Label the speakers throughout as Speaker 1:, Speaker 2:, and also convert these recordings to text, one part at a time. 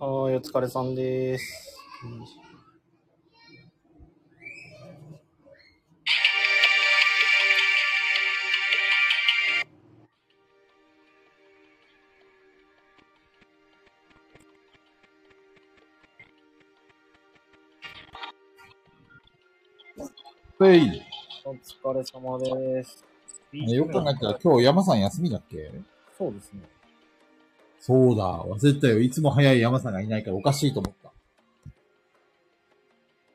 Speaker 1: はーい、お疲れさんです。
Speaker 2: ペイ。
Speaker 1: お疲れ様です。
Speaker 2: よく考えたら今日山さん休みだっけ
Speaker 1: そうですね。
Speaker 2: そうだ、忘れてたよ。いつも早い山さんがいないからおかしいと思った。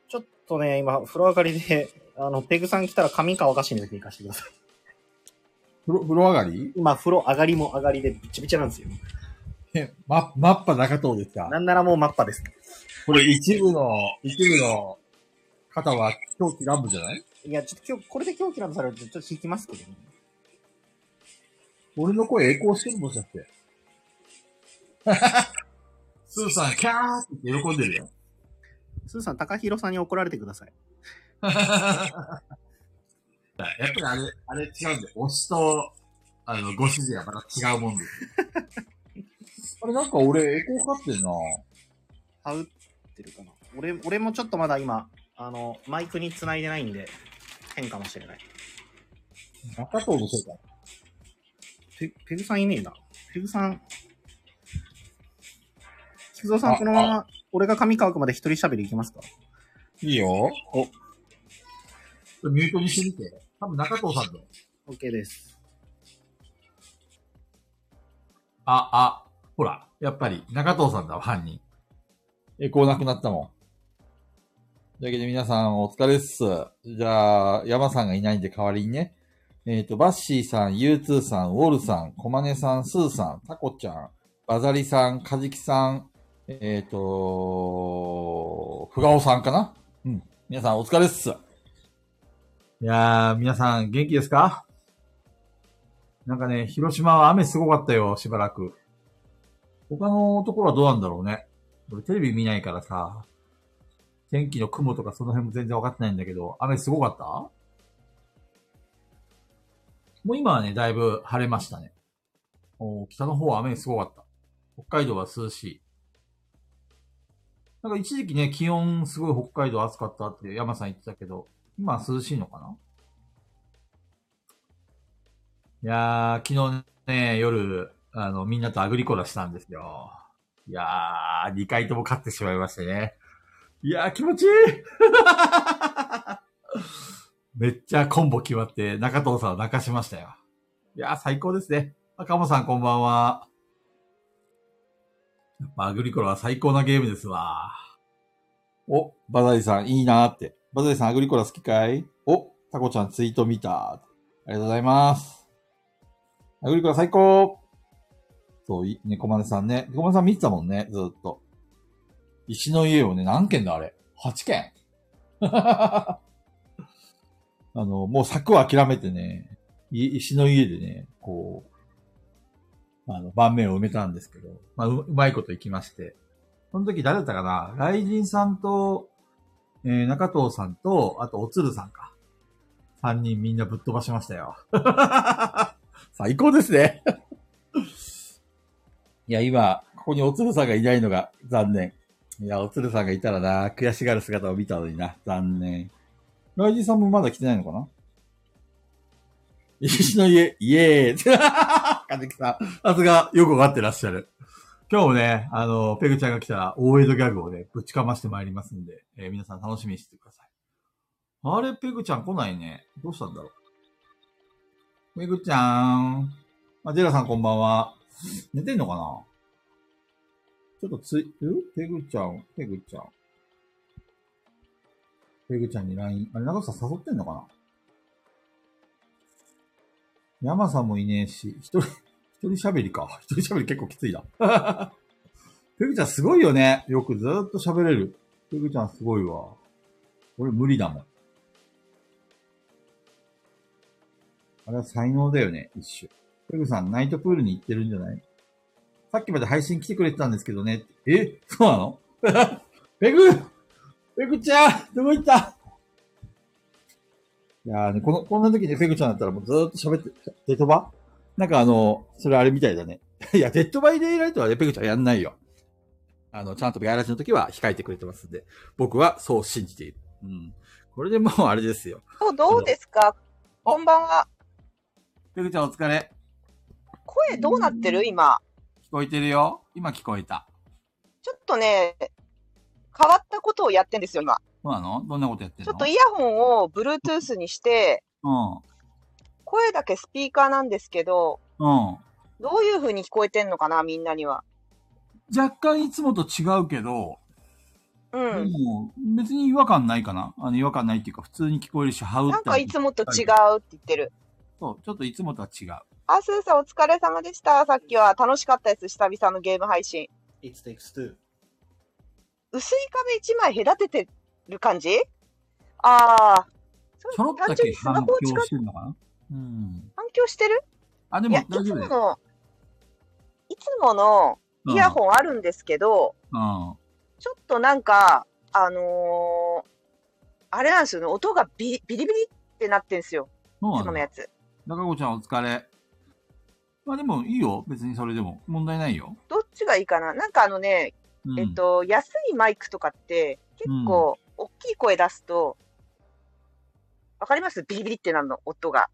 Speaker 1: ちょっとね、今、風呂上がりで、あの、ペグさん来たら髪乾かしに出て行かせてください。
Speaker 2: 風呂、風呂上がり
Speaker 1: 今、風呂上がりも上がりでびちゃびちゃなんですよ。
Speaker 2: え、ま、マッパ中藤ですか
Speaker 1: なんならもうマッパです。
Speaker 2: これ一部 の、一部の方は狂気乱舞じゃない
Speaker 1: いや、ちょっと今日、これで狂気なんされるとちょっと引きますけどね。
Speaker 2: 俺の声エコーしてるもしか して。スーさん、キャーって喜んでるよ。
Speaker 1: スーさん、高弘さんに怒られてください。
Speaker 2: やっぱりあれ、あれ違うんで、推しと、あの、ご主人はまた違うもんです。 あれなんか俺、エコーかかってんな。
Speaker 1: はうってるかな。俺、俺もちょっとまだ今、あの、マイクに繋いでないんで、変かもしれない。
Speaker 2: 中藤のせいか。
Speaker 1: ペペグさんいねえな。ペグさん。菊蔵さん、このまま、俺が髪乾くまで一人喋りいきますか
Speaker 2: いいよ。お。ミュートにしてみて。多分中藤さんだよ。
Speaker 1: ?OK です。
Speaker 2: あ、あ、ほら。やっぱり、中藤さんだわ、犯人。エコーなくなったもん。というわけで皆さん、お疲れっす。じゃあ、山さんがいないんで代わりにね。えっ、と、バッシーさん、ユーツーさん、ウォルさん、コマネさん、スーさん、タコちゃん、バザリさん、カジキさん、えっ、と、フガオさんかなうん。皆さん、お疲れっす。いやー、皆さん、元気ですかなんかね、広島は雨すごかったよ、しばらく。他のところはどうなんだろうね。俺テレビ見ないからさ、天気の雲とかその辺も全然わかってないんだけど、雨すごかったもう今はね、だいぶ晴れましたね。おー北の方は雨すごかった。北海道は涼しい。なんか一時期ね、気温すごい北海道暑かったって山さん言ってたけど、今は涼しいのかないやー、昨日ね、夜、あの、みんなとアグリコラしたんですよ。いやー、2回とも勝ってしまいましてね。いやー、気持ちいい めっちゃコンボ決まって、中藤さんを泣かしましたよ。いやー、最高ですね。赤もさんこんばんは。やっぱアグリコラは最高なゲームですわ。お、バザリさんいいなーって。バザリさんアグリコラ好きかいお、タコちゃんツイート見た。ありがとうございます。アグリコラ最高そう、いね、コマネさんね。コマネさん見てたもんね、ずーっと。石の家をね、何件だあれ ?8 件 あの、もう柵を諦めてね、い石の家でね、こう、あの、盤面を埋めたんですけど、まあ、ううまいこといきまして。その時誰だったかな雷神さんと、えー、中藤さんと、あと、おつるさんか。3人みんなぶっ飛ばしましたよ。最高ですね。 いや、今、ここにおつるさんがいないのが残念。いや、おつるさんがいたらな、悔しがる姿を見たのにな、残念。ライジンさんもまだ来てないのかな石の家、イエーイ かずきさん、さすが、よくわかってらっしゃる。今日もね、あの、ペグちゃんが来たら、大江戸ギャグをね、ぶちかましてまいりますんで、えー皆さん楽しみにしててください。あれ、ペグちゃん来ないね。どうしたんだろう。ペグちゃん。あ、ジェラさんこんばんは。寝てんのかなちょっとつい、えペグちゃん、ペグちゃん。ペグちゃんに LINE。あれ、長さん誘ってんのかな山さんもいねえし、一人、一人喋りか。一人喋り結構きついな。 ペグちゃんすごいよね。よくずーっと喋れる。ペグちゃんすごいわ。俺無理だもん。あれは才能だよね、一種。ペグさん、ナイトプールに行ってるんじゃないさっきまで配信来てくれてたんですけどね。えそうなの ペグペグちゃんどこ行ったいやーね、この、こんな時にペグちゃんだったらもうずーっと喋って、デッドバ なんかあの、それあれみたいだね。いや、デッドバイデイライトはね、ペグちゃんやんないよ。あの、ちゃんとガイラジの時は控えてくれてますんで、僕はそう信じている。うん。これでもうあれですよ。
Speaker 3: そうどうですか
Speaker 2: あ
Speaker 3: こんばんは。
Speaker 2: ペグちゃんお疲れ。
Speaker 3: 声どうなってる今。
Speaker 2: 聞こえてるよ。今聞こえた。
Speaker 3: ちょっとね、変わったことをやってんですよ、今。
Speaker 2: そうなのどんなことやってん
Speaker 3: ちょ
Speaker 2: の
Speaker 3: っとイヤホンを Bluetooth にして、声だけスピーカーなんですけど、
Speaker 2: うん。うん。
Speaker 3: どういう風に聞こえてんのかな、みんなには。
Speaker 2: 若干いつもと違うけど、
Speaker 3: うん。
Speaker 2: でも別に違和感ないかなあの違和感ないっていうか普通に聞こえるし、ハウって
Speaker 3: なんかいつもと違うって言ってる。
Speaker 2: そう、ちょっといつもとは違う。
Speaker 3: あ、スーさんお疲れ様でした。さっきは楽しかったです。久々のゲーム配信。
Speaker 1: It takes two.
Speaker 3: 薄い壁1枚隔ててる感じああ。
Speaker 2: ちょろっとだ
Speaker 3: 単純
Speaker 2: け
Speaker 3: にスマ
Speaker 2: 反
Speaker 3: ホを
Speaker 2: 響
Speaker 3: 近く
Speaker 2: してるのかなうん。
Speaker 3: 反響してる
Speaker 2: あ、で
Speaker 3: い
Speaker 2: も
Speaker 3: や、い
Speaker 2: 大
Speaker 3: つ
Speaker 2: 丈夫だ
Speaker 3: も
Speaker 2: よ。
Speaker 3: の、いつものイヤ
Speaker 2: ン。
Speaker 3: ホンあるんですけど、
Speaker 2: うん。
Speaker 3: ちょっとなんか、あのーあれなんですよね、音がビビリビリってなってんですよ、
Speaker 2: そう
Speaker 3: い
Speaker 2: な
Speaker 3: つも
Speaker 2: の
Speaker 3: のやつ。
Speaker 2: 中子ちゃんお疲れ。まあでもいいよ。別にそれでも。問題ないよ。
Speaker 3: どっちがいいかななんかあのね、
Speaker 2: うん、
Speaker 3: えっ。と、安いマイクとかって、結構、大きい声出すと、わかりますビリビリってなるの、音が。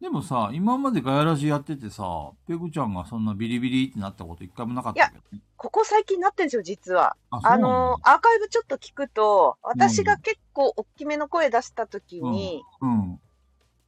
Speaker 2: でもさ、今までガヤラジやっててさ、ペグちゃんがそんなビリビリってなったこと一回もなかったけどね。
Speaker 3: ここ最近なってんですよ、実は。
Speaker 2: あ
Speaker 3: あのーアーカイブちょっと聞くと、私
Speaker 2: う
Speaker 3: が
Speaker 2: ん
Speaker 3: 結構大きめの声出した時に、
Speaker 2: そうなのうん。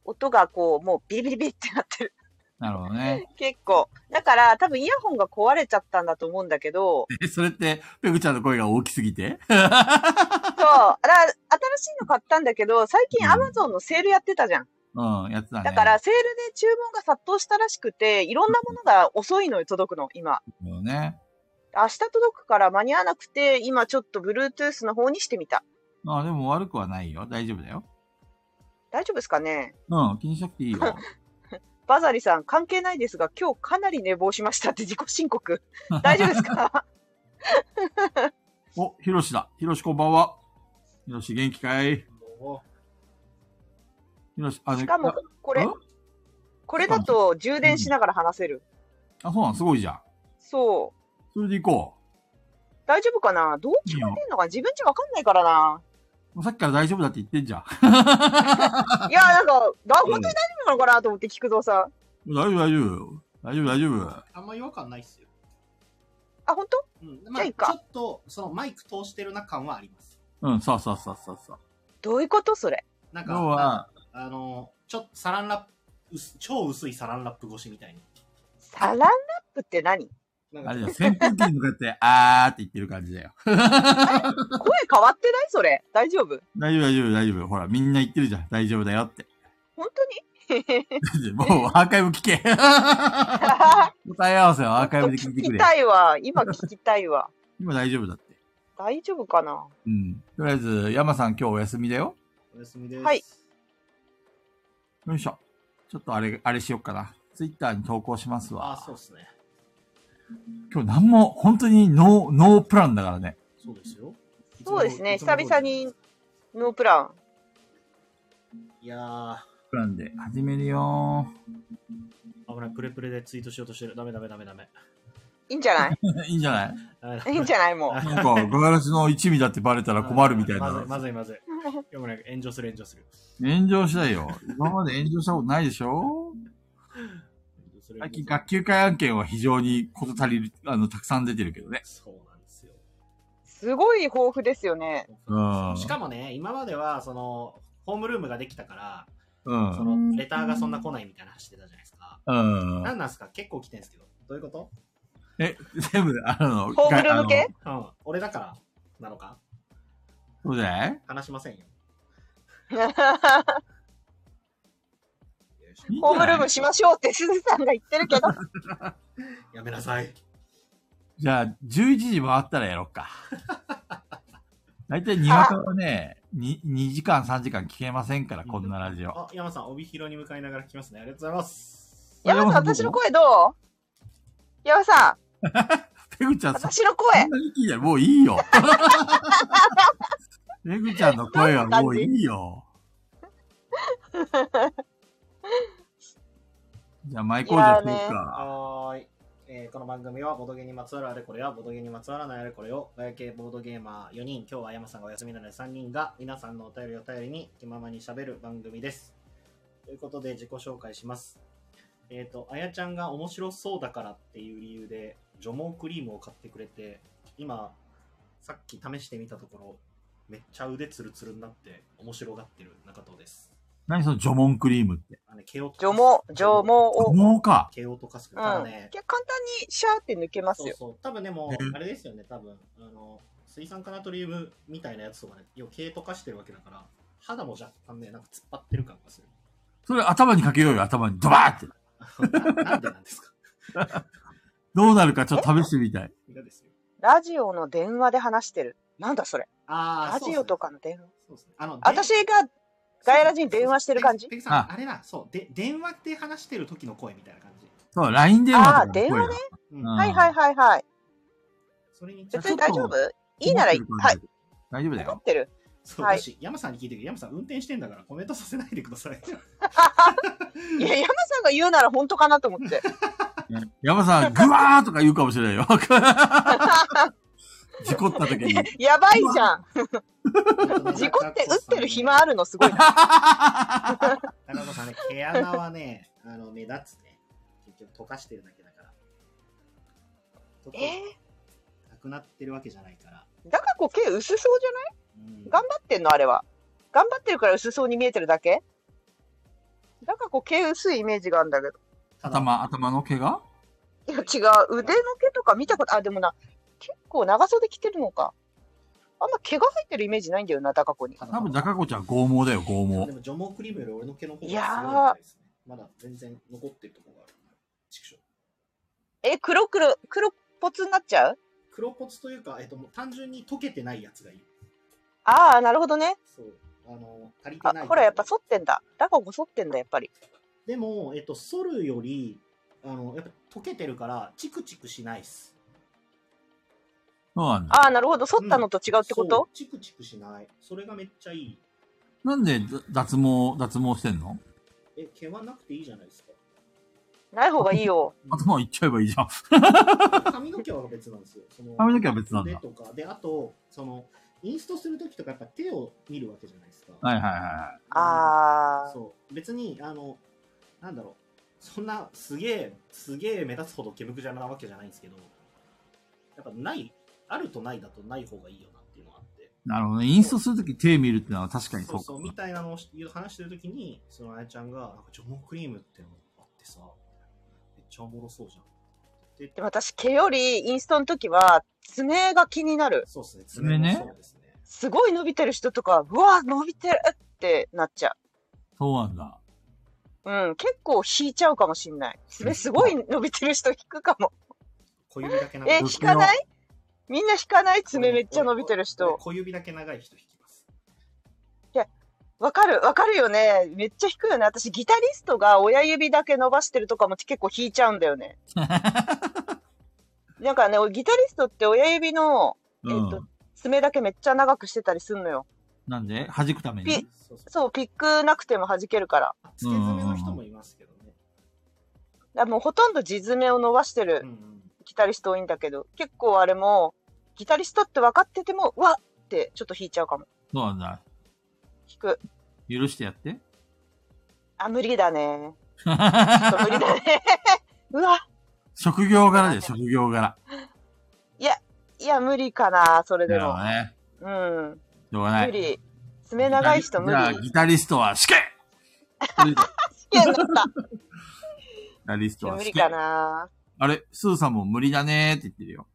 Speaker 3: 音がこう、もうビリビリビリってなってる。
Speaker 2: なるほどね。
Speaker 3: 結構。だから、多分イヤホンが壊れちゃったんだと思うんだけど、
Speaker 2: え、 それって、ペグちゃんの声が大きすぎて
Speaker 3: そう。あら、新しいの買ったんだけど、最近
Speaker 2: う
Speaker 3: ア
Speaker 2: ん
Speaker 3: マゾンのセールやってたじゃん。
Speaker 2: うん、やってたね。
Speaker 3: だから、、セールで注文が殺到したらしくて、いろんなものが遅いのよ、届くの、今。
Speaker 2: ね。
Speaker 3: 明日届くから間に合わなくて、今ちょっと Bluetooth の方にしてみた。
Speaker 2: まあでも悪くはないよ。大丈夫だよ。
Speaker 3: 大丈夫ですかね
Speaker 2: うん、気にしなくていい よ。
Speaker 3: バザリさん、関係ないですが、今日かなり寝坊しましたって自己申告。 大丈夫ですか
Speaker 2: お、ヒロシだ。ヒロシこんばんは。ヒロシ元気かいヒ
Speaker 1: お
Speaker 2: ロシ、あの
Speaker 3: しかも、こ
Speaker 2: こ
Speaker 3: れ、これだと充電しながら話せる。
Speaker 2: あ、そうなん、すごいじゃん。
Speaker 3: そう。
Speaker 2: それで行こ
Speaker 3: 大丈夫かなどう聞こえてんのかな自分じゃわかんないからな。
Speaker 2: う。もうさっきから大丈夫だって言ってんじゃん。
Speaker 3: いや、な んか、だ本当に大丈夫なのかなと思って、菊蔵さん。
Speaker 2: 大丈夫、大丈夫。大丈夫、大丈夫。
Speaker 1: あんま違和感ないっすよ。
Speaker 3: あ、本当
Speaker 1: うん。まあ、
Speaker 3: じゃあい
Speaker 1: ち
Speaker 3: いか
Speaker 1: ょっと、そのマイク通してるな感はあります。
Speaker 2: うん、そうそうそうそうそう。
Speaker 3: どういうことそれ。
Speaker 1: なんか、
Speaker 2: 要は、
Speaker 1: あの、ちょっとサランラップ、薄超薄いサランラップ越しみたいに。
Speaker 3: サランラップって何
Speaker 1: なん
Speaker 2: あ
Speaker 1: か
Speaker 2: れだよ、扇風機に向かって、あーって言ってる感じだよ。
Speaker 3: 声変わってないそれ。大丈夫
Speaker 2: 大丈夫、大丈夫、大丈夫。ほら、みんな言ってるじゃん。大丈夫だよって。
Speaker 3: 本当に
Speaker 2: もう、アーカイブ 聞け。答え合わせ はアーカイブで聞いてく
Speaker 3: 聞き
Speaker 2: れ。
Speaker 3: たいわ。今聞きたいわ。
Speaker 2: 今大丈夫だって。
Speaker 3: 大丈夫かな
Speaker 2: うん。とりあえず、山さん今日お休みだよ。
Speaker 1: お休みです。
Speaker 3: はい
Speaker 2: よいしょ。ちょっとあれ、あれしよっかな。ツイッターに投稿します
Speaker 1: あ
Speaker 2: わ。
Speaker 1: そうですね。
Speaker 2: 今日何も、本当にノー、ノープランだからね。
Speaker 1: そうですよ。いつも
Speaker 3: そうですね。
Speaker 1: いつも
Speaker 3: 久
Speaker 1: 通り
Speaker 3: 々にノープラン。
Speaker 1: いやー、
Speaker 2: プランで始めるよ
Speaker 1: 危ない。プレプレでツイートしようとしてる。ダメダメダメダメ。
Speaker 3: いいんじゃ ない
Speaker 2: ー。いいんじゃない
Speaker 1: ダメだ
Speaker 3: いいんじゃないも
Speaker 2: なんか、ガガラスの一味だってバレたら困るみた い
Speaker 1: まずいま
Speaker 2: な。
Speaker 1: ずいまずい。よくない。炎上する炎上する。
Speaker 2: 炎上したいよ。今まで炎上したことないでしょ
Speaker 1: 炎上する
Speaker 2: 最近学級会案件は非常にこと足りる、あの、たくさん出てるけどね。
Speaker 1: そうなんですよ。
Speaker 3: う。すごい豊富ですよね。
Speaker 2: うん
Speaker 1: しかもね、今までは、その、ホームルームができたから、
Speaker 2: うん。
Speaker 1: そうの、レターがそんな来ないみたいな話してたじゃないですか。
Speaker 2: ん。
Speaker 1: なんなんすか結構来てんすけど。どういうこ
Speaker 2: え、全部、あの、
Speaker 3: ホームルーム
Speaker 2: あ
Speaker 3: 系
Speaker 2: の
Speaker 1: とうん。俺だから、なのか
Speaker 2: そうじゃない
Speaker 1: 話しませんよ。
Speaker 2: いいんじゃな
Speaker 3: ホーム
Speaker 2: い
Speaker 3: ルームしましょうってすずさんが言ってるけど。
Speaker 1: やめなさい。
Speaker 2: じゃあ、11時回ったらやろっか。 だいたいにわかはね、に 2, 時間、3時間聞けませんから、こんなラジオ。
Speaker 1: あ、山さん、帯広に向かいながら来ますね。ありがとうございます。
Speaker 3: 山さん、私の声どう山さん、
Speaker 2: ペグちゃん、そ
Speaker 3: 私の
Speaker 2: そ
Speaker 3: 声
Speaker 2: ん。なに聞いたらもういいよ。ペグちゃんの声はもういいよ。じゃあ、マイ工場行こうか。
Speaker 1: はーい。
Speaker 4: えーこの番組はボードゲームにまつわるあれこれやボードゲームにまつわらないあれこれをガヤ系ボードゲーマー4人今日は山さんがお休みなので3人が皆さんのお便りを頼りに気ままにしゃべる番組ですということで自己紹介しますえっ、とあやちゃんが面白そうだからっていう理由で除毛クリームを買ってくれて今さっき試してみたところめっちゃ腕ツルツルになって面白がってる中藤です
Speaker 2: 何その除毛クリームって。
Speaker 4: あのね毛を
Speaker 3: 除毛、除毛を。
Speaker 2: 除
Speaker 3: う
Speaker 2: 毛
Speaker 3: ん。
Speaker 2: か。
Speaker 4: 毛を溶かすから
Speaker 3: 簡単
Speaker 4: ね、
Speaker 3: にシャーって抜けます
Speaker 4: そう
Speaker 3: よ。
Speaker 4: そう。多分でも
Speaker 2: う、ん
Speaker 4: あれですよね、多分。あの、水酸化ナトリウムみたいなやつとかね、要は毛とかしてるわけだから、肌も若干ね、なんか突っ張ってる感がする。
Speaker 2: それ頭にかけようよ、頭に。ドバーって。
Speaker 4: な なんでなんですか
Speaker 2: どうなるかちょっと試してみたい。
Speaker 4: 嫌ですよ。
Speaker 3: ラジオの電話で話してる。なんだそれ。
Speaker 4: ああ、
Speaker 3: ラジオとかの電話。
Speaker 4: そうですね。そうですねあの、
Speaker 3: 私が、ガヤラジに電話してる感じ
Speaker 4: ペグさん、あ
Speaker 2: あ
Speaker 4: れだ、そうで、電話で話してる時の声みたいな感じ。
Speaker 2: そう、LINE 電話とかの声が
Speaker 3: あー電話ね
Speaker 4: うん。
Speaker 2: うん
Speaker 3: はいはいはいはい。
Speaker 4: それに、
Speaker 3: 別に大丈夫いいならいい。はい。。
Speaker 2: 大丈夫だ
Speaker 3: 思っ
Speaker 2: よ。
Speaker 3: てる。
Speaker 4: そう
Speaker 3: はい
Speaker 4: だし、山さんに聞いてるけど、山さん運転してんだからコメントさせないでください。
Speaker 3: いや、山さんが言うなら本当かなと思って。
Speaker 2: 山さん、グワーとか言うかもしれないよ。 事故った時に。
Speaker 3: やばいじゃん。 事
Speaker 4: 事
Speaker 3: 故って打ってる暇あるのすごいな。
Speaker 4: 田中 さんね、毛穴はね、あの目立つね。結局溶かしてるだけだから。溶
Speaker 3: え
Speaker 4: けなくなってるわけじゃないから。
Speaker 3: ー、だからこう毛薄そうじゃない
Speaker 4: うん
Speaker 3: 頑張ってんのあれは。頑張ってるから薄そうに見えてるだけだからこう毛薄いイメージがあるんだけど。
Speaker 4: ただ
Speaker 2: 頭、頭の毛が
Speaker 3: いや違う。腕の毛とか見たこと、あ、でもな、結構長袖着てるのか。あんま毛が入ってるイメージないんだよな、高子に。
Speaker 4: ただ
Speaker 2: 多分、中子ちゃん剛毛だよ、剛
Speaker 4: で
Speaker 2: 毛。
Speaker 4: も、除毛クリームより俺の毛の方がすごい
Speaker 3: いやー
Speaker 4: みたいですね。まだ全然残ってるところがある。畜生
Speaker 3: え、黒黒、黒ポツになっちゃう
Speaker 4: 黒骨というか、えっと、もう単純に溶けてないやつがいい。
Speaker 3: ああ、なるほどね。
Speaker 4: そう。あの、足りて
Speaker 3: あ
Speaker 4: ない。、
Speaker 3: ほら、やっぱ剃ってんだ。だからこそってんだ、やっぱり。
Speaker 4: でも、えっと、剃るより、あの、やっぱ溶けてるから、チクチクしないっす。
Speaker 2: そうなんだ。
Speaker 3: ああ、なるほど。剃ったのと違うってこ
Speaker 4: そ
Speaker 3: と
Speaker 4: う、チクチクしない。それがめっちゃいい。
Speaker 2: なんで脱毛、脱毛してんの
Speaker 4: え、毛はなくていいじゃないですか。
Speaker 3: ない方がいいよ。
Speaker 2: 頭いっちゃえばいいじゃん。
Speaker 4: 髪の毛は別なんですよ。その
Speaker 2: 髪の毛は別なんだ
Speaker 4: 腕とか。で、あと、その、インストするときとかやっぱ手を見るわけじゃないですか。
Speaker 2: はいはいは
Speaker 3: ああ。
Speaker 4: そう。別に、あの、なんだろう。そんな、すげえ、すげえ目立つほど毛むくじゃなわけじゃないんですけど、やっぱない、あるとないだとない方がいいよなっていうのがあって。
Speaker 2: い。なるほどね。インストするとき手見るってのは確かに
Speaker 4: そ
Speaker 2: そううか
Speaker 4: そう、みたいなのを話してるときに、そのあやちゃんが、なんか除毛クリームってのがあってさ、めっちゃおもろそうじゃん。で
Speaker 3: でも私、毛よりインストの時は、爪が気になる。
Speaker 4: そうですね、
Speaker 2: 爪ね
Speaker 4: もそうですね。
Speaker 3: すごい伸びてる人とか、うわ、伸びてるってなっちゃ
Speaker 2: そうなんだ。
Speaker 3: う。うん、結構引いちゃうかもしんない。爪すごい伸びてる人引くかも。
Speaker 4: 小指だけ長
Speaker 3: え、
Speaker 4: い
Speaker 3: 引
Speaker 2: 僕の
Speaker 3: かないみんな引かない爪めっちゃ伸びてる
Speaker 4: 俺
Speaker 3: 人。
Speaker 4: 小指だけ長い人引きます。
Speaker 3: わかるわかるよね。めっちゃ引くよね。私、ギタリストが親指だけ伸ばしてるとかも結構引いちゃうんだよね。 なんかね、ギタリストって親指の
Speaker 2: う
Speaker 3: えっと
Speaker 2: ん。
Speaker 3: 爪だけめっちゃ長くしてたりすんのよ。
Speaker 2: なんで弾くため
Speaker 3: ピ
Speaker 2: に。
Speaker 4: そうそう。
Speaker 3: そう、ピックなくても弾けるから。
Speaker 4: あ付け爪の人もいますけどね。
Speaker 3: だからもうほとんど地爪を伸ばして
Speaker 4: う
Speaker 3: る
Speaker 4: んうん。
Speaker 3: ギタリスト多いんだけど、結構あれも、ギタリストって分かってても、うわっってちょっと弾いちゃうかも。
Speaker 2: そうなんだ。
Speaker 3: 弾く。
Speaker 2: 許してやって。
Speaker 3: あ、無理だね。ちょっと無 理だね。うわ、
Speaker 2: 職業柄で、職業柄。
Speaker 3: いや、無理かな、それで
Speaker 2: なるほ
Speaker 3: も
Speaker 2: ど。ね。
Speaker 3: うん。
Speaker 2: しょうがない。
Speaker 3: 無理。爪長い人無
Speaker 2: じゃあ、
Speaker 3: 理。
Speaker 2: ギタリストは死刑ギ
Speaker 3: いや、なった。
Speaker 2: タリス
Speaker 3: い
Speaker 2: ト
Speaker 3: や
Speaker 2: は
Speaker 3: 無
Speaker 2: 死
Speaker 3: 理
Speaker 2: 刑
Speaker 3: か。な。
Speaker 2: あれ、スーさんも無理だねーって言ってるよ。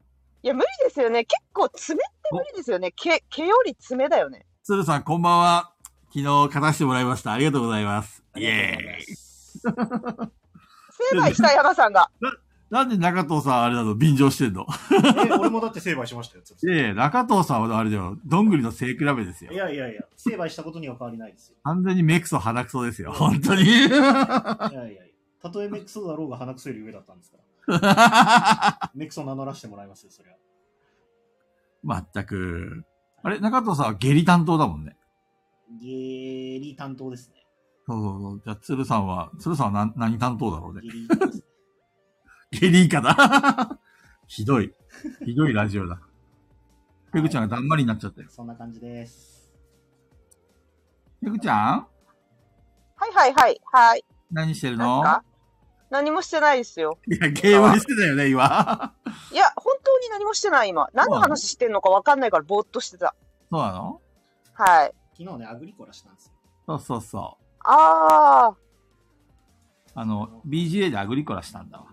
Speaker 3: いや、無理ですよね。結構爪って無理ですよね。毛、毛より爪だよね。
Speaker 2: スーさん、こんばんは。昨日、勝たせてもらいました。ありがとうございます。イ
Speaker 4: ありがとうござ
Speaker 2: エ
Speaker 4: いま
Speaker 2: ーイ。
Speaker 4: す
Speaker 3: 成敗した山さんが。
Speaker 2: なんで中藤さん、あれなの、便乗してんの
Speaker 4: え、俺もだって成敗しましたよ、つるさん
Speaker 2: いやいや、中藤さんはあれだよ、どんぐりの背比べですよ
Speaker 4: い。やいやいや、成敗したことには変わりないですよ。
Speaker 2: 完全に目くそ鼻くそですよ。本当に。
Speaker 4: いやいやいや。たとえメクソだろうが鼻くそより上だったんですから。メクソ名乗らせてもらいますよ、そりゃ。
Speaker 2: まったく。あれ、中藤さんは下痢担当だもんね。
Speaker 4: ゲリ担当ですね。
Speaker 2: そうそうそう。じゃあ、鶴さんは、鶴さんは何何担当だろうね。
Speaker 4: ゲリ担当ですね。
Speaker 2: ゲリイカだ。 ひどい。ひどいラジオだ。ペグちゃんがだんまりになっちゃったよ。
Speaker 4: そんな感じです。
Speaker 2: ペグちゃん
Speaker 3: はいはいはい。はい。
Speaker 2: 何してる
Speaker 3: 何
Speaker 2: の
Speaker 3: すか何もしてないですよ。
Speaker 2: いや、ゲームしてたよね、今。
Speaker 3: いや、本当に何もしてない今。何の話してんのか分かんないからぼーっとしてた。
Speaker 2: そうなの
Speaker 3: はい。
Speaker 4: 昨日ね、アグリコラしたんですよ。
Speaker 2: そうそうそう。
Speaker 3: あー。
Speaker 2: あの、BGA でアグリコラしたんだわ。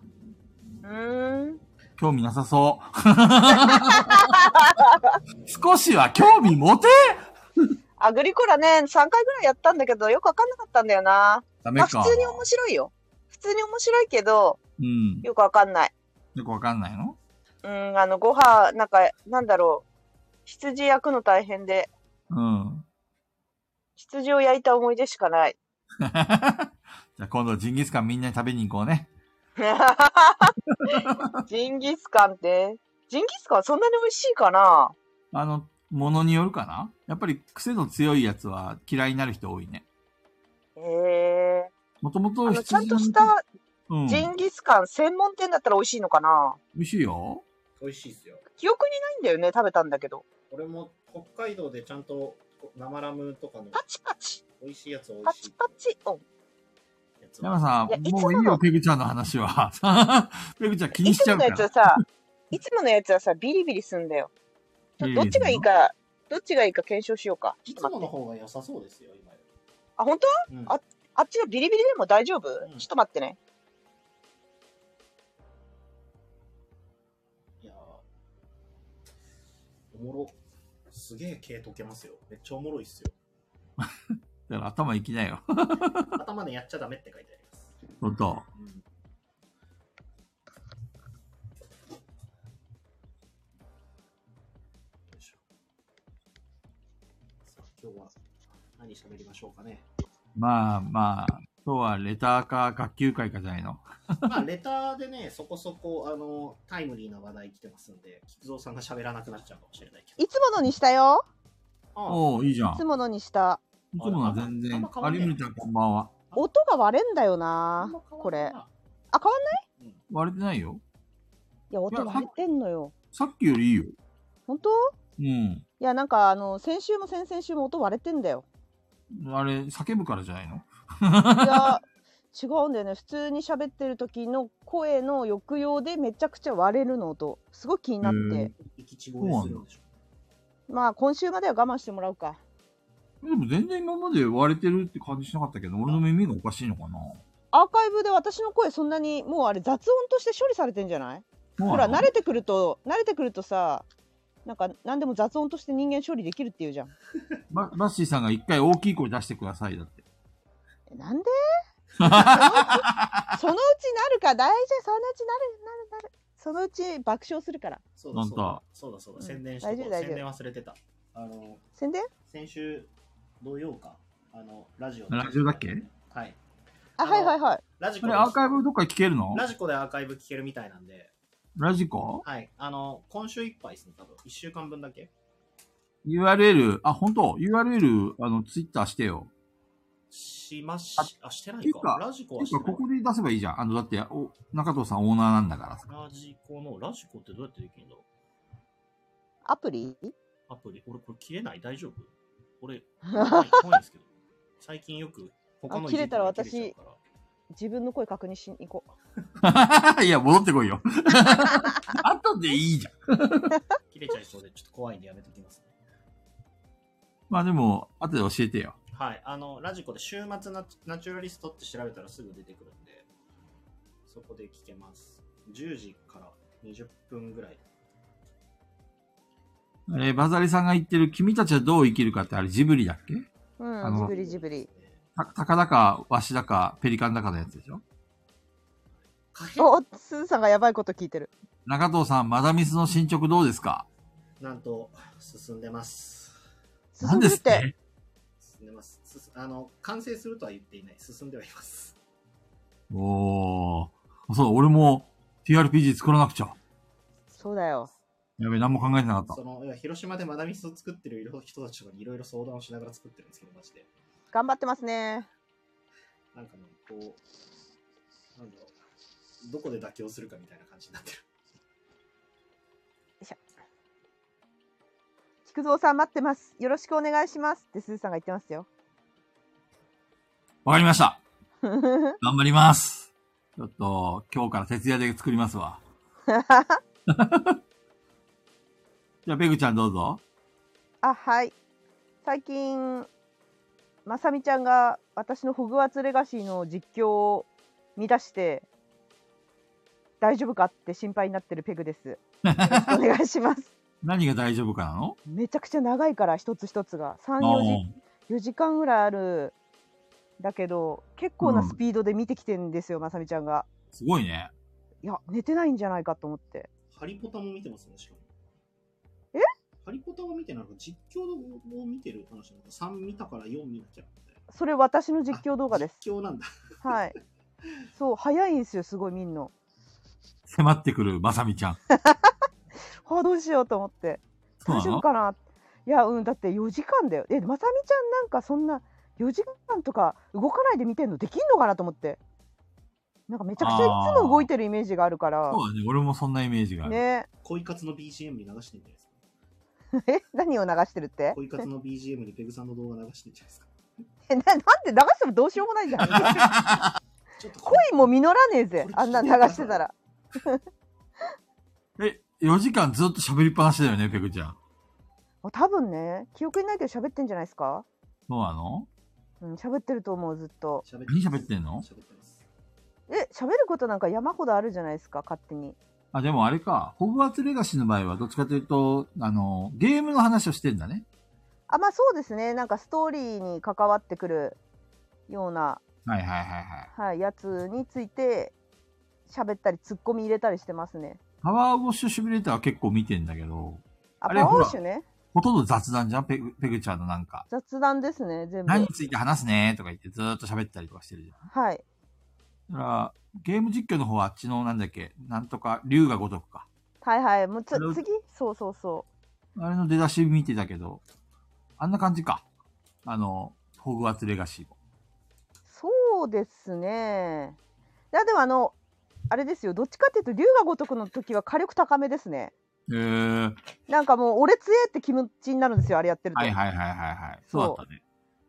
Speaker 3: うーん。
Speaker 2: 興味なさそう。 少しは興味持て
Speaker 3: アグリコラね、3回ぐらいやったんだけど、よく分かんなかったんだよな。
Speaker 2: ダメ
Speaker 3: まあ、
Speaker 2: か。
Speaker 3: 普通に面白いよ。普通に面白いけど、
Speaker 2: うん。
Speaker 3: よく分かんない。
Speaker 2: よくわかんないの
Speaker 3: うん、あの、ご飯、なんか、なんだろう。羊焼くの大変で、
Speaker 2: うん。
Speaker 3: 羊を焼いた思い出しかない。
Speaker 2: じゃあ今度ジンギスカンみんなに食べに行こうね。
Speaker 3: ジンギスカンって、ジンギスカンそんなに美味しいかな
Speaker 2: あの、ものによるかなやっぱり癖の強いやつは嫌いになる人多いね。
Speaker 3: へえ
Speaker 2: もとも
Speaker 3: ー。
Speaker 2: と
Speaker 3: あの、ちゃんとし
Speaker 2: 羊の
Speaker 3: た
Speaker 2: うん、
Speaker 3: ジ
Speaker 2: 美
Speaker 3: ンギスカン専門店だったら美味しいのかな
Speaker 2: 味しいよ。
Speaker 4: 美味しいですよ。
Speaker 3: 記憶にないんだよね、食べたんだけど。
Speaker 4: 俺も北海道でちゃんと生ラムとかの
Speaker 3: パチパチ、
Speaker 4: 美味しいやつを美
Speaker 3: パ
Speaker 4: 味し
Speaker 3: チ
Speaker 4: い
Speaker 3: パチ、おん。
Speaker 4: やつ
Speaker 2: 山さん
Speaker 3: いやい、つもの
Speaker 2: もういいよ、ペグちゃんの話は。 ペグちゃん気に
Speaker 3: い
Speaker 2: しち
Speaker 3: つ
Speaker 2: ゃ
Speaker 3: も
Speaker 2: う
Speaker 3: の
Speaker 2: か
Speaker 3: やつ
Speaker 2: ら
Speaker 3: は。さ、いつものやつはさ、ビリビリすんだよ。ちょ
Speaker 2: ビリビリ
Speaker 3: どっちがいいか、どっちがいいか検証しようか。ちょ
Speaker 4: い
Speaker 3: っ
Speaker 4: つ
Speaker 3: と
Speaker 4: も
Speaker 3: 待っ
Speaker 4: の
Speaker 3: て。
Speaker 4: 方が良さそうですよ、今よ
Speaker 3: あ、本当
Speaker 4: り。うん
Speaker 3: ああっちのビリビリでも大丈夫、
Speaker 4: ん
Speaker 3: ちょっと待ってね。
Speaker 4: いやーおもろ。すげえ毛溶けますよ。めっちゃおもろいっすよ。
Speaker 2: だから頭いきなよ。
Speaker 4: 頭でやっちゃダメって書いてあります。
Speaker 2: 本当。
Speaker 4: うんよいしょさあ今日は何喋りましょうかね。
Speaker 2: まあまあ、今日はレターか学級会かじゃないの。
Speaker 4: まあ、レターでね、そこそこ、あの、タイムリーな話題来てますんで、菊蔵さんが喋らなくなっちゃうかもしれないけど。
Speaker 3: いつものにしたよ。
Speaker 4: あ
Speaker 2: おおいいじゃん。
Speaker 3: い
Speaker 2: い
Speaker 3: つものにした。
Speaker 2: つものは全
Speaker 4: あん
Speaker 2: 然
Speaker 4: ま変。わ
Speaker 2: あ
Speaker 4: んね
Speaker 2: り
Speaker 4: え
Speaker 2: むちゃんこんばんは。
Speaker 3: 音が割れんだよ
Speaker 4: あ
Speaker 3: な。これ。
Speaker 4: あ
Speaker 3: あ、変わんない
Speaker 2: 割れてないよ。
Speaker 3: いや、音割れてんのよ。
Speaker 2: さっきよりいいよ。
Speaker 3: 本当
Speaker 2: うん。
Speaker 3: いや、なんか、あの、先週も先々週も音割れてんだよ。
Speaker 2: あれ、叫ぶからじゃないの
Speaker 3: いや、違うんだよね。普通に喋ってる時の声の抑揚でめちゃくちゃ割れるの音。すごい気になっ
Speaker 2: へ
Speaker 3: て
Speaker 2: え。
Speaker 4: 行き違いするんでしょ。
Speaker 3: まあ、今週までは我慢してもらうか。
Speaker 2: でも全然今まで割れてるって感じしなかったけど、俺の耳がおかしいのかな
Speaker 3: アーカイブで私の声そんなにもうあれ雑音として処理されてんじゃないほら慣れてくると慣れてくるとさなんか何でも雑音として人間処理できるって言うじゃん
Speaker 2: ババッシーさんが一回大きい声出してくださいだって。
Speaker 3: えなんで そのうちそのうちなるか大丈夫そのうちなるなるなるそのうち爆笑するから
Speaker 4: そうだそう
Speaker 2: なん
Speaker 4: だ
Speaker 2: か。
Speaker 4: そうだそうだ。
Speaker 3: うん
Speaker 4: 宣伝して
Speaker 3: 大丈夫大丈夫
Speaker 4: 宣伝忘れてた。あの、
Speaker 3: 宣伝
Speaker 4: 先週、土曜か。あの、ラジオ。
Speaker 2: ラジオだっけ
Speaker 4: はい。
Speaker 3: あ
Speaker 4: あの
Speaker 3: はいはいはい
Speaker 4: ラジコ
Speaker 2: あれ、
Speaker 4: で
Speaker 2: アーカイブどっか聞けるの
Speaker 4: ラジコでアーカイブ聞けるみたいなんで、
Speaker 2: ラジコ
Speaker 4: はい。あの、今週いっぱいですね、多分。1週間分だけ。
Speaker 2: ?URL、あ、本当 ?URL、あの、ツイッターしてよ。
Speaker 4: しまし
Speaker 2: あ、
Speaker 4: あ、してな
Speaker 2: てい
Speaker 4: いう
Speaker 2: か
Speaker 4: か。ラジコは
Speaker 2: て
Speaker 4: して
Speaker 2: か、
Speaker 4: ない
Speaker 2: こ。こで出せばいいじゃん。あの、だって、お中藤さんオーナーなんだからさ。
Speaker 4: ラジコの、ラジコってどうやってできるんだろう
Speaker 3: アプリ
Speaker 4: アプリ、俺これ切れない大丈夫俺、 怖い怖いんですけど。最近よく他の
Speaker 3: あ切れたら
Speaker 4: いじって切れちゃうから
Speaker 3: 自分の声確認しに行こ う
Speaker 2: いや、戻ってこいよ。後でいいじゃん。
Speaker 4: 切れちゃいそうで、ちょっと怖いんでやめときますね。
Speaker 2: まあでも、後で教えてよ。
Speaker 4: はい。あの、ラジコで週末ナナチュラリストって調べたらすぐ出てくるんで、そこで聞けます。10時から20分ぐらい。
Speaker 2: あれ、バザリさんが言ってる、君たちはどう生きるかって、あれ、ジブリだっけあ
Speaker 3: うん
Speaker 2: の
Speaker 3: ジブリジブリ
Speaker 2: た、たかだか、わしだか、ペリカンだかのやつでしょ
Speaker 4: 可変
Speaker 3: おすずさんがやばいこと聞いてる
Speaker 2: 中藤さん、マダミスの進捗どうですか
Speaker 4: なんと、進んでます。
Speaker 2: 何ですっ
Speaker 3: 進んでって
Speaker 2: て
Speaker 4: 進んでます。進あの、完成するとは言っていない。進んではいます。
Speaker 2: おー。そう、俺も TRPG 作らなくちゃ。
Speaker 3: そうだよ
Speaker 2: やべえ、何も考えてなかっ
Speaker 4: その、いや広島でマダミスを作ってる人たちとかにいろいろ相談をしながら作ってるんですけど、マジで。
Speaker 3: 頑張ってますね
Speaker 4: なんかね、こう、なんだろう。
Speaker 1: どこで妥協するかみたいな感じになってる。
Speaker 3: 菊蔵さん待ってます。よろしくお願いします。ってすーさんが言ってますよ。
Speaker 2: わかりま した。頑張ります。ちょっと、今日から徹夜で作ります わ。じゃあ、ペグちゃんどうぞ。
Speaker 3: あはい最近まさみちゃんが私の「ホグワーツ・レガシー」の実況を見出して大丈夫かって心配になってるペグです。よろしくお願いし ます。
Speaker 2: 何が大丈夫かなの
Speaker 3: めちゃくちゃ長いから一つ一つが3、
Speaker 2: あ
Speaker 3: 4時4時間ぐらいあるだけど結構なスピードで見てきてんですよ、まさみちゃんが。
Speaker 2: ーすごいね。
Speaker 3: いや寝てないんじゃないかと思って。
Speaker 1: ハリポタも見てますね、しかも。
Speaker 3: え
Speaker 1: ハリポタを見てなんか実況を見てる話なんか3見たから4見なきゃみたいな。
Speaker 3: それ私の実況動画 です。
Speaker 1: 実況なんだ。
Speaker 3: はい。そう早いんですよすごい見んの。
Speaker 2: 迫ってくるまさみちゃん。
Speaker 3: あどうしようと思って
Speaker 2: そう
Speaker 3: 大
Speaker 2: な
Speaker 3: 丈夫
Speaker 2: の
Speaker 3: かないやうんだって4時間だよえまさみちゃんなんかそんな4時間とか動かないで見てんのできんのかなと思ってなんかめちゃくちゃい
Speaker 2: あー
Speaker 3: つも動いてるイメージがあるから
Speaker 2: そうだね。俺もそんなイメージがある。
Speaker 3: ね
Speaker 1: 恋活の BGM に流してんじゃないですか。
Speaker 3: え何を流してるって
Speaker 1: 恋活の BGM にペグさんの動画流してんじゃないですか。
Speaker 3: えななんで流してもどうしようもないじゃん
Speaker 1: ちょっとこれ
Speaker 3: 恋も実らねえぜ
Speaker 1: これ
Speaker 3: あんな流してたら
Speaker 2: え、4時間ずっと喋りっぱなしだよね、ペグちゃん。
Speaker 3: あ多分ね記憶にないけど喋ってんじゃないですか
Speaker 2: そうなの
Speaker 3: うん喋ってると思うずっと
Speaker 1: 喋
Speaker 2: 何喋ってんの
Speaker 1: 喋ってます。
Speaker 3: え喋ることなんか山ほどあるじゃないですか勝手に
Speaker 2: あ、でもあれか。ホグワーツレガシーの場合は、どっちかというと、あの、ゲームの話をしてんだね。
Speaker 3: あまあそうですねなんかストーリーに関わってくるような、
Speaker 2: はいはいはいはい。
Speaker 3: はい、やつについて喋ったりツッコミ入れたりしてますね
Speaker 2: パワーウォッシュシミュレーターは結構見てんだけど、あ
Speaker 3: あパ
Speaker 2: れ
Speaker 3: ワーウォッシュね
Speaker 2: ほとんど雑談じゃんペグペグちゃんのなんか。
Speaker 3: 雑談ですね全部
Speaker 2: 何について話すねとか言ってずーっと喋ったりとかしてるじゃん。
Speaker 3: はい
Speaker 2: だから、ゲーム実況の方はあっちのなんだっけ、なんとか、竜が如くか。
Speaker 3: はいはいもうつ
Speaker 2: あの
Speaker 3: 次そうそうそ
Speaker 2: あれの出だし見てたけど、あんな感じか。あの、ホグワーツレガシーも。
Speaker 3: うそうですねいやでもあのあれですよどっちかっていうと龍が如くの時は火力高めですね
Speaker 2: へー。
Speaker 3: なんかもう俺強えって気持ちになるんですよあれやってると、
Speaker 2: はいはいはいはいはい。そうだったね。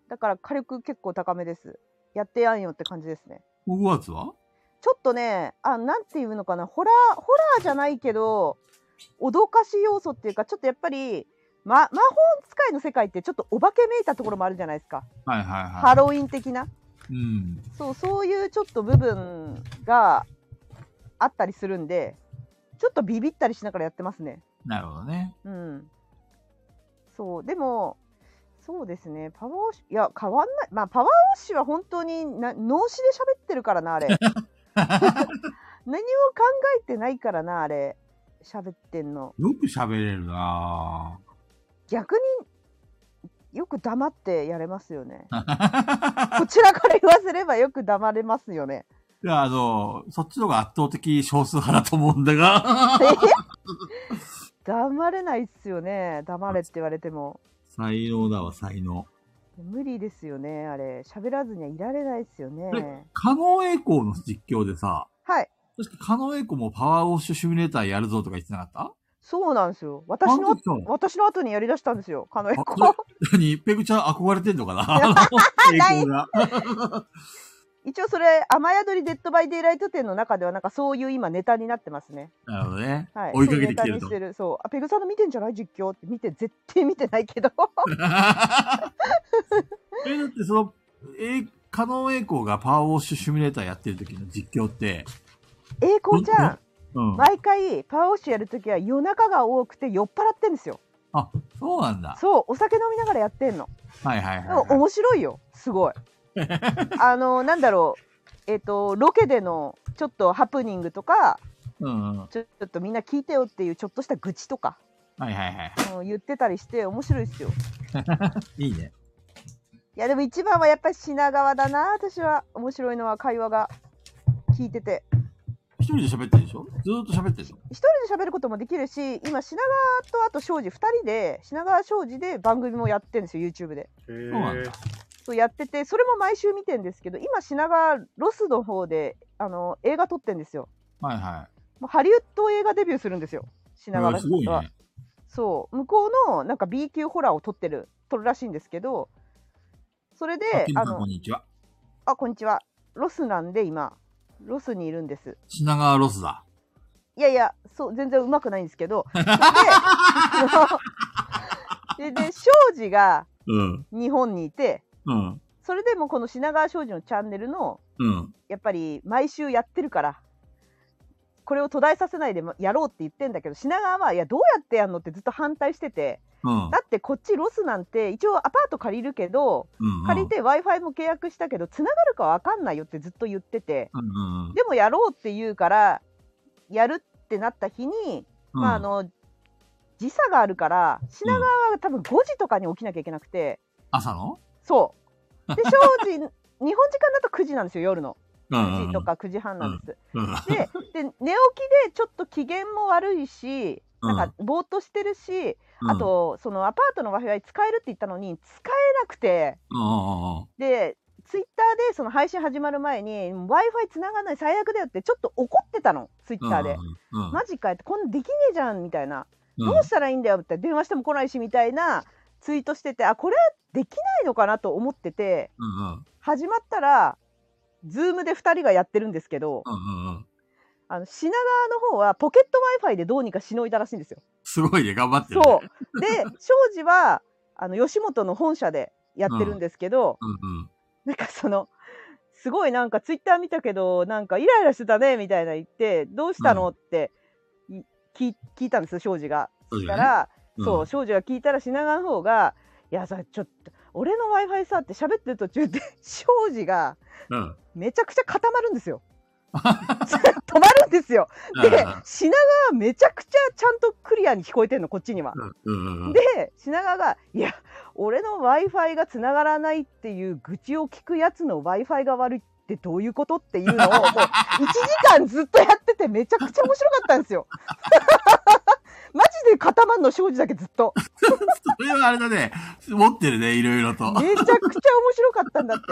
Speaker 3: だから火力結構高めですやってやんよって感じですね
Speaker 2: ホグワーツは
Speaker 3: ちょっとね、あ、なんていうのかな、ホラー、ホラーじゃないけど、脅かし要素っていうか、ちょっとやっぱり、ま、魔法使いの世界ってちょっとお化けめいたところもあるじゃないですか。
Speaker 2: はいはいはい。
Speaker 3: ハロウィン的な。
Speaker 2: うん。
Speaker 3: そう、そういうちょっと部分があったりするんで、ちょっとビビったりしながらやってますね。
Speaker 2: なるほどね。
Speaker 3: うん。そう、でも、そうですね、パワーウォッシュ、いや、変わんない。まあ、パワーウォッシュは本当にな脳死で喋ってるからな、あれ。何も考えてないからな、あれ。喋ってんの。
Speaker 2: よく喋れるな。
Speaker 3: 逆によく黙ってやれますよね
Speaker 2: ぁ。
Speaker 3: こちらから言わせればよく黙れますよね。
Speaker 2: いや、あの、そっちの方が圧倒的少数派だと思うんだ が。
Speaker 3: 黙れないっすよね。黙れって言われても。
Speaker 2: 才能だわ、才能。
Speaker 3: 無理ですよね、あれ。喋らずにはいられないっすよね。
Speaker 2: カノエコの実況でさ、
Speaker 3: はい。
Speaker 2: 確かカノエコもパワーウォッシュシミュレーターやるぞとか言ってなかっ
Speaker 3: そうなんですよ。
Speaker 2: た
Speaker 3: 私の
Speaker 2: あ時 さ
Speaker 3: 私の後にやりだしたんですよ、カノエコ。
Speaker 2: あ何ペグちゃん憧れてんのかなあの栄 光が。
Speaker 3: 一応それ、雨宿りデッドバイデイライト店の中では、なんかそういう今ネタになってますね。
Speaker 2: なるほどね。
Speaker 3: はい。
Speaker 2: 追いかけてきてる
Speaker 3: そういうネタにし
Speaker 2: と。
Speaker 3: てる。そう。あ、ペグさんの見てんじゃない実況って見て、絶対見てないけど。
Speaker 2: え、だってその、え、カノエコがパワーウォッシュシミュレーターやってる時の実況って、
Speaker 3: 栄光ちゃん、
Speaker 2: うん。
Speaker 3: 毎回パワーウォッシュやるときは夜中が多くて酔っ払ってんですよ。
Speaker 2: あ、そうなんだ。
Speaker 3: そう、お酒飲みながらやってんの。
Speaker 2: はいはいはい
Speaker 3: でも
Speaker 2: はい。
Speaker 3: 面白いよ、すごい。あの、なんだろう。えっ、と、ロケでのちょっとハプニングとか、
Speaker 2: うんうん。はい
Speaker 3: ちょちょっとみんな聞いてよっていうちょっとした愚痴とか、
Speaker 2: はいは
Speaker 3: うん、言ってたりして面白いですよ。
Speaker 2: い。いいね。
Speaker 3: いやでも一番はやっぱり品川だな私は面白いのは会話が聞いてて
Speaker 2: 一人で喋ってるでしょずーっと喋ってるの
Speaker 3: 一人で喋ることもできるし今品川とあと庄司2人で品川庄司で番組もやってるんですよ YouTube で
Speaker 1: へ
Speaker 2: そうなん
Speaker 1: ー
Speaker 2: だ
Speaker 3: そうやっててそれも毎週見てんですけど今品川ロスの方であの映画撮ってんですよ
Speaker 2: はいは
Speaker 3: もうハリウッド映画デビューするんですよ
Speaker 2: い。
Speaker 3: 品
Speaker 2: こ
Speaker 3: 川
Speaker 2: れ
Speaker 3: さ
Speaker 2: す
Speaker 3: ん
Speaker 2: ごい
Speaker 3: は、
Speaker 2: ね。
Speaker 3: そう向こうのなんか B 級ホラーを撮ってる撮るらしいんですけどそれ
Speaker 2: あ
Speaker 3: で
Speaker 2: ケン
Speaker 3: あ
Speaker 2: さんこ
Speaker 3: の
Speaker 2: んにちは。
Speaker 3: あこんにちはロスなんで今ロスにいるんです
Speaker 2: 品川ロスだ。
Speaker 3: いやいやそう全然うまくないんです けどででで庄司が
Speaker 2: うん。
Speaker 3: 日本にいて
Speaker 2: うん。
Speaker 3: それでもうこの品川庄司のチャンネルの
Speaker 2: うん。
Speaker 3: やっぱり毎週やってるからこれを途絶えさせないでまやろうって言ってんだけど品川はいやどうやってやんのってずっと反対してて
Speaker 2: うん。
Speaker 3: だってこっちロスなんて一応アパート借りるけど
Speaker 2: うん。
Speaker 3: 借りて w i f i も契約したけど繋がるかわかんないよってずっと言ってて
Speaker 2: うんうんうん。
Speaker 3: でもやろうって言うからやるってなった日に、まあ、あ
Speaker 2: うん、
Speaker 3: の時差があるから品川は多分5時とかに起きなきゃいけなくて
Speaker 2: 朝の
Speaker 3: そうで庄司日本時間だと9時なんですよ夜の9時と。か9時半なんです。
Speaker 2: うんうんうん
Speaker 3: でで寝起きでちょっと機嫌も悪いし
Speaker 2: うん
Speaker 3: なんかぼーっとしてるし、
Speaker 2: うん
Speaker 3: あ、とそのアパートの w i f i 使えるって言ったのに使えなくて
Speaker 2: うんうんうん
Speaker 3: でツイッターでその配信始まる前に w i f i 繋がない最悪だよってちょっと怒ってたのツイ
Speaker 2: う
Speaker 3: ッ
Speaker 2: ん。
Speaker 3: ターで。
Speaker 2: うん。
Speaker 3: マジかよってこんなできねえじゃんみたいな、
Speaker 2: うん
Speaker 3: どうしたらいいんだよって電話しても来ないしみたいなツイートしててあこれはできないのかなと思ってて
Speaker 2: うんうん
Speaker 3: 始まったら Zoom で2人がやってるんですけど
Speaker 2: うんうんうん。
Speaker 3: あの品川の方はポケット w i f i でどうにかしのいだらしいんですよ。
Speaker 2: すごいね、頑張ってるね。
Speaker 3: そうで庄司はあの吉本の本社でやってるんですけど、
Speaker 2: うんうん。
Speaker 3: なんかそのすごいなんかツイッター見たけどなんかイライラしてたねみたいな言ってどうしたの、
Speaker 2: う
Speaker 3: ってい聞聞いたんですよ庄司が。
Speaker 2: そう
Speaker 3: し
Speaker 2: じ
Speaker 3: た
Speaker 2: ゃない
Speaker 3: ら、そう、少女が聞いたら品川の方が「いやさちょっと俺の w i f i さ」って喋ってる途中で庄司が
Speaker 2: うん。うん。
Speaker 3: めちゃくちゃ固まるんです よ。止まるんですよ。 で品川めちゃくちゃちゃんとクリアに聞こえてんのこっちには。
Speaker 2: うんうんうん。
Speaker 3: で品川が「いや俺の w i f i がつながらないっていう愚痴を聞くやつの w i f i が悪いってどういうこと?」っ ていうのをもう1時間ずっとやっててめちゃくちゃ面白かったんですよ。 マジで固まんの庄司だけずっと。
Speaker 2: それはあれだね。持ってるね、いろいろと。
Speaker 3: めちゃくちゃ面白かったんだって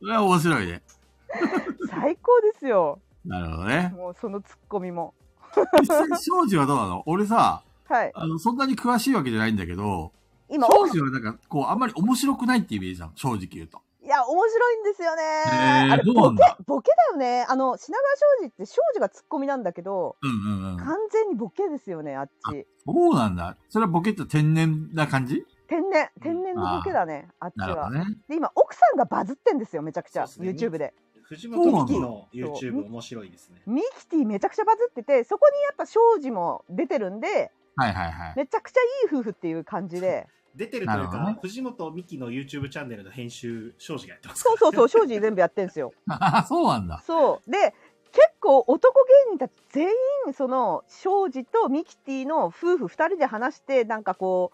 Speaker 2: それは面白いね。
Speaker 3: 最高ですよ
Speaker 2: なるほどね。
Speaker 3: もうそのツッコミも
Speaker 2: 実際、庄司はどうなの俺さ、
Speaker 3: はい
Speaker 2: あの、そんなに詳しいわけじゃないんだけど、
Speaker 3: 今
Speaker 2: 庄司はなんか、こう、あんまり面白くないってイメージなの、正直言うと。
Speaker 3: いや面白いんですよね、
Speaker 2: へー
Speaker 3: あれ
Speaker 2: そうな
Speaker 3: ボ
Speaker 2: ん
Speaker 3: ケ
Speaker 2: だ
Speaker 3: ボケだよねあの品川庄司って庄司がツッコミなんだけど
Speaker 2: うんうんうん。
Speaker 3: 完全にボケですよねあっち
Speaker 2: そうなんだ。それはボケって天然な感じ
Speaker 3: 天然天然のボケだねあっち
Speaker 2: なるほ
Speaker 3: は、
Speaker 2: どね。
Speaker 3: で今奥さんがバズってんですよめちゃくちゃ、
Speaker 1: そうですね
Speaker 3: YouTube で
Speaker 1: 藤本美貴の YouTube 面白いですね。
Speaker 3: ミキティめちゃくちゃバズっててそこにやっぱ庄司も出てるんで
Speaker 2: はいはいはい。
Speaker 3: めちゃくちゃいい夫婦っていう感じで
Speaker 1: 出てるという
Speaker 2: なるほど
Speaker 1: か
Speaker 2: ね、
Speaker 1: 藤本美貴の YouTube チャンネルの編集、庄司がやってますか
Speaker 3: そう
Speaker 1: ら。
Speaker 3: そうそう庄司全部やってんですよ
Speaker 2: あ そうなんだ。
Speaker 3: そうで結構男芸人たち全員その庄司とミキティの夫婦2人で話してなんかこ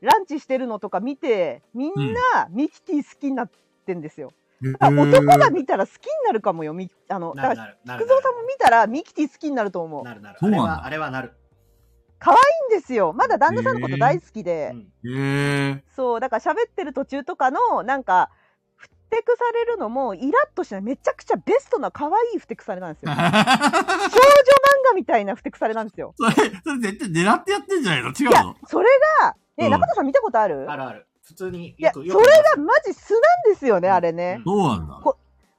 Speaker 3: うランチしてるのとか見てみんなミキティ好きになってんですよ。だから男が見たら好きになるかもよみあのだ
Speaker 1: な
Speaker 3: か
Speaker 1: る
Speaker 3: ら
Speaker 1: なるな
Speaker 3: 福
Speaker 1: る
Speaker 3: 蔵さんも見たらミキティ好きになると思う。い
Speaker 1: なるなる。
Speaker 2: そ
Speaker 1: あ
Speaker 2: う
Speaker 1: れ
Speaker 2: なんだ
Speaker 1: は、あれはなる。
Speaker 3: いんですよまだ旦那さんのこと大好きで、
Speaker 1: うん
Speaker 2: へえ。
Speaker 3: そうだから喋ってる途中とかのなんかふてくされるのもイラッとしないめちゃくちゃベストな可愛いふてくされなんですよ。少女漫画みたいなふてくされなんですよ。
Speaker 2: それ、 それ絶対狙ってやってんじゃないの違
Speaker 3: いうや
Speaker 2: の、
Speaker 3: それが、ね、
Speaker 2: うん
Speaker 3: 中田さん見たことある、
Speaker 1: あるある。普通に
Speaker 3: いや、
Speaker 1: よ
Speaker 3: そ
Speaker 1: く、
Speaker 3: れ
Speaker 1: よく見ます
Speaker 3: がマジ素なんですよね、あれね。
Speaker 2: そうなんだ。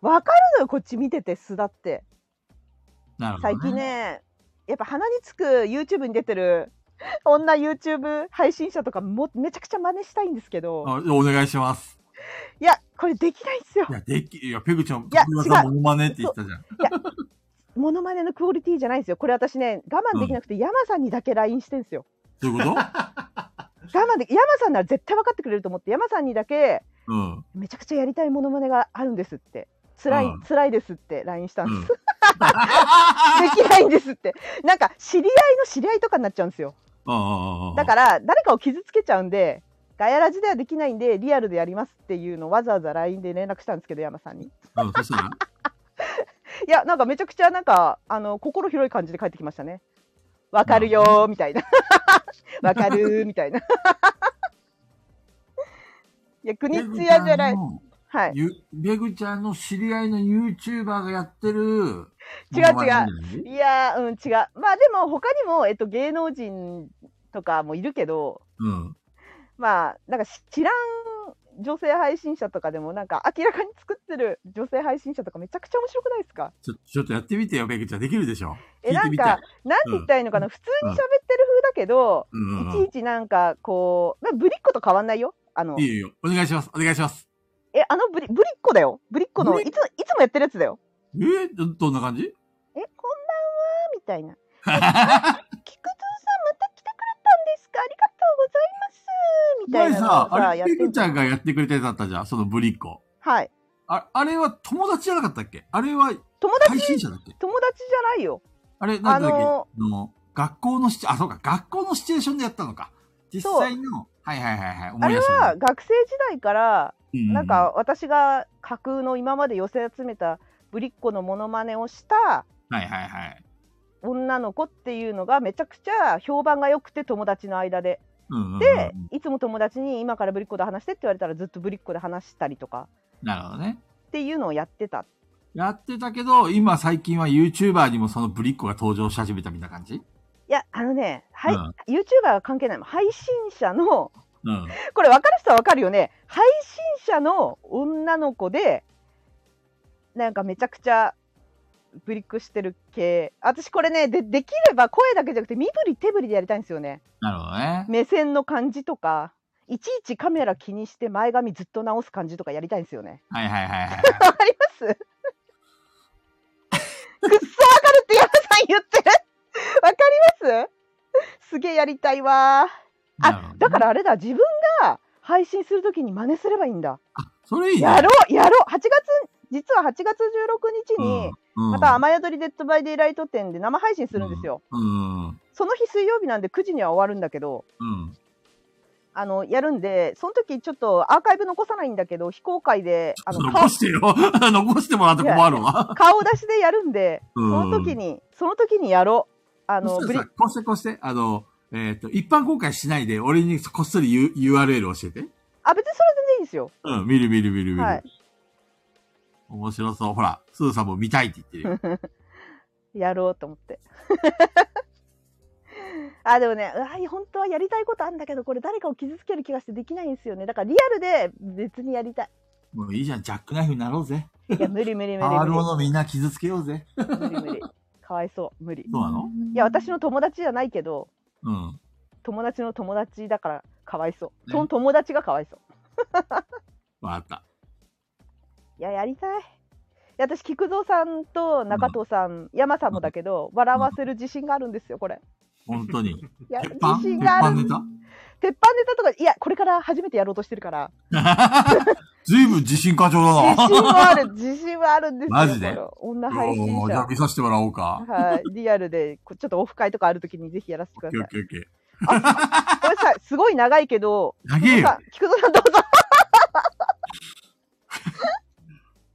Speaker 3: わかるのよ、こっち見てて素だって。
Speaker 2: なるほど、
Speaker 3: 最近。ね、やっぱ鼻につく YouTube に出てる女 YouTube 配信者とかもめちゃくちゃ真似したいんですけど、
Speaker 2: あお願いします。
Speaker 3: いや、これできないんですよ
Speaker 2: い。や、でき、いや、ペグちゃん、
Speaker 3: いや
Speaker 2: ペグさん
Speaker 3: 違
Speaker 2: モノマネって言ったじゃん。
Speaker 3: モノマネのクオリティじゃないんですよ。これ私ね、我慢できなくて、山さんにだけ LINE してんですよ。
Speaker 2: どういうこと
Speaker 3: 我慢で、山さんなら絶対分かってくれると思って、山さんにだけ、
Speaker 2: うん。
Speaker 3: めちゃくちゃやりたいモノマネがあるんですって。辛い、
Speaker 2: うん
Speaker 3: 辛いですって LINE したんです。
Speaker 2: うん
Speaker 3: できないんですって。なんか、知り合いの知り合いとかになっちゃうんですよ。
Speaker 2: ああ
Speaker 3: だから、誰かを傷つけちゃうんで、ガヤラジではできないんで、リアルでやりますっていうのをわざわざ LINE で連絡したんですけど、山さんに。い
Speaker 2: ら。うん、そしたら
Speaker 3: や、なんかめちゃくちゃ、なんか、あの、心広い感じで帰ってきましたね。わかるよー、みたいな。わか るー、みたいな。いや、国津屋じゃない。。はい。
Speaker 2: ゆ、ベグちゃんの知り合いの YouTuber がやってる。
Speaker 3: 違う違
Speaker 2: う。
Speaker 3: いやー、うん、違う。まあでも、他にも、えっと、芸能人とかもいるけど、
Speaker 2: うん。
Speaker 3: まあ、なんかし知らん女性配信者とかでも、なんか明らかに作ってる女性配信者とかめちゃくちゃ面白くないですか
Speaker 2: ちょ、ちょっとやってみてよ、ベグちゃん。できるでしょ。
Speaker 3: え、
Speaker 2: 聞い
Speaker 3: な
Speaker 2: て
Speaker 3: ん
Speaker 2: みたい
Speaker 3: か、なんて言ったらいいのかな、普通に喋ってる風だけど、
Speaker 2: うんうん
Speaker 3: い
Speaker 2: うん。
Speaker 3: ちいちなんかこう、まあ、ぶりっ子と変わんないよ。あの
Speaker 2: い、いよいいよ。お願いします。お願いします。
Speaker 3: え、あのぶり、ぶりっ子だよ。ぶりっ子の、
Speaker 2: ぶ
Speaker 3: い
Speaker 2: り
Speaker 3: つ、いつもやってるやつだよ。
Speaker 2: えーどどんな感じ
Speaker 3: え、こんばんはみた いな。
Speaker 2: 前
Speaker 3: 菊蔵さんまた来てくれたんですかありがとうございますみたいなの
Speaker 2: さ
Speaker 3: を、
Speaker 2: あれ、
Speaker 3: やっ
Speaker 2: ペ
Speaker 3: て
Speaker 2: グ
Speaker 3: ん
Speaker 2: ち
Speaker 3: じゃ
Speaker 2: ゃ
Speaker 3: ん
Speaker 2: んがやってくれたやつだったじゃん。そのブリッコ。
Speaker 3: はい。
Speaker 2: ああれは友達じゃなかったっけあれは
Speaker 3: 友
Speaker 2: 配
Speaker 3: 達、
Speaker 2: 信者だっけ
Speaker 3: 友達じゃないよ。
Speaker 2: あれ、なんだっけ、
Speaker 3: あ
Speaker 2: あ
Speaker 3: の
Speaker 2: の学校のシチュ、あ、そうか、学校のシチュエーションでやったのか。実際の、はいはいはいはい、
Speaker 3: あ
Speaker 2: 思い
Speaker 3: れ
Speaker 2: 出した。
Speaker 3: は、学生時代から、
Speaker 2: うう
Speaker 3: なん、か私が架空の今まで寄せ集めたぶりっ子のモノマネをした
Speaker 2: はいはいはい。
Speaker 3: 女の子っていうのがめちゃくちゃ評判が良くて友達の間で。
Speaker 2: うんうんうん、
Speaker 3: で、いつも友達に今からぶりっ子で話してって言われたらずっとぶりっ子で話したりとか
Speaker 2: なるほどね。
Speaker 3: っていうのをやってた。
Speaker 2: やってたけど、今最近は YouTuber にもそのブリッコが登場し始めたみたいな感じ
Speaker 3: いや、あのね、はい、
Speaker 2: うん
Speaker 3: YouTuber は関係ない。配信者の、
Speaker 2: うん。
Speaker 3: これ分かる人は分かるよね。配信者の女の子で、なんかめちゃくちゃブリックしてる系。私これね、でできれば声だけじゃなくて身振り手振りでやりたいんですよね。
Speaker 2: なるほどね。
Speaker 3: 目線の感じとか、いちいちカメラ気にして前髪ずっと直す感じとかやりたいんですよね。
Speaker 2: はいはいはいはい。
Speaker 3: わかります くっそわかるって山さん言ってるわかりますすげえやりたいわあ
Speaker 2: なるほどね
Speaker 3: だからあれだ自分が配信するときに真似すればいいんだ
Speaker 2: それいいね。
Speaker 3: やろうやろう8月実は8月16日に、
Speaker 2: うん、
Speaker 3: また「雨宿りデッド・バイ・デイ・ライト」展で生配信するんですよ、
Speaker 2: うん。うん。
Speaker 3: その日水曜日なんで9時には終わるんだけど
Speaker 2: うん。
Speaker 3: あのやるんでその時ちょっとアーカイブ残さないんだけど非公開であの顔
Speaker 2: 残してよ。 残してもらって困るわ。
Speaker 3: 顔出しでやるんで
Speaker 2: うん
Speaker 3: その時に、その時にやろう。あの、
Speaker 2: そし
Speaker 3: ブ
Speaker 2: た
Speaker 3: リ
Speaker 2: らさ、こうしてこうして、あの、えっ、と、一般公開しないで、俺にこっそり U- URL 教えて。
Speaker 3: あ、別にそれは全然いいですよ。
Speaker 2: うん、見る見る見る見る。
Speaker 3: はい
Speaker 2: 面白そう。ほら、スーさんも見たいって言ってるよ。
Speaker 3: やろうと思って。 あ、でもね、うわ本当はやりたいことあんだけど、これ誰かを傷つける気がしてできないんですよね。だからリアルで別にやりたい。
Speaker 2: もういいじゃん、ジャックナイフになろうぜ。
Speaker 3: いや、無理無理無理
Speaker 2: あるも
Speaker 3: 無
Speaker 2: のみんな傷つけようぜ。
Speaker 3: 理。無理無理。かわいそう。無理。
Speaker 2: そうなの
Speaker 3: いや、私の友達じゃないけど、
Speaker 2: うん。
Speaker 3: 友達の友達だからかわいそう。
Speaker 2: ね
Speaker 3: その友達がかわいそう。
Speaker 2: わかった。
Speaker 3: いや、やりたい。いや私、菊蔵さんと中藤さん、山さんもだけど、笑わせる自信があるんですよ、これ。
Speaker 2: 本当に。
Speaker 3: いや、
Speaker 2: 鉄板
Speaker 3: 自信
Speaker 2: 鉄
Speaker 3: があ
Speaker 2: 板
Speaker 3: る。
Speaker 2: ネタ
Speaker 3: 鉄板ネタとか、いや、これから初めてやろうとしてるから、
Speaker 2: ずいぶん自信過剰だ
Speaker 3: 自
Speaker 2: な。
Speaker 3: 信 はある、自信はあるんですよ。
Speaker 2: マジで
Speaker 3: この女配信
Speaker 2: おーじゃあ
Speaker 3: 者。
Speaker 2: 見させてもらおうか。
Speaker 3: はい、リアルで、こちょっとオフ会とかあるときにぜひやらせて
Speaker 2: オ
Speaker 3: く
Speaker 2: ッ
Speaker 3: だ
Speaker 2: ケ
Speaker 3: さ
Speaker 2: ーオッ
Speaker 3: い。
Speaker 2: ケーオッケー。
Speaker 3: これさ、すごい長いけど、
Speaker 2: 長
Speaker 3: 菊
Speaker 2: え
Speaker 3: 蔵さ
Speaker 2: よ。
Speaker 3: ん、菊蔵さんどうぞ。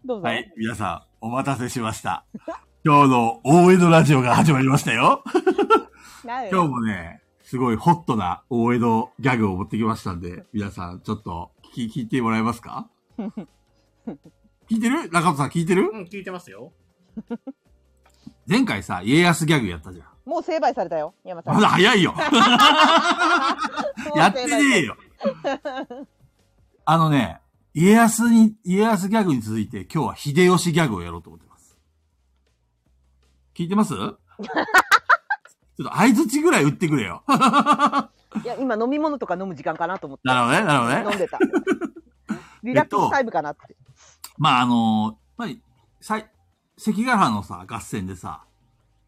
Speaker 3: どうぞ。
Speaker 2: はい、皆さん、お待たせしました。 今日の大江戸ラジオが始まりましたよ。
Speaker 3: なる
Speaker 2: 今日もね、すごいホットな大江戸ギャグを持ってきましたんで、皆さん、ちょっと聞き聞いてもらえます か聞いてる中田さん聞いてる
Speaker 1: うん、聞いてますよ。
Speaker 2: 前回さ、家康ギャグやったじゃん。
Speaker 3: もう成敗されたよ、山さん。
Speaker 2: まだ早いよ
Speaker 3: もう成敗
Speaker 2: やってねえよあのね、家康に、家康ギャグに続いて今日は秀吉ギャグをやろうと思ってます。聞いてますちょっと相槌ぐらい打ってくれよ。
Speaker 3: いや、今飲み物とか飲む時間かなと思って。
Speaker 2: なるほどね、なるほどね。
Speaker 3: 飲ん でた。リラックスタイムかなって。
Speaker 2: まああの、まあ、さい関ヶ原のさ、合戦でさ、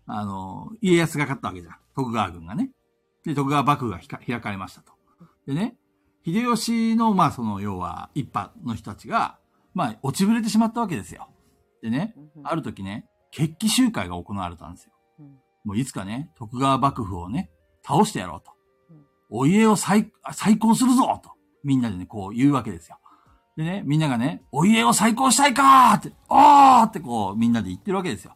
Speaker 2: あの、家康が勝ったわけじゃん。徳川軍がね。で、徳川幕府がひか開かれましたと。でね、秀吉の、まあその、要は、一派の人たちが、まあ、落ちぶれてしまったわけですよ。でね、ある時ね、決起集会が行われたんですよ
Speaker 3: うん。
Speaker 2: もういつかね、徳川幕府をね、倒してやろうと
Speaker 3: うん。
Speaker 2: お家を再、再興するぞと。みんなでね、こう言うわけですよ。でね、みんながね、お家を再興したいかーって、おーってこう、みんなで言ってるわけですよ。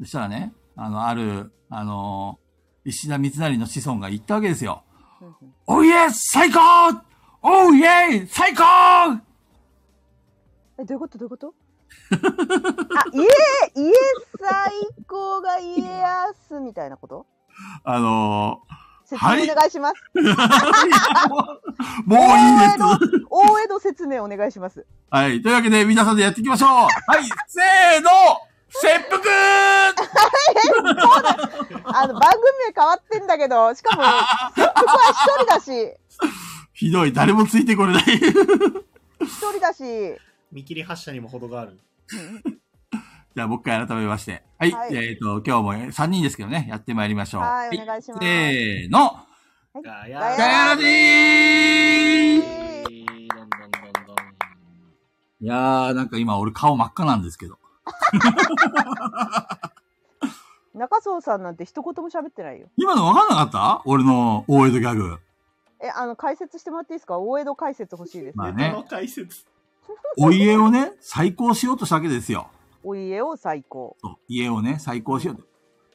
Speaker 2: そしたらね、あの、ある、あのー石田三成の子孫が言ったわけですよ。
Speaker 3: うんうん
Speaker 2: おいえ最高おうイェイ最高
Speaker 3: え、どういうことどういうこと あ、家、家最高が家康みたいなこと
Speaker 2: あの
Speaker 3: 説
Speaker 2: はい
Speaker 3: 明お願いします。
Speaker 2: ー、 もういいです。
Speaker 3: 大江戸説明お願いします。
Speaker 2: はい。というわけで、皆さんでやっていきましょう。はい。せーの切腹
Speaker 3: あの、番組名変わってんだけど、しかも、切腹は一人だし、
Speaker 2: ひどい。誰もついてこれない。
Speaker 3: 一人だし、
Speaker 1: 見切り発車にも程がある。
Speaker 2: じゃあ、もう一回改めまして。はい。
Speaker 3: はい
Speaker 2: えっ、と、今日も3人ですけどね、やってまいりましょう。
Speaker 3: はいお願いします
Speaker 2: せーの
Speaker 1: ガ
Speaker 3: ガ
Speaker 2: ガヤラジー
Speaker 1: どんどんどんどん。
Speaker 2: いやー、なんか今俺顔真っ赤なんですけど。
Speaker 3: 中曽さんなんて一言も喋ってないよ。
Speaker 2: 今の分かんなかった俺の大江戸ギャグ。
Speaker 3: え、あの、解説してもらっていいですか大江戸解説欲しいです。
Speaker 2: まあ
Speaker 1: ネタの
Speaker 2: ね、
Speaker 1: 解説。
Speaker 2: お家をね、再興しようとしたわけですよ。
Speaker 3: お家を最高。
Speaker 2: そう家をね、再興しようと。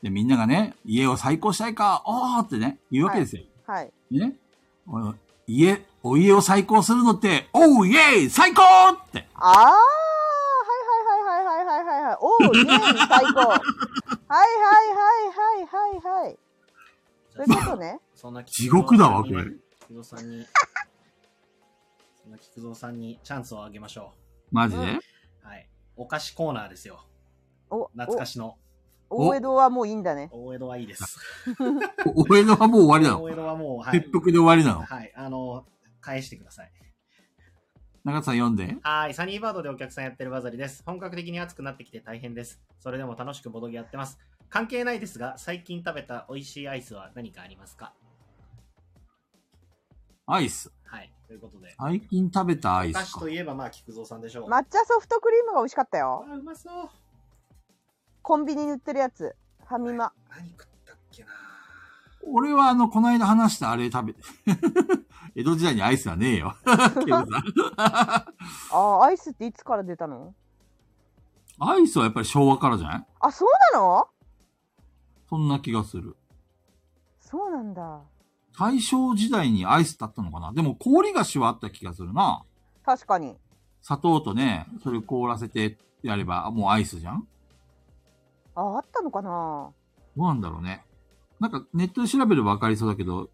Speaker 2: で、みんながね、家を再興したいか、おーってね、言うわけですよ。
Speaker 3: はい。
Speaker 2: ね、あの家、お家を再興するのって、おうイエイ最高って。
Speaker 3: ああはいはいはいはいはいはいはい。おお、イエーイ、最高。はいはいはいはいはいはい。そういうことね。
Speaker 1: そんな
Speaker 2: 地獄だわ
Speaker 1: 菊蔵
Speaker 2: これ
Speaker 1: さんにね。菊蔵さんに、そんな菊蔵さんにチャンスをあげましょ
Speaker 2: マジで、
Speaker 3: うん
Speaker 1: う。はい。お菓子コーナーですよ。
Speaker 3: お、
Speaker 1: 懐かしの。
Speaker 3: お大江戸はもういいんだね。
Speaker 1: 大江戸はいいです。
Speaker 2: おお江戸 はもう終わりなの
Speaker 1: 大江戸はもう、はい
Speaker 2: 切。腹で終わりなの
Speaker 1: はい。あの、返してください。
Speaker 2: 中田さん読んで。
Speaker 1: はい、サニーバードでお客さんやってるバザリです。本格的に暑くなってきて大変です。それでも楽しくボドゲやってます。関係ないですが、最近食べた美味しいアイスは何かありますか
Speaker 2: アイス。
Speaker 1: はい、ということで。
Speaker 2: 最近食べたア
Speaker 1: お
Speaker 2: イ
Speaker 1: 菓
Speaker 2: ス
Speaker 1: 子
Speaker 2: か
Speaker 1: と。いえば、まあ、菊蔵さんでしょう。
Speaker 3: 抹茶ソフトクリームが美味しかったよ。
Speaker 1: あ、うまそう。
Speaker 3: コンビニに売ってるやつ。ファミマ。
Speaker 1: 何食ったっけな
Speaker 2: 俺はあの、この間話したあれ食べて。 江戸時代にアイスはねえよ。 ケムさん
Speaker 3: ああ、アイスっていつから出たの
Speaker 2: アイスはやっぱり昭和からじゃない
Speaker 3: あ、そうなの
Speaker 2: そんな気がする。
Speaker 3: そうなんだ。
Speaker 2: 大正時代にアイスだったのかなでも氷菓子はあった気がするな。
Speaker 3: 確かに。
Speaker 2: 砂糖とね、それ凍らせてやればもうアイスじゃん
Speaker 3: ああ、あったのかな
Speaker 2: どうなんだろうね。なんかネットで調べればわかりそうだけど、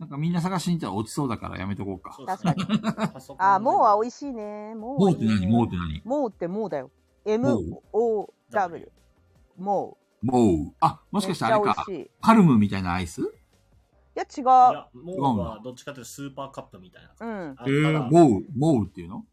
Speaker 2: なんかみんな探しに行ったら落ちそうだからやめとこうか。
Speaker 1: そう
Speaker 3: 確かに。
Speaker 1: に
Speaker 3: ああ、もうは
Speaker 1: い。
Speaker 3: 美味しいね。もう
Speaker 2: も
Speaker 3: は
Speaker 2: う
Speaker 3: い
Speaker 2: っ
Speaker 3: い
Speaker 2: て
Speaker 3: ね
Speaker 2: 何もうって何
Speaker 3: もうってもうだよ。
Speaker 2: もう
Speaker 3: MOW。も
Speaker 2: もう。あ、
Speaker 3: う。
Speaker 2: もしかしてあれ
Speaker 3: めっちゃ
Speaker 2: か
Speaker 3: 美。味しい。い
Speaker 2: パルムみたいなアイス
Speaker 3: や、違。
Speaker 1: いうや、もうはどっちかというとスーパーカップみたいな。
Speaker 3: う
Speaker 1: あ
Speaker 3: ん。
Speaker 2: え
Speaker 1: ただ
Speaker 2: ー、もう、もうっていうの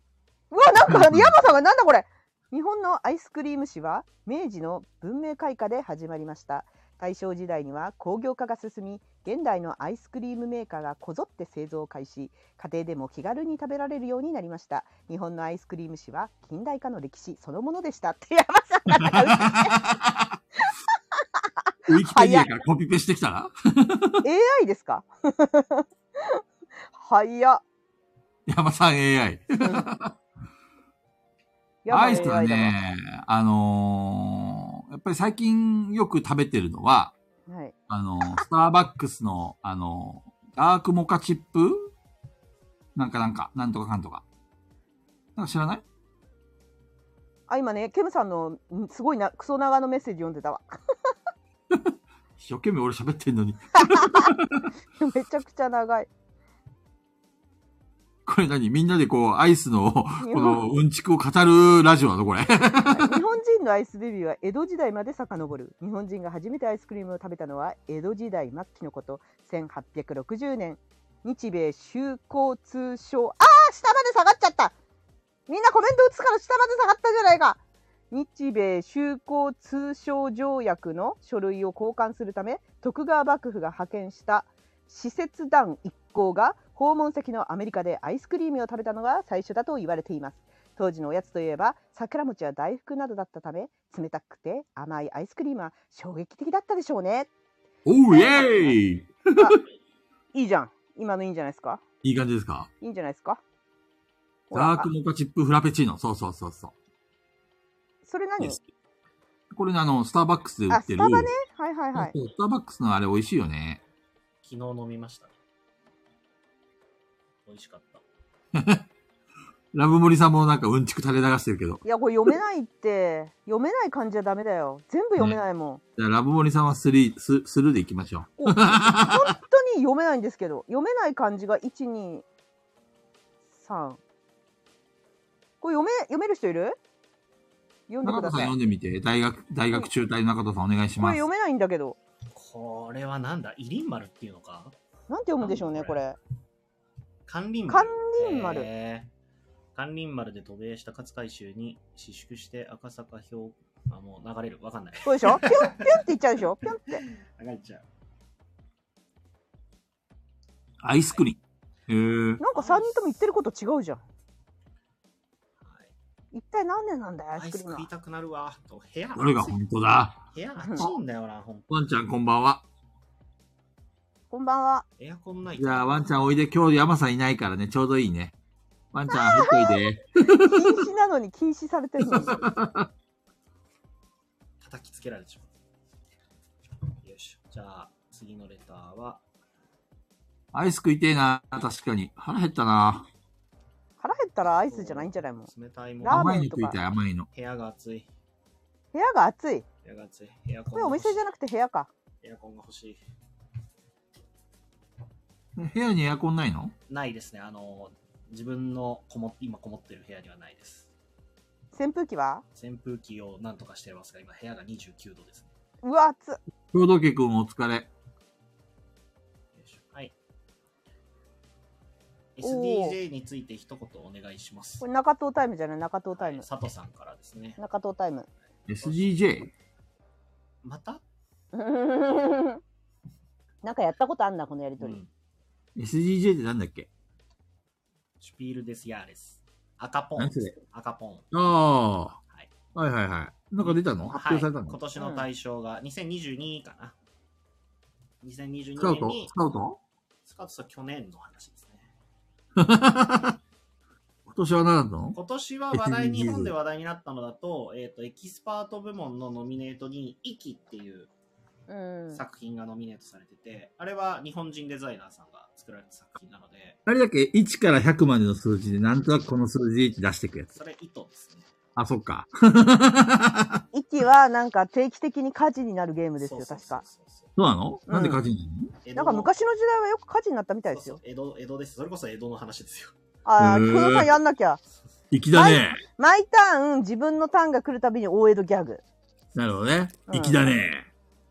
Speaker 3: うわ、なんか、ヤマさんがなんだこれ。日本のアイスクリーム史は明治の文明開化で始まりました。大正時代には工業化が進み、現代のアイスクリームメーカーがこぞって製造を開始、家庭でも気軽に食べられるようになりました。日本のアイスクリーム史は近代化の歴史そのものでした。ってヤマさんがなんか
Speaker 2: ウィキペディアからコピペしてきたら
Speaker 3: AI ですか 早っ。
Speaker 2: 山さん AI。
Speaker 3: ヤマ
Speaker 2: アイス
Speaker 3: AI だ
Speaker 2: は
Speaker 3: わ
Speaker 2: ね、あのーやっぱり最近よく食べてるのは、
Speaker 3: はい。
Speaker 2: あの、スターバックスの、あの、ダークモカチップなんかなんか、なんとかかんとか。なんか知らない
Speaker 3: あ、今ね、ケムさんのんすごいなクソ長のメッセージ読んでたわ。
Speaker 2: 一生懸命俺喋ってんのに。
Speaker 3: めちゃくちゃ長い。
Speaker 2: これ何みんなでこう、アイス の、この、うんちくを語るラジオなのこれ。
Speaker 3: 日本人のアイスデビューは江戸時代まで遡る日本人が初めてアイスクリームを食べたのは江戸時代末期のこと1860年日米修好通商あー下まで下がっちゃったみんなコメント打つから下まで下がったじゃないか日米修好通商条約の書類を交換するため徳川幕府が派遣した使節団一行が訪問先のアメリカでアイスクリームを食べたのが最初だと言われています当時のおやつといえば桜餅は大福などだったため冷たくて甘いアイスクリームは衝撃的だったでしょうね
Speaker 2: おうイェーイ
Speaker 3: いいじゃん今のいいんじゃないですか
Speaker 2: いい感じですか
Speaker 3: いいんじゃないですかほら
Speaker 2: ダーク
Speaker 3: あ
Speaker 2: モカチップフラペチーノ。そうそうそうそ
Speaker 3: それ
Speaker 2: う。
Speaker 3: 何
Speaker 2: ですこれね、あの、スターバックスで売
Speaker 3: あ
Speaker 2: って
Speaker 3: ス
Speaker 2: る。
Speaker 3: タバねはいはいはい
Speaker 2: そうスターバックスのあれ美味しいよね。
Speaker 1: 昨日飲みました。美味しかった。
Speaker 2: ラブモリさんもなんかうんちく垂れ流してるけど。
Speaker 3: いや、これ読めないって、読めない感じはダメだよ。全部読めないもん。
Speaker 2: じゃあラブモリさんはスリー、ススルーでいきましょ
Speaker 3: こう本当に読めないんですけど、読めない漢字が1、2、3。これ読め、読める人いる読
Speaker 2: う。
Speaker 3: んで
Speaker 2: 中田
Speaker 3: くだ
Speaker 2: さん
Speaker 3: さい。
Speaker 2: 読んでみて。大学、大学中退の中田さんお願いし
Speaker 3: これ
Speaker 2: ます
Speaker 3: 読。めないんだけど。
Speaker 4: これはなんだイリンマルっていうのか
Speaker 3: なんて読むんでしょうね、これ。
Speaker 4: 関林
Speaker 3: 関
Speaker 4: 丸。
Speaker 3: 林丸。
Speaker 4: へー関林丸で渡米した勝海舟に私縮して赤坂標あ、もう流れる。わかんない。
Speaker 3: そうでしょぴょんぴょんって言っちゃうでしょぴょんって。
Speaker 4: 流れちゃう。
Speaker 2: アイスクリーン。へえ。
Speaker 3: なんか3人とも言ってること違うじゃん。
Speaker 4: はい
Speaker 3: 一体何でなんだよ、ア
Speaker 4: ア
Speaker 3: イ
Speaker 4: イ
Speaker 3: ス
Speaker 4: ス
Speaker 3: クリーム
Speaker 4: 食い
Speaker 3: は。
Speaker 4: たくなるわ。と部屋
Speaker 2: どれが本当だ
Speaker 4: 部屋暑いんだよな、ほんと。
Speaker 2: ワンちゃんこんばんは。
Speaker 3: こんばんは。
Speaker 4: エアコンない
Speaker 2: じゃあワンちゃんおいで。今日山さんいないからね、ちょうどいいね。ワンちゃん、ほっといで。
Speaker 3: 禁止なのに禁止されてるの に。
Speaker 4: 叩きつけられてしまう。よいしょ。じゃあ、次のレターは、
Speaker 2: アイス食いてえな。確かに。腹減ったな。
Speaker 3: 腹減ったらアイスじゃないんじゃないもん。
Speaker 4: 冷たいも
Speaker 3: ラー
Speaker 4: の。
Speaker 2: 甘
Speaker 3: メ
Speaker 2: い
Speaker 3: ン
Speaker 2: の
Speaker 3: とか
Speaker 2: 食いたい、甘いの。
Speaker 4: 部屋が暑い。
Speaker 3: 部屋が暑い。
Speaker 4: 部屋が暑い。エアコン
Speaker 3: これお店じゃなくて部屋か。
Speaker 4: エアコンが欲しい。
Speaker 2: 部屋にエアコンないの
Speaker 4: ないですね。あの、自分のこも今こもってる部屋にはないです。
Speaker 3: 扇風機は
Speaker 4: 扇風機をなんとかしてますが、今部屋が29度ですね。
Speaker 3: うわ、暑っ。
Speaker 2: 共同家くんお疲れ。
Speaker 4: よいしょはい。
Speaker 3: おー
Speaker 4: SDJ について一言お願いします。
Speaker 3: これ中東タイムじゃない中東タイム。
Speaker 4: 佐藤さんからですね。
Speaker 3: 中東タイム。
Speaker 2: SDJ?
Speaker 4: また、
Speaker 3: なんかやったことあんな、このやり
Speaker 4: う
Speaker 3: とり。
Speaker 4: ん、
Speaker 2: SDJ ってなんだっけ
Speaker 4: シュピールですやーです。赤ポン
Speaker 2: 何それ。
Speaker 4: 赤ポン。
Speaker 2: あ
Speaker 4: はい
Speaker 2: あ、はいはいはい。なんか出たの発表された
Speaker 4: はい、
Speaker 2: の、
Speaker 4: 今年の大賞が2022かな。
Speaker 2: スカ
Speaker 4: 2022
Speaker 2: ウ
Speaker 4: 年
Speaker 2: ト
Speaker 4: に
Speaker 2: ス、カウト
Speaker 4: スカウトさん去年の話ですね。
Speaker 2: 今年は何だったの
Speaker 4: 今年は話題、日本で話題になったのだと、えっ、と、エキスパート部門のノミネートに、イキっていう
Speaker 3: うん。
Speaker 4: 作品がノミネートされてて、あれは日本人デザイナーさんが作られた作品なので、
Speaker 2: あれだっけ ?1 から100までの数字で、なんとなくこの数字って出していくやつ。
Speaker 4: それ糸ですね。
Speaker 2: あ、そっか。
Speaker 3: 息はなんか定期的に火事になるゲームですよ、
Speaker 4: そう
Speaker 3: 確
Speaker 4: そう
Speaker 3: か。
Speaker 4: そうそう
Speaker 2: そうなの
Speaker 3: うん
Speaker 2: なんで火事になるの、
Speaker 4: 江戸
Speaker 3: なんか昔の時代はよく火事になったみたいですよ
Speaker 4: そ。うそう江戸、江戸です。それこそ江戸の話 ですよ。
Speaker 3: ああ、
Speaker 2: へ
Speaker 3: 工
Speaker 2: ー
Speaker 3: 藤さんやんなきゃ。
Speaker 2: 粋だね。
Speaker 3: 毎ターン、自分のターンが来るたびに大江戸ギャグ。
Speaker 2: なるほどね。
Speaker 3: うん
Speaker 2: 粋だね。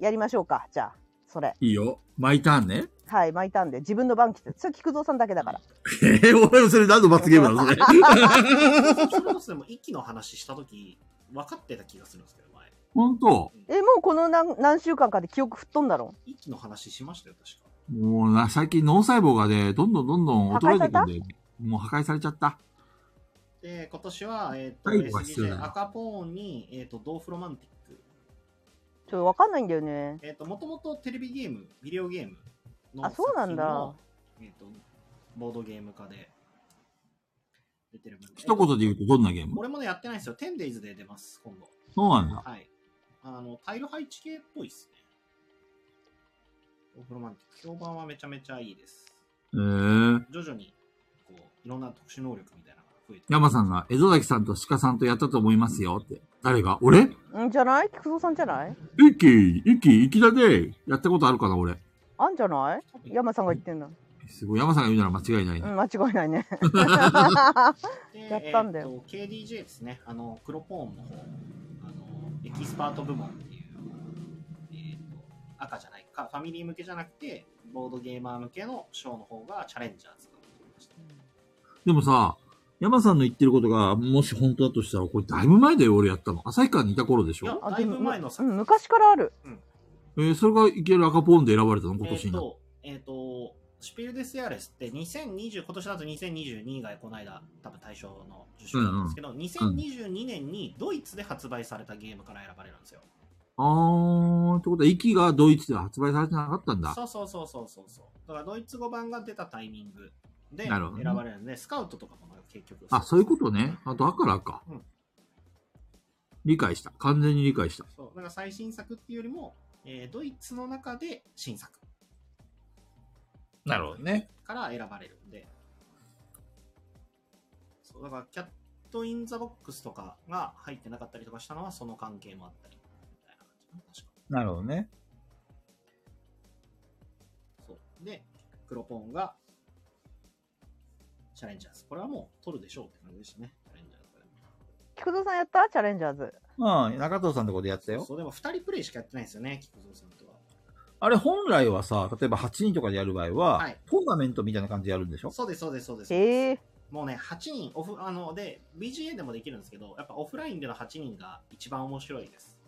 Speaker 3: やりましょうか、じゃあ。それ。
Speaker 2: いいよ。マイターンね。
Speaker 3: はい、毎ターンで。自分の番来て。それ、菊蔵さんだけだから。
Speaker 2: えー、 俺もそれ何の罰ゲームなのそ れ。
Speaker 4: それこそでも、息の話したとき、分かってた気がするんですけど、前。
Speaker 2: ほんと
Speaker 3: え、もうこの何何週間かで記憶吹っ飛んだろ
Speaker 4: 息の話しましたよ、確か。
Speaker 2: もうな、最近脳細胞がね、どんどんどんどん衰えていくんで、もう破壊されちゃった。
Speaker 4: で、今年は、えっ、と、
Speaker 2: 最後は必要だ
Speaker 4: SDJ
Speaker 2: な
Speaker 4: 赤ポーンに、えっ、と、ドーフロマンティック
Speaker 3: ちょっとわかんないんだよね。
Speaker 4: えっ、と、もともとテレビゲーム、ビデオゲームの
Speaker 3: あそうなんだ
Speaker 4: 作品のえっ、と、ボードゲーム化で出てるもの
Speaker 2: 一言で言うとどんなゲー
Speaker 4: えっとこ
Speaker 2: ム
Speaker 4: れもね、やってないんですよ。10days で出ます、今度。
Speaker 2: そうなんだ。
Speaker 4: はい。あの、タイル配置系っぽいっすね。オフロマンティック。評判はめちゃめちゃいいです。
Speaker 2: えー、
Speaker 4: 徐々に、こう、いろんな特殊能力みたいなのが増えて
Speaker 2: 山さんが、江戸崎さんと鹿さんとやったと思いますよって。誰が俺
Speaker 3: んじゃない菊蔵さんじゃない
Speaker 2: 一気、一気、粋だね。やったことあるかな、俺。
Speaker 3: あんじゃない山さんが言ってんだ。
Speaker 2: すごい。山さんが言うなら間違いない、
Speaker 3: う
Speaker 2: ね
Speaker 3: ん、間違いな いね。
Speaker 4: で
Speaker 3: やったんだよ
Speaker 4: えーと KDJ ですね、あの、クロポーンの方、あの、エキスパート部門っていう、えーと、赤じゃないか、ファミリー向けじゃなくて、ボードゲーマー向けのショーの方がチャレンジャーズが取りました。
Speaker 2: でもさ、山さんの言ってることが、もし本当だとしたら、これだいぶ前だよ、俺やったの。旭川にいた頃でし
Speaker 4: いや
Speaker 2: ょ。
Speaker 4: だいぶ前の
Speaker 3: う
Speaker 4: 作
Speaker 3: ん、昔からある。
Speaker 2: えー、それがいける赤ポーンで選ばれたの、今
Speaker 4: えっ、
Speaker 2: 年になって。
Speaker 4: と、えっ、と、シュピルデスヤーレスって2020、今年だと2022がこの間、多分大賞の受賞だったんですけど、2022年にドイツで発売されたゲームから選ばれるんですよ。
Speaker 2: あー、ってことは、息がドイツでは発売されてなかったんだ。
Speaker 4: そうそうそうそうそうそう。だからドイツ語版が出たタイミングで
Speaker 2: なるほど
Speaker 4: 選
Speaker 2: ね
Speaker 4: ばれるんで、スカウトとかも結局。
Speaker 2: あ、そういうことね。あと、だからか。
Speaker 4: うん
Speaker 2: 理解した。完全に理解した。
Speaker 4: そう。だから最新作っていうよりも、えードイツの中で新作
Speaker 2: なるほどね。
Speaker 4: から選ばれるんで。そうだからキャット・イン・ザ・ボックスとかが入ってなかったりとかしたのはその関係もあったりみたいな感じかな確か
Speaker 2: なるほどね。
Speaker 4: そうで黒ポーンがチャレンジャーズこれはもう取るでしょうって感じでしたねチャレンジャーズこれ
Speaker 3: 菊蔵さんやったチャレンジャーズ。
Speaker 2: うん、中藤さんとこでやってたよ。
Speaker 4: そうでも2人プレイしかやってないんですよね菊蔵さんとは
Speaker 2: あれ本来はさ、例えば8人とかでやる場合は、
Speaker 4: はい
Speaker 2: トーナメントみたいな感じでやるんでしょ
Speaker 4: そうですそうですそうです
Speaker 3: へえ
Speaker 4: もうね、8人、オフ、あの、で、BGA でもできるんですけど、やっぱオフラインでの8人が一番面白いです。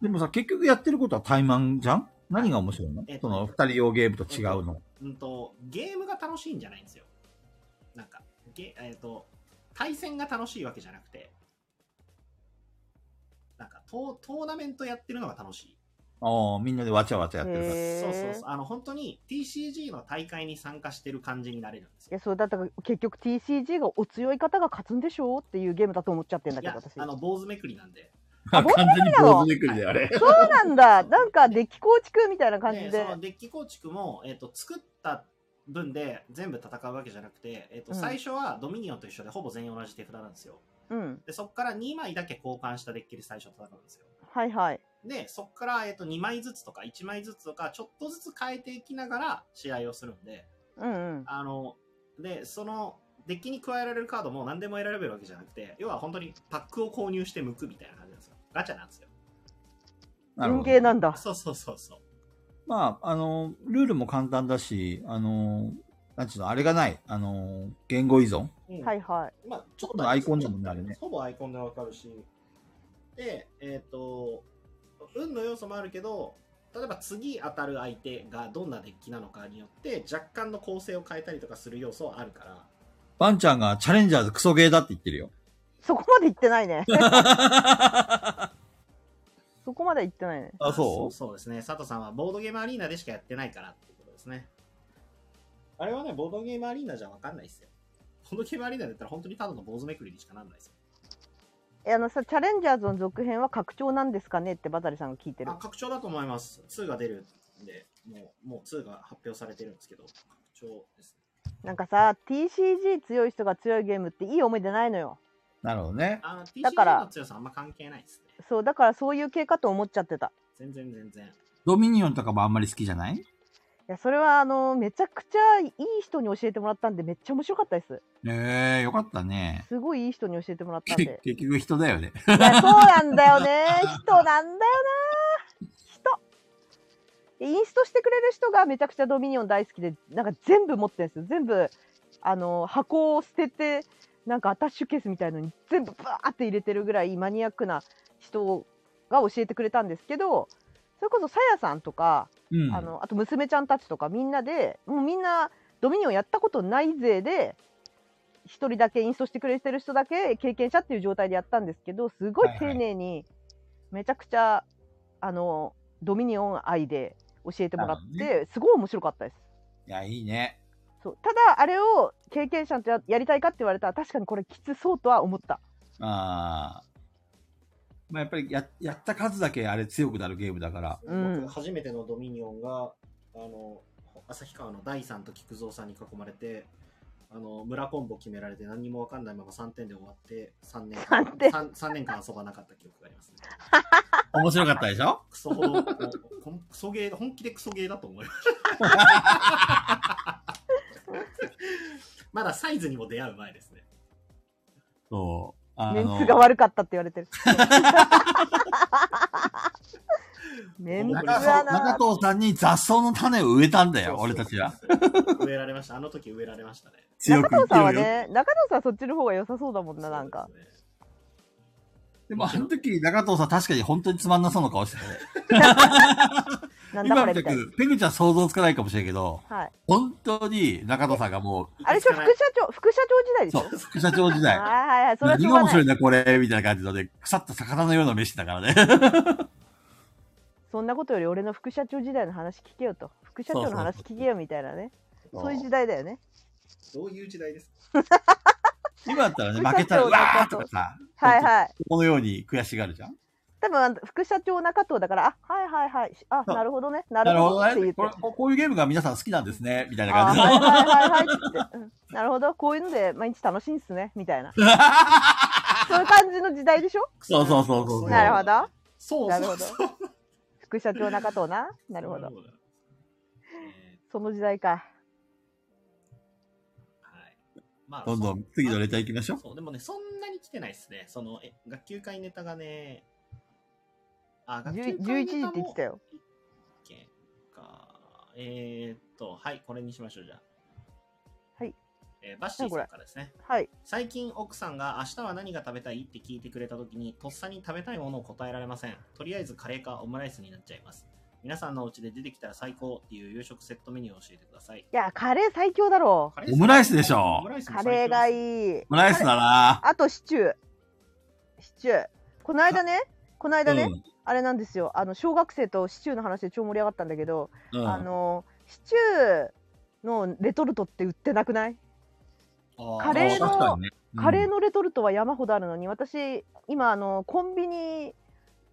Speaker 2: でもさ、結局やってることは怠慢じゃん何が面白いの、
Speaker 4: えっと
Speaker 2: その2人用ゲームと違うの。
Speaker 4: うんと、ゲームが楽しいんじゃないんですよ。なんか、ゲ、えっ、と、対戦が楽しいわけじゃなくて、なんかトー、トーナメントやってるのが楽しい。
Speaker 2: ああ、みんなでわちゃわちゃやってるから。
Speaker 3: へー
Speaker 4: そうそうそう。あの、本当に TCG の大会に参加してる感じになれるんです
Speaker 3: い
Speaker 4: よ。
Speaker 3: やそうだったから結局 TCG がお強い方が勝つんでしょうっていうゲームだと思っちゃってんだ
Speaker 4: い
Speaker 3: けど
Speaker 4: や
Speaker 3: 私、
Speaker 4: あの、坊主めくりなんで。
Speaker 2: 完
Speaker 3: ボード
Speaker 2: 全に
Speaker 3: だろ
Speaker 2: 坊主めくりであれ。
Speaker 3: そうなんだなんかデッキ構築みたいな感じで
Speaker 4: でそのデッキ構築も、えっと作った分で全部戦うわけじゃなくて、えっと
Speaker 3: うん
Speaker 4: 最初はドミニオンと一緒でほぼ全員同じ手札なんですよ
Speaker 3: うん
Speaker 4: でそこから2枚だけ交換したデッキで最初戦うんですよ
Speaker 3: はいはい
Speaker 4: でそこから、えっと2枚ずつとか1枚ずつとかちょっとずつ変えていきながら試合をするんで
Speaker 3: うんうん
Speaker 4: あのでそのデッキに加えられるカードも何でも選べるわけじゃなくて要は本当にパックを購入して剥くみたいな感じなんですよガチャなんですよ
Speaker 2: なる
Speaker 3: 文
Speaker 2: ほ
Speaker 3: 芸
Speaker 2: ど。
Speaker 3: なんだ
Speaker 4: そうそうそうそう
Speaker 2: まあ、あの、ルールも簡単だし、あの、なんちゅうの、あれがない。あの、言語依存。
Speaker 4: うん
Speaker 3: はいはい
Speaker 4: まあ、ちょっ
Speaker 2: とアイコンだもんねあれね
Speaker 4: ほぼアイコンでわかるし。で、えっ、と、運の要素もあるけど、例えば次当たる相手がどんなデッキなのかによって、若干の構成を変えたりとかする要素はあるから、
Speaker 2: バンちゃんがチャレンジャーズクソゲーだって言ってるよ。
Speaker 3: そこまで行ってない ねそこまで行ってないね
Speaker 2: あ、
Speaker 4: そ
Speaker 2: そうう
Speaker 4: そうですね。佐藤さんはボードゲームアリーナでしかやってないからっていうことですね。あれはね、ボードゲームアリーナじゃわかんないですよ。ボードゲームアリーナだったら本当にただの坊主めくりにしかなんないですよ。
Speaker 3: えあのさチャレンジャーズの続編は拡張なんですかねってバザリさんが聞いてる
Speaker 4: あ拡張だと思います。2が出るんで、もうもう2が発表されてるんですけど、拡張ですね。
Speaker 3: なんかさ TCG 強い人が強いゲームっていい思い出ないのよ
Speaker 2: なるほどね。
Speaker 4: あの
Speaker 3: だから
Speaker 4: TCG の強さあんま関係ないですね。
Speaker 3: そうだからそういう系かと思っちゃってた
Speaker 4: 全然全然。
Speaker 2: ドミニオンとかもあんまり好きじゃない
Speaker 3: いやそれはあのめちゃくちゃいい人に教えてもらったんでめっちゃ面白かったです
Speaker 2: ええよかったね。
Speaker 3: すごいいい人に教えてもらったん
Speaker 2: け
Speaker 3: で
Speaker 2: 結局人だよね。
Speaker 3: いやそうなんだよね人なんだよな人インストしてくれる人がめちゃくちゃドミニオン大好きでなんか全部持ってるんですよ全部あの箱を捨ててなんかアタッシュケースみたいのに全部バーって入れてるぐらいマニアックな人が教えてくれたんですけどそれこそさやさんとか
Speaker 2: うん。
Speaker 3: あのあと娘ちゃんたちとかみんなでもうみんなドミニオンやったことない勢で一人だけインストしてくれてる人だけ経験者っていう状態でやったんですけどすごい丁寧にめちゃくちゃ、あのドミニオン愛で教えてもらっ
Speaker 2: な
Speaker 3: て、すごい面白かったです。
Speaker 2: いや、いいね。
Speaker 3: そうただあれを経験者とややりたいかって言われたら確かにこれきつそうとは思った
Speaker 2: ああ。まあ、やっぱりや、やった数だけあれ強くなるゲームだから。
Speaker 3: うん
Speaker 4: 僕初めてのドミニオンが、あの、旭川の大さんと菊蔵さんに囲まれて、あの、村コンボ決められて何にもわかんないまま3点で終わって、3年間、
Speaker 3: 3点
Speaker 4: 3, 年間遊ばなかった記憶がありますね。
Speaker 2: 面白かったでしょ
Speaker 4: クソほど、もうこんクソゲー、本気でクソゲーだと思いました。まだサイズにも出会う前ですね。
Speaker 2: そう。あ
Speaker 3: メンツが悪かったって言わ れてるメンツ
Speaker 2: 中
Speaker 4: 僕
Speaker 2: 藤
Speaker 4: ら
Speaker 3: はな
Speaker 2: 中藤さんに雑草の種を植えたんだ
Speaker 4: そう
Speaker 2: よ、
Speaker 4: そう
Speaker 2: 俺たちは。。
Speaker 4: 植えられました。あの時植えられましたね。
Speaker 2: 強
Speaker 3: 中
Speaker 2: く生
Speaker 3: 藤
Speaker 2: き
Speaker 3: さんは
Speaker 2: ろよ。
Speaker 3: ね中藤さんそっちの方が良さそうだもんななんか
Speaker 4: そうですね
Speaker 2: でも、あの時、中藤さん確かに本当につまんなそうな顔してたね。
Speaker 3: なんだこ
Speaker 2: 今
Speaker 3: れ
Speaker 2: 見た
Speaker 3: みたいな
Speaker 2: く、ペグちゃん想像つかないかもしれんけど、
Speaker 3: はい
Speaker 2: 本当に中藤さんがも
Speaker 3: あれでしょ副社長副社長時代でし
Speaker 2: う、
Speaker 3: ょ
Speaker 2: そう、副社長時代。
Speaker 3: はいはいはいそれはし
Speaker 2: 何
Speaker 3: ょう
Speaker 2: が面
Speaker 3: がな
Speaker 2: 白い
Speaker 3: い
Speaker 2: んだこれみたいな感じのね、腐った魚のような飯だからね。
Speaker 3: そんなことより俺の副社長時代の話聞けよと副社長の話聞けよみたいなねそういう時代だよね
Speaker 4: どういう時代ですか
Speaker 2: 今だったらね、負けたら、
Speaker 3: 副
Speaker 2: うわ
Speaker 3: 社長が
Speaker 2: ーとかさ、
Speaker 3: はいはい
Speaker 2: このように悔しがるじゃん。
Speaker 3: 多分副社長中藤だから、あ、はいはいはい、あ、
Speaker 2: そう
Speaker 3: なるほどね、な
Speaker 2: な
Speaker 3: る
Speaker 2: る
Speaker 3: ほ
Speaker 2: ほ
Speaker 3: ど
Speaker 2: ど
Speaker 3: って言
Speaker 2: ね
Speaker 3: っ。て
Speaker 2: これ、ここういうゲームが皆さん好きなんですね、みたいな
Speaker 3: あ
Speaker 2: 感
Speaker 3: ー
Speaker 2: じの
Speaker 3: はいはいはいはいって、うんなるほど、こういうので毎日楽しいんすね、みた いな。そういう感じの時代でしょ
Speaker 2: そうそうそうそうそう
Speaker 3: なるほど。
Speaker 1: そう
Speaker 3: なる
Speaker 1: そ
Speaker 3: ほ
Speaker 1: う
Speaker 3: ど
Speaker 1: そう。
Speaker 3: 副社長中藤な。なるほど。。
Speaker 1: え
Speaker 3: その時代か。
Speaker 1: ーはい。まあ
Speaker 2: どんどん次のレター行きましょう
Speaker 1: そう、でもね、そんなに来てないですね。その、え、学級会ネタがね、あ、学級会ネ
Speaker 3: 11
Speaker 1: タも
Speaker 3: 時って言ってたよ。
Speaker 1: 件か。えー、っと、はい、これにしましょう、じゃあ。
Speaker 3: はい。
Speaker 1: えーバッシーさんからですね。
Speaker 3: はい。
Speaker 1: 最近奥さんが明日は何が食べたいって聞いてくれた時にとっさに食べたいものを答えられませんとりあえずカレーかオムライスになっちゃいます皆さんのお家で出てきたら最高っていう夕食セットメニューを教えてください
Speaker 3: いや、カレー最強だろ
Speaker 1: カ
Speaker 2: オムライスでしょ
Speaker 1: オムライス
Speaker 3: う。
Speaker 1: も最
Speaker 3: カ
Speaker 1: 強で
Speaker 3: レ
Speaker 1: す
Speaker 3: ーがいい。
Speaker 2: オムライスだな
Speaker 3: あとシチュー。シチュー。この間ね、この間ね、あれなんですよ。あの、小学生とシチューの話で超盛り上がったんだけど、
Speaker 2: うん。うん
Speaker 3: あの、シチューのレトルトって売ってなくない
Speaker 1: あ
Speaker 3: カレーの
Speaker 2: 確かにねうん
Speaker 3: カレーのレトルトは山ほどあるのに、私今あのコンビニ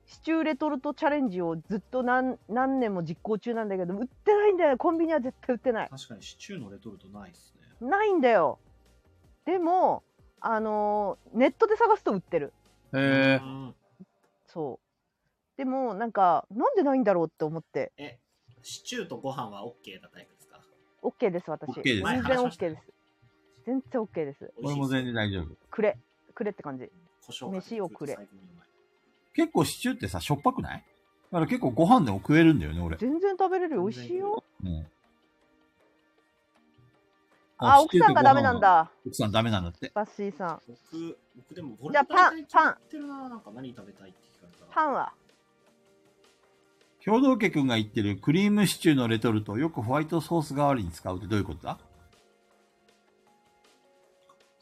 Speaker 3: シチューレトルトチャレンジをずっと何何年も実行中なんだけど売ってないんだよコンビニは絶対売ってない
Speaker 1: 確かにシチューのレトルトないですね
Speaker 3: ないんだよでもあのネットで探すと売ってる
Speaker 2: へー
Speaker 1: うん
Speaker 3: そうでもなんかなんでないんだろうって思って
Speaker 1: えシチューとご飯は OK なタイプですか
Speaker 3: OK です私
Speaker 2: OK です
Speaker 3: 全然
Speaker 1: はい
Speaker 3: OK です全然 OK です
Speaker 1: 美味
Speaker 2: これ
Speaker 1: しい
Speaker 2: も全然大丈夫。
Speaker 3: くれくれって感じ
Speaker 1: 胡椒かけて
Speaker 3: 飯をくれ
Speaker 1: 食うと最高にうまい
Speaker 2: 結構シチューってさ、しょっぱくないだから結構ご飯でも食えるんだよね、俺。
Speaker 3: 全然食べれる美味しいよ
Speaker 2: うん
Speaker 3: あ奥さんがダメなん。だ
Speaker 2: シチューとご飯は奥さんダメなんだって。
Speaker 3: バッシーさん
Speaker 1: 僕僕でも
Speaker 3: じゃあパン
Speaker 1: 俺大体決まってるななんか何食べたいって聞かれたら
Speaker 3: パンは
Speaker 2: 兵道家くんが言ってるクリームシチューのレトルトをよくホワイトソース代わりに使うってどういうことだ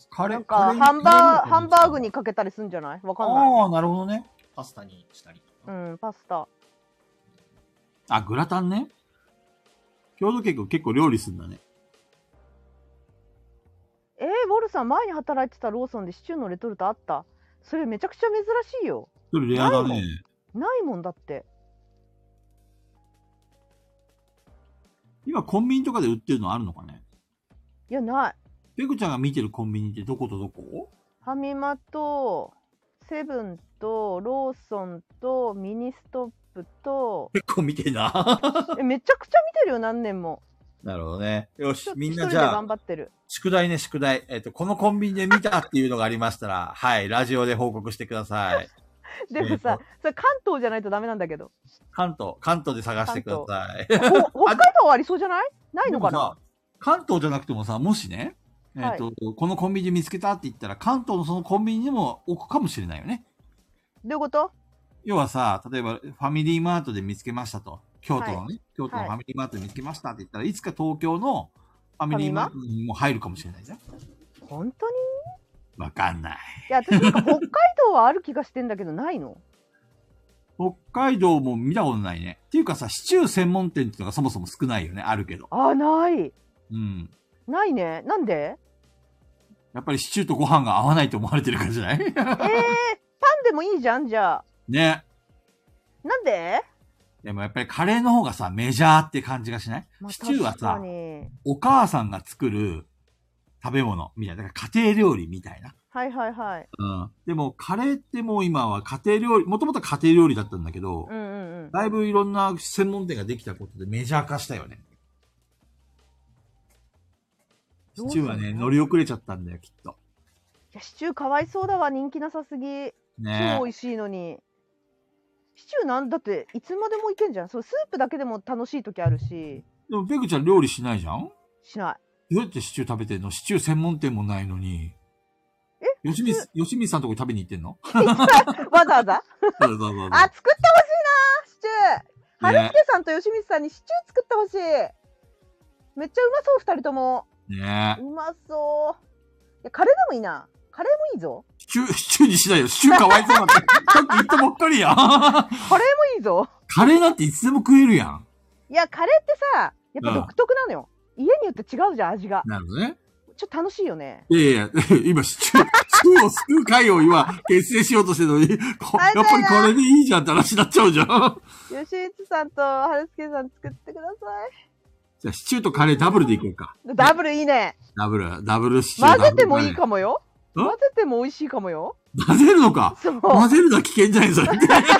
Speaker 2: カレ
Speaker 3: な
Speaker 2: ー
Speaker 3: んかハンバーハンバーグにかけたりするんじゃないわかんない。
Speaker 2: ああー、なるほどね。
Speaker 1: パスタにしたりとか
Speaker 3: うん、パスタ。
Speaker 2: あ、グラタンね。兵道家くん結構料理するんだね。
Speaker 3: えー、ウォルさん前に働いてたローソンでシチューのレトルトあったそれめちゃくちゃ珍しいよ。
Speaker 2: それレアだ
Speaker 3: ない
Speaker 2: ね。
Speaker 3: ないもんだって。
Speaker 2: 今コンビニとかで売ってるのあるのかね
Speaker 3: いや、ない。
Speaker 2: ペグちゃんが見てるコンビニってどことどこ、
Speaker 3: ファミマと、セブンと、ローソンと、ミニストップと
Speaker 2: 結構見てんな。
Speaker 3: えめちゃくちゃ見てるよ、何年も。
Speaker 2: なるほどね。よし
Speaker 3: ちょ、
Speaker 2: みんな
Speaker 3: 一
Speaker 2: じ
Speaker 3: 人で
Speaker 2: ゃあ
Speaker 3: 頑、張ってる。
Speaker 2: 宿題ね、宿題。えっ、と、このコンビニで見たっていうのがありましたら、 はい、ラジオで報告してくださ い。
Speaker 3: でも
Speaker 2: えー
Speaker 3: さ
Speaker 2: と、
Speaker 3: それ関東じゃないとダメなんだ けど。
Speaker 2: 関東、関東で探してください。
Speaker 3: ほ北海道はありそうじゃないないのか
Speaker 2: でも
Speaker 3: な
Speaker 2: さ関東じゃなくてもさ、もしね、えっ、と、このコンビニで見つけたって言ったら、関東のそのコンビニにも置くかもしれないよね。
Speaker 3: どういうこと
Speaker 2: 要はさ、例えばファミリーマートで見つけましたと。京都のね、
Speaker 3: は
Speaker 2: 京都のファミリーマートで見つけましたって言ったら、いつか東京のファミリーマートにも入るかもしれないじゃん。
Speaker 3: 本当に
Speaker 2: わかんない。
Speaker 3: いや、私なんか北海道はある気がしてんだけど、ないの
Speaker 2: 北海道も見たことないね。っていうかさ、シチュー専門店っていうのがそもそも少ないよね。あるけど。
Speaker 3: あ、ない。
Speaker 2: うん。
Speaker 3: ないね。なんで
Speaker 2: やっぱりシチューとご飯が合わないと思われてるからじゃない
Speaker 3: えー、パンでもいいじゃん、じゃあ。
Speaker 2: ね。
Speaker 3: なんで、
Speaker 2: でもやっぱりカレーの方がさ、メジャーって感じがしない、
Speaker 3: まあ
Speaker 2: シチューは
Speaker 3: 確か
Speaker 2: さ、
Speaker 3: に
Speaker 2: お母さんが作る食べ物みたいな。だから家庭料理みたいな。
Speaker 3: はいはいはい。
Speaker 2: うん。でもカレーってもう今は家庭料理、もともと家庭料理だったんだけど、
Speaker 3: うんうんうん。
Speaker 2: だいぶいろんな専門店ができたことでメジャー化したよね。シチューは
Speaker 3: どうす
Speaker 2: ね、
Speaker 3: んの
Speaker 2: 乗り遅れちゃったんだよ、きっと。
Speaker 3: いやシチューかわいそうだわ、人気なさすぎ。
Speaker 2: ね
Speaker 3: 超美味しいのに。シチューなんだって、いつまでもいけんじゃん。そう、スープだけでも楽しい時あるし、
Speaker 2: でも、ペグちゃん料理しないじゃん
Speaker 3: しない。
Speaker 2: どうやってシチュー食べてんのシチュー専門店もないのに。えよしみ、よしみさんとこ食べに行ってん の
Speaker 3: わざわ
Speaker 2: そ
Speaker 3: ざ。
Speaker 2: うそうそうそう
Speaker 3: あ、作ってほしいなシチュー。は
Speaker 2: ね
Speaker 3: るすけさんと吉光さんにシチュー作ってほしい。めっちゃうまそう、二人とも。
Speaker 2: ね
Speaker 3: うまそう。いや、カレーでもいいな。カレーもいいぞ。
Speaker 2: シチュー、シチューにしないよ。シチューかわいそうなんて。さっき言ったばっかりやん。
Speaker 3: カレーもいいぞ。
Speaker 2: カレーなんていつでも食えるやん。
Speaker 3: いや、カレーってさ、やっぱ独特なのよ。家によって違うじゃん、味が。
Speaker 2: なるほどね。
Speaker 3: ちょっと楽しいよね。
Speaker 2: いやいや、今シチュー、シ空を救う会を今、結成しようとしてるのに、こやっぱりこれでいいじゃんって話になっちゃうじゃん。
Speaker 3: 吉光さんと春輔さん作ってくださ
Speaker 2: じゃあ、シチューとカレーダブルでいこうか。
Speaker 3: い。ダブルいいね。
Speaker 2: ダブル、ダブルシチュー。
Speaker 3: 混ぜてもいいかもよ。
Speaker 2: ん
Speaker 3: 混ぜても美味しいかもよ。
Speaker 2: ダブルカレー。混ぜるのか。
Speaker 3: そう。
Speaker 2: 混ぜるのは危険じゃないそれ。
Speaker 3: カレーにシチュー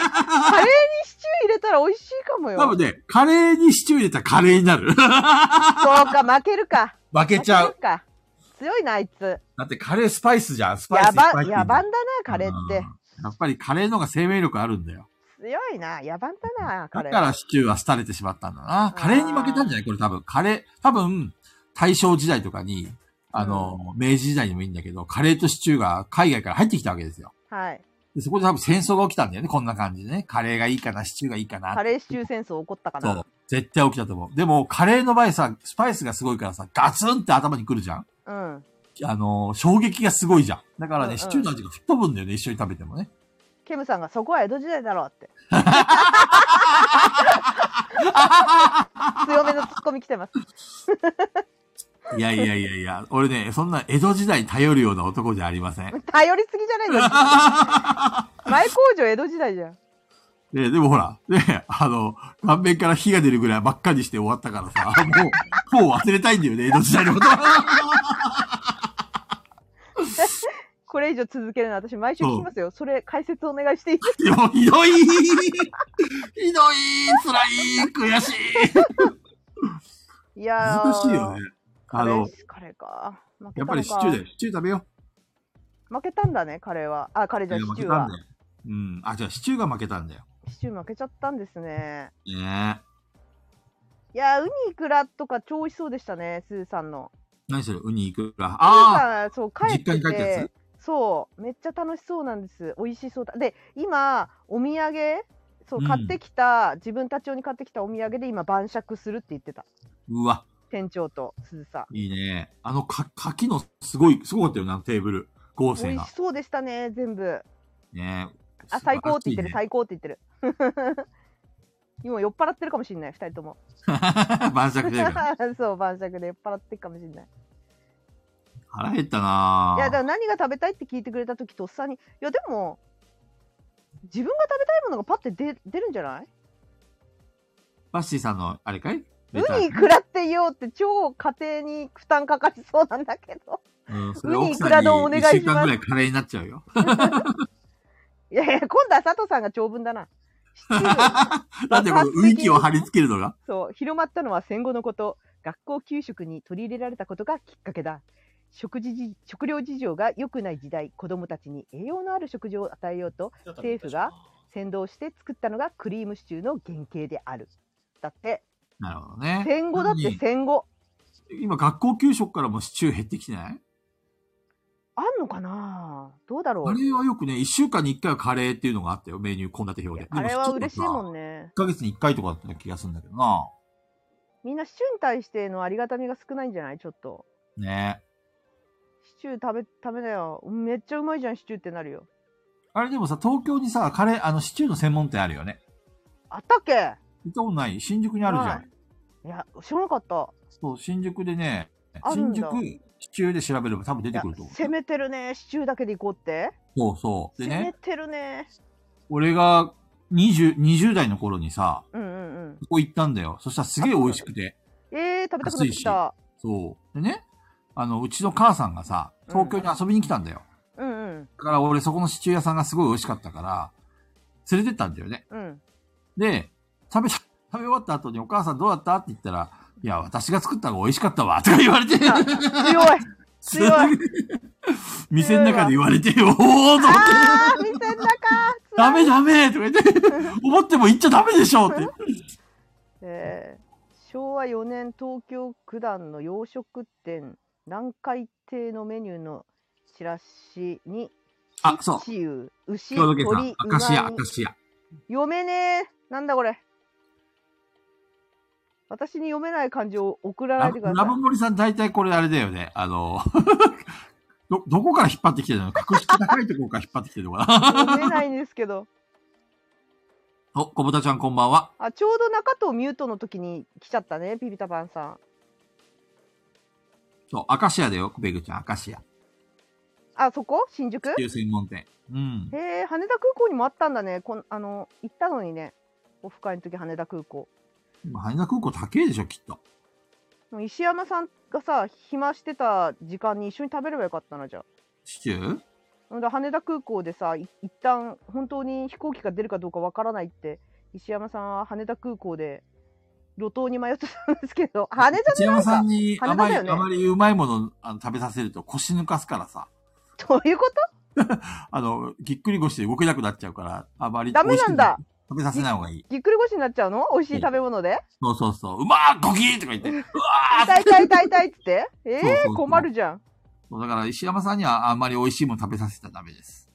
Speaker 3: 入れたら美味しいかもよ。
Speaker 2: 多分ね、カレーにシチュー入れたらカレーになる。
Speaker 3: そうか、負けるか。
Speaker 2: 負けちゃ
Speaker 3: 負
Speaker 2: う。
Speaker 3: るか。強いな、あいつ。
Speaker 2: だってカレースパイスじゃん。スパイスい
Speaker 3: や
Speaker 2: っぱ
Speaker 3: ば、
Speaker 2: い入ってんだ
Speaker 3: 野蛮
Speaker 2: よ
Speaker 3: だな、カレーって。
Speaker 2: やっぱりカレーの方が生命力あるんだよ。
Speaker 3: 強いな、野蛮だな、
Speaker 2: だ
Speaker 3: カ
Speaker 2: か
Speaker 3: レー。
Speaker 2: らシチューは廃れてしまったんだな。カレーに負けたんじゃないこれ多分。カレー、多分、大正時代とかに、あの、明治時代にもいいんだけど、カレーとシチューが海外から入ってきたわけですよ。
Speaker 3: はい。
Speaker 2: でそこで多分戦争が起きたんだよね。こんな感じでね。カレーがいいかな、シチューがいいかな。
Speaker 3: カレーシチュー戦争起こったか
Speaker 2: そ
Speaker 3: な。
Speaker 2: う。絶対起きたと思う。でも、カレーの場合さ、スパイスがすごいからさ、ガツンって頭にくるじゃん
Speaker 3: うん。
Speaker 2: あのー、衝撃がすごいじゃん。だからね、
Speaker 3: うんうん
Speaker 2: シチューの味が吹っ飛ぶんだよね、一緒に食べてもね。
Speaker 3: ケムさんがそこは江戸時代だろ うって。強めのツッコミ来てます。
Speaker 2: いやいやいやいや、俺ね、そんな江戸時代に頼るような男じゃありません。
Speaker 3: 頼りすぎじゃないですか。 前工場江戸時代じゃん。
Speaker 2: で、でもほら、ね、あの、顔面から火が出るぐらい真っ赤にして終わったからさ、 もう、もう忘れたいんだよね、江戸時代のこと。
Speaker 3: これ以上続けるの私毎週聞きますよ。それ解説お願いしていいです
Speaker 2: でもひどいひどい辛い悔しい
Speaker 3: かいやー。
Speaker 2: 難しいよね。
Speaker 3: カ
Speaker 2: あ
Speaker 3: レー
Speaker 2: の、
Speaker 3: カレーか。負け
Speaker 2: やっ
Speaker 3: たのか
Speaker 2: ぱりシチューだよ。シチュー食べよう。
Speaker 3: 負けたんだね、カレーは。あ、カレーじゃないシ
Speaker 2: 負
Speaker 3: チ
Speaker 2: け
Speaker 3: ュー
Speaker 2: た
Speaker 3: は
Speaker 2: んだ。よ。うん。あ、じゃあシチューが負けたんだよ。
Speaker 3: シチュー負けちゃったんですね。
Speaker 2: ねえ。
Speaker 3: いやー、ウニイクラとか超美味しそうでしたね、スーさんの。
Speaker 2: 何それウニいくら。
Speaker 3: スー
Speaker 2: ああ
Speaker 3: さん、そう、帰っ
Speaker 2: 実
Speaker 3: て
Speaker 2: 家に帰ったや
Speaker 3: て。そう、めっちゃ楽しそうなんです。美味しそうだ。で、今、お土産、そう、
Speaker 2: うん
Speaker 3: 買ってきた、自分たち用に買ってきたお土産で今、晩酌するって言ってた。
Speaker 2: うわ、
Speaker 3: 店長と鈴さん。
Speaker 2: いいね。あの、か、柿のすごい、すごかったよな、テーブル。合成
Speaker 3: 美味
Speaker 2: が
Speaker 3: し。そうでしたね、全部。
Speaker 2: ねえ
Speaker 3: あ、最高って言ってる、
Speaker 2: 素晴
Speaker 3: 最高って言ってる。 今、酔っ払ってるかもしれない、二人とも。
Speaker 2: らしいね 晩酌テーブル。
Speaker 3: そう、晩酌で酔っ払ってるかもしれない。
Speaker 2: 腹減ったない
Speaker 3: や、だから何が食べたいって聞いてくれた時とっさに、いや、でも、自分が食べたいものがパッて出出るんじゃない
Speaker 2: バッシーさんの、あれかい
Speaker 3: ウニいくらって言おうって超家庭に負担かかりそうなんだけど。
Speaker 2: うん、そ
Speaker 3: ウ
Speaker 2: れ
Speaker 3: ニい
Speaker 2: 奥
Speaker 3: く
Speaker 2: さ
Speaker 3: ら
Speaker 2: んに
Speaker 3: 丼お願いします
Speaker 2: 1週間ぐらいカレーになっちゃうよ。
Speaker 3: いやいや、今度は佐藤さんが長文だな。シチュ ー
Speaker 2: だってこのウィキを貼り付けるのが。
Speaker 3: そう、広まったのは戦後のこと。学校給食に取り入れられたことがきっかけだ。食事じ、食料事情が良くない時代、子供たちに栄養のある食事を与えようと、政府が先導して作ったのがクリームシチューの原型である。だって、
Speaker 2: なるほどね。
Speaker 3: 戦後だって
Speaker 2: なの
Speaker 3: 戦後。
Speaker 2: に今学校給食からもシチュー減ってきてない
Speaker 3: あんのかなどうだろ
Speaker 2: あ
Speaker 3: う
Speaker 2: れはよくね、1週間に1回はカレーっていうのがあったよ、メニュー献立表で。
Speaker 3: あれは嬉しい
Speaker 2: ね。
Speaker 3: もんね
Speaker 2: 1。ヶ月に1回とかだった気がするんだけどな。
Speaker 3: みんなシチューに対してのありがたみが少ないんじゃないちょっと。
Speaker 2: ね
Speaker 3: シチュー食べ、食べなよ。めっちゃうまいじゃん、シチューってなるよ。
Speaker 2: あれでもさ、東京にさ、カレー、あの、シチューの専門店あるよね。
Speaker 3: あったっけ
Speaker 2: 行ったことない新宿にあるじゃ
Speaker 3: は
Speaker 2: ん。
Speaker 3: いや、知らなかった。
Speaker 2: そう、新宿でね、
Speaker 3: あるん
Speaker 2: 新
Speaker 3: だ
Speaker 2: 宿、シチューで調べれば多分出てくると思う。
Speaker 3: 攻めてるね、シチューだけで行こうって。
Speaker 2: そうそう。で
Speaker 3: 攻め
Speaker 2: ね、
Speaker 3: てるね。
Speaker 2: 俺が20、20代の頃にさ、
Speaker 3: うんうん
Speaker 2: ここ行ったんだよ。そしたらすげえ美味しくて。
Speaker 3: うん。えー、食べたくなってきた。
Speaker 2: そう。でね、あの、うちの母さんがさ、東京に遊びに来たんだよ。
Speaker 3: うんうん
Speaker 2: だから俺そこのシチュー屋さんがすごい美味しかったから、連れてったんだよね。
Speaker 3: うん。
Speaker 2: で、食べた、食べ終わった後にお母さんどうだったって言ったら、いや、私が作った方が美味しかったわ、とか言われて、
Speaker 3: 強 い。強い。
Speaker 2: 店の中で言われて、おおと思って、
Speaker 3: あー、店の中。
Speaker 2: ダメダメとか言って、思っても行っちゃダメでしょって。
Speaker 3: えー昭和4年東京九段の洋食店南海亭のメニューのチラシに
Speaker 2: あ、そう。
Speaker 3: シチュー牛
Speaker 2: 今日けさ
Speaker 3: 鶏
Speaker 2: ん
Speaker 3: う、
Speaker 2: ア
Speaker 3: ま
Speaker 2: カシア、ア
Speaker 3: み
Speaker 2: カシア。
Speaker 3: 読めねえなんだこれ私に読めない漢字を送らな
Speaker 2: ラ
Speaker 3: いでくださ
Speaker 2: ラブモリさん大体これあれだよね。あの、 ど、どこから引っ張ってきてるの格式高いところから引っ張ってきてるのか な
Speaker 3: い読めないんですけど
Speaker 2: お、小豚ちゃんこんばんは。
Speaker 3: あちょうど中藤ミュートの時に来ちゃったねビビタパンさん
Speaker 2: そう、アカシアだよ、ベグちゃん、アカシア。
Speaker 3: あそこ新宿
Speaker 2: 地球専門店。うん。
Speaker 3: へえ羽田空港にもあったんだねこんあの行ったのにねオフ会の時羽田空港
Speaker 2: 今、羽田空港高いでしょ、きっと。
Speaker 3: もう石山さんがさ暇してた時間に一緒に食べればよかったなじゃあ
Speaker 2: シチュー
Speaker 3: ほんで羽田空港でさい一旦本当に飛行機が出るかどうかわからないって石山さんは羽田空港で路頭に迷ってたんですけど羽田
Speaker 2: 内
Speaker 3: でな
Speaker 2: 山
Speaker 3: ん
Speaker 2: さ
Speaker 3: か
Speaker 2: んにあ
Speaker 3: 羽
Speaker 2: ま
Speaker 3: 田
Speaker 2: り、
Speaker 3: だよね
Speaker 2: あまりうまいものあの食べさせると腰抜かすからさ。
Speaker 3: どういうこと
Speaker 2: あの、ぎっくり腰で動けなくなっちゃうから、あまり
Speaker 3: ダメなん
Speaker 2: 美
Speaker 3: だ
Speaker 2: 味しく食べさせない方がいい。
Speaker 3: ぎっくり腰になっちゃうの美味しい食べ物で
Speaker 2: そうそうそう。うまーゴキーとか言って。うわー
Speaker 3: 痛い痛い痛い痛いっつってえ
Speaker 2: そうそう
Speaker 3: え
Speaker 2: そう
Speaker 3: 困るじゃん
Speaker 2: そうだから石山さんにはあんまり美味しいもの食べさせたらダメです。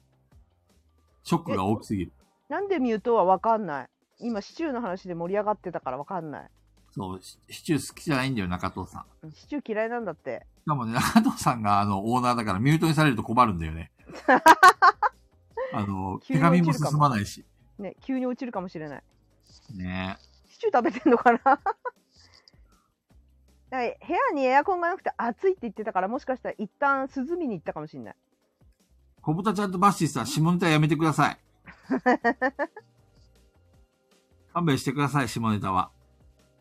Speaker 2: ショックが大きすぎる。
Speaker 3: なんでミュートはわかんない今シチューの話で盛り上がってたからわかんない
Speaker 2: そう、シシチュー好きじゃないんだよ、中藤さん。
Speaker 3: うんシチュー嫌いなんだって
Speaker 2: しかもね、中藤さんがあの、オーナーだからミュートにされると困るんだよ ね。あの、
Speaker 3: 急
Speaker 2: 手
Speaker 3: に落
Speaker 2: 紙
Speaker 3: ちる
Speaker 2: も
Speaker 3: かも
Speaker 2: 進まないし。
Speaker 3: ね急に落ちるかもしれない
Speaker 2: ね
Speaker 3: シチュー食べてんのかな はい部屋にエアコンがなくて暑いって言ってたからもしかしたら一旦涼みに行ったかもしれない
Speaker 2: 小豚ちゃんとバッシーさん、下ネタやめてくだ さい。勘弁してください、下ネタは。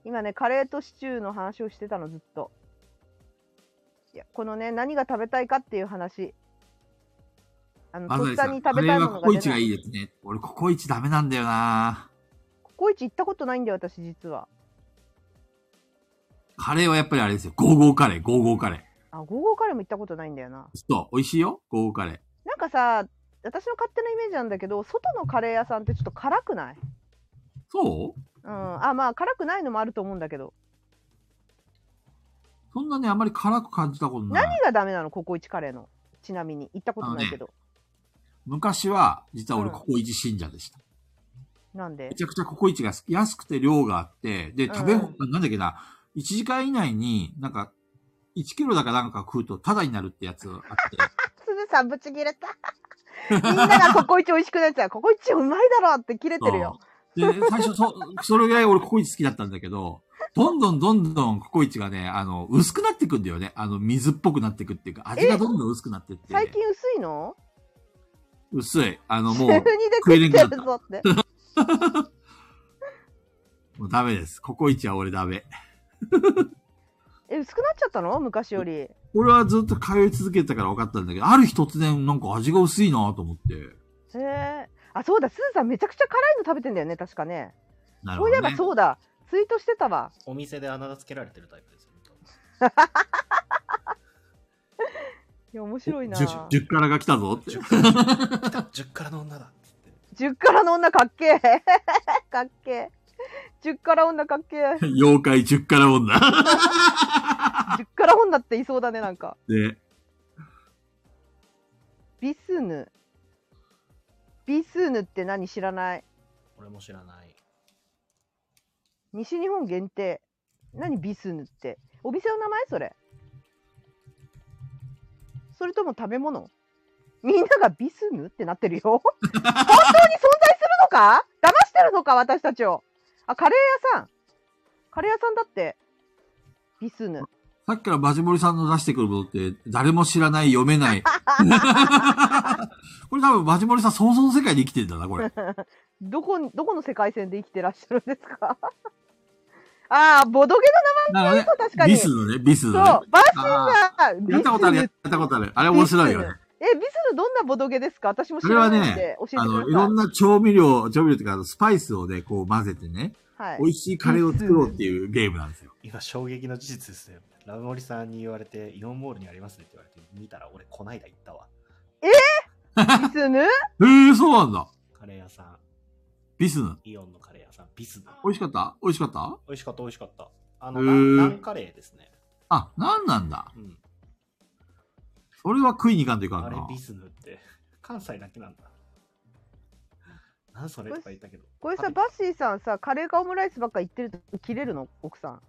Speaker 3: 今ねカレーとシチューの話をしてたのずっといやこのね何が食べたいかっていう話あの
Speaker 2: ま
Speaker 3: と
Speaker 2: ず
Speaker 3: っ
Speaker 2: いさ
Speaker 3: さ
Speaker 2: ん、
Speaker 3: に
Speaker 2: カ
Speaker 3: 食べ
Speaker 2: レ
Speaker 3: た
Speaker 2: ー
Speaker 3: いも
Speaker 2: は
Speaker 3: の
Speaker 2: コ
Speaker 3: が
Speaker 2: コイ
Speaker 3: 出
Speaker 2: チ
Speaker 3: な
Speaker 2: が
Speaker 3: い
Speaker 2: いいですね。俺、ココイチダメなんだよな
Speaker 3: ココイチ行ったことないんだよ私実は
Speaker 2: カレーはやっぱりあれですよ。ゴーゴーカレー、ゴーゴーカレー。
Speaker 3: あゴーゴーカレーも行ったことないんだよな
Speaker 2: そう、美味しいよ、ゴーゴーカレー。
Speaker 3: なんかさ私の勝手なイメージなんだけど外のカレー屋さんってちょっと辛くない
Speaker 2: そう
Speaker 3: うんあまあ辛くないのもあると思うんだけど
Speaker 2: そんなね、あんまり辛く感じたことない。
Speaker 3: 何がダメなのココイチカレーのちなみに行ったことないけど、
Speaker 2: 昔は、実は俺、
Speaker 3: うん
Speaker 2: ココイチ信者でした。
Speaker 3: なんで
Speaker 2: めちゃくちゃココイチが好き安くて量があって、で、
Speaker 3: うん
Speaker 2: 食べ、なんだっけな、1時間以内になんか、1キロだかなんか食うとタダになるってやつあ って、
Speaker 3: すずさんぶち切れたみんながココイチ美味しくなっちゃうココイチうまいだろって切れてるよ
Speaker 2: で、最初そ、それぐらい俺ココイチ好きだったんだけど、どんどんどんどんココイチがね、あの、薄くなってくんだよね。あの、水っぽくなってくっていうか、味がどんどん薄くなってって、
Speaker 3: 最近薄いの
Speaker 2: 薄い。あの、
Speaker 3: 中
Speaker 2: も
Speaker 3: 2で
Speaker 2: う、
Speaker 3: 食ってるぞって
Speaker 2: もうダメです。ココイチは俺ダメ。
Speaker 3: え薄くなっちゃったの昔より
Speaker 2: 俺はずっと通い続けてたから分かったんだけど、ある日突然なんか味が薄いなと思って。
Speaker 3: へえあそうだすずさんめちゃくちゃ辛いの食べてんだよね確かね
Speaker 2: なる
Speaker 3: そ
Speaker 2: ほ
Speaker 3: ういえ
Speaker 2: ど、
Speaker 3: ば
Speaker 2: ね。
Speaker 3: そうだツイートしてたわ
Speaker 1: お店で穴がつけられてるタイプですよ、多分
Speaker 3: いや面白いな
Speaker 2: 10 10からが来たぞって。
Speaker 1: 10から来た10からの女だっつって
Speaker 3: 10からの女かっけえ かっけえ10から女かっけえ
Speaker 2: 妖怪10から女。
Speaker 3: 10から女っていそうだねなんか
Speaker 2: で、
Speaker 3: ビスヌビスヌって何知らない
Speaker 1: 俺も知らない
Speaker 3: 西日本限定何ビスヌってお店の名前それそれとも食べ物みんながビスヌってなってるよ 本当に存在するのか騙してるのか私たちをあカレー屋さんカレー屋さんだってビスヌ
Speaker 2: さっきからバジモリさんの出してくることって、誰も知らない、読めない。 これ多分バジモリさん想像の世界で生きてんだな、こ れ。
Speaker 3: どこにどこの世界線で生きてらっしゃるんですか ああボドゲ
Speaker 2: な
Speaker 3: の名前
Speaker 2: る
Speaker 3: そう確
Speaker 2: ほど
Speaker 3: か
Speaker 2: ね。ビ
Speaker 3: に
Speaker 2: スのね、ビス
Speaker 3: そう
Speaker 2: のね。
Speaker 3: バスがビスヌ
Speaker 2: やったことある、やったことある。あれ面白いよね。
Speaker 3: え、ビスのどんなボドゲですか私も知らないの
Speaker 2: それ
Speaker 3: で教えて
Speaker 2: あの、い
Speaker 3: くだ
Speaker 2: ろ
Speaker 3: さ
Speaker 2: んな調味料、調味料っていうかあの、スパイスをね、こう混ぜてね、
Speaker 3: い。はい
Speaker 2: 美。味しいカレーを作ろうっていうゲームなんですよ。
Speaker 1: 今衝撃の事実ですよラブモリさんに言われてイオンモールにありますねって言われて見たら俺こないだ行ったわ
Speaker 3: ビスヌ
Speaker 2: へえー、そうなんだ。
Speaker 1: カレー屋さん
Speaker 2: ビスの。
Speaker 1: イオンのカレー屋さんビスだ
Speaker 2: 美味しかった美味しかった
Speaker 1: 美味しかった美味しかったあの
Speaker 2: へ
Speaker 1: ナ
Speaker 2: ー
Speaker 1: ンナンカレーですね
Speaker 2: あ、なんなんだ。
Speaker 1: うん
Speaker 2: それは食いに行かんといかん
Speaker 1: あれ
Speaker 2: な。
Speaker 1: ビスヌって関西だけなんだなんそれとか言ったけど
Speaker 3: これさ、バッシーさんさ、カレーかオムライスばっか言ってると切れるの奥さん。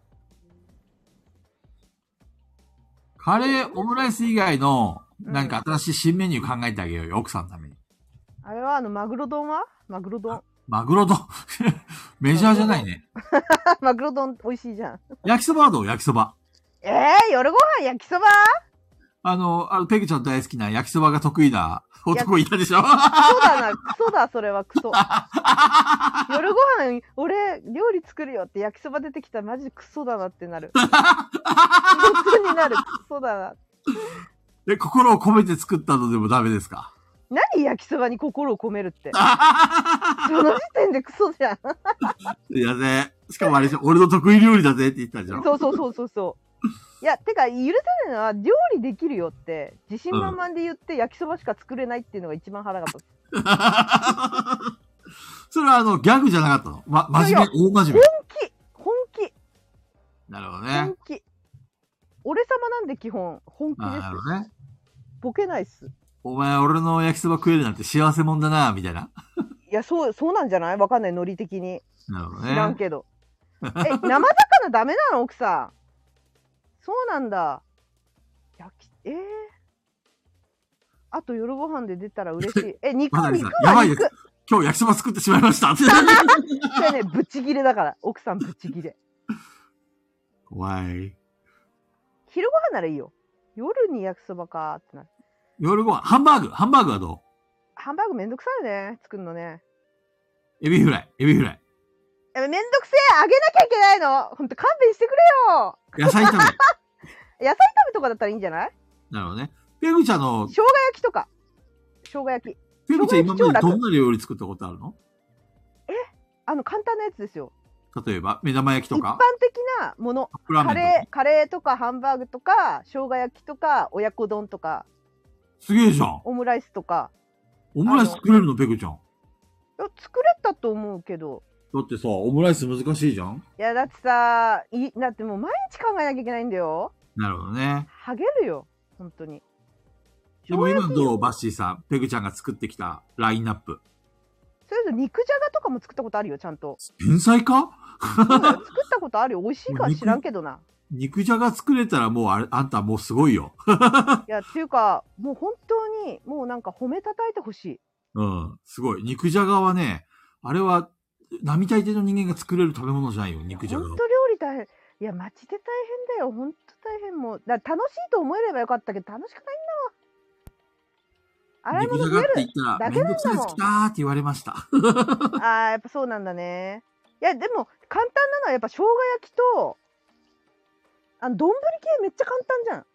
Speaker 2: カレー、オムライス以外の、なんか新しい新メニュー考えてあげようよ、奥さんのために。
Speaker 3: あれはあの、マグロ丼はマグロ丼。
Speaker 2: マグロ丼。 メジャーじゃないね。
Speaker 3: あ マグロ丼美味しいじゃん。
Speaker 2: 焼きそばはどう焼きそば。
Speaker 3: えー、夜ご飯焼きそば
Speaker 2: あの、あの、ペグちゃん大好きな焼きそばが得意な男いたでしょ
Speaker 3: クソだな、クソだ、それはクソ。夜ご飯、俺、料理作るよって焼きそば出てきたらマジクソだなっ てなる。本当になる、クソだな。
Speaker 2: で、心を込めて作ったのでもダメですか
Speaker 3: 何焼きそばに心を込めるって。その時点でクソじゃん。
Speaker 2: いやね。しかもあれでしょ、俺の得意料理だぜって言ったじゃん。
Speaker 3: そうそうそうそうそう。いや、てか、許されるのは、料理できるよって、自信満々で言って、焼きそばしか作れないっていうのが一番腹が立つ。
Speaker 2: それはあの、ギャグじゃなかったの。ま、真面目、大真面目。
Speaker 3: 本気、
Speaker 2: なるほど
Speaker 3: 本
Speaker 2: ね。
Speaker 3: 気、本気。俺様なんで基本、本気
Speaker 2: あ
Speaker 3: で
Speaker 2: な
Speaker 3: す
Speaker 2: る
Speaker 3: よ
Speaker 2: ほ。どね。
Speaker 3: ボケないっす。
Speaker 2: お前俺の焼きそば食えるなんて幸せもんだな、みたいな。
Speaker 3: いや、そう、そうなんじゃないわかんない、ノリ的に。
Speaker 2: なるほど
Speaker 3: 知らん
Speaker 2: ね。
Speaker 3: けど。え、生魚ダメなの奥さん。そうなんだ。焼き、えー。あと夜ご飯で出たら嬉しい。え、肉、
Speaker 2: まだです
Speaker 3: 肉
Speaker 2: ねや
Speaker 3: は
Speaker 2: ばいで
Speaker 3: 肉
Speaker 2: す。今日焼きそば作ってしまいま した。
Speaker 3: それね、ブチギレだから。奥さんブチギレ。
Speaker 2: 怖い。
Speaker 3: 昼ご飯ならいいよ。夜に焼きそばかーってなる。
Speaker 2: 夜ご飯、ハンバーグ、ハンバーグはど
Speaker 3: ハンバーグめんどくさいよね。作るのね。
Speaker 2: うエビフライ、エビフライ。
Speaker 3: え、めんどくせえあげなきゃいけないのほんと勘弁してくれよ
Speaker 2: 野菜炒め。
Speaker 3: 野菜炒めとかだったらいいんじゃない
Speaker 2: なるほどね。ペグちゃんの
Speaker 3: 生、姜焼きとか。生姜焼き。
Speaker 2: ペグちゃん今
Speaker 3: すご
Speaker 2: ま
Speaker 3: い
Speaker 2: で
Speaker 3: 超楽
Speaker 2: どんな料理作ったことあるの
Speaker 3: あの、簡単なやつですよ。
Speaker 2: 例えば、目玉焼きと
Speaker 3: 一般
Speaker 2: か、
Speaker 3: 的なもの。
Speaker 2: カップラーメ
Speaker 3: カ
Speaker 2: ン
Speaker 3: レ
Speaker 2: とか。
Speaker 3: ー、カレーとかハンバーグとか、生姜焼きとか、親子丼とか、
Speaker 2: すげえじゃん。
Speaker 3: オムライスとか。
Speaker 2: オムライス作れるの、ペグちゃん。
Speaker 3: いや作れたと思うけど。
Speaker 2: だってさ、オムライス難しいじゃん。
Speaker 3: いや、だってさ、い、だってもう毎日考えなきゃいけないんだよ。
Speaker 2: なるほどね。
Speaker 3: ハゲるよ。本当に。
Speaker 2: でも今
Speaker 3: 生姜焼き
Speaker 2: どうバッシーさん、ペグちゃんが作ってきたラインナップ。
Speaker 3: それぞれ肉じゃがとかも作ったことあるよ、ちゃん と。
Speaker 2: 天才か
Speaker 3: そうだよ作ったことあるよ。美味しいか
Speaker 2: もう
Speaker 3: は
Speaker 2: 肉
Speaker 3: 知らんけどな。
Speaker 2: 肉じゃが作れたらもうあれ、あんたもうすごいよ。
Speaker 3: いや、っていうか、もう本当に、もうなんか褒めたたいてほしい。
Speaker 2: うん。すごい。肉じゃがはね、あれは、並大抵の人間が作れる食べ物じゃないよ、肉
Speaker 3: 本
Speaker 2: じゃ
Speaker 3: 当
Speaker 2: が
Speaker 3: 料
Speaker 2: は。
Speaker 3: 理大変。いや、街で大変だよ。本当大変もう。だから楽しいと思えればよかったけど、楽しくないんだわ。洗い
Speaker 2: 肉じ
Speaker 3: 物
Speaker 2: ゃが
Speaker 3: 増
Speaker 2: って言
Speaker 3: える。
Speaker 2: ったら、
Speaker 3: だ
Speaker 2: め
Speaker 3: け
Speaker 2: ん
Speaker 3: な
Speaker 2: ど
Speaker 3: んだもん
Speaker 2: くさいですきたーって言われま した。
Speaker 3: ああ、やっぱそうなんだね。いや、でも、簡単なのはやっぱ生姜焼きと、あの、丼系めっちゃ簡単じゃん。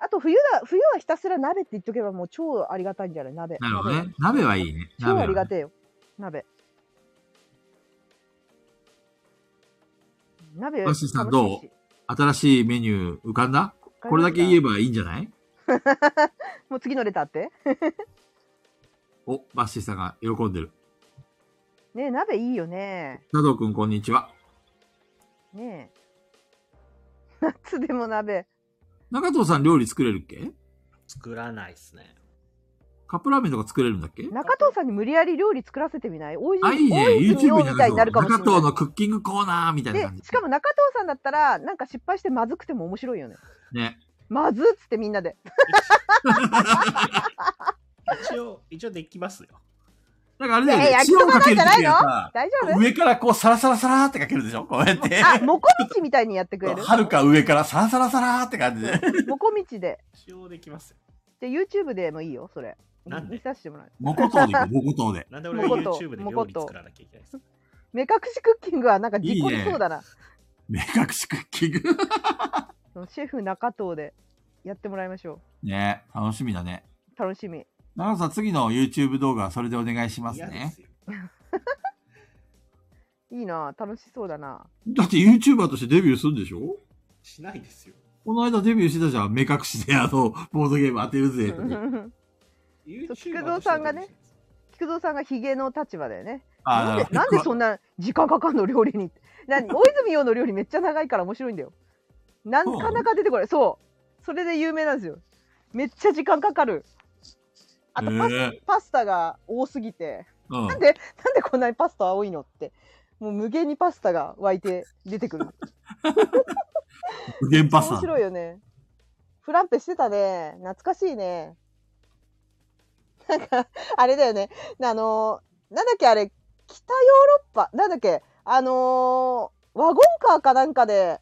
Speaker 3: あと、冬だ、冬はひたすら鍋って言っとけばもう超ありがたいんじゃない鍋。
Speaker 2: なるほど
Speaker 3: 鍋
Speaker 2: ね。鍋はいいね。
Speaker 3: 超あ
Speaker 2: 鍋
Speaker 3: り
Speaker 2: は
Speaker 3: が
Speaker 2: ね。
Speaker 3: てえよ。鍋。鍋
Speaker 2: マシさんどう
Speaker 3: 楽しいし
Speaker 2: 新しいメニュー浮かんだこれだけ言えばいいんじゃない
Speaker 3: もう次のレターって
Speaker 2: お、バッシーさんが喜んでる。
Speaker 3: ねえ、鍋いいよね。
Speaker 2: 佐藤くん、こんにちは。
Speaker 3: ねえ。 夏でも鍋。
Speaker 2: 中藤さん、料理作れるっけ
Speaker 1: 作らないですね。
Speaker 2: カップラーメンとか作れるんだっけ
Speaker 3: 中藤さんに無理やり料理作らせてみない大
Speaker 2: あ、い
Speaker 3: 泉
Speaker 2: いね。
Speaker 3: 大
Speaker 2: YouTube
Speaker 3: 泉洋
Speaker 2: に
Speaker 3: みたいに
Speaker 2: 中
Speaker 3: なるかもしれない。
Speaker 2: 藤のクッキングコーナーみたいな感じ
Speaker 3: で、し。かも中藤さんだったら、なんか失敗してまずくても面白いよね。
Speaker 2: ね。
Speaker 3: まずっつってみんなで。
Speaker 1: 一応、一応できますよ。
Speaker 2: なんかあれだよ
Speaker 3: いやい
Speaker 2: ね
Speaker 3: や。
Speaker 2: 塩をかける
Speaker 3: 焼きそばなんじゃないの
Speaker 2: さ
Speaker 3: 大丈夫
Speaker 2: 上からこうサラサラサラーってかけるでしょこうやって。
Speaker 3: あ、もこみちみたいにやってくれる
Speaker 2: はるか上からサラサラサラーって感じで。
Speaker 3: もこみちで。
Speaker 1: 一応できますよ。
Speaker 3: じゃあ YouTube でもいいよ、それ。
Speaker 1: なんで
Speaker 3: 見させてもらう。
Speaker 2: モコトウで行こう、モコトウで。
Speaker 1: なんで俺が
Speaker 3: もこと
Speaker 1: YouTube で
Speaker 3: も
Speaker 1: 料
Speaker 3: こ
Speaker 1: 理
Speaker 3: と
Speaker 1: 作らなきゃいけないんですか
Speaker 3: 目隠しクッキングはなんか事故りそうだな。
Speaker 2: 目隠しクッキング。
Speaker 3: そのシェフ中藤でやってもらいましょ
Speaker 2: ね楽しみだね。
Speaker 3: う。楽しみ。
Speaker 2: 長野さん、次の YouTube 動画はそれでお願いします
Speaker 1: 嫌で
Speaker 2: ね。
Speaker 1: すよ。
Speaker 3: いいな楽しそうだな
Speaker 2: だって YouTuber としてデビューするんでしょ
Speaker 1: しないですよ。
Speaker 2: この間デビューしてたじゃん。目隠しであの、ボードゲーム当てるぜとか。
Speaker 1: YouTube
Speaker 3: 菊蔵さんがね。 菊蔵さんがヒゲの立場だよね。
Speaker 2: あ
Speaker 3: なんでなんでそんな時間かかんの料理にって。な大泉洋の料理めっちゃ長いから面白いんだよ。な
Speaker 2: そう
Speaker 3: かなか出てこない。そう。それで有名なんですよ。めっちゃ時間かかる。あとパス、
Speaker 2: ええ
Speaker 3: パスタが多すぎて。
Speaker 2: うん
Speaker 3: なんで、なんでこんなにパスタ多いのって。もう無限にパスタが湧いて出てくる。
Speaker 2: 無限パス
Speaker 3: 面
Speaker 2: タ。
Speaker 3: 白いよね。フランペしてたね。懐かしいね。なんか、あれだよね。あのー、なんだっけあれ、北ヨーロッパ、なんだっけ、あのー、ワゴンカーかなんかで、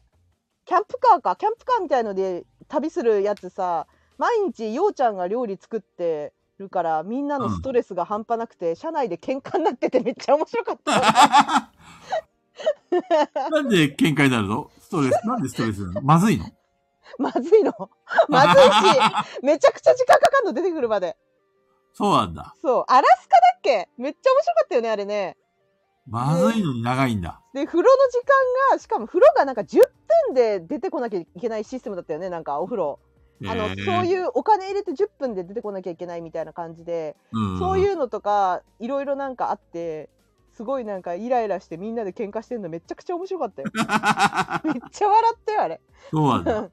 Speaker 3: キャンプカーか、キャンプカーみたいので旅するやつさ、毎日ようちゃんが料理作ってるからみんなのストレスが半端なくて、社内で喧嘩になっててめっちゃ面白かった。
Speaker 2: なんで喧嘩になるのストレス、なんでストレスなのまずいの
Speaker 3: まずいの。まずいし、めちゃくちゃ時間かかんの出てくるまで。
Speaker 2: そうなんだ。
Speaker 3: そう、アラスカだっけめっちゃ面白かったよね、あれね。
Speaker 2: まずいのに長いんだ。
Speaker 3: で、風呂の時間が、しかも風呂がなんか10分で出てこなきゃいけないシステムだったよね、なんかお風呂。あの、そう
Speaker 2: う、
Speaker 3: いうお金入れて10分で出てこなきゃいけないみたいな感じで、
Speaker 2: うん、
Speaker 3: そういうのとか、いろいろなんかあって、すごいなんかイライラしてみんなで喧嘩してんのめちゃくちゃ面白 かったよ。めっちゃ笑ったよ、あれ。
Speaker 2: そうなんだ。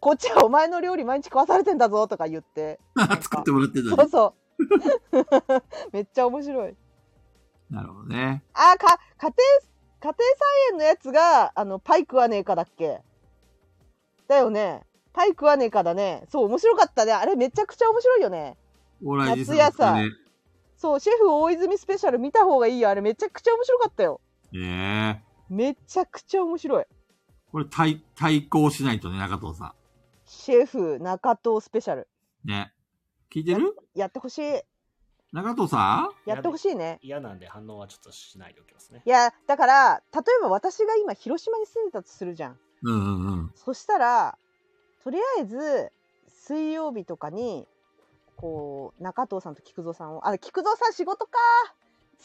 Speaker 3: こっちはお前の料理毎日食わされてんだぞとか言って。
Speaker 2: 作ってもらってた
Speaker 3: そ
Speaker 2: ね
Speaker 3: う。そう。 めっちゃ面白い。
Speaker 2: なるほどね。
Speaker 3: あーか家庭家庭菜園のやつがあのパイ食わねえかだっけだよねパイ食わねえかだねそう面白かったねあれめちゃくちゃ面白いよね
Speaker 2: オーライジさん
Speaker 3: 夏野
Speaker 2: だ
Speaker 3: 菜そうシェフ大泉スペシャル見た方がいいよあれめちゃくちゃ面白かったよ
Speaker 2: ね。ねえ。
Speaker 3: めちゃくちゃ面白い
Speaker 2: これ対、対抗しないとね、中藤さ
Speaker 3: シェフ中藤スペシャル
Speaker 2: ん。ね。聞いてる
Speaker 3: やってほしい
Speaker 2: 中藤さ
Speaker 3: やってほしいね
Speaker 1: 嫌なんで反応はちょっとしないでおきますね
Speaker 3: い。やだから例えば私が今広島に住んでたとするじゃん
Speaker 2: んうんうんうん。
Speaker 3: そしたらとりあえず水曜日とかにこう中藤さんと菊蔵さんをあ菊蔵さん仕事か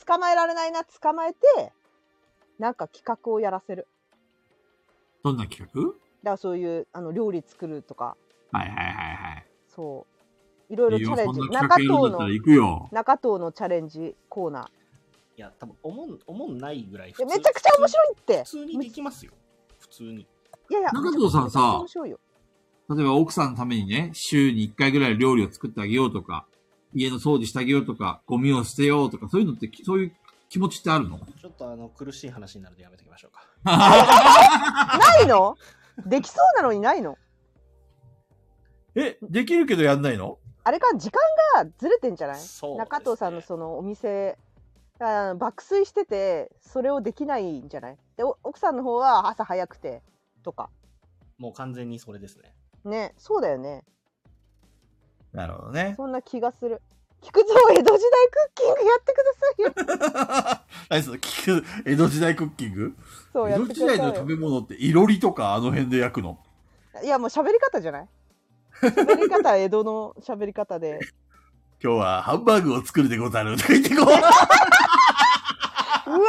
Speaker 3: 捕まえられないな捕まえてなんか企画をやらせる
Speaker 2: どんな企画
Speaker 3: だからそういうあの料理作るとか
Speaker 2: はいはいはいはい。
Speaker 3: そういろいろ
Speaker 2: いい
Speaker 3: チ
Speaker 2: よ
Speaker 3: ャレンジ
Speaker 2: そんな
Speaker 3: 中
Speaker 2: 企
Speaker 3: 藤
Speaker 2: 画やるんだった
Speaker 3: の
Speaker 2: ら行くよ。
Speaker 3: 中藤のチャレンジコーナ
Speaker 1: いや、多分おもん、おもんないぐらい
Speaker 3: ーいやめちゃくちゃ面白いって
Speaker 1: 普通にできますよ。普通に。
Speaker 3: いやいや
Speaker 2: 中藤さんさ
Speaker 3: めちゃくちゃ面白いよ
Speaker 2: 例えば奥さんのためにね、週に1回ぐらい料理を作ってあげようとか、家の掃除してあげようとか、ゴミを捨てようとか、そういうのって、きそういう気持ちってあるの
Speaker 1: ちょっとあの、苦しい話になるのでやめておきましょうか。
Speaker 3: ないの できそうなのにないの
Speaker 2: え、できるけどやんないの
Speaker 3: あれか時間がずれてんじゃない
Speaker 1: そうですね
Speaker 3: 中藤さんのそのお店あー爆睡しててそれをできないんじゃないでお奥さんの方は朝早くてとか
Speaker 1: もう完全にそれですね。
Speaker 3: ねそうだよね
Speaker 2: なるほどね。
Speaker 3: そんな気がする菊蔵江戸時代クッキングやって くださいよ
Speaker 2: 何その、聞く、江戸時代クッキング
Speaker 3: そうや
Speaker 2: 江戸
Speaker 3: って
Speaker 2: 時
Speaker 3: く
Speaker 2: 代
Speaker 3: ださ
Speaker 2: の
Speaker 3: い
Speaker 2: 食
Speaker 3: よ
Speaker 2: べ物って、いろりとかあの辺で焼くの
Speaker 3: いやもう喋り方じゃない喋り方は江戸の喋り方 で
Speaker 2: 今日はハンバーグを作るでござると か言ってこう。
Speaker 3: うわ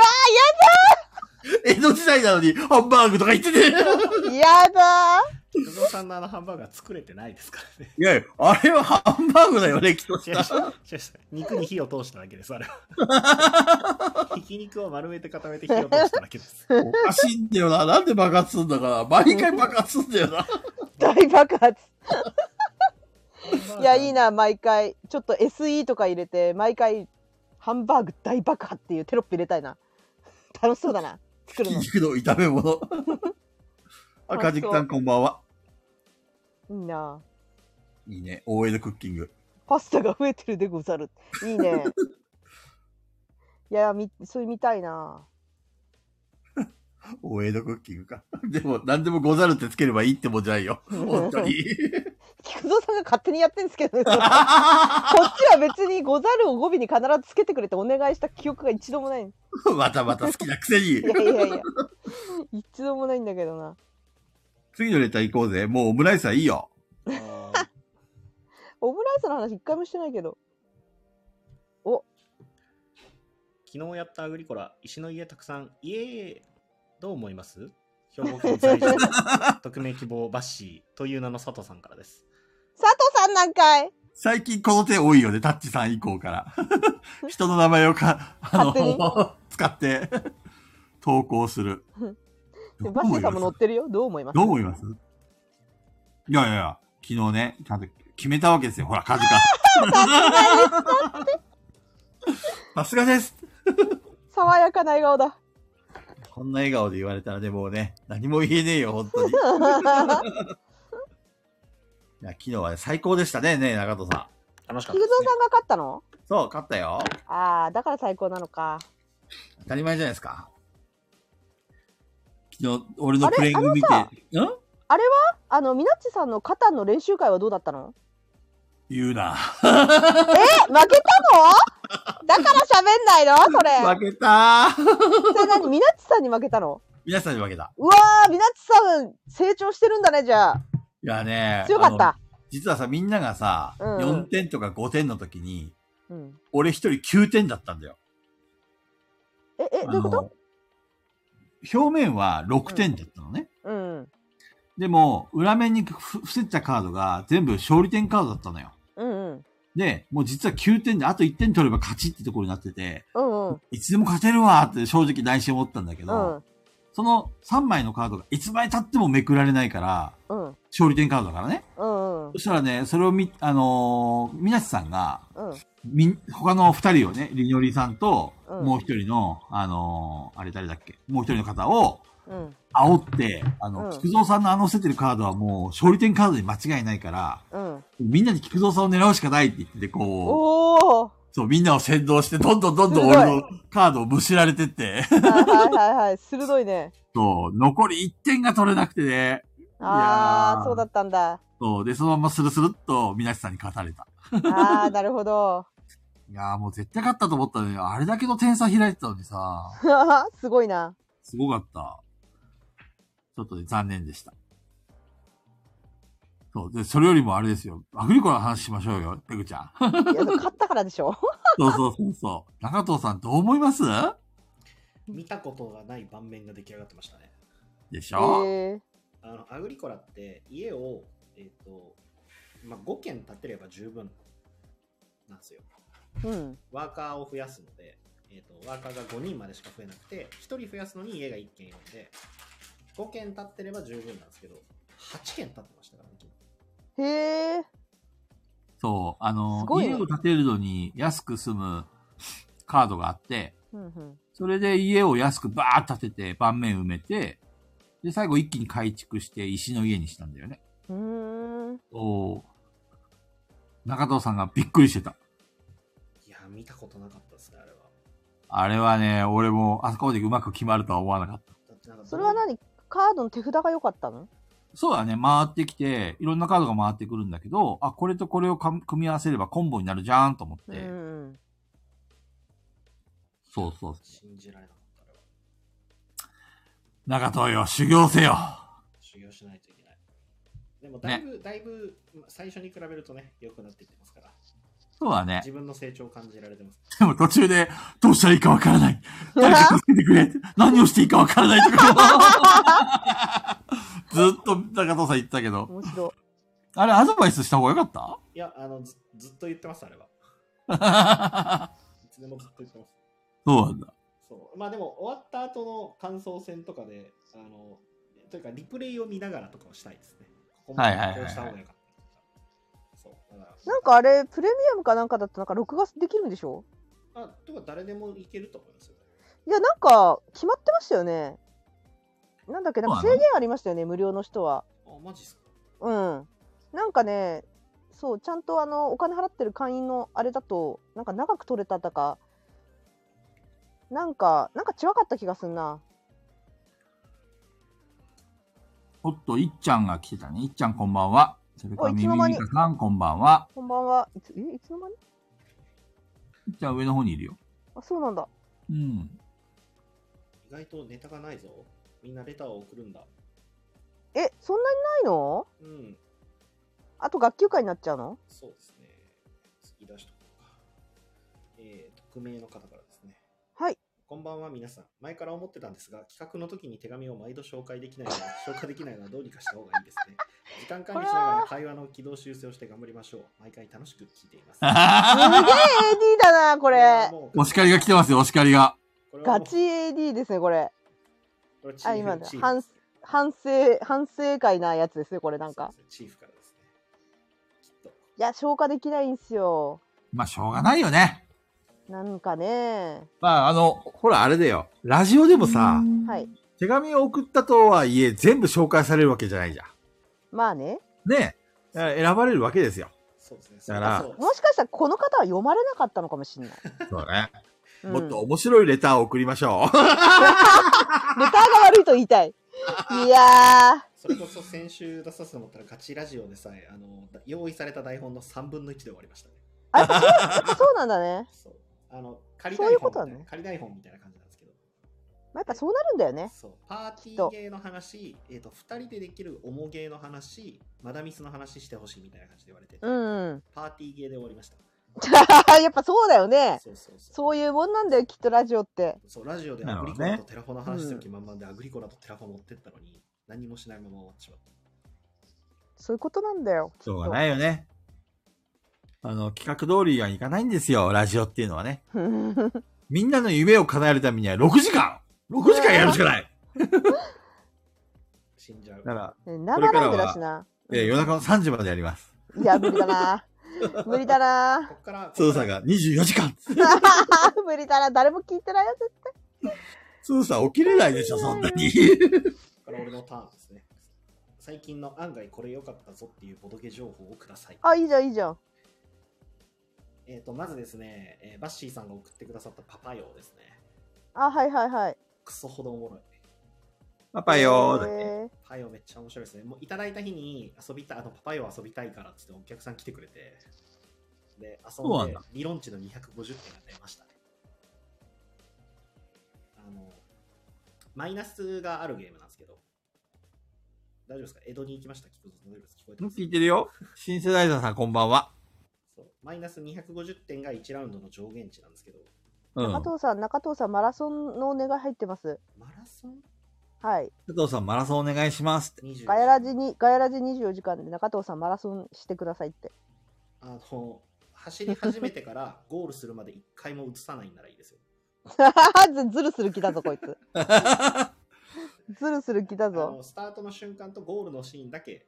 Speaker 2: 江戸時代なのにハンバーグとか言ってて。
Speaker 3: ーやだー
Speaker 1: 菊蔵さんのあのハンバーガー作れてないですからね。
Speaker 2: いやいや、あれはハンバーグだよね、きっと
Speaker 1: 違う違う違う違う肉に火を通しただけです、あれは。 ひき肉を丸めて固めて火を通しただけです。
Speaker 2: おかしいんだよな。なんで爆発するんだから。毎回爆発するんだよな。
Speaker 3: 大爆発
Speaker 1: ハンバーガー
Speaker 3: いやいい。な毎回ちょっと SE とか入れて毎回ハンバーグ大爆破っていうテロップ入れたいな 楽しそうだな作るのい
Speaker 2: 肉の炒め 物。あ、かじきさんこんばんは。
Speaker 3: いな
Speaker 2: はいいね。OL クッキング。
Speaker 3: パスタが増えてるでござるいいねいやみそれ見たいな
Speaker 2: OL クッキングか。 でも、なんでもござるってつければいいってもんじゃない よ。本当に。
Speaker 3: 菊蔵さんが勝手にやってんですけ どねそれこっちは別にござるを語尾に必ずつけてくれってお願いした記憶が一度もないい
Speaker 2: またまた好きなくせに。
Speaker 3: やいやいや一度もないんだけどな
Speaker 2: 次のレター行こうぜ。もうオムライスはいいよ。
Speaker 1: あー
Speaker 3: オムライスの話一回もしてないけど
Speaker 1: 昨日やったアグリコラ、石の家たくさん、イエーイどう思います兵庫県在住、匿名希望バッシーという名の佐藤さんからです。
Speaker 3: 佐藤さんなんかい
Speaker 2: 最近この手多いよね。タッチさん以降 から。人の名前をか、あ
Speaker 3: 勝手に
Speaker 2: の、使って、投稿する。
Speaker 3: でバッシーさんも乗ってるよどう思います
Speaker 2: どう思いますいやいやいや、昨日ね、ちゃんと決めたわけですよ。ほら、カズカ。さすがです。
Speaker 3: 爽やかな笑顔だ。
Speaker 2: こんな笑顔で言われたらね、もうね、何も言えねえよ、本 当に。いや、昨日はね、最高でしたね、ね、中戸さ
Speaker 1: 楽しかったで
Speaker 3: 菊蔵
Speaker 1: す、ね
Speaker 3: さんが勝ったの
Speaker 2: ん。そう、勝ったよ。
Speaker 3: ああ、だから最高なのか。
Speaker 2: 当たり前じゃないですか。昨日、俺のプレイング見て、
Speaker 3: あ
Speaker 2: ん
Speaker 3: あのさあの、みなっちさんの肩の練習会はどうだったの
Speaker 2: 言うな。
Speaker 3: え負けたのだから喋んないのそれ。
Speaker 2: 負けた ー。
Speaker 3: それ何みなっちさんに負けたの
Speaker 2: 皆さんに負けた。
Speaker 3: うわー、みなっちさん成長してるんだね、じゃあ。
Speaker 2: いやね。
Speaker 3: 強かっ
Speaker 2: あの。
Speaker 3: た。
Speaker 2: 実はさ、みんながさ、
Speaker 3: うん
Speaker 2: 4点とか5点の時に、
Speaker 3: うん、
Speaker 2: 俺一人9点だったんだよ。
Speaker 3: え、え、どういうこと
Speaker 2: あの表面は6点だったのね。
Speaker 3: うん。
Speaker 2: でも、裏面にふ伏せてたカードが全部勝利点カードだったのよ。
Speaker 3: うんうん。
Speaker 2: で、もう実は9点であと1点取れば勝ちってところになってて、
Speaker 3: うんうん。
Speaker 2: いつでも勝てるわーって正直内心思ったんだけ
Speaker 3: う
Speaker 2: ど、
Speaker 3: ん。
Speaker 2: その3枚のカードがいつまで経ってもめくられないから、
Speaker 3: うん。
Speaker 2: 勝利点カードだからね。
Speaker 3: うん。うん
Speaker 2: そ。したらね、それをみ、あのー、みなしさんが、
Speaker 3: うん。
Speaker 2: み、他の二人をね、りのりさんと、
Speaker 3: うん
Speaker 2: もう一人の、あのーあれ誰だっけ、もう一人の方を、
Speaker 3: うん。
Speaker 2: 煽って、あの、
Speaker 3: うん
Speaker 2: 菊蔵さんのあの捨ててるカードはもう、勝利点カードに間違いないから、
Speaker 3: うん。
Speaker 2: みんなに菊蔵さんを狙うしかないって言ってて、こう、
Speaker 3: おー。
Speaker 2: そう、みんなを先導して、どんどんどんどん
Speaker 3: すごい
Speaker 2: 俺のカードをむしられてって、
Speaker 3: はいはいはいはい。鋭いね。
Speaker 2: そう、残り1点が取れなくてね、いやー
Speaker 3: ああ、そうだったんだ。
Speaker 2: そう、で、そのままスルスルっと、みなしさんに勝たれた。
Speaker 3: ああ、なるほど。
Speaker 2: いやーもう絶対勝ったと思ったのに、あれだけの点差開いてたのにさ、
Speaker 3: すごいな。
Speaker 2: すごかった。ちょっとね、残念でした。そう。で、それよりもあれですよ。アフリコの話しましょうよ、ペグちゃん。
Speaker 3: い や、勝ったからでしょ。
Speaker 2: そうそうそうそう。 中藤さんどう思います
Speaker 4: 見たことがない盤面が出来上がってましたね。
Speaker 2: でし
Speaker 3: え
Speaker 2: ょ、
Speaker 3: ー、
Speaker 4: あのアグリコラって家を、えーとまあ、5軒建てれば十分なんですよ。
Speaker 3: うん。
Speaker 4: ワーカーを増やすので、えー、とワーカーが5人までしか増えなくて1人増やすのに家が1軒4で5軒建ってれば十分なんですけど8軒建ってましたからね昨
Speaker 3: へえ。
Speaker 2: そう。あの
Speaker 3: す、ごいね
Speaker 2: 家を建てるのに安く済むカードがあって、
Speaker 3: うんうん。
Speaker 2: それで家を安くバーッと建てて、盤面埋めて、で、最後一気に改築して石の家にしたんだよね。
Speaker 3: うーん。
Speaker 2: おー中藤さんがびっくりしてた。
Speaker 4: 日いや見たことなかったですねあれは
Speaker 2: あれはね、俺もあそこまでうまく決まるとは思わなかった。
Speaker 4: だってなんか
Speaker 3: それは何カードの手札が良かったの
Speaker 2: そうだね、回ってきて、いろんなカードが回ってくるんだけど、あ、これとこれをか組み合わせればコンボになるじゃんと思っ
Speaker 3: う
Speaker 2: て。
Speaker 3: ん。
Speaker 2: そうそう。
Speaker 4: 信じられなかったあれは
Speaker 2: 中藤よ、修行せよ。
Speaker 4: 修行しないといけないでもだいぶ、だいぶまあ最初に比べるとね良くなってきてますから
Speaker 2: そうだね
Speaker 4: 自。分の成長を感じられてます
Speaker 2: でも途中で、どうしたらいいかわからない。誰か助けてくれ。何をしていいかわからないと か。ずっと中藤さん言ってたけど。
Speaker 3: 面白
Speaker 2: あれ、アドバイスした方がよか っ
Speaker 4: いやあのずずっと言ってますあれは
Speaker 2: た
Speaker 4: いつでもずっと言ってます
Speaker 2: そうなんだ。
Speaker 4: そうまあでも終わった後の感想戦とかであのというかリプレイを見ながらとかをしたいですねここま
Speaker 2: はいはいはいはい
Speaker 4: でこうした方がよかったそうだから
Speaker 3: い。なんかあれ、プレミアムかなんかだとなんか録画できるんでしょ
Speaker 4: あとか誰でもいけると思いますよ
Speaker 3: いや、なんか決まってましたよね。なんだっけ、なんか
Speaker 2: そう
Speaker 3: 制
Speaker 2: なの
Speaker 3: 限ありましたよね、無料の人は。
Speaker 4: あマジっすか
Speaker 3: うん。なんかね、そう、ちゃんとあの、お金払ってる会員のあれだと、なんか長く取れたとか、なんか、なんか違かった気がすんな。
Speaker 2: おっと、いっちゃんが来てたね。いっちゃんこんばんは。それから、
Speaker 3: おい
Speaker 2: み
Speaker 3: つの
Speaker 2: み
Speaker 3: 間
Speaker 2: み
Speaker 3: に
Speaker 2: かさんこんばんは。
Speaker 3: こんばんは。いつ、え、いつの間に
Speaker 2: いっちゃん上の方にいるよ。
Speaker 3: あ、そうなんだ。
Speaker 2: うん。
Speaker 4: 意外とネタがないぞみんなレターを送るんだ
Speaker 3: え、そんなにないの
Speaker 4: うん
Speaker 3: あと学級会になっちゃうの
Speaker 4: そうですね突き出しとこうかえー、匿名の方からですね
Speaker 3: はい。
Speaker 4: こんばんは皆さん前から思ってたんですが企画の時に手紙を毎度紹介できないのは 消化できないのはどうにかした方がいいですね時間管理しながら会話の軌道修正をして頑張りましょう毎回楽しく聞いてい ます
Speaker 3: すげえ AD だな、こ
Speaker 4: こ
Speaker 3: れ。
Speaker 2: お叱りが来てますよ、お叱りが。
Speaker 3: ガチ AD ですね、これ。あ今だ反
Speaker 4: 省
Speaker 3: 反省、反省会なやつですね、これなんか。
Speaker 4: チーフからですねきっと
Speaker 3: いや、消化できないんすよ。
Speaker 2: まあ、しょうがないよね。
Speaker 3: なんかね。
Speaker 2: まあ、あの、ほら、あれだよ。ラジオでもさ、
Speaker 3: はい。
Speaker 2: 手紙を送ったとはいえ、全部紹介されるわけじゃないじゃ
Speaker 3: まあね。
Speaker 2: ん。ねえ。だから選ばれるわけですよ。
Speaker 4: そうですね
Speaker 2: だから
Speaker 4: そう
Speaker 3: もしかしたらこの方は読まれなかったのかもしれない。
Speaker 2: そうね。
Speaker 3: うん
Speaker 2: もっと面白いレターを送りましょう。
Speaker 3: ネタが悪いと言いたい。いや
Speaker 4: それこそ先週出させてもらったらガチラジオでさえあの用意された台本の3分の1で終わりましたね
Speaker 3: あやっぱそうやっぱそう なんだね。
Speaker 4: そうあの仮
Speaker 3: そうい
Speaker 4: 台
Speaker 3: うこ
Speaker 4: 本
Speaker 3: とだ
Speaker 4: みたいな
Speaker 3: ね
Speaker 4: 仮台本みたいな感じなんですけど
Speaker 3: まあ、やっぱそうなるんだよね。
Speaker 4: そうパーティ
Speaker 3: きっ
Speaker 4: ー
Speaker 3: と
Speaker 4: 芸の話、えー、と2人でできるおも芸の話マダミスの話してほしいみたいな感じで言われて、
Speaker 3: うんうん。
Speaker 4: パーティー芸で終わりました
Speaker 3: やっぱそうだよね。
Speaker 4: そうそうそう
Speaker 3: そういうもんなんだよ、きっとラジオって。
Speaker 4: そうラジオで
Speaker 2: な
Speaker 4: ア
Speaker 2: る
Speaker 4: グ
Speaker 2: ほ
Speaker 4: リコ
Speaker 2: どね
Speaker 4: ラとテラフォの話する気満々で、アグリコラとテラフォ持ってったのに何もしないまま終わってしまった
Speaker 3: そういうことなんだよ。
Speaker 2: しょうがないよね。あの、企画通りはいかないんですよ、ラジオっていうのはね。みんなの夢を叶えるためには6時間 !6 時間やるしか ない
Speaker 4: 死んじゃう
Speaker 2: だから、
Speaker 3: ね生ライブだしな。
Speaker 2: えー夜中の3時までやります。
Speaker 3: いや、無理 だな。無理だな。
Speaker 4: こっから
Speaker 2: つーさんが24時間
Speaker 3: 無理だな。誰も聞いてないやつ。
Speaker 2: つーさん起きれないでしょ、そんなに。
Speaker 4: これ俺のターンですね。最近の案外これ良かったぞっていうボドゲ情報をください。
Speaker 3: あ、いいじゃん、いいじゃん。
Speaker 4: えっ、と、まずですね、えーバッシーさんが送ってくださったパパ用ですね。
Speaker 3: あ、はいはいはい。
Speaker 4: クソほどおもろい。
Speaker 2: パパよーだって。
Speaker 3: え
Speaker 4: パパ用めっちゃ面白いですね。もういただいた日に遊びたい、あの、パパ用遊びたいからっつってお客さん来てくれて、で、遊
Speaker 2: そうなんん
Speaker 4: で
Speaker 2: だ、
Speaker 4: 理論値の250点が出ましたね。あの、マイナスがあるゲームなんですけど、大丈夫ですか江戸に行きました聞こえてます聞こえてます
Speaker 2: 聞いてるよ。シンセサイザーさんこんばんは。
Speaker 4: そうマイナス250点が1ラウンドの上限値なんですけど、
Speaker 2: う
Speaker 3: ー
Speaker 2: ん。
Speaker 3: 中藤さん、中藤さん、マラソンのお願い入ってます。
Speaker 4: マラソン
Speaker 3: はい。
Speaker 2: 加藤さんマラソンお願いしますって。
Speaker 4: 20
Speaker 3: ガヤラジに、ガヤラジ24時間で中藤さんマラソンしてくださいって。
Speaker 4: あの走り始めてからゴールするまで1回も映さないんならいいですよ。
Speaker 3: ずずるする気だぞ、こ いつ。ずるする気だ
Speaker 4: あ
Speaker 3: ぞ。
Speaker 4: のスタートの瞬間とゴールのシーンだけ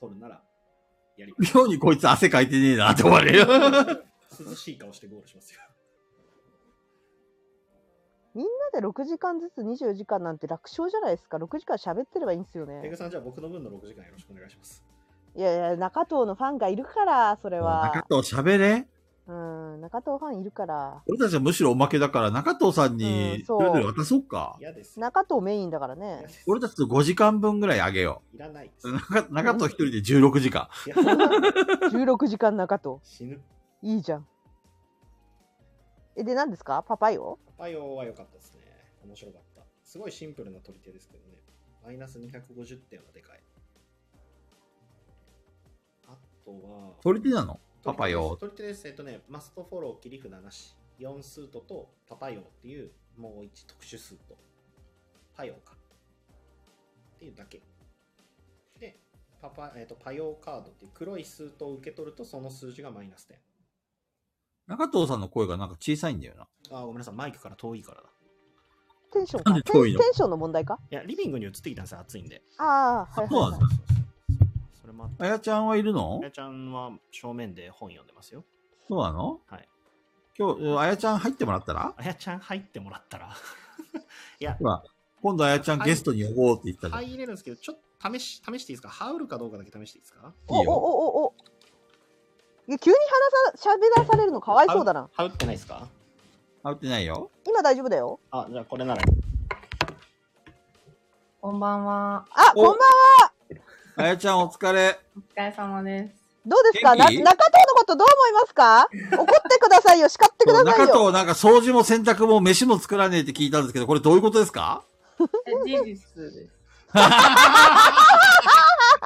Speaker 4: 撮るならや ります。
Speaker 2: 妙にこいつ汗かいてねえなって思われる。
Speaker 4: 涼しい顔してゴールしますよ。
Speaker 3: みんなで6時間ずつ24時間なんて楽勝じゃないですか。6時間喋ってればいいんですよ
Speaker 4: ペグ
Speaker 3: ね。
Speaker 4: さん、じゃあ僕の分の6時間よろしくお願いします。
Speaker 3: いやいや、中藤のファンがいるから、それ
Speaker 2: 中
Speaker 3: は。
Speaker 2: 藤喋れ
Speaker 3: うん、中藤ファンいるから。
Speaker 2: 俺たちはむしろおまけだから中藤さん
Speaker 3: うん
Speaker 2: にそ
Speaker 3: そ
Speaker 2: うれぞれ渡そうか。
Speaker 4: 嫌です。
Speaker 3: 中藤メインだからね
Speaker 4: 嫌で。す
Speaker 2: 俺たちと5時間分ぐらいあげよ
Speaker 4: いらないです。
Speaker 2: う。中中藤一人で16時間。
Speaker 4: いや
Speaker 3: 16時間中藤。
Speaker 4: 死ぬ。
Speaker 3: いいじゃん。え、で、何ですかパパイオ
Speaker 4: パパ用は良かったですね。面白かった。すごいシンプルな取り手ですけどね。マイナス250点はでかい。あとは、
Speaker 2: 取り手なのパパよ
Speaker 4: 取り手です。えっとね、マストフォロー切り札なし。4スートとパパ用っていう、もう1特殊スート。パ用か。っていうだけ。で、パパ、えっと、パ用カードっていう黒いスートを受け取ると、その数字がマイナス点。
Speaker 2: 中藤さんの声がなんか小さいんだよな。
Speaker 4: あー、ごめんなさい。マイクから遠いからだ。
Speaker 3: テンション
Speaker 2: な
Speaker 3: か。
Speaker 2: んで
Speaker 3: テン
Speaker 2: 遠
Speaker 3: テ
Speaker 2: い
Speaker 3: ン
Speaker 2: の
Speaker 3: ションの問題か
Speaker 4: いや、リビングに移ってきたんですよ。暑いんで。
Speaker 3: ああ、はい
Speaker 2: そう
Speaker 3: はい、
Speaker 2: なん
Speaker 3: はい
Speaker 2: だ。
Speaker 4: それもあって
Speaker 2: あやちゃんはいるの
Speaker 4: あやちゃんは正面で本読んでますよ。
Speaker 2: そうなの
Speaker 4: はい。
Speaker 2: 今日、あやちゃん入ってもらったら
Speaker 4: あやちゃん入ってもらったらいや、
Speaker 2: ほら、今度あやちゃんゲストに呼ぼうって言ったじゃん。
Speaker 4: 入れるんですけど、ちょっと試し、試していいですか羽織るかどうかだけ試していいですか
Speaker 3: お
Speaker 2: いいよ
Speaker 3: おおおおいや急に話さ喋らされるのかわいそうだな
Speaker 4: 羽織ってないですか
Speaker 2: 会ってないよ。
Speaker 3: 今大丈夫だよ
Speaker 4: あ、じゃあこれ なら。
Speaker 5: こんばんは。
Speaker 3: あ
Speaker 2: お
Speaker 3: こんばんは
Speaker 2: あやちゃんお疲れ。
Speaker 5: お疲れ様です。
Speaker 3: どうですかな
Speaker 2: 元気
Speaker 3: 中藤のことどう思いますか怒ってくださいよ叱ってくだ
Speaker 2: 中
Speaker 3: さいよ
Speaker 2: 藤なんか掃除も洗濯も飯も作らねえって聞いたんですけど、これどういうことですか
Speaker 5: え事実です。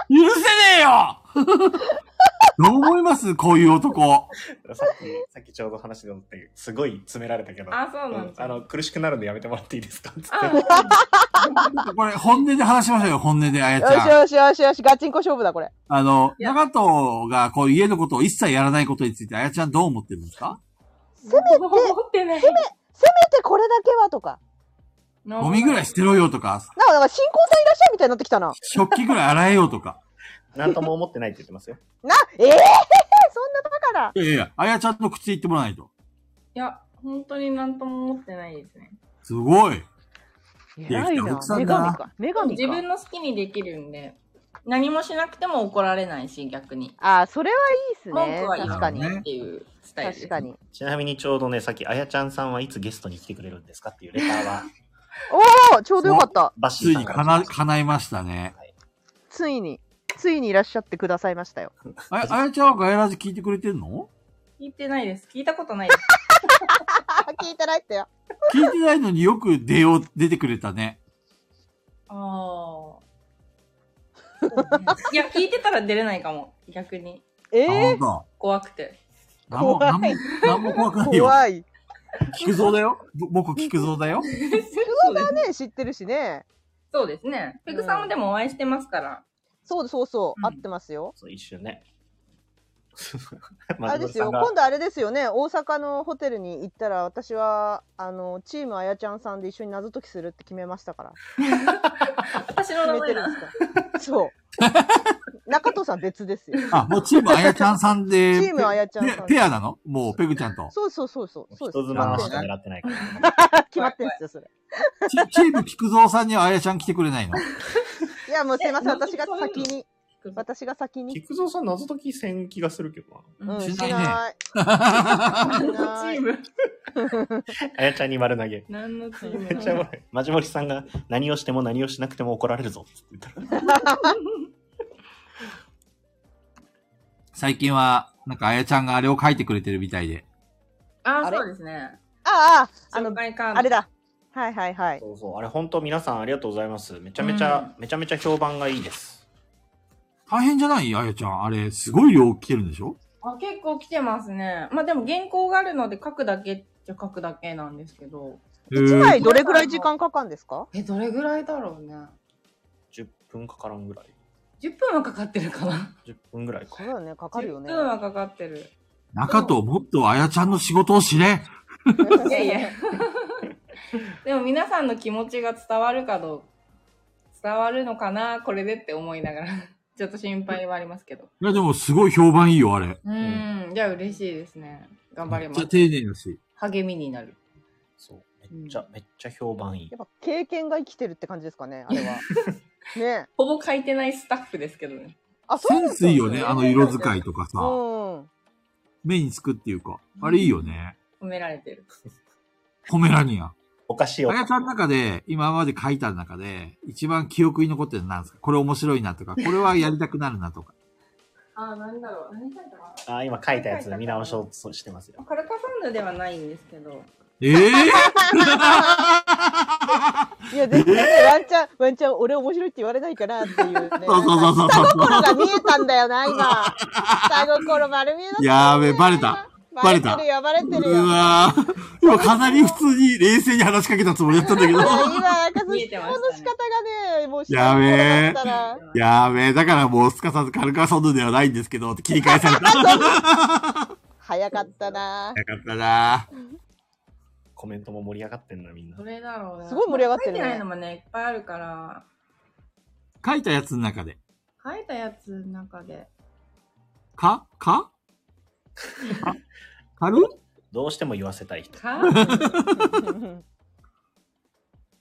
Speaker 2: 許せねえよ どう思いますこういう男。
Speaker 4: さっき、さっきちょうど話で思って、すごい詰められたけど
Speaker 5: あ、そうなんです。
Speaker 4: あの、苦しくなるんでやめてもらっていいですかつ
Speaker 5: あ、
Speaker 4: って。
Speaker 2: これ本音で話しましょうよ、本音であやち
Speaker 3: よし
Speaker 2: ゃん。
Speaker 3: よしよしよしガチンコ勝負だこれ
Speaker 2: あの、
Speaker 5: いや
Speaker 2: 中藤がこう家のことを一切やらないことについてあやちゃんどう思ってるんですか
Speaker 3: せめて
Speaker 5: 僕思ってない。せめ
Speaker 3: せめてこれだけはとか
Speaker 2: ゴミぐらい捨てろよとか、
Speaker 3: なんかなんか新婚さんいらっしゃいみたいになってきたな
Speaker 2: 食器ぐらい洗えよとか。
Speaker 4: なんとも思ってないって言ってますよ。
Speaker 3: なええそんなバカない
Speaker 2: やいやいや、あやちゃんの口で言ってもらわないと。
Speaker 5: いや、本当になんとも思ってないですね。
Speaker 2: すごい。
Speaker 3: 偉い
Speaker 2: いや
Speaker 3: な
Speaker 2: 奥さん
Speaker 3: 女神
Speaker 2: だ
Speaker 3: か女神
Speaker 5: 自
Speaker 3: か
Speaker 5: 分の好きにできるんで、何もしなくても怒られないし、逆に。
Speaker 3: あーそれはいいっす
Speaker 5: 文句
Speaker 3: ね
Speaker 5: は言
Speaker 3: 確
Speaker 5: わ
Speaker 3: か
Speaker 5: な
Speaker 3: に、
Speaker 5: いっていうスタイルです。
Speaker 3: 確かに
Speaker 4: ちなみにちょうどね、さっき、あやちゃんさんはいつゲストに来てくれるんですかっていうレターは、
Speaker 3: おおちょうどよかった
Speaker 4: バッ
Speaker 2: つ
Speaker 4: シー
Speaker 2: い
Speaker 4: さん
Speaker 2: に
Speaker 4: か
Speaker 2: かな、
Speaker 4: ら。
Speaker 2: 叶いましたね。
Speaker 3: ついに、ついにいらっしゃってくださいま したよ。
Speaker 2: あやあやちゃんはガヤラジ聞いてくれてんの
Speaker 5: 聞いてないです。聞いたことないです。
Speaker 3: 聞いてないってよ。
Speaker 2: 聞いてないのによく出よう、出てくれたね。
Speaker 5: ああ。 そうねいや、聞いてたら出れないかも。逆に。
Speaker 3: え
Speaker 2: あ、
Speaker 3: え
Speaker 2: ほんと。
Speaker 5: 怖く て。
Speaker 2: なんも、
Speaker 3: 怖い
Speaker 2: なんも、なんも怖くないよ。
Speaker 3: 怖い。
Speaker 2: 聞くぞだよ。ぼ僕聞くぞだよ。
Speaker 3: 久保がね、知ってるしね。
Speaker 5: そうですね。ペグさんもでもお会いしてますから。
Speaker 3: そうそうそう、
Speaker 5: うん
Speaker 3: 合ってますよ。
Speaker 4: そう一瞬ね。
Speaker 3: あ
Speaker 4: 松
Speaker 3: れ
Speaker 4: 本
Speaker 3: です
Speaker 4: さ
Speaker 3: よ、
Speaker 4: んが
Speaker 3: 今度あれですよね、大阪のホテルに行ったら、私は、あの、チームあやちゃんさんで一緒に謎解きするって決めましたから。
Speaker 5: 私の
Speaker 3: 決
Speaker 5: 名
Speaker 3: めてる
Speaker 5: 前だ
Speaker 3: ん。ですかそう。 中藤さん別ですよ。
Speaker 2: あ、もうチームあやちゃんさんで。
Speaker 3: チームあやちゃんさん
Speaker 2: ペペペアなのもうペグちゃんと。
Speaker 3: そうそうそうそう。そうです
Speaker 4: 人妻のしか
Speaker 3: 決
Speaker 4: 狙ってないから。
Speaker 3: まってんですよ、それ。
Speaker 2: チチーム菊蔵さんにはあやちゃん来てくれないの
Speaker 3: いや、もうすいません、
Speaker 5: え
Speaker 3: 私が先に。私が先に。
Speaker 4: 菊蔵さん謎解きせん気がするけどな。
Speaker 5: う
Speaker 3: うん、
Speaker 5: ん
Speaker 2: し
Speaker 3: し
Speaker 2: ないね
Speaker 3: ない。
Speaker 5: 何
Speaker 3: し
Speaker 5: のチ
Speaker 3: ない
Speaker 5: ー。ム
Speaker 4: あやちゃんに丸投げ。
Speaker 5: 何のチーム
Speaker 4: めっちゃおもろい。マジモリさんが何をしても何をしなくても怒られるぞって言ったら。
Speaker 2: 最近は、なんかあやちゃんがあれを書いてくれてるみたいで。
Speaker 5: あ
Speaker 3: あ
Speaker 5: あ、
Speaker 3: れ
Speaker 5: そうですね。
Speaker 3: ああ、あの
Speaker 5: 紹、介カード
Speaker 3: あれ。だ。はいはいはい。
Speaker 4: そうそう。あれ本当皆さんありがとうございます。めちゃめちゃ、めちゃめちゃ評判がいいです。
Speaker 2: 大変じゃないあやちゃん。あれ、すごい量来てるんでしょ
Speaker 5: あ、結構来てますね。まあでも原稿があるので書くだけっちゃ書くだけなんですけど。
Speaker 3: 一枚
Speaker 2: えー
Speaker 3: どれぐらい時間かかるんですか
Speaker 5: え、どれぐらいだろうね。
Speaker 4: 10分かからんぐらい。
Speaker 5: 10分はかかってるかな。
Speaker 4: 10分ぐらいか
Speaker 3: そ。うだよね、かかるよね
Speaker 5: 10。分はかかってる。
Speaker 2: 中ともっとあやちゃんの仕事を知れ。
Speaker 5: いや いや。でも皆さんの気持ちが伝わるかどう伝わるのかな、これでって思いながら。 ちょっと心配はありますけど。
Speaker 2: いや、でもすごい評判いいよ、あれ。
Speaker 5: うん。じゃあ嬉しいですね。頑張り
Speaker 2: めっ
Speaker 5: ま
Speaker 2: ちゃ
Speaker 5: す。
Speaker 2: 丁寧だし。
Speaker 5: 励みになる。
Speaker 4: そう。めっちゃ、めっちゃ評判いい
Speaker 3: や。っぱ経験が生きてるって感じですかね、あれ は。ねえ。
Speaker 5: ほぼ書いてないスタッフですけどね。
Speaker 3: あ、
Speaker 2: センスいいよね、
Speaker 3: そう
Speaker 2: あの色使いとか
Speaker 3: な
Speaker 2: さ。
Speaker 3: ん です
Speaker 2: 目につくっていうか。あれいいよね。
Speaker 5: 褒められてる。
Speaker 2: ポメラニアン。
Speaker 4: おかしいよ
Speaker 2: あ。やちゃんの中で、今まで書いた中で、一番記憶に残ってるのは何ですかこれ面白いなとか、これはやりたくなるなと か。
Speaker 5: ああ、なんだろう。何書いたか
Speaker 4: あ、今書いたやつ見直しをしてますよ。
Speaker 5: な。カルカサンドではないんですけど。
Speaker 2: ええ
Speaker 3: うん。いや、絶対ワンチャン、ワンチャン、俺面白いって言われないかなっていうね。
Speaker 2: そうそうそうそうそう。
Speaker 3: 心が見えたんだよな、今。下心丸見えだったんだよな
Speaker 2: やーべバレた。
Speaker 3: バレてるよ、バレてるよ。
Speaker 2: うわぁ。今かなり普通に冷静に話しかけたつもりだったんだけど
Speaker 3: い。や今、なんかその
Speaker 5: 見え
Speaker 3: 質
Speaker 5: て
Speaker 3: 問
Speaker 5: ま
Speaker 3: の
Speaker 5: したね
Speaker 3: 仕方がね、もう
Speaker 2: やべえ
Speaker 3: 下心だったら
Speaker 2: やーべえ、だからもうすかさずカルカソンドではないんですけど、って切り返さ れた。よか
Speaker 3: 早かった な。
Speaker 2: ったな
Speaker 4: コメントも盛り上がってんな、みんな
Speaker 5: ど。れだろうね。
Speaker 3: すごい盛り上がってるね
Speaker 5: 書いてないのもね、いっぱいあるから。
Speaker 2: 書いたやつの中で。
Speaker 5: 書いたやつの中で。
Speaker 2: か かかかる
Speaker 4: どうしても言わせたい人。
Speaker 5: か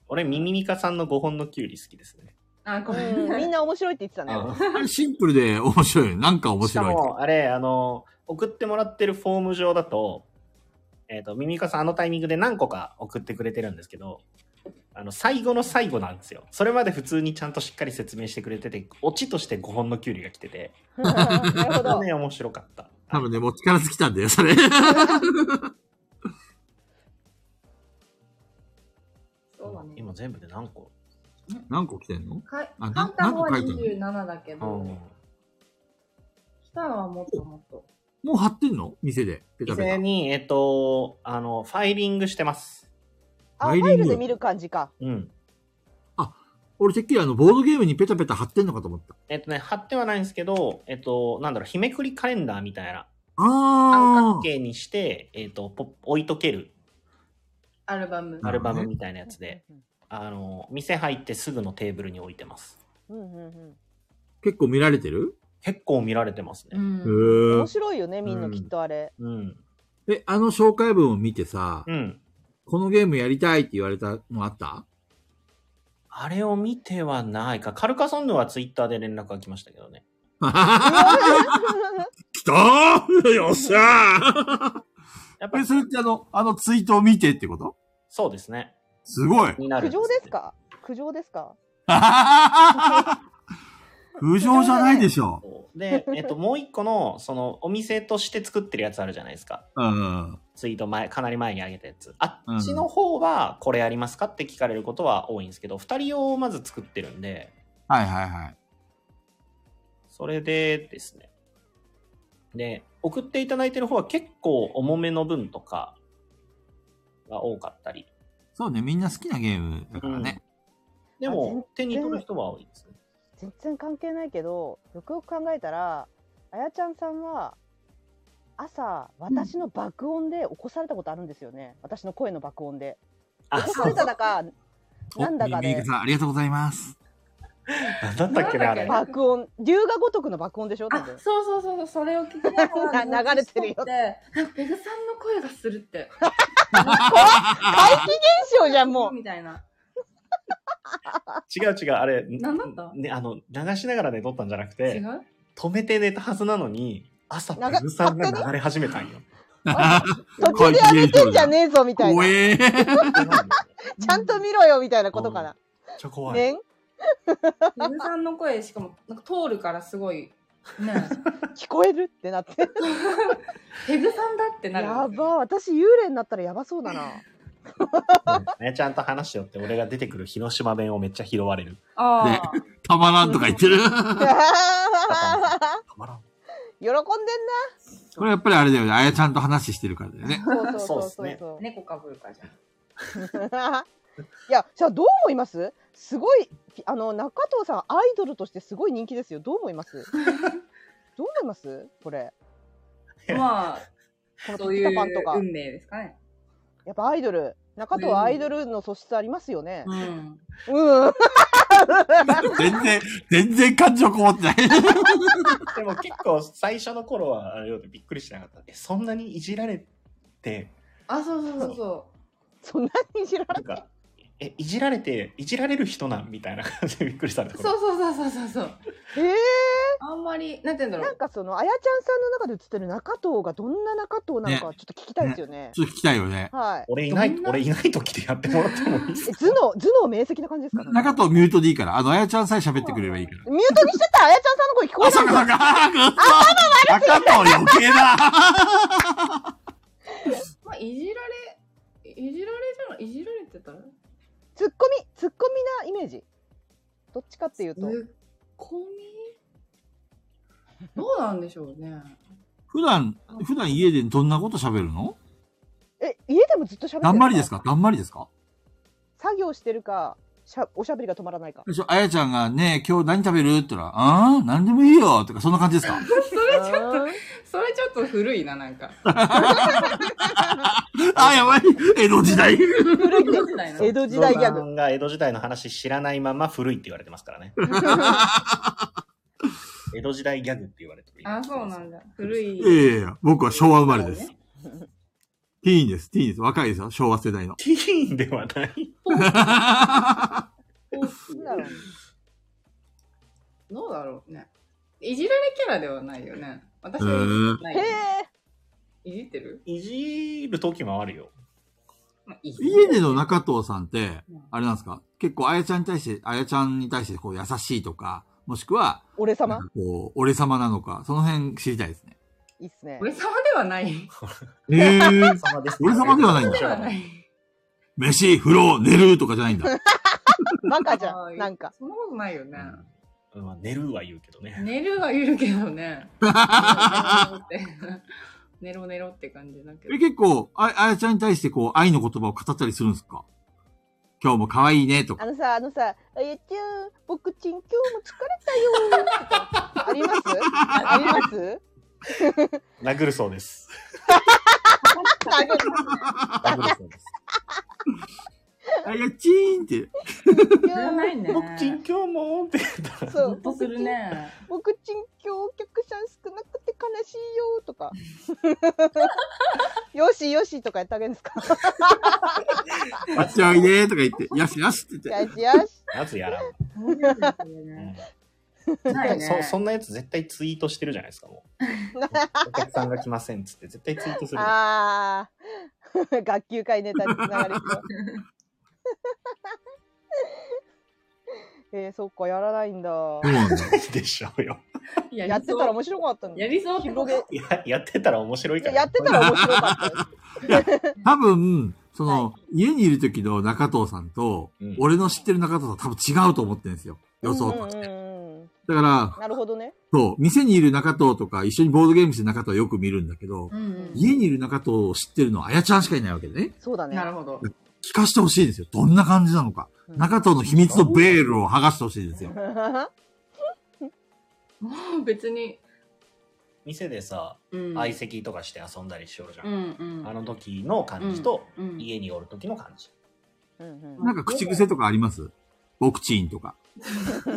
Speaker 4: 俺、ミミミカさんの5本のキュウリ好きですね。
Speaker 5: あ、ご
Speaker 3: う
Speaker 5: めん
Speaker 3: んみんな面白いって言ってたね。
Speaker 2: あれシンプルで面白い。なんか面
Speaker 4: しか
Speaker 2: 白い。
Speaker 4: も、あれ、あの、送ってもらってるフォーム上だと、えっ、と、ミミカさんあのタイミングで何個か送ってくれてるんですけど、あの、最後の最後なんですよ。それまで普通にちゃんとしっかり説明してくれてて、オチとして5本のキュウリが来てて、
Speaker 3: なるほど。
Speaker 4: ね、面白かった。
Speaker 2: 多分ね、もう力尽きたんだよ、それ。
Speaker 5: そうだね。
Speaker 4: 今全部で何個
Speaker 2: 何個来てんの
Speaker 5: かい
Speaker 2: あな
Speaker 5: 簡単は
Speaker 2: なんか書いて
Speaker 5: 27だけ
Speaker 4: う
Speaker 5: ど
Speaker 4: ん、
Speaker 5: 下はもっともっと。
Speaker 2: もう貼ってんの店で。ペタ
Speaker 4: 以
Speaker 2: ペ
Speaker 4: 前
Speaker 2: タ。
Speaker 4: に、えっ、と、あの、ファイリングしてます。
Speaker 3: あ、ファイルで見る感じか。
Speaker 4: うん。
Speaker 2: 俺てっきりあの、ボードゲームにペタペタ貼ってんのかと思った。
Speaker 4: えっ、とね、貼ってはないんですけど、えっ、と、なんだろう、日めくりカレンダーみたいな三
Speaker 2: あ
Speaker 4: 角
Speaker 2: ー。
Speaker 4: 形にして、えっ、と、ポッ置いとける
Speaker 5: アルバム。
Speaker 4: アルバ
Speaker 2: な
Speaker 4: ム
Speaker 2: るほどね
Speaker 4: みたいなやつで、あの、店入ってすぐのテーブルに置いてます。
Speaker 3: うんうんうん
Speaker 2: 結構見られてる
Speaker 4: 結構見られてます
Speaker 5: う
Speaker 4: ね。
Speaker 2: へ
Speaker 5: ん。
Speaker 2: ー
Speaker 3: 面。白いよね、みんなきっとあれ。
Speaker 4: うん。
Speaker 2: え、あの紹介文を見てさ
Speaker 4: う、ん。
Speaker 2: このゲームやりたいって言われたのあ った
Speaker 4: あれを見てはないか。カルカソンヌはツイッターで連絡が来ましたけどね。
Speaker 2: 来たーよっしゃー
Speaker 4: やっぱ
Speaker 2: え、
Speaker 4: り
Speaker 2: それってあの、あのツイートを見てってこと
Speaker 4: そうですね。
Speaker 2: すごい
Speaker 4: になる
Speaker 3: 苦
Speaker 4: んつっ
Speaker 3: 情
Speaker 4: て
Speaker 3: ですか苦情ですか
Speaker 2: あ不条じゃないでしょ。
Speaker 4: そう で、えっと、もう一個の、その、お店として作ってるやつあるじゃないですか。
Speaker 2: うん。
Speaker 4: ツイート前、かなり前に上げたやつ。あっちの方は、これありますかって聞かれることは多いんですけど、二人用をまず作ってるんで、
Speaker 2: はいはいはい。
Speaker 4: それでですね。で、送っていただいてる方は結構重めの分とかが多かったり。
Speaker 2: そうね、みんな好きなゲームだからね。
Speaker 4: で
Speaker 3: あ全
Speaker 4: も手
Speaker 3: 然、
Speaker 4: に取る人は多いですね。
Speaker 3: 全然関係ないけどよくよく考えたらあやちゃんさんは朝私の爆音で起こされたことあるんですよね、私の声の爆音で
Speaker 4: あ、
Speaker 3: 起こ
Speaker 4: そ
Speaker 3: されただか
Speaker 2: お
Speaker 3: なんだか
Speaker 2: ミミイ
Speaker 3: で
Speaker 2: クさん、ありがとうございます。
Speaker 4: うだったっけね、あれ。
Speaker 3: 爆音龍が如くの爆音でしょ多
Speaker 5: あ
Speaker 3: 分
Speaker 5: そうそうそうそうそれを聞きながら
Speaker 3: 流れてるよ
Speaker 5: でペグさんの声がするって
Speaker 3: 怪奇現象じゃんもう
Speaker 5: みたいな
Speaker 4: 違う違う、あれ。
Speaker 5: 何だった
Speaker 4: ね、あの、流しながらで撮ったんじゃなく
Speaker 5: 違
Speaker 4: て、
Speaker 5: う
Speaker 4: 止めて寝たはずなのに、朝、ペ
Speaker 3: 流
Speaker 4: グさんが流れ始めたんよ。
Speaker 3: 途中でやめてんじゃねえぞみたい
Speaker 2: 怖
Speaker 3: な
Speaker 2: えー。
Speaker 3: ちゃんと見ろよみたいなことかな、
Speaker 4: めっちゃ怖い。
Speaker 3: ね
Speaker 5: ペグさんの声しかもなんか通るからすごいね
Speaker 3: 聞こえるってなって
Speaker 5: ペグさんだってなる
Speaker 3: やばー私幽霊になったらやばそうだな
Speaker 4: あやちゃんと話しよって、俺が出てくる広島弁をめっちゃ拾われる。
Speaker 5: ああ、
Speaker 2: たまらんとか言ってる。
Speaker 4: たまらん。
Speaker 3: 喜んでんな
Speaker 2: これやっぱりあれだよね。あやちゃんと話してるからだよね。
Speaker 3: そう
Speaker 4: そ
Speaker 3: そうう
Speaker 4: っ
Speaker 3: そう
Speaker 4: す
Speaker 3: そう
Speaker 4: ね
Speaker 3: そう、
Speaker 5: 猫かぶるかじゃん
Speaker 3: いやじゃあどう思いますすごいあの中藤さんアイドルとしてすごい人気ですよどう思いますどう思いますこれ
Speaker 5: まあ、
Speaker 3: この
Speaker 5: そう
Speaker 3: 時
Speaker 5: い
Speaker 3: 田
Speaker 5: う
Speaker 3: パンとか
Speaker 5: 運命ですかね。
Speaker 3: やっぱアイドル中藤はアイドルの素質ありますよね
Speaker 5: うん。
Speaker 3: うん
Speaker 2: 全然、全然感情こもってない。
Speaker 4: でも結構最初の頃はあれよってびっくりしなかった。え、そんなにいじられて、
Speaker 5: あ、そうそうそうそ
Speaker 3: そんなにいじられ
Speaker 4: なんか、え、いじられて、いじられる人なんみたいな感じでびっくりされた
Speaker 5: う。
Speaker 4: こ
Speaker 5: そ
Speaker 4: と。
Speaker 5: うそうそうそうそうそう。
Speaker 3: えー
Speaker 5: あんまり、なんて言うんだろ
Speaker 3: なん
Speaker 5: う。
Speaker 3: かそのあやちゃんさんの中で映ってる中藤がどんな中藤なのかはちょっと聞きたいですよね
Speaker 2: ちょっと聞きたいよね。
Speaker 3: はい
Speaker 4: 俺いない
Speaker 5: どん、な
Speaker 4: 俺いない時でやってもらっても いいです
Speaker 3: え
Speaker 4: か
Speaker 3: 頭脳頭脳明晰な感じですかね
Speaker 2: 中藤ミュートでいいから。あの、あやちゃんさえ喋ってくれればいいから。
Speaker 3: ミュートにしてたらあやちゃんさんの声聞こ
Speaker 2: あ、
Speaker 3: えな
Speaker 2: そ
Speaker 3: い
Speaker 2: っ
Speaker 3: ん
Speaker 2: か
Speaker 3: だ
Speaker 2: そっか。あ、くっそ。中藤余計だ。
Speaker 5: まあ、いじられ、いじられじゃない、いじられてたら
Speaker 3: ツッコミツッコミなイメージどっちかっていうと
Speaker 5: ツッコミどうなんでしょうね。
Speaker 2: 普段、普段家でどんなこと喋るの
Speaker 3: え家でもずっと喋ってる
Speaker 2: だんまりですかだんまりですか
Speaker 3: 作業してるかしゃおしゃべりが止まらないか
Speaker 2: 最初あやちゃんがね、今日何食べるって言ったら、あー何でもいいよとか、そんな感じで すか
Speaker 5: それちょっと、それちょっと古いな、なんか。
Speaker 2: あ、やばい江戸時代
Speaker 5: 古い時代な。
Speaker 3: 江戸時代ギャ
Speaker 4: ゾウさ
Speaker 3: グ
Speaker 4: んが江戸時代の話知らないまま古いって言われてます からね。江戸時代ギャグって言われてる。
Speaker 5: あ、そうなんだ。古い。
Speaker 2: いやいやいや、僕は昭和生まれです。。ティーンです、ティーンです。若いですよ、昭和世 代の。
Speaker 4: ティーンではない。
Speaker 3: なんだろう
Speaker 5: どうだろうね。いじられキャラではないよね。私は
Speaker 2: へー
Speaker 5: ない
Speaker 3: へ
Speaker 5: よね、
Speaker 3: え
Speaker 5: いじってる、
Speaker 4: いじる時もあるよ。
Speaker 5: まあ、いじる
Speaker 2: 家での中藤さんって
Speaker 5: うん、
Speaker 2: あれなんですか結構あやちゃんに対して、あやちゃんに対してこう優しいとか、もしくは、
Speaker 3: 俺様
Speaker 2: なんかこう、俺様なのか、その辺知りたいですね。
Speaker 3: いいっすね
Speaker 5: 俺様ではない。
Speaker 2: えー、
Speaker 4: 様です
Speaker 2: 俺様ではないん
Speaker 5: 俺様では
Speaker 2: だ
Speaker 5: な。い。
Speaker 2: 飯、風呂、寝るとかじゃないんだ。
Speaker 3: バカじゃ
Speaker 5: あー
Speaker 3: んなんか。
Speaker 5: そんなことないよね。
Speaker 4: うんまあ、寝るは言うけどね。
Speaker 5: 寝るはいるけどね。寝ろ寝ろって感じだけど
Speaker 2: え、。結構、あ、あやちゃんに対してこう、愛の言葉を語ったりするんですか今日も可愛いね、と
Speaker 3: あ
Speaker 2: か。
Speaker 3: のさあのさ「あやちゃん僕ちん今日も疲れたよ」とかありますあります
Speaker 4: 殴るそうです。殴るそうです。
Speaker 2: あやちーんって。
Speaker 5: それは ない ね。
Speaker 4: 僕、近況もんって言ったら。
Speaker 3: そ
Speaker 5: ほ
Speaker 3: う
Speaker 5: っとするね。
Speaker 3: 僕ちん今日お客さん少なくて悲しいよとか よしよしとかやってあげるんですか
Speaker 2: あっちゃいねとか言って、よしよしって言って。
Speaker 3: よしよし
Speaker 4: まずやらんわ。
Speaker 5: ないね
Speaker 4: そそんなやつ絶対ツイートしてるじゃないですか、もう。 お客さんが来ませんっつって、絶対ツイートする。
Speaker 3: ああ 学級会ネタにつながる人ええー、そっか、やらないんだ。
Speaker 2: そうなんだ。
Speaker 4: でしょうよ。
Speaker 5: や
Speaker 3: やってたら面
Speaker 5: 白
Speaker 3: 白かったの。
Speaker 5: やりそうってこと
Speaker 3: 広げ
Speaker 4: いや、やってたら面白い
Speaker 3: い
Speaker 4: か
Speaker 3: や
Speaker 4: ら。
Speaker 3: やってたら面白かったです。
Speaker 2: 多分、その、家にいる時の中藤さんと、
Speaker 4: うん
Speaker 2: 俺の知ってる中藤さん多分違うと思ってるんですよ。予想として。
Speaker 3: うんうんうん
Speaker 2: だから、
Speaker 3: なるほどね。
Speaker 2: そう、店にいる中藤とか、一緒にボードゲームしてる中藤はよく見るんだけど、
Speaker 5: うんうん
Speaker 2: 家にいる中藤を知ってるのはあやちゃんしかいないわけでね。
Speaker 3: そうだね
Speaker 5: な。るほど。
Speaker 2: 聞かしてほしいですよ。どんな感じなのか。
Speaker 3: うん
Speaker 2: 中藤の秘密のベールを剥がしてほしいですよ。
Speaker 5: 別に。
Speaker 4: 店でさ、
Speaker 5: うん
Speaker 4: 相席とかして遊んだりしようじゃ
Speaker 5: うん
Speaker 4: ん。
Speaker 5: うん。
Speaker 4: あの時の感じと、
Speaker 5: うん
Speaker 4: 家におる時の感じ。
Speaker 3: うんうん
Speaker 2: なんか口癖とかありますボクチーンとか。
Speaker 5: そ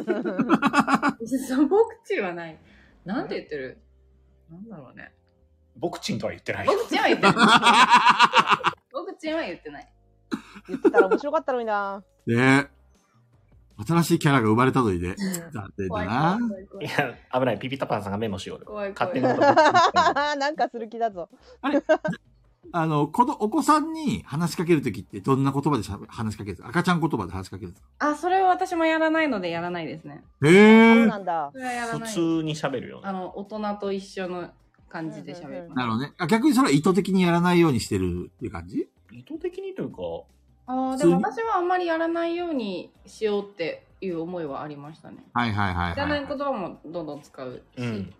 Speaker 5: う僕ちはない。なんて言ってるなんだろうね。
Speaker 4: ボクチンとは言ってない。
Speaker 5: 僕ちは言ってない。僕ちは言ってない。
Speaker 3: 言ってたら面白かったのにな。
Speaker 2: で、新しいキャラが生まれたといで。
Speaker 5: うん
Speaker 2: 残念
Speaker 5: 怖
Speaker 2: だ
Speaker 5: い怖。
Speaker 2: ない
Speaker 5: 怖い怖
Speaker 4: い
Speaker 5: い
Speaker 4: や、危ない。ピピタパンさんがメモしよる。
Speaker 5: 怖い
Speaker 4: 勝
Speaker 5: 怖
Speaker 4: 手
Speaker 5: い。
Speaker 4: なこと
Speaker 3: なんかする気だぞ。
Speaker 2: あの、このお子さんに話しかけるときってどんな言葉でしゃべ話しかけるんですか赤ちゃん言葉で話しかけるんですか
Speaker 5: あ、それは私もやらないのでやらないですね。
Speaker 2: へ
Speaker 3: そう
Speaker 2: え。
Speaker 3: なんだ
Speaker 5: そ。れはやら
Speaker 4: 普
Speaker 5: ない。
Speaker 4: 通に喋るよ
Speaker 5: あ
Speaker 4: ね。
Speaker 5: の、大人と一緒の感じで喋る。
Speaker 2: なるほどね。あ逆にそれは意図的にやらないようにしてるっていう感じ
Speaker 4: 意図的にというか、
Speaker 5: ああ、でも私はあんまりやらないようにしようっていう思いはありましたね。
Speaker 2: はいはいはい
Speaker 5: ら
Speaker 2: い、は
Speaker 5: ない
Speaker 2: い
Speaker 5: 言。葉もどんどん使うし、
Speaker 4: うん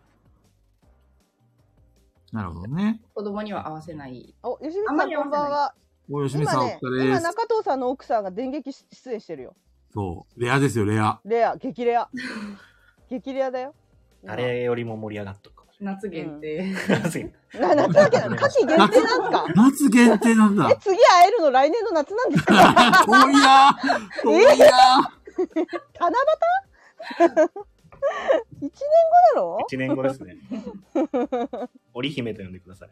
Speaker 2: なるほどね。
Speaker 5: 子供には合わせない。
Speaker 3: お、吉見
Speaker 5: あ
Speaker 3: さ
Speaker 5: んま
Speaker 3: ん
Speaker 5: り
Speaker 3: こんばんは。
Speaker 2: およしみ
Speaker 3: 今
Speaker 2: さん、
Speaker 3: ね、
Speaker 2: お疲れ
Speaker 3: 今
Speaker 2: です。
Speaker 3: 中藤さんの奥さんが電撃出演してるよ。
Speaker 2: そう。レアですよ、レア。
Speaker 3: レア、激レア。激レアだよ。
Speaker 4: あれよりも盛り上がっとるかもし
Speaker 5: 夏限定。
Speaker 4: れないすいません。
Speaker 3: な夏だけなの夏季限定なん ですか
Speaker 2: 夏限定なんだ
Speaker 3: え、。次会えるの来年の夏なんですか
Speaker 2: 遠いなー遠いな
Speaker 3: 七 夕一年後だろ
Speaker 4: 1年後ですね。織姫と呼んでください。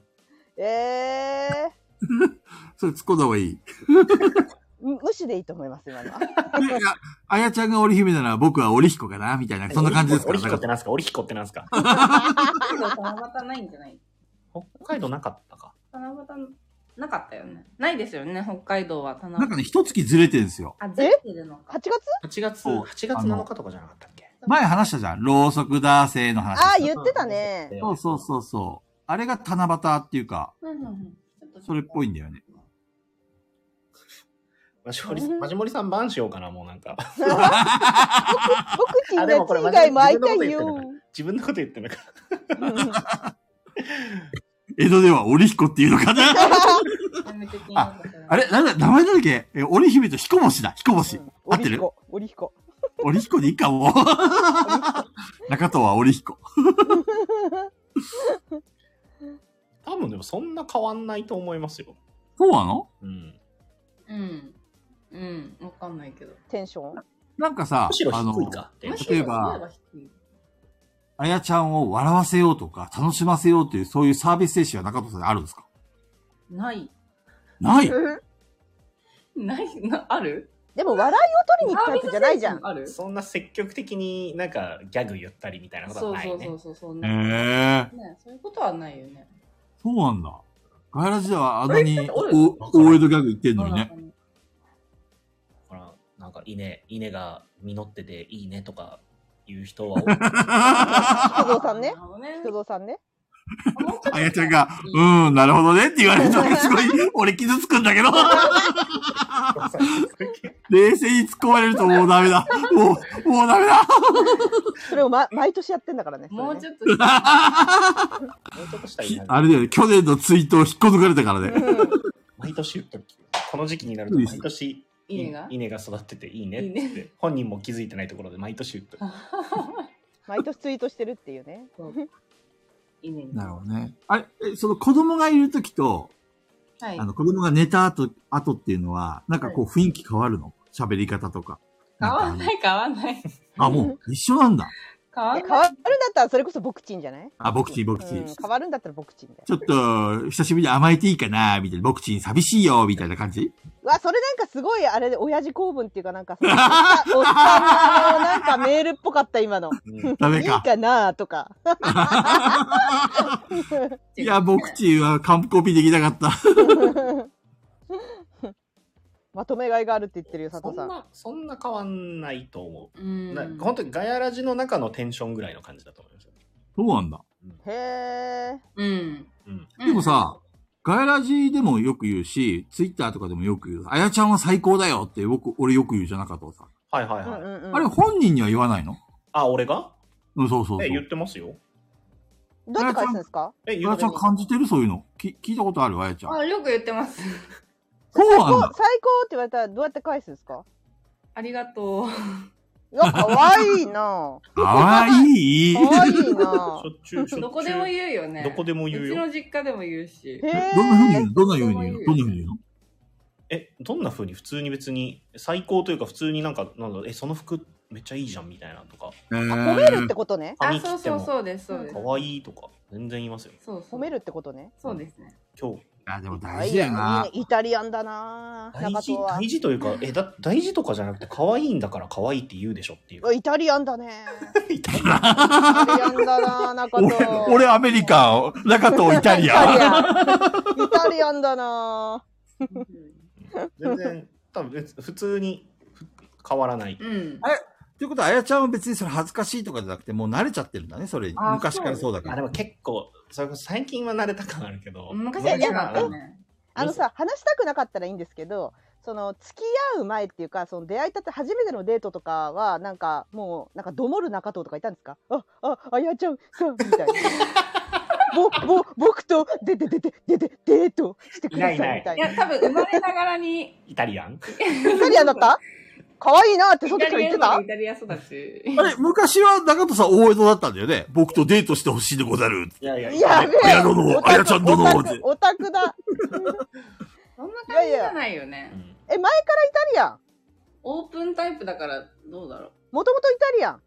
Speaker 3: ええ
Speaker 2: ーそれ突っ込んだ方がいい。い
Speaker 3: む無視でいいと思います、今のは。
Speaker 2: やいや、あやちゃんが織姫なら僕は織彦かなみたい な、そんな感じですから。
Speaker 4: 織
Speaker 2: だ
Speaker 4: 彦
Speaker 2: か
Speaker 4: ってなんすか織彦ってなんすか
Speaker 5: けど七夕ないんじゃない
Speaker 4: 北海道なかったか。
Speaker 5: 七夕なかったよね。ないですよね、北海道は
Speaker 2: ら
Speaker 5: 七
Speaker 2: なんかね、
Speaker 5: 夕。
Speaker 2: 一月ずれてるんですよ。
Speaker 5: あ、ずれてるのか。
Speaker 3: 8月
Speaker 4: 8月、
Speaker 2: そう
Speaker 4: 8月7日とかじゃなかったっけ
Speaker 2: 前話したじゃん。ろうそくだせーの話。
Speaker 3: ああ、言ってたね。
Speaker 2: そうそうそうそう。あれが七夕っていうか、
Speaker 5: うんうんうんちょっと
Speaker 2: それっぽいんだよね。
Speaker 4: マジモリさん、マジモリさんバンしようかな、もうなんか。
Speaker 3: 僕ちん
Speaker 4: あ
Speaker 3: の
Speaker 4: で
Speaker 3: や
Speaker 4: も
Speaker 3: つ
Speaker 4: これ
Speaker 3: 以外も会いたいよ。
Speaker 4: 自分のこと言ってるから。
Speaker 2: 江戸では織彦っていうのかな
Speaker 5: やめて気にな
Speaker 2: あ
Speaker 5: ったけど
Speaker 2: あれなんだ、名前なんだっけえ、織姫と彦星だ。彦星。合ってる
Speaker 3: 織彦。
Speaker 2: 織彦でいいかも。中藤は織彦。
Speaker 4: 多分でもそんな変わんないと思いますよ。
Speaker 2: そうなの
Speaker 4: うん。
Speaker 5: うん。うん、わかんないけど。
Speaker 3: テンション。
Speaker 2: なんかさ
Speaker 4: むしろ、
Speaker 2: あの
Speaker 4: 低、いかって。
Speaker 5: むしろ
Speaker 2: 例えば
Speaker 5: 低い
Speaker 2: あやちゃんを笑わせようとか、楽しませようという、そういうサービス精神は中藤さんにあるんですか
Speaker 5: ない。
Speaker 2: ない
Speaker 5: ない、なある
Speaker 3: でも笑いを取りに行くタイプじゃないじゃん。
Speaker 5: あるそ
Speaker 4: そんな積極的になんかギャグ言ったりみたいな
Speaker 5: う
Speaker 4: ことは
Speaker 5: そう
Speaker 4: ないね
Speaker 5: そ。うそう、そん
Speaker 2: へえ
Speaker 5: な。ね、
Speaker 2: ー、
Speaker 5: そういうことはないよね。
Speaker 2: そうなんだ。ガヤラジではあんなに
Speaker 5: 俺
Speaker 2: お大江戸ギャグ言ってんのにね。
Speaker 4: ほら、なんか稲、稲が実ってていいねとか言う人は多 い。
Speaker 3: 工藤さんね
Speaker 5: なるほどね。
Speaker 3: 工藤さんね。
Speaker 2: あやちゃんが、うーん、なるほどねって言われると、すごい、俺傷つくんだけど、冷静に突っ込まれるともうダメだ。もう、もうダメだ。
Speaker 3: それを、ま、毎年やってんだからね。
Speaker 5: もうち
Speaker 3: ょっ
Speaker 5: ょっと。う
Speaker 4: もう
Speaker 5: ん
Speaker 4: ちょっとしたらいいな
Speaker 2: あれだよね、去年のツイートを引っこ抜かれたからね。
Speaker 4: 毎年言ってるこの時期になると毎年い
Speaker 5: 稲が
Speaker 4: 稲が育ってていいねって
Speaker 5: いいね
Speaker 4: 本人も気づいてないところで毎年言ってる
Speaker 3: 毎年ツイートしてるっていうね。
Speaker 5: いいね。
Speaker 2: なるほどね。あれ、えその子供がいるときと、
Speaker 5: はい
Speaker 2: あ。の、子供が寝た後、後っていうのは、なんかこう雰囲気変わるの喋り方とか。
Speaker 5: 変わん
Speaker 2: んか
Speaker 5: ない、変わんない。
Speaker 2: あ、もう一緒なんだ。
Speaker 5: 変
Speaker 3: い
Speaker 5: わ
Speaker 3: や
Speaker 5: ん
Speaker 3: 変
Speaker 5: ない。
Speaker 3: わるんだったらそれこそ僕ちんじゃない
Speaker 2: あ、ボクチー、ボクチー。
Speaker 3: うん変わるんだったら僕ちんだよ
Speaker 2: ち。ょっと、久しぶりに甘えていいかなみたいな。ボクチー寂しいよみたいな感じ
Speaker 3: うわ、それなんかすごい、あれで、親父公文っていうかな んかさ、おっさんおっさんのなんかメールっぽかった、今の。
Speaker 4: うん
Speaker 2: ダメ
Speaker 3: いい
Speaker 2: か。
Speaker 3: かなとか。
Speaker 2: いや、ボクチーは完コピできなかった。
Speaker 3: まとめ買いがあるって言ってるよ佐
Speaker 4: そ
Speaker 3: 藤
Speaker 4: ん
Speaker 3: さん
Speaker 4: な、そんな変わんないと思
Speaker 5: う
Speaker 4: う。
Speaker 5: ん
Speaker 4: な本当にガヤラジの中のテンションぐらいの感じだと思いますよ。
Speaker 2: そうなんだ。
Speaker 3: へえ
Speaker 5: うん。
Speaker 4: うん。
Speaker 2: でもさ、ガヤラジでもよく言うし、ツイッターとかでもよく言う。あやちゃんは最高だよって僕、俺よく言うじゃなかったさ。
Speaker 4: はいはい
Speaker 3: うん
Speaker 4: はい。
Speaker 3: うんうん
Speaker 2: あれ本人には言わないの
Speaker 4: あ、俺が
Speaker 2: うん、そうそうそう。
Speaker 4: え、言っ
Speaker 2: あ
Speaker 4: てますよ。
Speaker 3: どうやって返すんですか
Speaker 4: え、言
Speaker 2: や
Speaker 4: って
Speaker 2: ちゃん感じてるそういうの。き聞いたことあるあやちゃん。
Speaker 5: あ、よく言ってます。
Speaker 2: そう
Speaker 3: 最
Speaker 2: なん
Speaker 3: 高
Speaker 2: だ。
Speaker 3: 最高って言われたらどうやって返すんですか
Speaker 5: ありがとう。
Speaker 3: うわかわいいな
Speaker 2: かわ いい
Speaker 3: か。わいい
Speaker 4: し
Speaker 3: な
Speaker 4: ょっちゅう、しょっちゅう。
Speaker 5: どこでも言うよね。
Speaker 4: どこでも言うよ
Speaker 5: うちの実家でも言うし
Speaker 3: へ。
Speaker 2: えどんな風に
Speaker 3: え
Speaker 2: 言うのどんな風に言うのど
Speaker 5: そ
Speaker 2: ん
Speaker 5: う
Speaker 2: な
Speaker 5: いう
Speaker 2: 風に言うの
Speaker 4: え、どんな風に普通に別に、最高というか普通になんか、なんだろうえ、その服めっちゃいいじゃんみたいなとか、
Speaker 2: え
Speaker 3: 褒めるっ
Speaker 2: ー
Speaker 3: て、ことね
Speaker 5: あ、
Speaker 4: 髪切
Speaker 5: そう
Speaker 4: って
Speaker 5: そう
Speaker 4: も
Speaker 5: そうです、そうです。
Speaker 4: 可愛いとか、全然言いますよ。
Speaker 5: そうそ
Speaker 3: 褒
Speaker 5: う。
Speaker 3: めるってことね
Speaker 5: そうですね。
Speaker 4: 今日、
Speaker 2: あでも大事だよな。
Speaker 3: イタリアンだな
Speaker 4: 大事
Speaker 3: 中藤は
Speaker 4: 大事というかえだ大事とかじゃなくて可愛いんだから可愛いって言うでしょっていう
Speaker 3: イタリアンだね
Speaker 4: みたい
Speaker 3: イタリアンだな中藤
Speaker 2: 俺、俺アメリカン、中藤イタ リアン。
Speaker 3: ンイタリアンだな
Speaker 4: な全然多分別普通にふ変わらない
Speaker 5: うん。
Speaker 2: ということは、あやちゃんは別にそれ恥ずかしいとかじゃなくて、もう慣れちゃってるんだね、それに。
Speaker 5: あ
Speaker 2: 昔からそうだか
Speaker 4: あ
Speaker 2: ら
Speaker 4: で。も結構それこそ最近は慣れた感あるけど
Speaker 5: 昔は嫌だったね。
Speaker 3: あのさ話したくなかったらいいんですけどその付き合う前っていうかその出会いたって初めてのデートとかはなんかもうなんかどもる中藤とかいたんですかあああやちゃんさみたいな。ぼぼ僕とででででででデートしてくだ
Speaker 4: いな
Speaker 3: さ
Speaker 4: い
Speaker 3: いみたい
Speaker 5: い
Speaker 3: な。
Speaker 5: や、多分生まれながらに。
Speaker 4: イタリアン
Speaker 3: イタリアンだった可愛いなってその
Speaker 5: イタ
Speaker 3: 時は
Speaker 5: リ
Speaker 3: 言っ
Speaker 5: ア
Speaker 3: てた
Speaker 5: 育ちイタリア育ち。
Speaker 2: あれ、昔は中藤さん大江戸だったんだよね。僕とデートしてほしいでござる。
Speaker 4: いやいや
Speaker 3: やべえ
Speaker 2: あや殿
Speaker 3: オタク
Speaker 2: あやちゃん殿
Speaker 3: オタクオタクだ。
Speaker 5: そんな感じじゃないよね。
Speaker 4: うん
Speaker 3: え、前からイタリアン。
Speaker 5: オープンタイプだから、どうだろう。
Speaker 3: もともとイタリアン。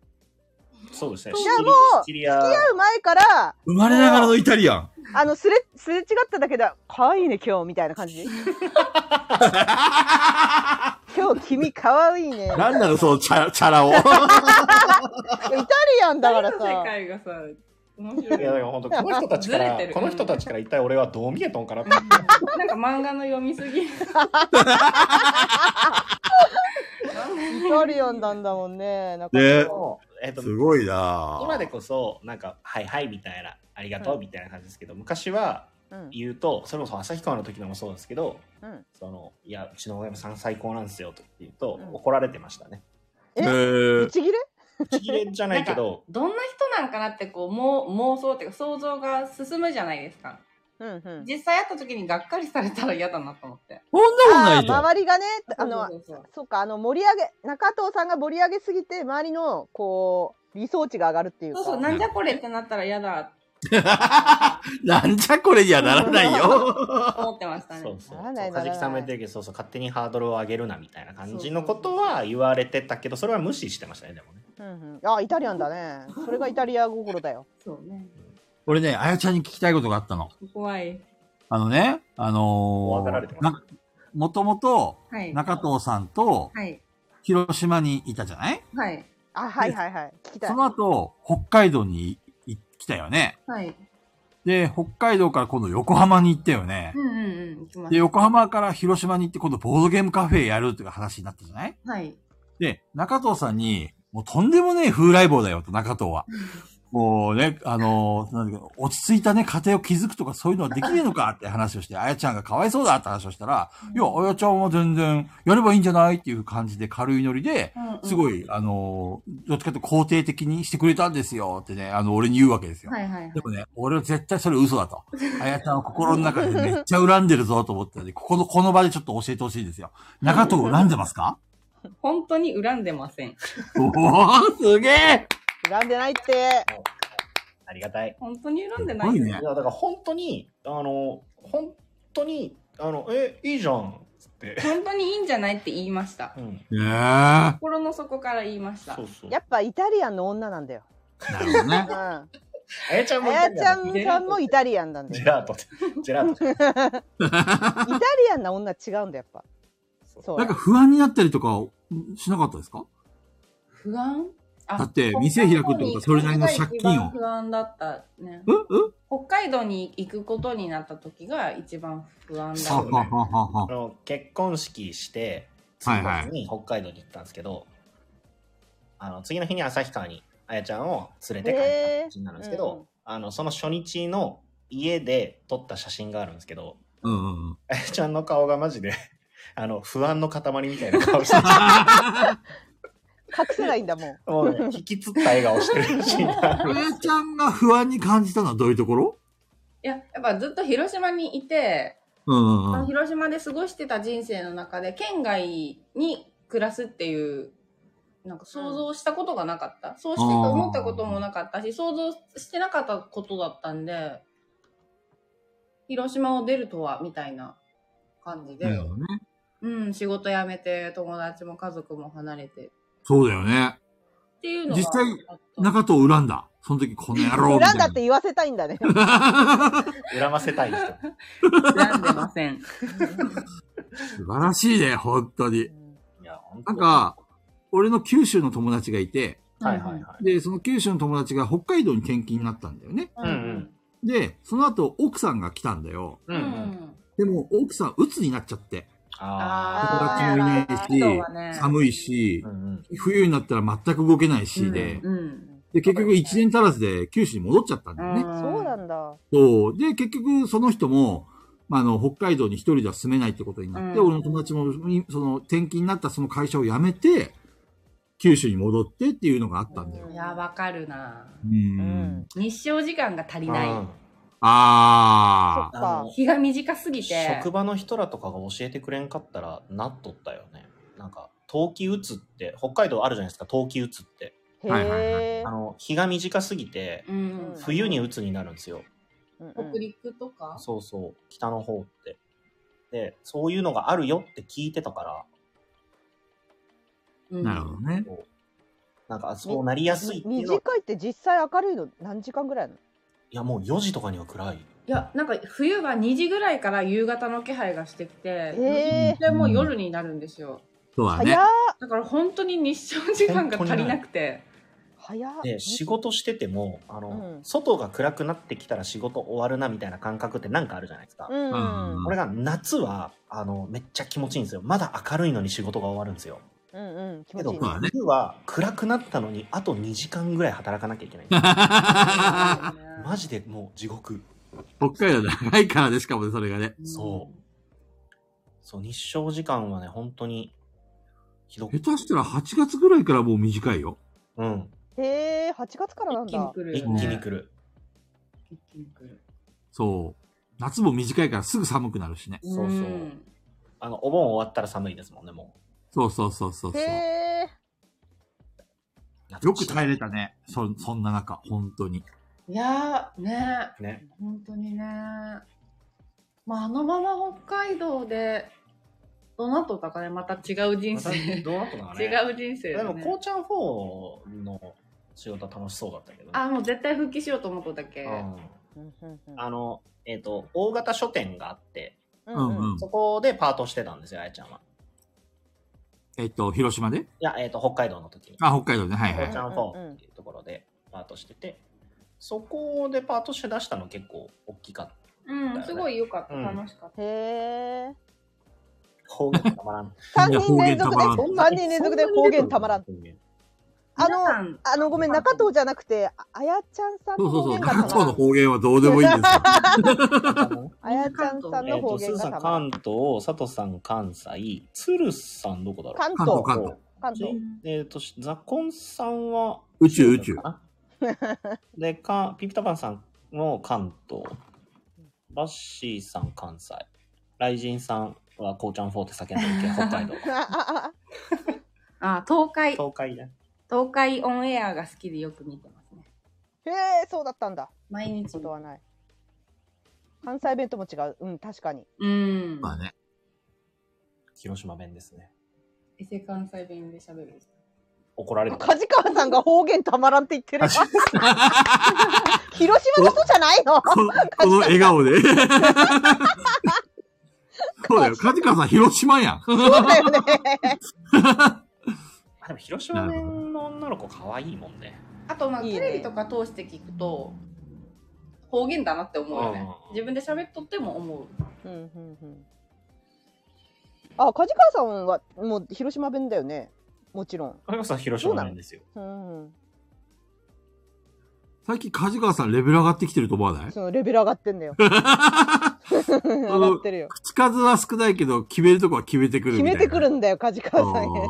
Speaker 4: そうですね
Speaker 3: じゃあもう
Speaker 4: シチリア
Speaker 3: 付き合う前から、
Speaker 2: 生まれながらのイタリアン。
Speaker 3: あの、すれ、すれ違っただけで、可愛いね、今日、みたいな 感じ。今日、君、可愛いね。イタ
Speaker 2: なんなの、そのチャチャラを。
Speaker 3: リアンだから
Speaker 5: 二人の世
Speaker 3: さ。
Speaker 5: 界がさ、面白い。
Speaker 4: いやだから本当この人たちか
Speaker 5: ずれて
Speaker 4: ら
Speaker 5: る
Speaker 4: この人たちから一体俺はどう見えとんかなって
Speaker 5: なんか漫画の読みすぎ。
Speaker 3: イタリアンなんだもんね。なんか
Speaker 2: ね
Speaker 4: えっと
Speaker 2: すごいな
Speaker 4: 今でこそなんか「はいはい」みたいな「ありがとう」みたいな感じですけど昔は
Speaker 3: うん。
Speaker 4: 言うとそれこそ旭川の時のもそうですけど
Speaker 3: うん。
Speaker 4: そのいやうちの親御さん最高なんですよと言うと、
Speaker 3: うん
Speaker 4: 怒られてましたね。
Speaker 2: え
Speaker 3: え
Speaker 2: ー
Speaker 3: ぶち切れ
Speaker 4: ちぎれじゃないけど
Speaker 5: どんな人なんかなってこうもう妄想っていうか想像が進むじゃないですか
Speaker 3: うんうん。
Speaker 5: 実際会った時にがっかりされたら嫌だなと思って
Speaker 2: そんなことな
Speaker 3: あ
Speaker 2: いじ
Speaker 3: あ、
Speaker 2: ゃん。
Speaker 3: 周りがね、あ
Speaker 5: そ
Speaker 3: の、
Speaker 5: うそうそう
Speaker 3: そうか、あの、盛り上げ、中藤さんが盛り上げすぎて、周りの、こう、理想値が上がるっていう
Speaker 5: そ
Speaker 3: か。
Speaker 5: うそうなんじゃこれってなったら嫌だ
Speaker 2: なんじゃこれにはならないよ。
Speaker 5: と思ってましたね
Speaker 4: そうそう
Speaker 3: ならない
Speaker 4: かじきさんも言ってるけどそうそう勝手にハードルを上げるなみたいな感じのことは言われてたけどそれは無視してましたねでもね。
Speaker 3: うんうん。あ、イタリアンだね。それがイタリア心だよ。
Speaker 5: そうね
Speaker 2: 俺ね、あやちゃんに聞きたいことがあったの。
Speaker 5: 怖い
Speaker 2: あのね、あの
Speaker 4: 怖がられて
Speaker 2: ー、
Speaker 4: ま
Speaker 2: なもともと
Speaker 5: はい
Speaker 2: 中藤さんと
Speaker 5: はい
Speaker 2: 広島にいたじゃない
Speaker 5: はい
Speaker 3: あ、はいはいはい。聞きたい
Speaker 2: そ。の後、北海道にい来たよね。
Speaker 5: はい
Speaker 2: で、北海道から今度横浜に行ったよね
Speaker 5: う。んうんうん行きま
Speaker 2: で、
Speaker 5: す
Speaker 2: 横浜から広島に行って今度ボードゲームカフェやるっていう話になったじゃない
Speaker 5: はい
Speaker 2: で、中藤さんに、もうとんでもねえ風来坊だよと、中 藤は。もうね、あのーなんだっけ落ち着いたね、家庭を築くとかそういうのはできねえのかって話をして、あやちゃんがかわいそうだって話をしたら、いや、あやちゃんは全然やればいいんじゃないっていう感じで軽いノリで、す
Speaker 5: い
Speaker 2: ごい、あのーどっちかというと肯定的にしてくれたんですよってね、あの、俺に言うわけですよ。
Speaker 5: はいはい
Speaker 2: でもね、俺は絶対それ嘘だと。あやちゃんは心の中でめっちゃ恨んでるぞと思ったんで、ここの、この場でちょっと教えてほしいんですよ。中藤恨んでます か
Speaker 5: 本当に恨んでません
Speaker 2: おおすげえ
Speaker 3: 恨んでないって。
Speaker 4: ありがたい。
Speaker 5: 本当に恨んですな
Speaker 2: ごい
Speaker 5: い
Speaker 4: い
Speaker 2: ね
Speaker 4: や。だから本当にあの本当にあのえいいじゃんっつって。
Speaker 5: 本当にいいんじゃないって言いました
Speaker 4: うん、
Speaker 2: ねえ。な
Speaker 5: 心の底から言いました
Speaker 4: そうそう
Speaker 3: やっぱイタリアンの女なんだよ。
Speaker 2: るほど
Speaker 3: う
Speaker 2: ね
Speaker 3: ん。。あ
Speaker 4: あやちゃんも
Speaker 3: やちゃん
Speaker 4: ジェ
Speaker 3: さ
Speaker 4: ラ
Speaker 3: ん
Speaker 4: ー
Speaker 3: も
Speaker 4: ト
Speaker 3: イタリアンなんだ
Speaker 4: ジ
Speaker 3: よ。
Speaker 4: ェラートジェラート。
Speaker 3: イタリアンな女違うんだよ、やっぱ。そう
Speaker 2: なんか不安になったりとかしなかったですか
Speaker 5: 不安あ
Speaker 2: だって店開くってことはそれなりの借金を
Speaker 5: 北海道に行くこと
Speaker 2: うんうん
Speaker 5: が一番不安だったね。北海道に行くことになった時が一番不安だ
Speaker 4: そ
Speaker 2: は
Speaker 5: っ
Speaker 4: う
Speaker 5: た
Speaker 4: ね。
Speaker 2: ははは
Speaker 4: あ
Speaker 2: は。
Speaker 4: の結婚式して次
Speaker 2: はい
Speaker 4: の
Speaker 2: はい
Speaker 4: 日に北海道に行ったんですけど、あの次の日に旭川にあやちゃんを連れて帰った感じになるんですけ
Speaker 3: へーうん
Speaker 4: ど、あのその初日の家で撮った写真があるんですけど
Speaker 2: うんうんうん。
Speaker 4: あやちゃんの顔がマジで あの不安の塊みたいな顔して
Speaker 3: 隠せないんだも ん。
Speaker 4: もう、ね、引きつった笑顔してる写真があ
Speaker 2: あ
Speaker 4: る
Speaker 2: やちゃんが不安に感じたのはどういうところ
Speaker 5: いや、やっぱずっと広島にいて、
Speaker 2: うんうんうん。
Speaker 5: 広島で過ごしてた人生の中で県外に暮らすっていうなんか想像したことがなかった、そうしてと思ったこともなかったし想像してなかったことだったんで広島を出るとはみたいな感じで、
Speaker 2: だよね。
Speaker 5: うん仕事辞めて友達も家族も離れてっ
Speaker 2: そうだよね。
Speaker 5: ていうのが
Speaker 2: 実際
Speaker 5: あった
Speaker 2: 中藤を恨んだ。その時、この野郎みたいな。
Speaker 3: 恨んだって言わせたいんだね。
Speaker 4: 恨ませたい人
Speaker 5: 恨んでません
Speaker 2: 素晴らしいね、本当に。
Speaker 4: いや本当
Speaker 2: なんか、俺の九州の友達がいて、
Speaker 4: はいはいはい
Speaker 2: で、その九州の友達が北海道に転勤になったんだよね。
Speaker 5: うんうん
Speaker 2: で、その後奥さんが来たんだよ。
Speaker 4: うん
Speaker 5: う
Speaker 4: うん
Speaker 5: ん
Speaker 2: でも奥さん鬱になっちゃって、
Speaker 4: あ
Speaker 2: 友達
Speaker 3: あー
Speaker 2: もいな
Speaker 5: そう
Speaker 2: い
Speaker 5: だね
Speaker 2: し、寒いし
Speaker 4: ーう、んうん
Speaker 2: 冬になったら全く動けないしで、
Speaker 5: うんうん
Speaker 2: で、結局1年足らずで九州に戻っちゃったんだよね。
Speaker 3: そうなんだ。
Speaker 2: そう。で、結局、その人も、まあ、あの、北海道に一人では住めないってことになって、
Speaker 5: うん
Speaker 2: 俺の友達も、いその、転勤になったその会社を辞めて、九州に戻ってっていうのがあったんだよ。
Speaker 5: いやわかるな
Speaker 2: うん。
Speaker 3: うん。
Speaker 5: 日照時間が足りな
Speaker 4: う
Speaker 5: い
Speaker 4: ん
Speaker 2: あ
Speaker 3: そっか
Speaker 4: あの
Speaker 5: 日が短すぎて
Speaker 4: 職場の人らとかが教えてくれんかったらなっとったよねなんか冬季うつって北海道あるじゃないですか冬季うつって
Speaker 2: はいはいはい
Speaker 3: へえ
Speaker 4: あ。の日が短すぎて
Speaker 5: うん
Speaker 4: 冬にうつになるんですよ
Speaker 3: うんうん
Speaker 5: 北陸とか
Speaker 4: そうそう北の方ってでそういうのがあるよって聞いてたか
Speaker 2: あ、なるほどね
Speaker 4: ら。こうなんかそうなりやすいっていうのは
Speaker 3: 短いって実際明るいの何時間ぐらいなの
Speaker 4: いやもう4時とかには暗い
Speaker 5: いやなんか冬は2時ぐらいから夕方の気配がしてきて
Speaker 3: え
Speaker 5: でもう夜になるんですよ
Speaker 2: そうだね
Speaker 3: 早。っ
Speaker 5: だから本当に日照時間が足りなくて
Speaker 3: 早っ
Speaker 4: で仕事しててもあの、
Speaker 3: うん
Speaker 4: 外が暗くなってきたら仕事終わるなみたいな感覚ってなんかあるじゃないですか、
Speaker 3: うんうん
Speaker 2: うん
Speaker 4: これが夏はあのめっちゃ気持ちいいんですよまだ明るいのに仕事が終わるんですよ
Speaker 3: うんうん気
Speaker 4: け
Speaker 3: 持ち
Speaker 4: ど
Speaker 3: いい
Speaker 2: まあね
Speaker 4: 冬は暗くなったのにあと2時間ぐらい働かなきゃいけない マジでもう地獄
Speaker 2: 北海道長いからでしかもね、それがね。
Speaker 4: そうそう日照時間はね本当にひどく
Speaker 2: 下手したら8月ぐらいからもう短いよ。
Speaker 4: うん
Speaker 3: へえ八月からなん
Speaker 5: 一気に
Speaker 3: だ
Speaker 5: 来る
Speaker 4: 一気
Speaker 5: よね
Speaker 4: に来る、
Speaker 5: 一気に来る
Speaker 2: そう。夏も短いからすぐ寒くなるしね。
Speaker 4: そうそうんあのお盆終わったら寒いですもんねも
Speaker 2: そうそうそうそうそう。
Speaker 3: へえ
Speaker 4: う
Speaker 2: よく耐えれたね。そ、そんな中、本当に。
Speaker 5: いやーね
Speaker 4: ね
Speaker 5: 本当にねまああのまま北海道でどなただかねまた違う人
Speaker 4: また
Speaker 5: 生、
Speaker 4: どうなったのかね
Speaker 5: 違う人生
Speaker 4: で
Speaker 5: だ、ね、
Speaker 4: もこうちゃん4の仕事は楽しそうだったけどね
Speaker 5: あもう絶対復帰しようと思っとったけ
Speaker 4: うん
Speaker 3: うんうんうん
Speaker 4: あのえっ、と大型書店があって
Speaker 2: うんうん。
Speaker 4: そこでパートしてたんですよあやちゃんは
Speaker 2: えっと、広島で
Speaker 4: いや、えっ、と、北海道の時に。
Speaker 2: あ、北海道ね。はいは
Speaker 4: お
Speaker 2: い
Speaker 4: ち。ゃんフォーっていうところでパートしてて、そこでパートして出したの結構大きかった。
Speaker 5: うん、
Speaker 4: うん
Speaker 5: すごい良かった、
Speaker 4: うん
Speaker 5: 楽しかっ
Speaker 3: へえ
Speaker 4: 方言たま らん。
Speaker 3: 三人連続
Speaker 2: い
Speaker 3: で
Speaker 2: や方言たまらん
Speaker 3: 三人連続で方言たまらん。
Speaker 5: た
Speaker 3: あ
Speaker 5: 皆
Speaker 3: の
Speaker 5: さん
Speaker 3: あのごめん中藤じゃなくてああやちゃんさん
Speaker 2: そ
Speaker 3: の
Speaker 2: うそうそう。
Speaker 3: 方言が
Speaker 2: 中
Speaker 3: た
Speaker 2: 藤の
Speaker 3: ま
Speaker 2: 方言はどうでもいいんです よ。
Speaker 3: らんあやちゃんさん
Speaker 4: え
Speaker 3: の
Speaker 4: っ
Speaker 3: 方
Speaker 4: と、ス
Speaker 3: 言
Speaker 4: ー
Speaker 3: が
Speaker 4: さ
Speaker 3: た
Speaker 4: ん
Speaker 3: まら
Speaker 4: 関
Speaker 3: ん
Speaker 4: 東、佐藤さん関西、鶴さんどこだろう
Speaker 3: 関
Speaker 2: 関東、
Speaker 3: 東
Speaker 2: 関東。
Speaker 3: 関東
Speaker 4: えっ、と、ザコンさんは
Speaker 2: 宇宙、 宇宙。
Speaker 4: かな。で、かピピタパンさんも関東。バッシーさん関西。ライジンさんはこうちゃん4って叫んでるけど、北海道。
Speaker 3: あああ
Speaker 5: あ東海
Speaker 4: 東海だ。
Speaker 5: 東海オンエアが好きでよく見てますね
Speaker 3: へえそうだったんだ
Speaker 5: 毎日
Speaker 3: ことはない関西弁とも違ううん確かに
Speaker 5: うん
Speaker 2: まあね。
Speaker 4: 広島弁ですね。
Speaker 5: 伊勢関西弁で喋る
Speaker 4: 怒られる。
Speaker 3: 梶川さんが方言たまらんって言っ てる広島の人じゃないの
Speaker 2: ここの笑顔 で。そうだよ。カジカさん、広島やん。
Speaker 3: そうだよね。
Speaker 4: あ
Speaker 6: でも広島弁の女の子可愛いもんね。
Speaker 5: あとまあ
Speaker 3: いいね
Speaker 5: テレビとか通して聞くと方言だなって思うよね
Speaker 6: うん
Speaker 5: 自分で喋っとっても思う
Speaker 3: うんうんうん。あ、梶川さんはもう広島弁だよね。もちろん。
Speaker 6: あれはさ、広島弁ですよ。
Speaker 3: うんうん。
Speaker 2: 最近、梶川さんレベル上がってきてると思わない
Speaker 3: そのレベル上がってん だよ。 上がってるよ。
Speaker 2: 口数は少ないけど、決めるとこは決めてくるみ
Speaker 3: 決
Speaker 2: たいな。
Speaker 3: めてくるんだよ、梶川さんね。
Speaker 2: あ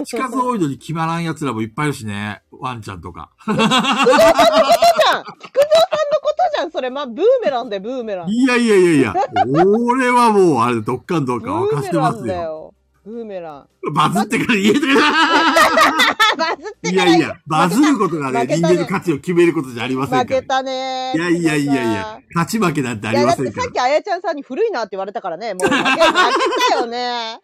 Speaker 2: ー口数多いのに決まらん奴らもいっぱいいるしね。ワンちゃんとか。
Speaker 3: じゃん菊蔵さんのことじゃん、それ。まあ、ブーメランでブーメラン。
Speaker 2: いやいやいやいや、俺はもう、あれ、どっかんどっ
Speaker 3: ブ
Speaker 2: か沸
Speaker 3: ー
Speaker 2: か
Speaker 3: メ
Speaker 2: して
Speaker 3: ラ
Speaker 2: ま
Speaker 3: ン
Speaker 2: す
Speaker 3: だ
Speaker 2: よ。
Speaker 3: よ。ブーメラン。
Speaker 2: バズってから言えてる
Speaker 3: あ、バズって
Speaker 2: い
Speaker 3: か
Speaker 2: や
Speaker 3: ら
Speaker 2: いや、バズることがね、
Speaker 3: 負け
Speaker 2: 人
Speaker 3: たね
Speaker 2: 間の価値を決めることじゃありませ
Speaker 3: 負
Speaker 2: んか
Speaker 3: け
Speaker 2: ら。
Speaker 3: たね
Speaker 2: いやいやいやいや、勝ち負けなんてあ
Speaker 3: い
Speaker 2: り
Speaker 3: や、
Speaker 2: ま
Speaker 3: だっ
Speaker 2: せ
Speaker 3: て
Speaker 2: んか
Speaker 3: さっ
Speaker 2: ら。
Speaker 3: きあやちゃんさんに古いなって言われたからね、もう負け負けた よね。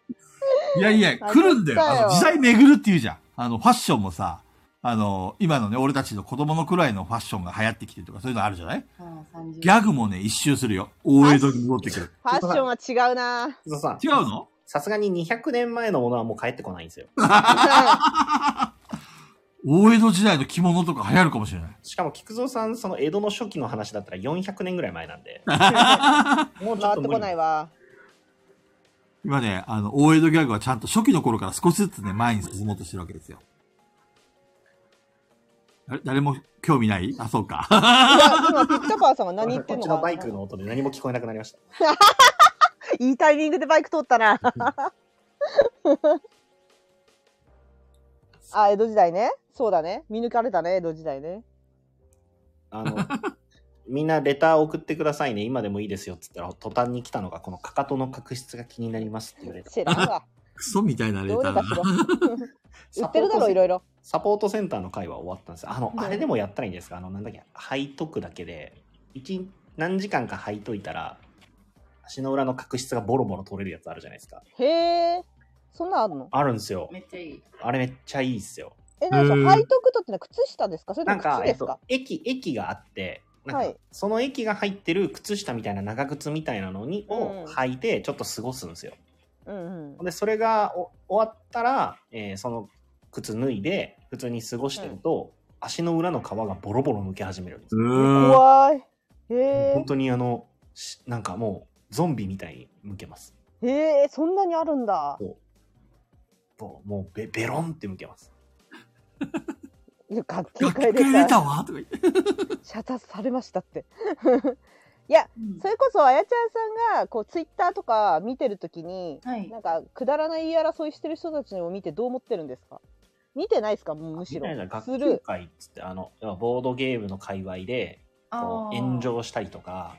Speaker 2: いやいや、
Speaker 3: バズ
Speaker 2: 来
Speaker 3: ったよ
Speaker 2: るんだよ。あの、時代巡るって言うじゃん。あの、ファッションもさ、あの、今のね、俺たちの子供のくらいのファッションが流行ってきてるとか、そういうのあるじゃない
Speaker 5: ああ30
Speaker 2: ギャグもね、一周するよ。大江戸に戻ってくる。
Speaker 3: ファッションは違うな。
Speaker 4: そうさん
Speaker 2: 違うの
Speaker 4: さすがに200年前のものはもう帰ってこないんですよ。
Speaker 2: 大江戸時代の着物とか流行るかもしれない。
Speaker 4: しかも菊蔵さん、その江戸の初期の話だったら400年ぐらい前なん で。もうちょ
Speaker 3: 回
Speaker 4: っ
Speaker 3: っ
Speaker 4: と
Speaker 3: て
Speaker 4: 無理
Speaker 3: こな いわ。
Speaker 2: 今ね、あの、大江戸ギャグはちゃんと初期の頃から少しずつね、前に進もうとしてるわけですよ。あれ誰も興味ないあ、そうか。
Speaker 3: いや、今、ピッタパーさんが何言って
Speaker 4: こっ
Speaker 3: んの
Speaker 4: ち
Speaker 3: か
Speaker 4: の
Speaker 3: な
Speaker 4: バイクの音で何も聞こえなくなりました。
Speaker 3: いいタイミングでバイク通ったな。あ、江戸時代ね。そうだね。見抜かれたね、江戸時代ね。
Speaker 4: あ の、みんなレター送ってくださいね。今でもいいですよ。っつったら、途端に来たのが、このかかとの角質が気になりますって言われた。
Speaker 3: 知らんわ。
Speaker 2: クソみたいなレ
Speaker 3: ど
Speaker 2: タ
Speaker 3: う
Speaker 2: ー
Speaker 3: に
Speaker 2: だ
Speaker 3: か
Speaker 2: な
Speaker 3: し。ろ。売ってるだろ、いろいろ。
Speaker 4: サポートセンターの会は終わったんですよあの、
Speaker 3: うん
Speaker 4: あれでもやったらいいんですかあの、なんだっけ、履いとくだけで、一、何時間か履いといたら、足の裏の角質がボロボロ取れるやつあるじゃないですか。
Speaker 3: へえ。そんなんあるの
Speaker 4: あるんですよ。
Speaker 5: めっちゃいい
Speaker 4: あれめっちゃいいっすよ。
Speaker 3: え、なんか、
Speaker 2: うん
Speaker 3: ハイトクトってのは靴下ですかそれと
Speaker 4: なん
Speaker 3: も
Speaker 4: か
Speaker 3: 靴、
Speaker 4: え
Speaker 3: で
Speaker 4: っ
Speaker 3: すか
Speaker 4: と、液、液があって、なん
Speaker 3: は
Speaker 4: か
Speaker 3: い
Speaker 4: その液が入ってる靴下みたいな長靴みたいなのに、
Speaker 3: うん
Speaker 4: を履いて、ちょっと過ごすんですよ。
Speaker 3: うんうん。
Speaker 4: で、それがお終わったら、えーその靴脱いで、普通に過ごしてると、足の裏の皮がボロボロ抜け始めるんです
Speaker 2: う
Speaker 4: よ。
Speaker 2: ーん。
Speaker 3: 怖い。へ
Speaker 4: 本当にあの、しなんかもう、ゾンビみたいに向けます。
Speaker 3: え。へえ、そんなにあるんだ。
Speaker 4: もう、もうベベロンって向けます。
Speaker 3: いや楽器
Speaker 2: 学
Speaker 3: 会
Speaker 2: 会
Speaker 3: で
Speaker 2: 出
Speaker 3: さ、
Speaker 2: たわとか言っ て。
Speaker 3: 射殺されましたって。それこそ、あやちゃんさんが、こう、ツイッターとか見てるときに、
Speaker 5: はい
Speaker 3: なんか、くだらない言い争いしてる人たちを見てどう思ってるんですか見てないですかむむし
Speaker 4: み
Speaker 3: ろ
Speaker 4: たいな。
Speaker 3: す
Speaker 4: 学級
Speaker 3: る。
Speaker 4: 会っつって、あの、要はボードゲームの界隈で、こ
Speaker 5: あ
Speaker 4: う
Speaker 5: ー
Speaker 4: 炎上したりとか、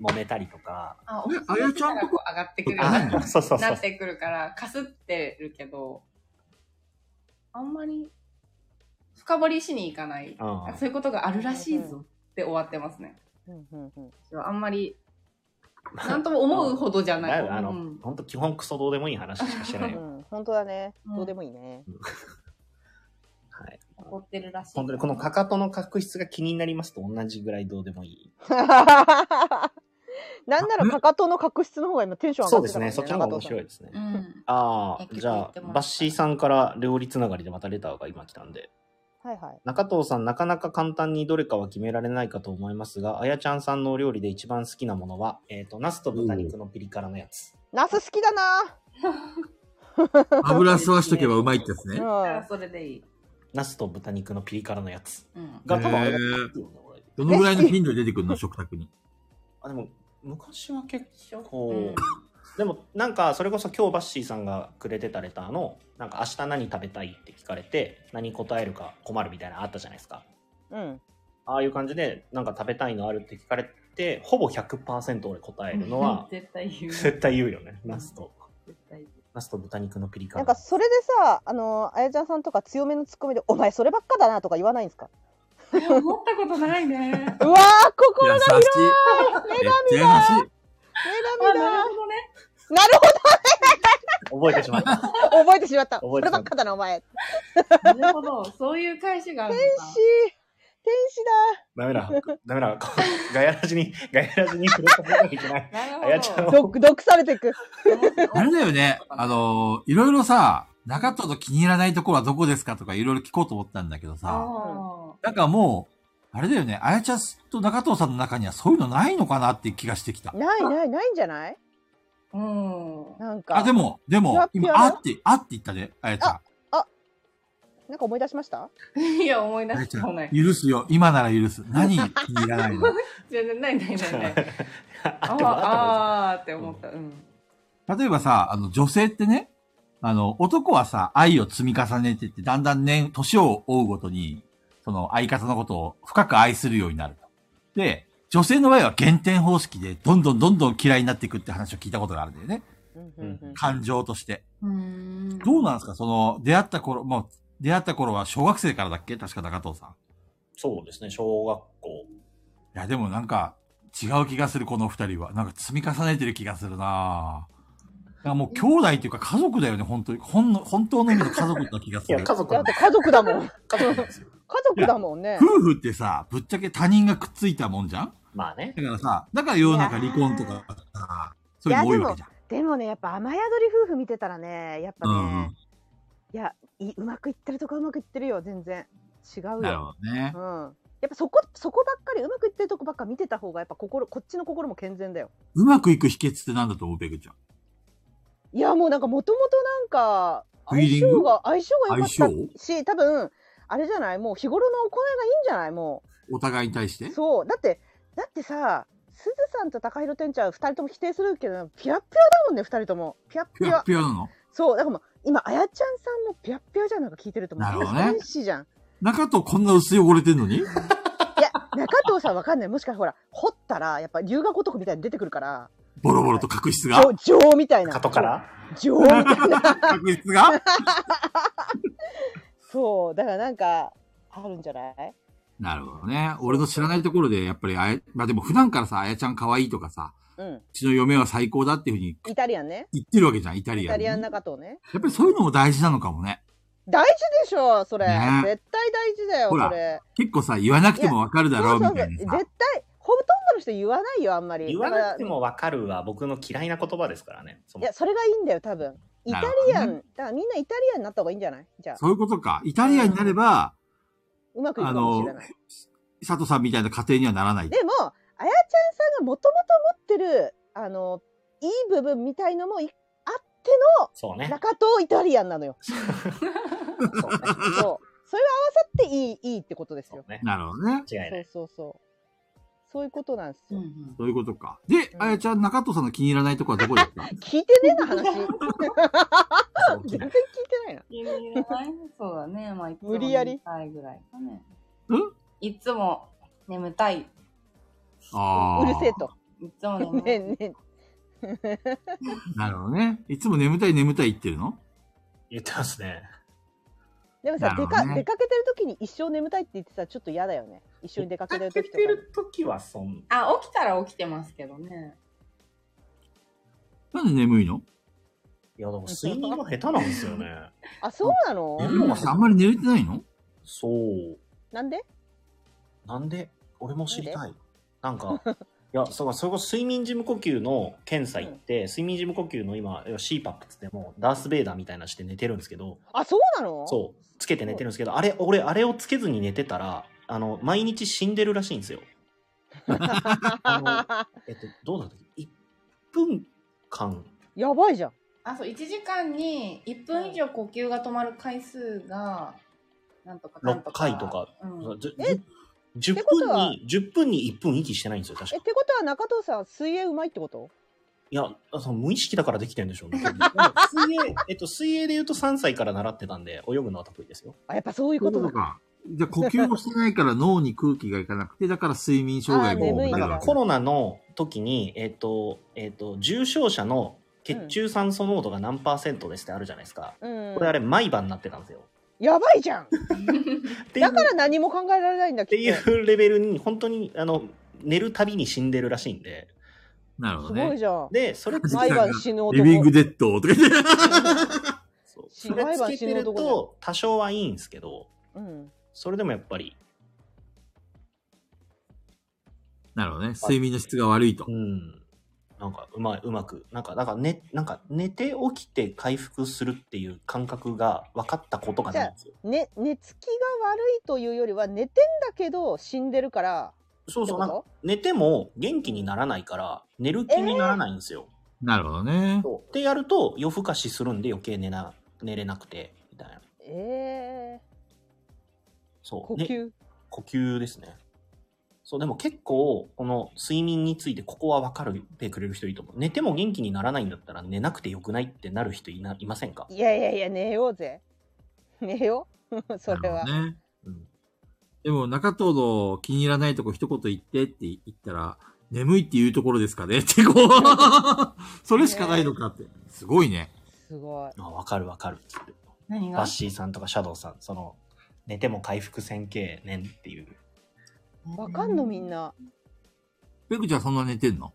Speaker 4: 揉めたりとか、
Speaker 5: あ
Speaker 2: えあやちゃんと
Speaker 5: こう上がってくるよう
Speaker 2: あ
Speaker 5: に
Speaker 2: なん
Speaker 5: な
Speaker 2: だ
Speaker 4: そうそうそう
Speaker 5: っ。てくるからかすってるけどあんまり深掘りしに行かない
Speaker 4: うん
Speaker 5: あそういうことがあるらしいぞって終わってますね
Speaker 3: うんうんうん
Speaker 5: あん まりなんとも思うほどじゃ
Speaker 4: だ
Speaker 5: ない
Speaker 4: よあの、
Speaker 5: うん
Speaker 4: 本当基本クソどうでもいい話しかしてないよ。
Speaker 3: うん本当だね。
Speaker 5: うん
Speaker 3: どうでもいいね。
Speaker 4: はい。
Speaker 5: 怒ってるらしい
Speaker 4: 本当にこのかかとの角質が気になりますと同じぐらいどうでもいい。
Speaker 3: なんなら、かかとの角質の方が今テンション上が
Speaker 4: そう
Speaker 3: っ
Speaker 4: で
Speaker 3: てた
Speaker 4: す
Speaker 3: から
Speaker 4: ね。そっちの方が面白
Speaker 3: い。
Speaker 4: いですね。
Speaker 5: うん
Speaker 4: ああ、
Speaker 5: 結
Speaker 4: じ
Speaker 5: 構言
Speaker 4: ゃ
Speaker 5: って
Speaker 4: あ、
Speaker 5: もらった
Speaker 4: バッシーさんから料理つながりでまたレターが今来たんで。
Speaker 3: はいはい。
Speaker 4: 中藤さん、なかなか簡単にどれかは決められないかと思いますが、あやちゃんさんのお料理で一番好きなものは、えっ、と、茄子と豚肉のピリ辛のやつ。
Speaker 3: ナス好きだな。
Speaker 2: 油吸わしとけばうまいってやつ
Speaker 3: う
Speaker 2: ね。
Speaker 5: だから
Speaker 3: ん。
Speaker 5: それでいい
Speaker 4: 茄子と豚肉のピリ辛のやつ。
Speaker 5: うん
Speaker 4: が、多分あれが
Speaker 2: へー
Speaker 4: 好きよね俺
Speaker 2: どのぐらいの頻度で出てくるの食卓に。
Speaker 4: あ、でも、昔は結
Speaker 5: 一緒
Speaker 4: 構、
Speaker 5: うん
Speaker 4: でもなんかそれこそ今日バッシーさんがくれてたレターのなんか明日何食べたいって聞かれて何答えるか困るみたいなのあったじゃないですか
Speaker 3: うん。
Speaker 4: ああいう感じでなんか食べたいのあるって聞かれてほぼ100%俺答えるのは
Speaker 5: 絶対言う
Speaker 4: 絶対言うよねナスと
Speaker 5: 絶対言う
Speaker 4: ナスと豚肉のピリ
Speaker 3: な
Speaker 4: 辛
Speaker 3: んか、それでさ、あの、あやちゃんさんとか強めのツッコミで、お前そればっかだなとか言わないんですか
Speaker 5: いや思ったことない ね
Speaker 3: うわー、
Speaker 2: 優
Speaker 3: 心
Speaker 2: し
Speaker 3: が、
Speaker 2: い。めっちゃ優しい。
Speaker 3: 女
Speaker 5: あ
Speaker 3: 神
Speaker 5: な
Speaker 3: だ
Speaker 5: る。ほどね
Speaker 3: なる
Speaker 4: 覚えてしまった
Speaker 3: ほど、覚えてしまった。
Speaker 4: 覚
Speaker 3: そ
Speaker 4: えて
Speaker 3: れ
Speaker 4: しま
Speaker 3: ば
Speaker 4: った
Speaker 3: っかだな、お前。
Speaker 5: なるほど。そういう返しがあるの
Speaker 3: 天
Speaker 5: か
Speaker 3: 使。天使
Speaker 4: ダメだダメだ こうガヤラジにガヤラジに触れた方がいけない
Speaker 5: なるほ
Speaker 4: あ
Speaker 5: ど。
Speaker 4: やちゃん
Speaker 3: だ。毒、毒されていく。
Speaker 2: あれだよね。あの、いろいろさ、中藤と気に入らないところはどこですかとかいろいろ聞こうと思ったんだけどさ、
Speaker 5: あ
Speaker 2: なんかもう、あれだよね、あやちゃんと中藤さんの中にはそういうのないのかなっていう気がしてきた。
Speaker 3: ないないないんじゃない
Speaker 5: あ。うん。
Speaker 3: なんか
Speaker 2: あ、でも、で
Speaker 3: ピュ
Speaker 2: も
Speaker 3: ア、ピュア
Speaker 2: 今、
Speaker 3: だ
Speaker 2: あって、あって言ったで、あやちゃん。
Speaker 3: なんか思い出しました
Speaker 5: いや、思い出
Speaker 2: あやち
Speaker 5: し
Speaker 2: ゃ、
Speaker 5: てこなんい。
Speaker 2: 許すよ。今なら許す。何気に入らないの
Speaker 5: 全然ないないないない。
Speaker 4: あ
Speaker 5: あ
Speaker 4: ってもあっ
Speaker 5: あーって思った。うん。
Speaker 2: 例えばさ、あの、女性ってね、あの、男はさ、愛を積み重ねてって、だんだん年、年を追うごとに、その、相方のことを深く愛するようになると。で、女性の場合は減点方式で、どんどんどんどん嫌いになっていくって話を聞いたことがあるんだよね。
Speaker 3: うんうんうん
Speaker 2: 感情として。
Speaker 5: うん
Speaker 2: どうなんですかその、出会った頃、もう、出会った頃は小学生からだっけ確か中藤さん。い
Speaker 4: そうですね、小学校。
Speaker 2: や、でもなんか、違う気がする、この二人は。なんか積み重ねてる気がするなぁ。だからもう兄弟っていうか家族だよね、本当に。ほんの、本当の意味の家族な気がす
Speaker 4: い
Speaker 2: る。
Speaker 4: や、家族
Speaker 3: だ
Speaker 4: な
Speaker 3: っ
Speaker 4: ん
Speaker 3: て
Speaker 4: で
Speaker 3: 家族だもん家
Speaker 4: 家族なんですよ。
Speaker 3: 族だもんね
Speaker 2: 夫婦ってさ、ぶっちゃけ他人がくっついたもんじゃん
Speaker 4: まあね。
Speaker 2: だからさ、だから世の中離婚とかさ、そういうの多いわけじゃん。
Speaker 3: でもねやっぱ雨宿り夫婦見てたらねやっぱね、
Speaker 2: うんうん
Speaker 3: いやいうまくいってるとかうまくいってるよ全然違うよ
Speaker 2: なるほどね
Speaker 3: う。ん、やっぱそこそこばっかりうまくいってるとこばっか見てた方がやっぱ心こっちの心も健全だよ
Speaker 2: うまくいく秘訣ってなんだと思う、ペグちゃん。
Speaker 3: いやもうなんかもともとなんか
Speaker 2: フ
Speaker 3: 相
Speaker 2: ィーリング
Speaker 3: 性が相性が良か
Speaker 2: 相性
Speaker 3: ったし多分あれじゃないもう日頃の行いがいいんじゃないも
Speaker 2: お互いに対して
Speaker 3: うそうだってだってさすずさんと高弘店長は2人とも否定するけどピャッピャだもんね2人ともピャッ
Speaker 2: ピ
Speaker 3: ピ
Speaker 2: ュア
Speaker 3: ャ
Speaker 2: ピュアなの
Speaker 3: そうだからもう今あやちゃんさんもピャッピャじゃんなんか聞いてると思う
Speaker 2: なるほどね
Speaker 3: 天使じゃん
Speaker 2: 中とこんな薄い汚れてんのに
Speaker 3: いや中藤さんわかんないもしかしたらほら掘ったらやっぱ龍河如くみたいに出てくるから
Speaker 2: ボロボロと角質が
Speaker 3: 情情みたいな
Speaker 4: 後から
Speaker 3: 情みたいな
Speaker 2: 角質が
Speaker 3: そうだからなんかあるんじゃない
Speaker 2: なるほどね。俺の知らないところで、やっぱりあや、まあでも普段からさ、あやちゃん可愛いとかさ、
Speaker 3: うん
Speaker 2: うちの嫁は最高だっていうふうに
Speaker 3: イタリアンね
Speaker 2: 言ってるわけじゃん、イタリアン
Speaker 3: イ
Speaker 2: に。
Speaker 3: タリアン中藤ね
Speaker 2: やっぱりそういうのも大事なのかもね。
Speaker 3: 大事でしょそれ、
Speaker 2: ね
Speaker 3: 絶対大事だよ
Speaker 2: ほら
Speaker 3: それ
Speaker 2: 結構さ、言わなくてもわかるだろうみたい
Speaker 3: 絶
Speaker 2: な
Speaker 3: 対
Speaker 2: さ。
Speaker 3: ほとんどの人言わないよあんまり
Speaker 4: 言わなくて
Speaker 3: だか
Speaker 4: もわかるは僕の嫌いな言葉ですからね。そ
Speaker 3: ら
Speaker 4: の
Speaker 3: いやそれがいいんだよ多分イタリア
Speaker 2: な
Speaker 3: ン、
Speaker 2: る
Speaker 3: だからみんなイタリアンになった方がいいんじゃないじゃあ
Speaker 2: そういうことか。イタリアンになれば、
Speaker 3: うまくいくかもしれない
Speaker 2: 佐藤さんみたいな家庭にはならない。
Speaker 3: でもあやちゃんさんがもともと持ってるあのいい部分みたいのもいあって
Speaker 4: そう
Speaker 3: の
Speaker 4: ね。
Speaker 3: 中藤イタリアンなのよ。
Speaker 4: そうね
Speaker 3: そうそれは合わさっていいいいってことです
Speaker 4: そう
Speaker 3: よ。
Speaker 4: ね。
Speaker 2: なるほどね。
Speaker 4: 間違いな
Speaker 3: そう
Speaker 4: い。
Speaker 3: そうそうそういうことなんです
Speaker 5: うん
Speaker 3: よ。
Speaker 5: うん
Speaker 2: そういうことか。で、
Speaker 3: うん
Speaker 2: あやちゃん、中藤さんの気に入らないとこはどこです か
Speaker 3: 聞いてねえな話
Speaker 4: そう
Speaker 3: 全然聞いてないな。
Speaker 5: 気に入らないそうだね。まあ、いつも
Speaker 3: 無理やり
Speaker 5: 眠たいぐらいかね。
Speaker 2: うん
Speaker 5: いつも眠たい。い
Speaker 2: あ
Speaker 3: う
Speaker 2: あ。
Speaker 3: るせえと。
Speaker 5: つも眠
Speaker 3: ね
Speaker 5: た
Speaker 3: え
Speaker 5: い。
Speaker 3: ねえ
Speaker 2: なるほどね。いつも眠たい眠たい言ってるの
Speaker 4: 言ってますね。
Speaker 3: でもさ、
Speaker 2: なる
Speaker 3: 出
Speaker 2: ほど
Speaker 3: か
Speaker 2: ね
Speaker 3: 出かけてる時に一生眠たいって言ってさちょっと嫌だよね。一緒に出かけてる時とか
Speaker 4: 出かけてる時はそん
Speaker 5: あ、起きたら起きてますけどね。
Speaker 2: なんで眠いの
Speaker 4: いや、でも睡眠が下手なんですよ ね。
Speaker 3: あそうなの
Speaker 4: う？ん
Speaker 2: もうさあんまり寝れてないの
Speaker 4: そう。
Speaker 3: なんで？
Speaker 4: なんで俺も知りたい。なんか、い や、そうか、それこそ睡眠時無呼吸の検査行って、睡眠時無呼吸の今、要は CPAP っつっても、ダース・ベイダーみたいなして寝てるんですけど、
Speaker 3: あそうなの？
Speaker 4: そう、つけて寝てるんですけど、あれ、俺、あれをつけずに寝てたら、あの、毎日死んでるらしいんですよ。あえっと、どうだったっけ ?1 分間、
Speaker 3: やばいじゃん。
Speaker 5: あ、そう、1時間に1分以上呼吸が止まる回数が、なんとかなんとか。
Speaker 4: 六回とか
Speaker 5: うん。
Speaker 4: じゅ
Speaker 3: え
Speaker 4: じゅ
Speaker 3: って
Speaker 4: 10
Speaker 3: こと
Speaker 4: 分
Speaker 3: は
Speaker 4: に、10分に1分息してないんですよ、確か
Speaker 3: え。ってことは中藤さんは水泳うまいってこと？
Speaker 4: いや、その無意識だからできてるんで しょうね。でも水泳、えっと、水泳で言うと3歳から習ってたんで、泳ぐのは得意ですよ。
Speaker 3: あやっぱそういう
Speaker 2: そ
Speaker 3: こ
Speaker 2: うい
Speaker 3: と
Speaker 2: うこ
Speaker 3: だ
Speaker 2: と。か。じゃあ呼吸もしてないから脳に空気がいかなくて、だから睡眠障害
Speaker 3: あー眠い
Speaker 2: も
Speaker 3: ん
Speaker 4: な
Speaker 3: だ
Speaker 4: ん
Speaker 2: 出
Speaker 4: か
Speaker 2: る。
Speaker 4: コロナの時に、えっと、えっと、重症者の血中酸素濃度が何パーセントですってあるじゃないですか。
Speaker 3: うん
Speaker 4: これあれ、毎晩なってたんですよ。
Speaker 3: やばいじゃん。
Speaker 4: っていう
Speaker 3: だ
Speaker 4: っ
Speaker 3: から何も考えられないんだ
Speaker 4: て
Speaker 3: き
Speaker 4: い
Speaker 3: っと。
Speaker 4: うレベルに、本当に、あの、寝るたびに死んでるらしいんで。
Speaker 2: なるほ
Speaker 3: す
Speaker 2: ど
Speaker 3: ごい
Speaker 2: ね。
Speaker 3: じゃん。
Speaker 4: で、それ
Speaker 2: マジか
Speaker 3: 毎晩死ぬ
Speaker 2: リ
Speaker 3: 男。
Speaker 2: ビングデッド とか言って。
Speaker 4: そう
Speaker 3: 死
Speaker 4: それ
Speaker 3: 毎
Speaker 4: つ
Speaker 3: 晩
Speaker 4: け
Speaker 3: 死
Speaker 4: てる
Speaker 3: ぬ男じゃん
Speaker 4: と、多少はいいんですけど、
Speaker 3: うん。
Speaker 4: それでもやっぱり、
Speaker 2: なるほどね。睡眠の質が悪いと
Speaker 4: う。ん。なんかうまいうまくなんかだからねなんか寝て起きて回復するっていう感覚が分かったことがないんですよ。
Speaker 3: ね、寝つきが悪いというよりは寝てんだけど死んでるから
Speaker 4: そう
Speaker 3: って
Speaker 4: そう
Speaker 3: こ
Speaker 4: なんか
Speaker 3: と
Speaker 4: 寝ても元気にならないから寝る気にならないんですよ。
Speaker 2: なるほどね。
Speaker 4: そうってやると夜更かしするんで余計寝な寝れなくてみたいな。
Speaker 3: ええ
Speaker 4: そう
Speaker 3: 呼
Speaker 4: ね
Speaker 3: 吸、
Speaker 4: 呼吸ですね。そう、でも結構、この睡眠についてここは分かるってくれる人いると思う。寝ても元気にならないんだったら寝なくてよくないってなる人いないませんか
Speaker 3: いやいやいや寝ようぜ寝よう それ
Speaker 2: な
Speaker 3: は、
Speaker 2: るほどね。うんでも、中藤の気に入らないとこ一言言ってって言ったら、眠いっていうところですかねって こう、それしかないのかって。すごいね。
Speaker 3: すごい
Speaker 4: あ分かる分かるっつって。
Speaker 5: 何
Speaker 4: バ
Speaker 5: が
Speaker 4: ッシーさんとかシャドウさん、その、寝ても回復せんけえねんっていう。
Speaker 3: わかんのみんな
Speaker 2: ペグちゃんそんな寝てんの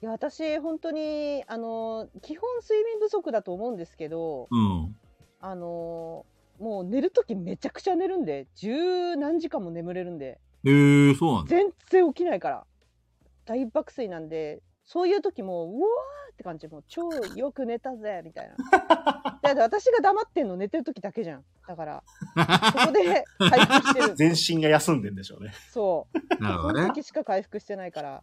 Speaker 3: いや私本当にあの基本睡眠不足だと思うんですけど
Speaker 2: うん。
Speaker 3: あのもう寝る時めちゃくちゃ寝るんで十何時間も眠れるんで
Speaker 2: ええそう なんだ。
Speaker 3: 全然起きないから大爆睡なんでそういう時もううわーって感じもう超よく寝たぜみ たいなだって私が黙ってんの寝てる時だけじゃんだからそこで回復し てる
Speaker 4: 全身が休んでんでしょうね。
Speaker 3: そう
Speaker 2: なる
Speaker 3: そ
Speaker 2: ほ
Speaker 3: の
Speaker 2: どね。
Speaker 3: 時しか回復してないから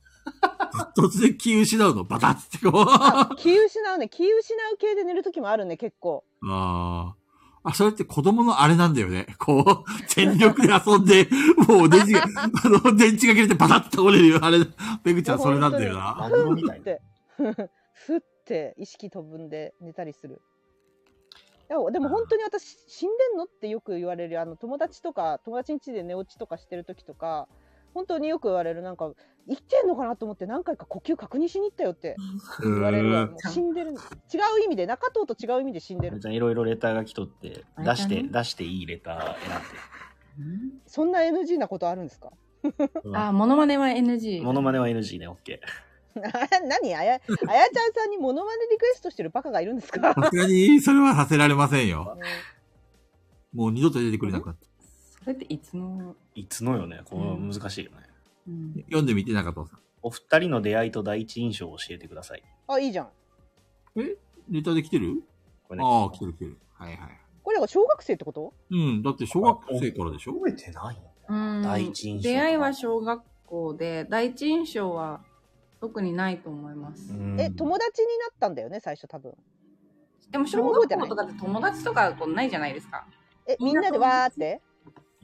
Speaker 2: 突然気失うの、バタッつってこう。あ
Speaker 3: 気失うね気失う系で寝る時もあるね結構
Speaker 2: あ。あ、それって子供のあれなんだよね。 こう、全力で遊んで、もう電 池が、あの、電池が切れてバタッと倒れるよ。あれ、ペグちゃんそれなんだよな。
Speaker 4: マグロみたい
Speaker 3: っ
Speaker 4: な。
Speaker 3: て ふって意識飛ぶんで寝たりするでもでも本当に私死んでんのってよく言われるあの友達とか友達ん家で寝落ちとかしてる時とか本当によく言われるなんか生きてんのかなと思って何回か呼吸確認しに行ったよって
Speaker 2: う
Speaker 3: 言われるわも
Speaker 2: ん。
Speaker 3: う死んでる違う意味で中藤と違う意味で死んでる
Speaker 4: じゃあいろいろレターが来とって、
Speaker 5: あ
Speaker 4: 出
Speaker 5: れだね
Speaker 4: して、出していいレター選ん
Speaker 3: そんな NG なことあるんですか
Speaker 5: あ、モノマネは
Speaker 4: で。
Speaker 5: NG。
Speaker 4: モノマネは NG ね、OK。
Speaker 3: 何あやあやちゃんさんにモノマネリクエストしてるバカがいるんですか、
Speaker 2: さすがに、それはさせられませんよ。
Speaker 3: うん
Speaker 2: もう二度と出てくれなかった。
Speaker 5: それっていつの、
Speaker 4: いつのよね、この難しいよね。
Speaker 5: うん、
Speaker 2: 読んでみて、中藤さん。
Speaker 4: お二人の出会いと第一印象を教えてください。
Speaker 3: あいいじゃん
Speaker 2: ネタで来てる
Speaker 4: これね
Speaker 2: ああ、来てる来てる。はいはい。
Speaker 3: これだから小学生ってこと
Speaker 2: うん、だって小学生からでしょ
Speaker 4: 覚えてない
Speaker 5: うん
Speaker 4: 第一印象
Speaker 5: 出会いは小学校で第一印象は特にないと思います、
Speaker 3: え友達になったんだよね最初多分
Speaker 5: でも小学校とかって友達とかこうないじゃないですか
Speaker 3: えみ
Speaker 5: み
Speaker 3: ん
Speaker 5: ん
Speaker 3: な
Speaker 5: な
Speaker 3: で
Speaker 5: と
Speaker 3: わーって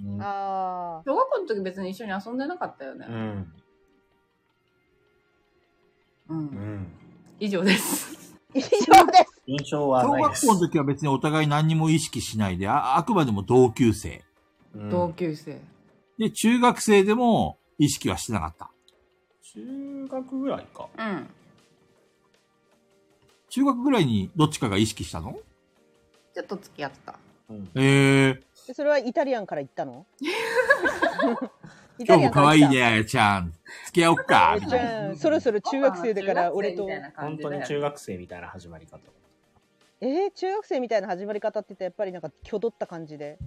Speaker 4: うん
Speaker 3: ああ
Speaker 5: 小学校の時別に一緒に遊んでなかったよね
Speaker 4: うん。
Speaker 5: うん、
Speaker 4: うん。
Speaker 5: 以上です
Speaker 3: 以上です
Speaker 4: 印象は
Speaker 2: 小
Speaker 4: ないで
Speaker 2: 学
Speaker 4: す。
Speaker 2: 校の時は別にお互い何にも意識しないで、ああくまでも同級生。
Speaker 4: うん
Speaker 5: 同級生、
Speaker 2: で、中学生でも意識はしてなかった。
Speaker 4: 中学ぐらいか。
Speaker 5: うん
Speaker 2: 中学ぐらいにどっちかが意識したの
Speaker 5: ちょっと付き合ってた
Speaker 4: うん。
Speaker 2: ええ
Speaker 3: でそれはイタリアンから行ったのイ
Speaker 2: 今日も
Speaker 3: から
Speaker 2: 可愛い
Speaker 3: 行った
Speaker 2: ね、ちゃん。付き合おっか。み
Speaker 3: じ
Speaker 2: たいな
Speaker 3: ゃあそろそろ中学生だから俺と
Speaker 5: 中学生みたいな感
Speaker 4: 本
Speaker 5: じ
Speaker 4: 当
Speaker 5: だよ
Speaker 4: に
Speaker 5: ね
Speaker 4: 中学生みたいな始まり方。
Speaker 3: えー、中学生みたいな始まり方って言ったらやっぱりなんか挙動った感じで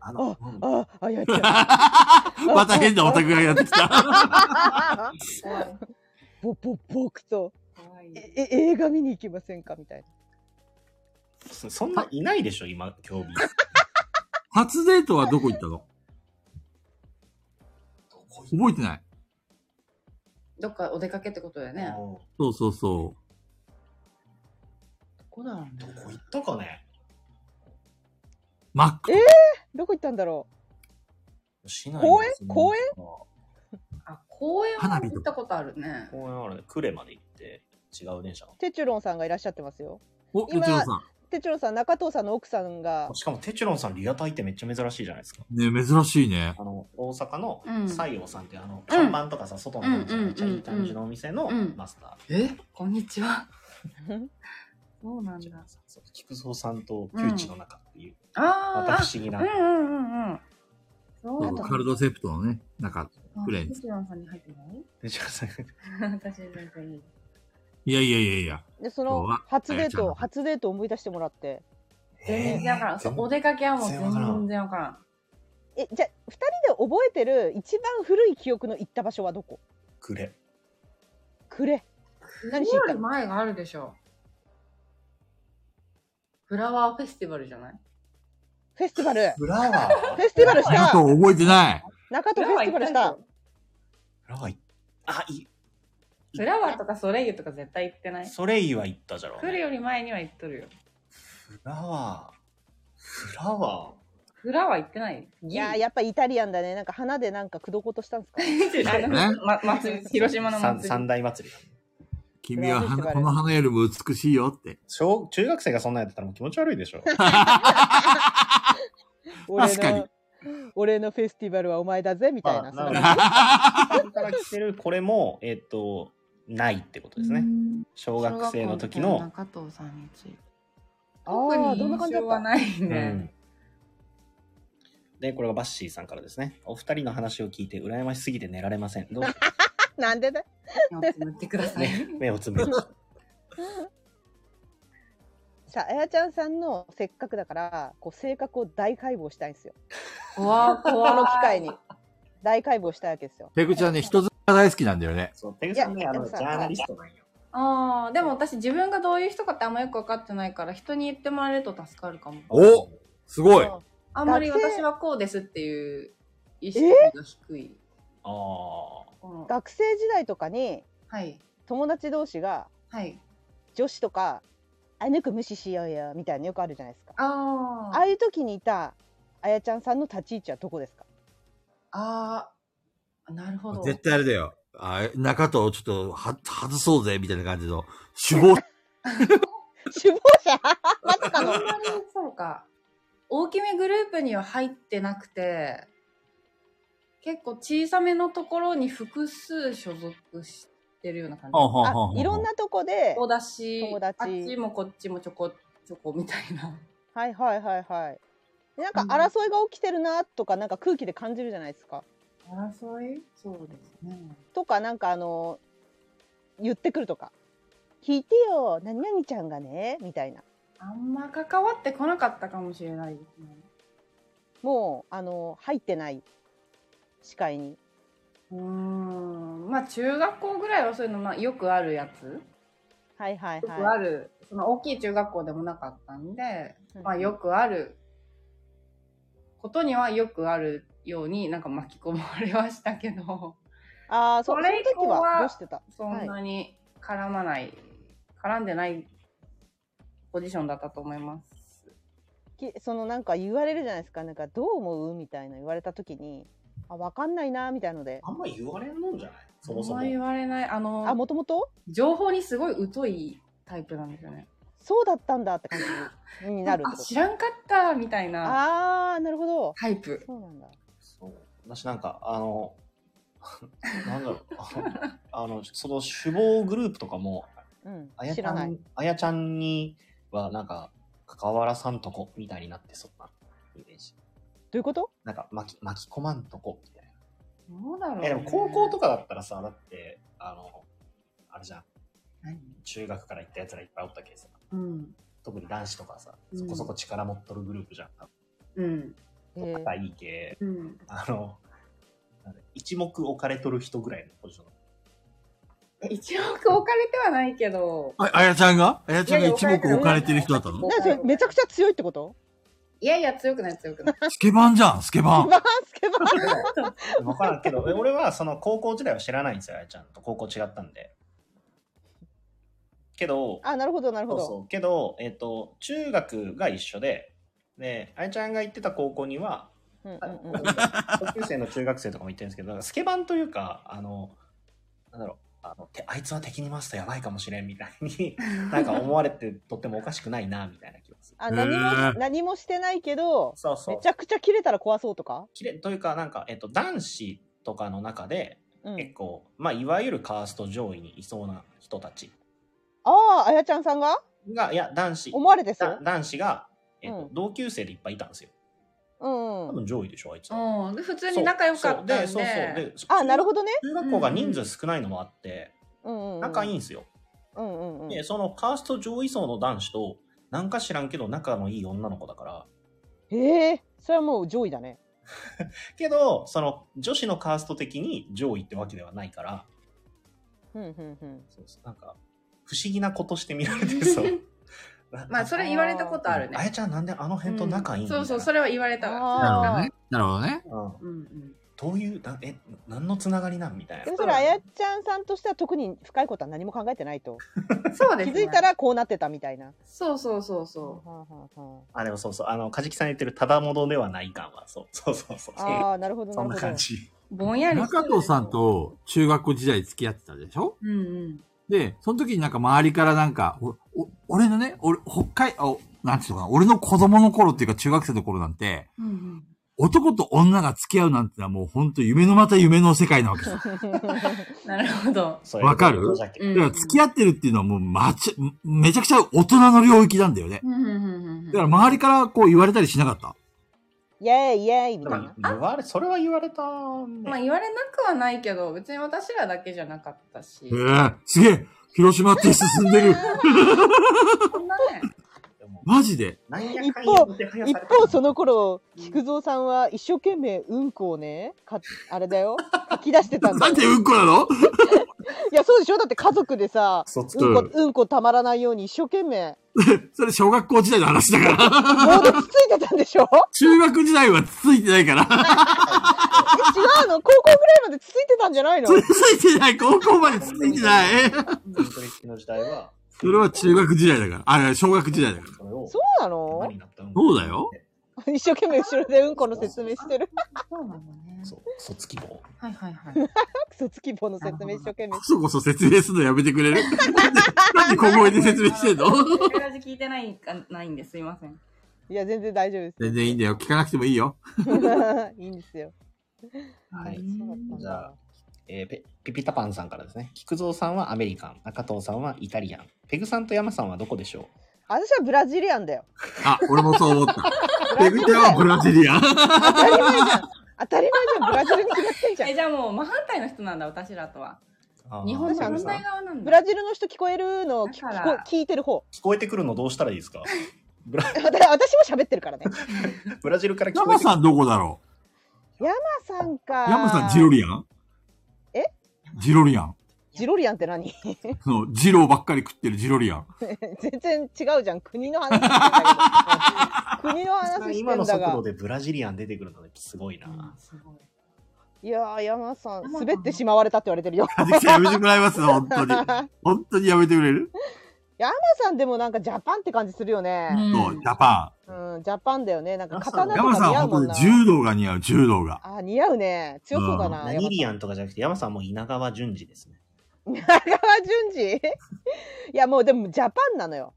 Speaker 4: あ
Speaker 3: あ
Speaker 4: の、うん
Speaker 3: ああやっちゃう
Speaker 2: また変なオタクがやってきた。
Speaker 3: ぼぼ僕と
Speaker 5: 可愛い
Speaker 3: ええ映画見に行きませんかみたいな
Speaker 4: そそんないないでしょ、今、競技。
Speaker 2: 初デートはどこ行ったの覚えてない。
Speaker 5: どっかお出かけってことだよね
Speaker 4: うん
Speaker 2: そうそうそ
Speaker 5: どこだろう
Speaker 4: ど
Speaker 5: ね
Speaker 4: こ行ったかね
Speaker 2: う。マック。
Speaker 3: どこ行ったんだろ
Speaker 4: 市内の
Speaker 3: 公園
Speaker 4: その
Speaker 3: 公園
Speaker 5: あ公園は
Speaker 2: 花火とか
Speaker 5: 行ったことあるね
Speaker 4: 公園あるね。呉まで行って、違う電車の
Speaker 3: う。テチュロンさんがいらっしゃってますよ
Speaker 2: お、
Speaker 3: 今
Speaker 2: よちろさん。
Speaker 3: テチュロンさん中藤さんの奥さんが
Speaker 4: しかも、テチュロンさん、リアタイってめっちゃ珍しいじゃないですか。
Speaker 2: ね珍しいね。
Speaker 4: あの、大阪の
Speaker 5: うん
Speaker 4: 西洋さんっていう、あの、看板とかさ、外の感じがめっちゃいい感じのお店の
Speaker 5: うん
Speaker 4: マスター。
Speaker 5: えこんにちは
Speaker 3: う
Speaker 5: そうなんだ
Speaker 4: そう菊蔵さんと窮地の中っていう、
Speaker 5: あ
Speaker 4: ま
Speaker 5: ー
Speaker 4: た
Speaker 5: あ
Speaker 4: 不思議な
Speaker 5: うんうんうんうん。そう
Speaker 2: そ
Speaker 5: だ
Speaker 2: う
Speaker 5: った。
Speaker 2: カルドセプトのね、中。くれ
Speaker 5: あテチロンさんに入ってな
Speaker 4: でじゃあさ
Speaker 5: い私なんかいい。
Speaker 2: いやいやいやいや。
Speaker 3: んでそ
Speaker 2: そう
Speaker 3: の
Speaker 2: は
Speaker 3: 初
Speaker 2: あ
Speaker 3: デ
Speaker 2: や
Speaker 3: ー
Speaker 2: ちゃん
Speaker 3: ト初デート思い出してもらって
Speaker 5: 全然わからん。そうお出かけはもう全然わからん。
Speaker 3: えじゃあ2人で覚えてる一番古い記憶の行った場所はどこ
Speaker 4: くれ
Speaker 3: くれ何し
Speaker 5: そ
Speaker 3: に行った
Speaker 5: れより
Speaker 3: の
Speaker 5: 前があるでしょ。フラワーフェスティバルじゃない
Speaker 3: フェスティバルフ
Speaker 2: フラワー
Speaker 3: ェスティバルし
Speaker 2: あ
Speaker 3: た
Speaker 2: と覚えてない。
Speaker 3: 中戸フェスティバルし
Speaker 5: フラワー
Speaker 4: フ
Speaker 3: た
Speaker 5: 行ったでしょ
Speaker 4: ラワーいあ、い
Speaker 5: フラワーとかソレイユとか絶対行ってない
Speaker 4: ソレイユは行ったじゃろう
Speaker 5: 来
Speaker 4: ね、
Speaker 5: るより前には行っとるよ。
Speaker 4: フラワー。フラワ
Speaker 5: フラワー行って ない
Speaker 3: いやーやっぱイタリアンだねなんか花でなんか口説こうとしたんですか
Speaker 5: あの ま、祭り、広島の
Speaker 4: ー三
Speaker 5: 祭り
Speaker 4: 三。大祭りだ。
Speaker 2: 君は花この花よりも美しいよって。
Speaker 4: 小中学生がそんなんやってたらもう気持ち悪いで しょ。
Speaker 3: 俺
Speaker 2: 確かに
Speaker 3: の俺のフェスティバルはお前だぜみたいな,、
Speaker 4: まあ
Speaker 3: そん
Speaker 4: な
Speaker 3: な
Speaker 4: るそれから来てるこれも、えっと、ないってことですね。小学生の時の。
Speaker 5: 中藤さんについて。
Speaker 3: あ
Speaker 5: 特
Speaker 3: ー
Speaker 5: に
Speaker 3: どんな感じだ
Speaker 5: 印象
Speaker 3: っ
Speaker 5: は
Speaker 3: た
Speaker 5: ない
Speaker 4: うん
Speaker 5: ね。
Speaker 4: で、これがバッシーさんからですね。お二人の話を聞いて羨ましすぎて寝られません。どう ぞ
Speaker 3: なんでだ
Speaker 5: 目をつむってください。
Speaker 4: ね目をつぶる。
Speaker 3: さあやちゃんさんのせっかくだからこう性格を大解剖したいんですよ
Speaker 5: 怖い怖い
Speaker 3: この機会に 大解剖したいわけですよ
Speaker 2: ペグちゃんね、人妻が大好きなんだよね。
Speaker 4: そう、ペグさん
Speaker 3: い
Speaker 4: ね、
Speaker 3: や
Speaker 4: あの、
Speaker 3: で
Speaker 4: ジ
Speaker 3: もさ
Speaker 4: ャーナリストなんよ。
Speaker 5: ああ、でも私自分がどういう人かってあんまよく分かってないから、人に言ってもらえると助かるかも。
Speaker 2: おすごい
Speaker 5: あんまり
Speaker 3: 学生
Speaker 5: 私はこうですっていう意識が低い。
Speaker 4: ああ。
Speaker 5: この
Speaker 3: 学生時代とかに
Speaker 5: はい。
Speaker 3: 友達同士が
Speaker 5: はい。
Speaker 3: 女子とか「あぬく無視しようよ」みたいなのよくあるじゃないですか
Speaker 5: あ
Speaker 3: あ
Speaker 5: あ
Speaker 3: あ。いう時にいたあやちゃんさんの立ち位置はどこ ですか
Speaker 5: ああ。なるほど。
Speaker 2: 絶対あれだよ。あ中とちょっとは外そうぜみたいな感じの主語。
Speaker 3: 首謀者まさ
Speaker 5: あ
Speaker 3: か
Speaker 5: んま
Speaker 3: の
Speaker 5: りそうか。大きめグループには入ってなくて、結構小さめのところに複数所属してるような感じ。
Speaker 3: あいろんなとこで
Speaker 5: そうだし、
Speaker 3: 友達
Speaker 5: あっちもこっちもちょこちょこみたいな。
Speaker 3: はいはいはいはいでなんか
Speaker 5: うん
Speaker 3: 争いが起きてるなとかなんか空気で感じるじゃないですか
Speaker 5: 争いそうですね。
Speaker 3: とかなんかあの言ってくるとか「聞いてよ何々ちゃんがね」みたいな
Speaker 5: あんま関わってこなかったかもしれないですね。
Speaker 3: もうあの入ってない視界に
Speaker 5: うーん。まあ中学校ぐらいはそういうの、まあ、よくあるやつ。
Speaker 3: はいはい
Speaker 5: よくあ
Speaker 3: は
Speaker 5: る、その大きい中学校でもなかったんで、
Speaker 3: い、
Speaker 5: まあ、よくあることにはよくあるようになんか巻き込まれはしたけど
Speaker 3: ああそそ
Speaker 5: そ
Speaker 3: の
Speaker 5: れ以
Speaker 3: 時
Speaker 5: 降は
Speaker 3: はどうしてた
Speaker 5: そんなに絡まない、絡んでないポジションだったと思います。
Speaker 3: きそのなんか言われるじゃないですかなんか「どう思う?」みたいな言われた時に「あわかんないな」みたいので
Speaker 4: あんま言われんのんじゃないそもそも
Speaker 5: あんま。言われない
Speaker 3: 「
Speaker 5: あの
Speaker 3: あもともと
Speaker 5: 情報にすごい疎いタイプなんですよね。
Speaker 3: そうだったんだ」って感じになるって
Speaker 5: あ
Speaker 3: こと
Speaker 5: 知らんかったみたいな
Speaker 3: あーなるほど
Speaker 5: タイプ。
Speaker 3: そうなんだ
Speaker 4: そう私なんか、あの、 なんだろう。あの、その首謀グループとかも、
Speaker 3: うん
Speaker 4: あや
Speaker 3: 知
Speaker 4: ち
Speaker 3: ら
Speaker 4: ゃ
Speaker 3: ない
Speaker 4: ん、あやちゃんには、なんか、関わらさんとこ、みたいになってそうなイメージ。
Speaker 3: どういうこと
Speaker 4: なんか、巻き、巻き込まんとこ、みたいな。
Speaker 5: どうだろう、
Speaker 4: え、でも高校とかだったらさ、だって、あの、あれじゃん、
Speaker 5: 何
Speaker 4: 中学から行った奴らいっぱいおったけどさ、
Speaker 5: うん。
Speaker 4: 特に男子とかさ、
Speaker 5: うん
Speaker 4: そこそこ力持っとるグループじゃん。
Speaker 5: うん。
Speaker 3: えー
Speaker 4: 仲いい系、
Speaker 5: うん。
Speaker 4: あの、なんだ一目置かれとる人ぐらいのポジション。
Speaker 5: 一億置かれてはないけど。
Speaker 2: ああやちゃんがあやちゃんが
Speaker 5: いやいや
Speaker 2: 一目置かれてる人だった
Speaker 5: 置か
Speaker 2: の
Speaker 5: れ
Speaker 3: なそれめちゃくちゃ強いってこと
Speaker 5: いやいや、強くない強くない。
Speaker 2: スケバンじゃん、スケバン。
Speaker 3: バースケバー
Speaker 4: わからんけ ど、え俺はその高校時代は知らないんですよ、あやちゃんと。高校違ったんで。けど、
Speaker 3: あなるほどなる
Speaker 4: そ
Speaker 3: ほ
Speaker 4: う
Speaker 3: ど
Speaker 4: そう。けど、えっ、と、中学が一緒で、で、あやちゃんが行ってた高校には、
Speaker 3: うん
Speaker 4: あ
Speaker 3: うんうん
Speaker 4: 同級生の中学生とかも行ってるんですけど、なんかスケバンというか、あの、なんだろう、あの、てあいつは敵に回すとやばいかもしれんみたいに、 なん か思われてとってもおかしくないな、みたいな気がする。
Speaker 3: あ
Speaker 2: へー
Speaker 3: 何も何もしてないけど
Speaker 4: そうそ
Speaker 3: め
Speaker 4: う
Speaker 3: ち。ゃくちゃ切れたら壊そうとか、
Speaker 4: きれというか、なんか、えっと、男子とかの中で、
Speaker 3: うん、
Speaker 4: 結構、まあ、いわゆるカースト上位にいそうな人たち
Speaker 3: あああやちゃんさんが
Speaker 4: が、いや、男子、
Speaker 3: 思われてそ
Speaker 4: だ
Speaker 3: う、
Speaker 4: 男子が、えっと
Speaker 3: うん
Speaker 4: 同級生でいっぱいいたんですよ。
Speaker 3: うん
Speaker 4: 多
Speaker 3: うん、
Speaker 4: 分上位でしょ、あいつは。
Speaker 5: うん。で、普通に仲良かったんで。
Speaker 4: そうそうでそうそうで
Speaker 3: あなるほどね
Speaker 4: 中学校が人数少ないのもあって、
Speaker 3: うんうん
Speaker 4: 仲いい
Speaker 3: い
Speaker 4: んですよ。
Speaker 3: うんうんうん
Speaker 4: で、そのカースト上位層の男子と、なんか知らんけど仲のいい女の子だから、
Speaker 3: へえそれはもう上位だね
Speaker 4: けど、その女子のカースト的に上位ってわけではないから、
Speaker 3: うんうんうん
Speaker 4: そうそうなんか、不思議な子として見られてそう
Speaker 5: まあ、それ言われたことあるね。
Speaker 4: あやちゃんなんであの辺と仲いいんだ、
Speaker 5: そうそう、それは言われたわ。
Speaker 3: あー
Speaker 2: なるほどね。なるほどね。
Speaker 4: うん
Speaker 5: うんうん。
Speaker 4: どういうなえ何のつながりなんみたい
Speaker 3: で
Speaker 4: な
Speaker 3: もそれあやちゃんさんとしては特に深いことは何も考えてないと
Speaker 5: そうで
Speaker 3: 気
Speaker 5: す、ね。
Speaker 3: づいたらこうなってたみたいな。
Speaker 5: そうそうそうそ
Speaker 3: はあはあは
Speaker 4: あでもそうそうあの梶木さん言ってるただものではない感はそうそうそうそう
Speaker 3: ああーなるほど
Speaker 4: そ
Speaker 3: なんる
Speaker 4: な
Speaker 3: ほど
Speaker 4: 感。じ
Speaker 5: う。ぼんやりしてる
Speaker 2: 中藤さん。と中学校時代付き合ってたでしょ
Speaker 5: うんうん。
Speaker 2: で、その時になんか周りからなんか、おお俺のね、俺、北海、あ、おなんていうのかな、俺の子供の頃っていうか中学生の頃なんて、
Speaker 5: うんうん、
Speaker 2: 男と女が付き合うなんてのはもうほんと夢のまた夢の世界なわけさ。
Speaker 5: なるほど。
Speaker 4: そういう
Speaker 2: わかる
Speaker 4: ことじゃけ
Speaker 5: うん
Speaker 2: だから付き合ってるっていうのはもうまち、めちゃくちゃ大人の領域なんだよね。
Speaker 5: うんうんうんうん
Speaker 2: だから周りからこう言われたりしなかった。
Speaker 3: イエーイイエーイみ
Speaker 4: で
Speaker 3: たい
Speaker 4: も
Speaker 3: な。
Speaker 4: 言われそれは言われた、ね
Speaker 5: まあ言われなくはないけど、別に私らだけじゃなかったし。
Speaker 2: ええすげえ広島って進んでる
Speaker 5: そんなね。
Speaker 4: でも
Speaker 2: マジで
Speaker 4: なんや
Speaker 3: 一
Speaker 4: かんや
Speaker 3: 方
Speaker 4: もてはや
Speaker 3: 一
Speaker 4: された
Speaker 3: 方その頃菊蔵さんは一生懸命うんこをねかあれだよ書き出してたんだ
Speaker 2: な
Speaker 3: よ
Speaker 2: ん。でうんこなの
Speaker 3: いやそうでしょだって家族でさ
Speaker 4: そつく
Speaker 3: うんこうんこたまらないように一生懸命
Speaker 2: それ小学校時代の話だ から。
Speaker 3: 棒でつついてたんでしょ
Speaker 2: 中学時代はつついてないから。
Speaker 3: え違うの高校ぐらいまでつついてたんじゃないの
Speaker 2: つついてない。高校までつついて ない。
Speaker 4: イントリックの時代は
Speaker 2: それは中学時代だから。あ、小学時代だから。
Speaker 4: それを
Speaker 3: そうな
Speaker 4: 今
Speaker 3: の
Speaker 4: になったの
Speaker 2: そうだよ
Speaker 3: 一生懸命後ろでうんこの説明してる
Speaker 5: そうなのね。
Speaker 4: そうそつき棒
Speaker 5: はいはいはい。
Speaker 3: 嘘つき棒の説明一生懸命
Speaker 2: こそこそ説明するのやめてく れるなんでなんで小声で説明してんの
Speaker 5: 親父聞いてないか、ないんです。すいません。
Speaker 3: いや全然大丈夫です
Speaker 2: 全然いいんだよ。聞かなくてもいいよ。
Speaker 3: いいんですよ。
Speaker 4: はい
Speaker 3: そうだったん
Speaker 4: じゃ
Speaker 3: だ
Speaker 4: あ。えーペピピタパンさんからですね菊蔵さんはアメリカン中藤さんはイタリアンペグさんと山さんはどこでしょ
Speaker 3: 私はブラジリアンだよ。
Speaker 2: あ、俺もそう思 った。ペグちゃんはブラジリアン。
Speaker 3: 当たり前じゃん。当たり前じゃん。ブラジルに決まってんじゃん
Speaker 5: え、。じゃあもう真反対の人なんだ、私らとは。
Speaker 4: う
Speaker 5: 日本
Speaker 4: あー
Speaker 5: じゃ
Speaker 4: ペグ
Speaker 5: 反
Speaker 4: さん
Speaker 5: 対側なんだ。
Speaker 3: ブラジルの人聞こえるのを聞
Speaker 5: だ
Speaker 3: 聞
Speaker 5: から
Speaker 3: こ聞いてる方。
Speaker 4: 聞こえてくるのどうしたらいいですかブラ
Speaker 3: だから私も喋ってるからね。
Speaker 4: ブラジルから聞こえ
Speaker 2: 山
Speaker 4: てくる
Speaker 2: さんどこだろ
Speaker 3: 山さんか。
Speaker 2: う山さんジロリアン
Speaker 3: え
Speaker 2: ジロリアン。
Speaker 3: ジロリアンって何
Speaker 2: その、ジローばっかり食ってるジロリアン。
Speaker 3: 全然違うじゃん。国の話してんだけど国の話して
Speaker 4: 今
Speaker 3: ん
Speaker 4: の
Speaker 3: だ
Speaker 4: 速度
Speaker 3: が。
Speaker 4: でブラジリアン出てくるのですごいな。
Speaker 5: すごい。
Speaker 3: いやー、山さん、
Speaker 5: 山さん
Speaker 3: 滑ってしまわれたって言われてるよ。
Speaker 2: カジキさんやめてもらい ますよ、本当に。
Speaker 3: 山
Speaker 2: 本当にやめてくれる、
Speaker 3: さんでもなんかジャパンって感じするよね。
Speaker 2: そう、ジャパ
Speaker 3: うん、ジャパンだよね。なんか刀
Speaker 2: ン。
Speaker 3: と
Speaker 2: 山さ
Speaker 3: か
Speaker 2: ん
Speaker 3: 似合う
Speaker 2: は
Speaker 3: もん
Speaker 2: 本当
Speaker 3: な
Speaker 2: に。柔道が似合う、柔道が。
Speaker 3: あー、似合うね。強そうだな。山さ
Speaker 4: 何
Speaker 3: ん
Speaker 4: リアンとかじゃなくて、山さんはもう稲川淳二ですね。
Speaker 3: 長川淳二 いやもうでもジャパンなのよ。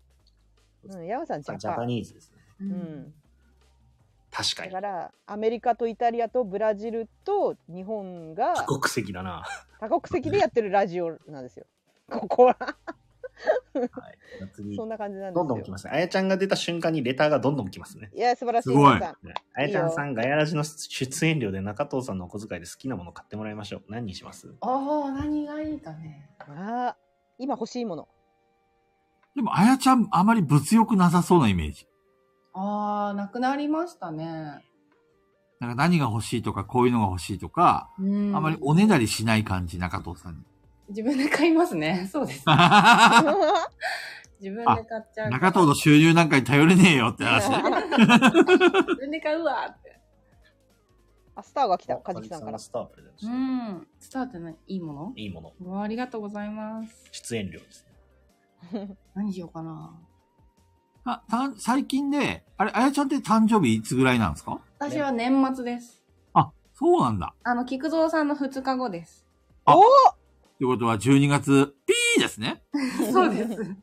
Speaker 3: うん、山さんジ
Speaker 4: ジ
Speaker 3: ャ
Speaker 4: ャ
Speaker 3: パ
Speaker 4: パ
Speaker 3: ン。
Speaker 4: ニーズですね。
Speaker 5: う。
Speaker 3: うんん、
Speaker 4: 確か
Speaker 3: だ
Speaker 4: に
Speaker 3: か。らアメリカとイタリアとブラジルと日本が
Speaker 4: 多国籍だな。
Speaker 3: 多国籍でやってるラジオなんですよ。ここは
Speaker 4: はい、じゃあ次
Speaker 3: そんな感じなんです
Speaker 4: どんどん
Speaker 3: よ
Speaker 4: 来。ますね。あやちゃんが出た瞬間にレターがどんどん来ますね。
Speaker 3: いや素晴らし
Speaker 2: す
Speaker 3: い
Speaker 2: ごい
Speaker 3: 皆さん
Speaker 4: ねあやちゃんさん、ガヤラジの出演料で中藤さんのお小遣いで好きなもの買ってもらいましょう。何にします
Speaker 5: ああ、何がいいかね。
Speaker 3: ああ今欲しいもの。
Speaker 2: でも、あやちゃん、あまり物欲なさそうなイメージ。
Speaker 5: ああ、なくなりましたね。
Speaker 2: なんか何が欲しいとか、こういうのが欲しいとか、
Speaker 5: うん
Speaker 2: あまりおねだりしない感じ、中藤さんに。
Speaker 5: 自分で買いますね。 そうです。
Speaker 2: 中
Speaker 5: 自分で買っちゃう。
Speaker 2: 藤の収入なんかに頼れねえよって話。
Speaker 5: 自分で買うわって。
Speaker 3: あスターが来たカジキさんから。
Speaker 4: スタープレゼントし
Speaker 5: う
Speaker 4: て
Speaker 5: ん。伝わってないいいもの
Speaker 4: いいもの。
Speaker 5: うわありがとうございます。
Speaker 4: 出演料ですね。
Speaker 5: 何しようかな。
Speaker 2: あた最近で、あれ、あやちゃんって誕生日いつぐらいなんですか
Speaker 5: 私は年末です。
Speaker 2: あ、そうなんだ。
Speaker 5: あの、菊蔵さんの2日後です。
Speaker 2: あ
Speaker 3: お
Speaker 2: ってことは、12月、ピーですね。
Speaker 5: そうです。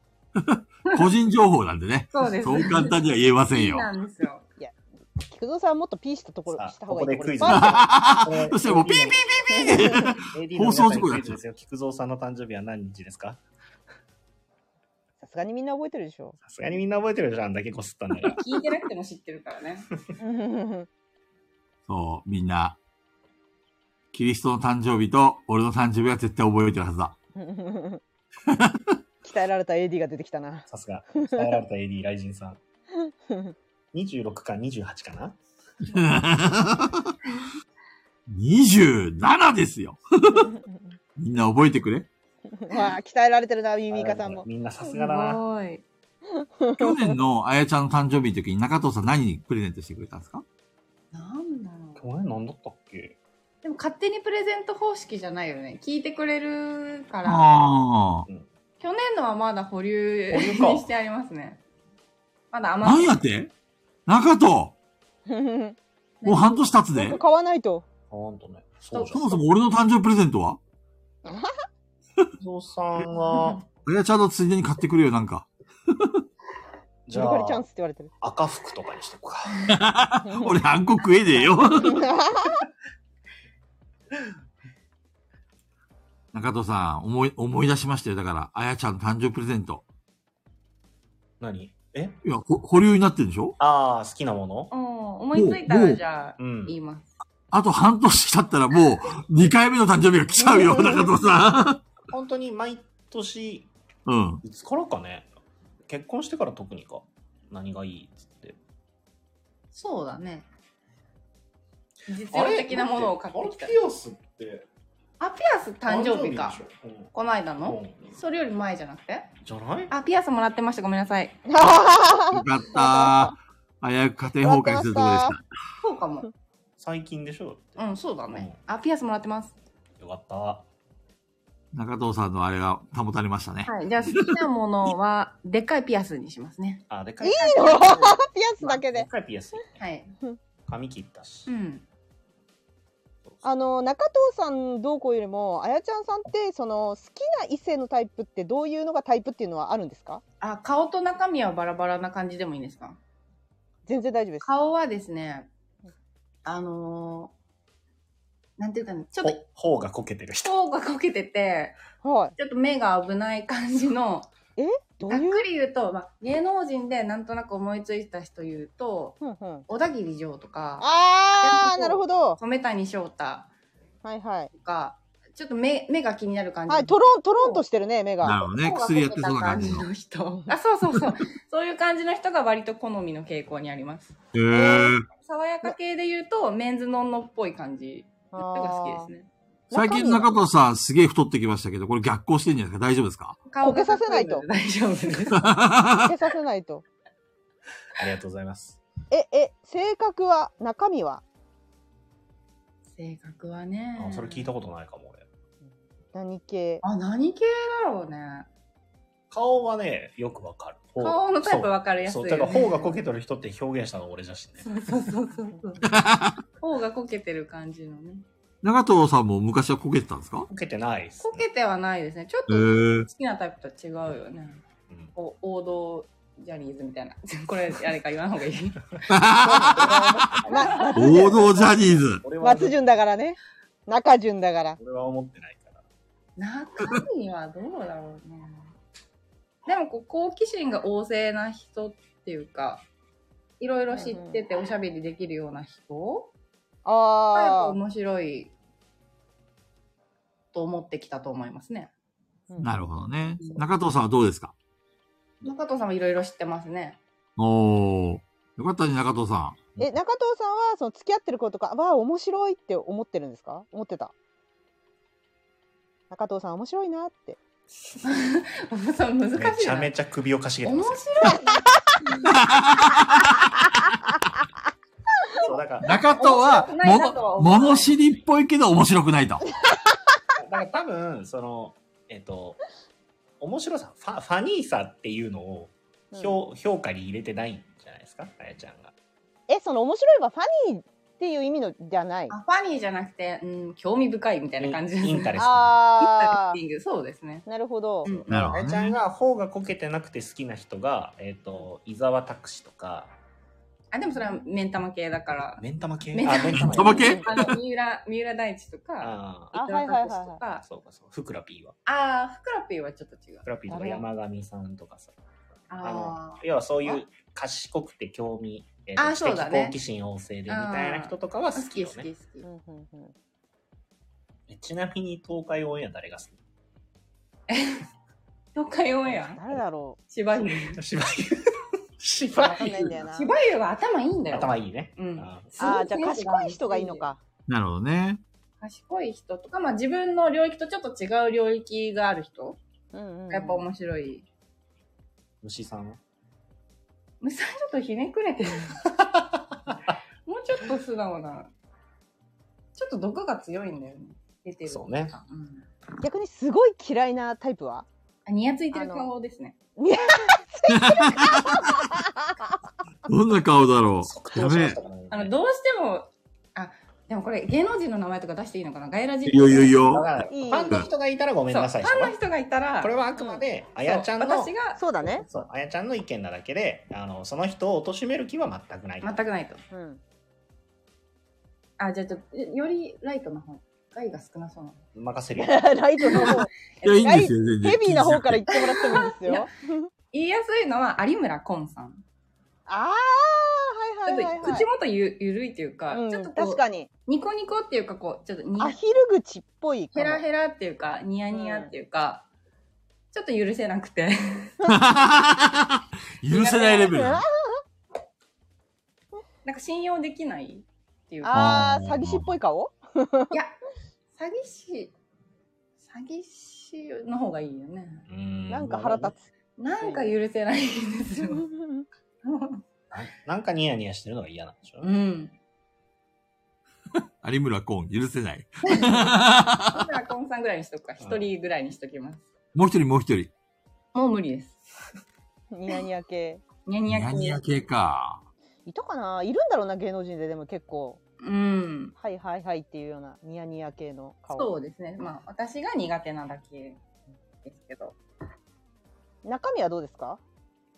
Speaker 2: 個人情報なんで ね。
Speaker 5: そうです。
Speaker 2: そう簡単には言えませ んよ。
Speaker 5: なんですよ。
Speaker 3: 菊蔵さんはもっとピーしたところ
Speaker 4: さあ
Speaker 3: した方がい
Speaker 4: こ
Speaker 3: いとこ
Speaker 4: こ
Speaker 3: ろ
Speaker 4: でク
Speaker 3: いっ
Speaker 4: イズ
Speaker 3: ぱいあ
Speaker 2: そしてもうピーピーピ
Speaker 3: るけど
Speaker 4: AD
Speaker 2: 放送事故
Speaker 4: の皆さんにクイ
Speaker 2: になっちゃう
Speaker 4: ズですよ。菊蔵さんの誕生日は何日ですか
Speaker 3: さすがにみんな覚えてるで しょ。
Speaker 4: さすがにみんな覚えてるじゃん。あんだけこすったんだから。
Speaker 5: 聞いてなくても知ってるからね。
Speaker 2: そう、みんな。キリストの誕生日と、俺の誕生日は絶対覚えてるはずだ。
Speaker 3: 鍛えられた AD が出てきたな。
Speaker 4: さすが。伝えられた AD 雷神さん。26か28かな
Speaker 2: 27ですよ。みんな覚えてくれ。
Speaker 3: わあ、鍛えられてるな、ミミカさ んも。
Speaker 4: みんなさ
Speaker 5: す
Speaker 4: すがだな。
Speaker 5: ごい。
Speaker 2: 去年のあやちゃんの誕生日の時に中藤さん何にプレゼントしてくれたんですか
Speaker 5: なんだろう。
Speaker 4: 去年何だったっけ
Speaker 5: でも勝手にプレゼント方式じゃないよね。聞いてくれるから。
Speaker 2: あ
Speaker 5: 去年のはまだ保留
Speaker 4: 保
Speaker 5: に
Speaker 4: 留か
Speaker 5: してありますね。まだ
Speaker 2: あ。
Speaker 5: 余
Speaker 2: 何やって中藤もう半年経つで
Speaker 3: 買わないと。
Speaker 4: あほんとね。そうじゃ
Speaker 2: そ
Speaker 4: ん。
Speaker 2: もそも俺の誕生日プレゼントは
Speaker 4: ゾさんは、
Speaker 2: あやちゃんのついでに買ってくれよ、なんか。
Speaker 4: じ
Speaker 3: メ
Speaker 4: ゃ
Speaker 3: ルカリチャン
Speaker 4: あ
Speaker 3: ス、って言われてる。
Speaker 4: 赤服とかにしとくか。
Speaker 2: 俺、あんこ食えねえよ。 中藤さん、思い、思い出しましたよ。だから、あやちゃんの誕生日プレゼント。
Speaker 4: 何え
Speaker 2: いや、ほ保留になってるでしょ
Speaker 4: ああ、好きなもの
Speaker 5: うん思いついたらじゃあ
Speaker 4: うん。
Speaker 5: 言います。
Speaker 2: あと半年経ったらもう、2回目 の誕生日が来ちゃうよ、 中藤さ
Speaker 4: 本当に毎年、
Speaker 2: ん。うん。
Speaker 4: いつからかね。結婚してから特にか。何がいいっつって。
Speaker 5: そうだね。実用的なものを買ってきた
Speaker 4: あ。れピアスって
Speaker 5: あ、ピアス誕生日か
Speaker 4: 誕。生日でしょ
Speaker 5: この間
Speaker 4: うん
Speaker 5: の
Speaker 4: うん
Speaker 5: それより前じゃなくて
Speaker 4: じゃない
Speaker 5: あ、ピアスもらってました。ごめんなさい。
Speaker 2: よかったー。危うく家庭崩壊するとこでし
Speaker 3: 終わってましたた。
Speaker 5: そうかも。
Speaker 4: 最近でしょだ
Speaker 5: う
Speaker 4: っ
Speaker 5: ん、そうだね。あ、ピアスもらってます。
Speaker 4: てよかった。
Speaker 2: 中藤さんのあれが保たれましたね。
Speaker 5: はい。じゃあ好きなものは、でっかいピアスにしますね。
Speaker 4: あ、でかい。い
Speaker 3: いいのピアスだけ
Speaker 4: で
Speaker 3: で。
Speaker 4: かいピアス。
Speaker 5: はい。
Speaker 4: 髪切ったし
Speaker 5: う。ん。
Speaker 3: あの、中藤さんどうこうよりも、あやちゃんさんって、その、好きな異性のタイプってどういうのがタイプっていうのはあるんですか
Speaker 5: あ、顔と中身はバラバラな感じでもいいんですか
Speaker 3: 全然大丈夫です。
Speaker 5: 顔はですね、あのーなんていうかね、ちょっと、
Speaker 4: ほ、頬がこけてる人。
Speaker 5: 頬がこけてて、
Speaker 3: はい。
Speaker 5: ちょっと目が危ない感じの、
Speaker 3: どう
Speaker 5: ざっ
Speaker 3: いう
Speaker 5: くり言うと、まあ、芸能人でなんとなく思いついた人言うと、
Speaker 3: ふんふん
Speaker 5: 小田切城とか、
Speaker 3: あー、なるほど。
Speaker 5: 染谷翔太
Speaker 3: はいはい。
Speaker 5: とか、ちょっと目、目が気になる感じの。
Speaker 3: はい、トロン、トロンとしてるね、目
Speaker 2: な
Speaker 3: が。
Speaker 2: るほどね。薬やってそうな感じの。へ
Speaker 5: の人。あ、そうそうそう。 そういう感じの人が割と好みの傾向にあります。
Speaker 2: えー。
Speaker 5: 爽やか系で言うと、メンズノンノっぽい感じ
Speaker 3: あ
Speaker 5: が好
Speaker 3: ー
Speaker 5: きですね。
Speaker 2: 最近中藤さんすげえ太ってきましたけど、これ逆行してんじゃないですか大丈夫ですか
Speaker 5: 顔
Speaker 3: こけさせないと
Speaker 5: が大丈夫 です。
Speaker 3: つけさせないと。
Speaker 4: ありがとうございます。
Speaker 3: え、え、性格は、中身は
Speaker 5: 性格はね。
Speaker 4: あ、それ聞いたことないかも俺。
Speaker 3: 何 系
Speaker 5: あ、何系だろうね。
Speaker 4: 顔はね、よくわかる。頬
Speaker 5: 顔のタイプわかりやすい
Speaker 4: そ
Speaker 5: よ、
Speaker 4: う、
Speaker 5: ね。
Speaker 4: だから頬がこけてる人って表現したの俺じゃしね。
Speaker 5: そうそうそうそう。頬がこけてる感じのね。
Speaker 2: 中藤さんも昔はこけてたんですか
Speaker 4: こけてないっす
Speaker 5: こ
Speaker 4: ね。
Speaker 5: けてはないですね。ちょっ
Speaker 2: へえ
Speaker 5: と
Speaker 2: ー。
Speaker 5: 好きなタイプとは違うよね。
Speaker 4: うん
Speaker 5: こう王道ジャニーズみたいな。 これ、あれか言わん方がいい。
Speaker 3: ま、
Speaker 2: 王道ジャニーズ。
Speaker 4: 俺は、
Speaker 3: 松潤だからね。中潤だから。
Speaker 4: 俺は思ってないから。
Speaker 5: 中身はどうだろうね。でもこう、好奇心が旺盛な人っていうか、いろいろ知ってておしゃべりできるような人がやっぱ
Speaker 3: ああ。
Speaker 5: 面白いと思ってきたと思いますね。
Speaker 2: なるほどね。中藤さんはどうですか
Speaker 5: 中藤さんはいろいろ知ってますね。
Speaker 2: おー。よかったね、中藤さ
Speaker 3: え、中藤さんは、その付き合ってる子とか、わあ、面白いって思ってるんですか思ってた。中藤さん面白いなって。
Speaker 5: そう難しい
Speaker 4: めち
Speaker 5: な。
Speaker 4: ゃめちゃ首をかしげてま
Speaker 5: 面
Speaker 4: す
Speaker 5: 白
Speaker 4: よ
Speaker 5: い。
Speaker 4: そう、だから
Speaker 2: ん。、中藤は
Speaker 5: 面白くないなとは、思
Speaker 2: も
Speaker 5: わない
Speaker 2: 物知りっぽいけど面白くないと。
Speaker 4: だから多分、その、えっと、面白さ、ファファニーさっていうのを
Speaker 3: うん
Speaker 4: 評評価に入れてないんじゃないですか、あやちゃんが。
Speaker 3: え、その面白いはファニーっていう意味のじゃない。
Speaker 5: あファニーじゃなくて、うん、興味深いみたいな感じです
Speaker 4: インタレス
Speaker 3: あ
Speaker 5: インタレスティングそうですね。
Speaker 3: あ。なるほど
Speaker 5: う。ん
Speaker 2: なる
Speaker 4: あや
Speaker 2: ほ
Speaker 4: ち
Speaker 2: ど
Speaker 4: ゃん
Speaker 2: ね。
Speaker 4: が頬がこけてなくて好きな人が、えっ、と、伊沢拓司とか、
Speaker 5: あ、でもそれはメンタマ系だから。
Speaker 4: 目ん玉系
Speaker 5: 目ん玉
Speaker 4: あ、目ん
Speaker 2: 目ん玉
Speaker 4: 玉
Speaker 2: 系
Speaker 4: 系。
Speaker 5: あの、三浦、三浦大知とか、
Speaker 4: あ
Speaker 3: あ
Speaker 5: 伊藤
Speaker 3: はいはいはい
Speaker 5: 拓司と
Speaker 4: あ、
Speaker 5: か、
Speaker 4: そうかそう。ふくら P は。
Speaker 5: あー、ふくらぴーはちょっと違う
Speaker 4: ふ。くら P とか
Speaker 3: 誰
Speaker 4: 山上さんとかさ。
Speaker 5: あ
Speaker 4: の、要はそういう賢くて興味、えーと
Speaker 5: あそうだ
Speaker 4: 知
Speaker 5: ね
Speaker 4: 的好奇心旺盛でみたいな人とかは
Speaker 5: ー、
Speaker 4: 好
Speaker 5: 好
Speaker 4: き
Speaker 5: き
Speaker 4: よ
Speaker 5: 好き好
Speaker 4: ね。
Speaker 5: き。
Speaker 3: うんうんうん
Speaker 4: えちなみに東海オンエア誰が好き
Speaker 5: 東海オンエア
Speaker 3: 誰だろ
Speaker 5: 芝居。
Speaker 4: 芝居。
Speaker 3: う。
Speaker 4: 芝
Speaker 3: わかんないんだよな。
Speaker 5: 芝居は頭いいんだ
Speaker 4: 居。
Speaker 5: よ。
Speaker 4: 頭いいね。
Speaker 5: うん
Speaker 4: あ
Speaker 3: ああ、じゃあ賢い人がいいの。か。
Speaker 2: なるほどね。
Speaker 5: 賢い人とか、まあ自分の領域とちょっと違う領域がある人
Speaker 3: うんうん、
Speaker 5: やっぱ面白い。
Speaker 4: 虫さんは
Speaker 5: むさんちょっとひねく れてる。もうちょっと素直な。ちょっと毒が強いんだよね。出てる。
Speaker 4: そうね。
Speaker 5: うん
Speaker 3: 逆にすごい嫌いなタイプは
Speaker 5: あ。ニヤついてる顔ですね。
Speaker 2: どんな顔だろ
Speaker 4: 即
Speaker 2: う。や
Speaker 4: し
Speaker 2: べ
Speaker 4: ま
Speaker 2: え
Speaker 4: し。たからね
Speaker 5: あの、どうしても、あ、でもこれ芸能人の名前とか出していいのかなガイラジ
Speaker 2: いいよいいよいい
Speaker 4: わ
Speaker 2: よ。
Speaker 4: からない
Speaker 3: いい
Speaker 4: ファンの人がいたらご
Speaker 5: そう
Speaker 4: めん
Speaker 5: フ
Speaker 4: なさい。
Speaker 5: ァンの人がいたら、
Speaker 4: これはあくまで、あやちゃん
Speaker 5: そう
Speaker 4: の
Speaker 5: 私、が
Speaker 3: そうだね。
Speaker 4: そう、あやちゃんの意見なだけで、あの、その人を貶める気は全くない。
Speaker 5: 全くないと。
Speaker 3: うん。
Speaker 5: あ、じゃあちょっと、よりライトの方。害が少なそうな。
Speaker 4: 任 せるよ。
Speaker 3: ライトの 方、
Speaker 2: いや、いいんですよ、全然。
Speaker 3: ヘビーな方から言ってもらってもいいです
Speaker 5: いや
Speaker 3: よ。
Speaker 5: 言いやすいのは有村昆さん。
Speaker 3: ああ、
Speaker 5: ち
Speaker 3: は
Speaker 5: ょ
Speaker 3: い
Speaker 5: っ
Speaker 3: はい
Speaker 5: と
Speaker 3: はい、はい。
Speaker 5: 口元ゆゆるいというか、
Speaker 3: うん
Speaker 5: ちょっとこ
Speaker 3: 確
Speaker 5: う
Speaker 3: かに。
Speaker 5: ニコニコっていうかこうちょっとに
Speaker 3: アヒル口っぽいかも。
Speaker 5: ヘラヘラっていうかニヤニヤっていうか、ちょっと許せなくて
Speaker 2: 許せないレベルだ。
Speaker 5: なんか信用できないっていうか
Speaker 3: ああ、
Speaker 2: あー
Speaker 3: 詐欺師っぽい顔
Speaker 5: いや詐欺師詐欺師の方がいいよね
Speaker 4: な
Speaker 3: なんか腹立つ。
Speaker 5: なんか許せないんですよ
Speaker 4: つ。なんかニヤニヤしてるのが嫌なんでしょ
Speaker 5: うん
Speaker 2: 有村コーン、許せない。
Speaker 5: だからコンさんぐらいにしとくか一人ぐらいにしときます
Speaker 2: もう一人、もう一人。
Speaker 5: もう無理です
Speaker 3: ニヤニヤ系。
Speaker 5: ニヤニ
Speaker 2: ニ
Speaker 5: ヤ
Speaker 2: ヤ
Speaker 5: 系
Speaker 2: ニヤ系か。
Speaker 3: いたかないるんだろうな、芸能人で。でも結構、
Speaker 5: うん
Speaker 3: はいはいはいっていうようなニヤニヤ系の顔。
Speaker 5: そうですねまあ私が苦手なだけですけど
Speaker 3: 中身はどうですか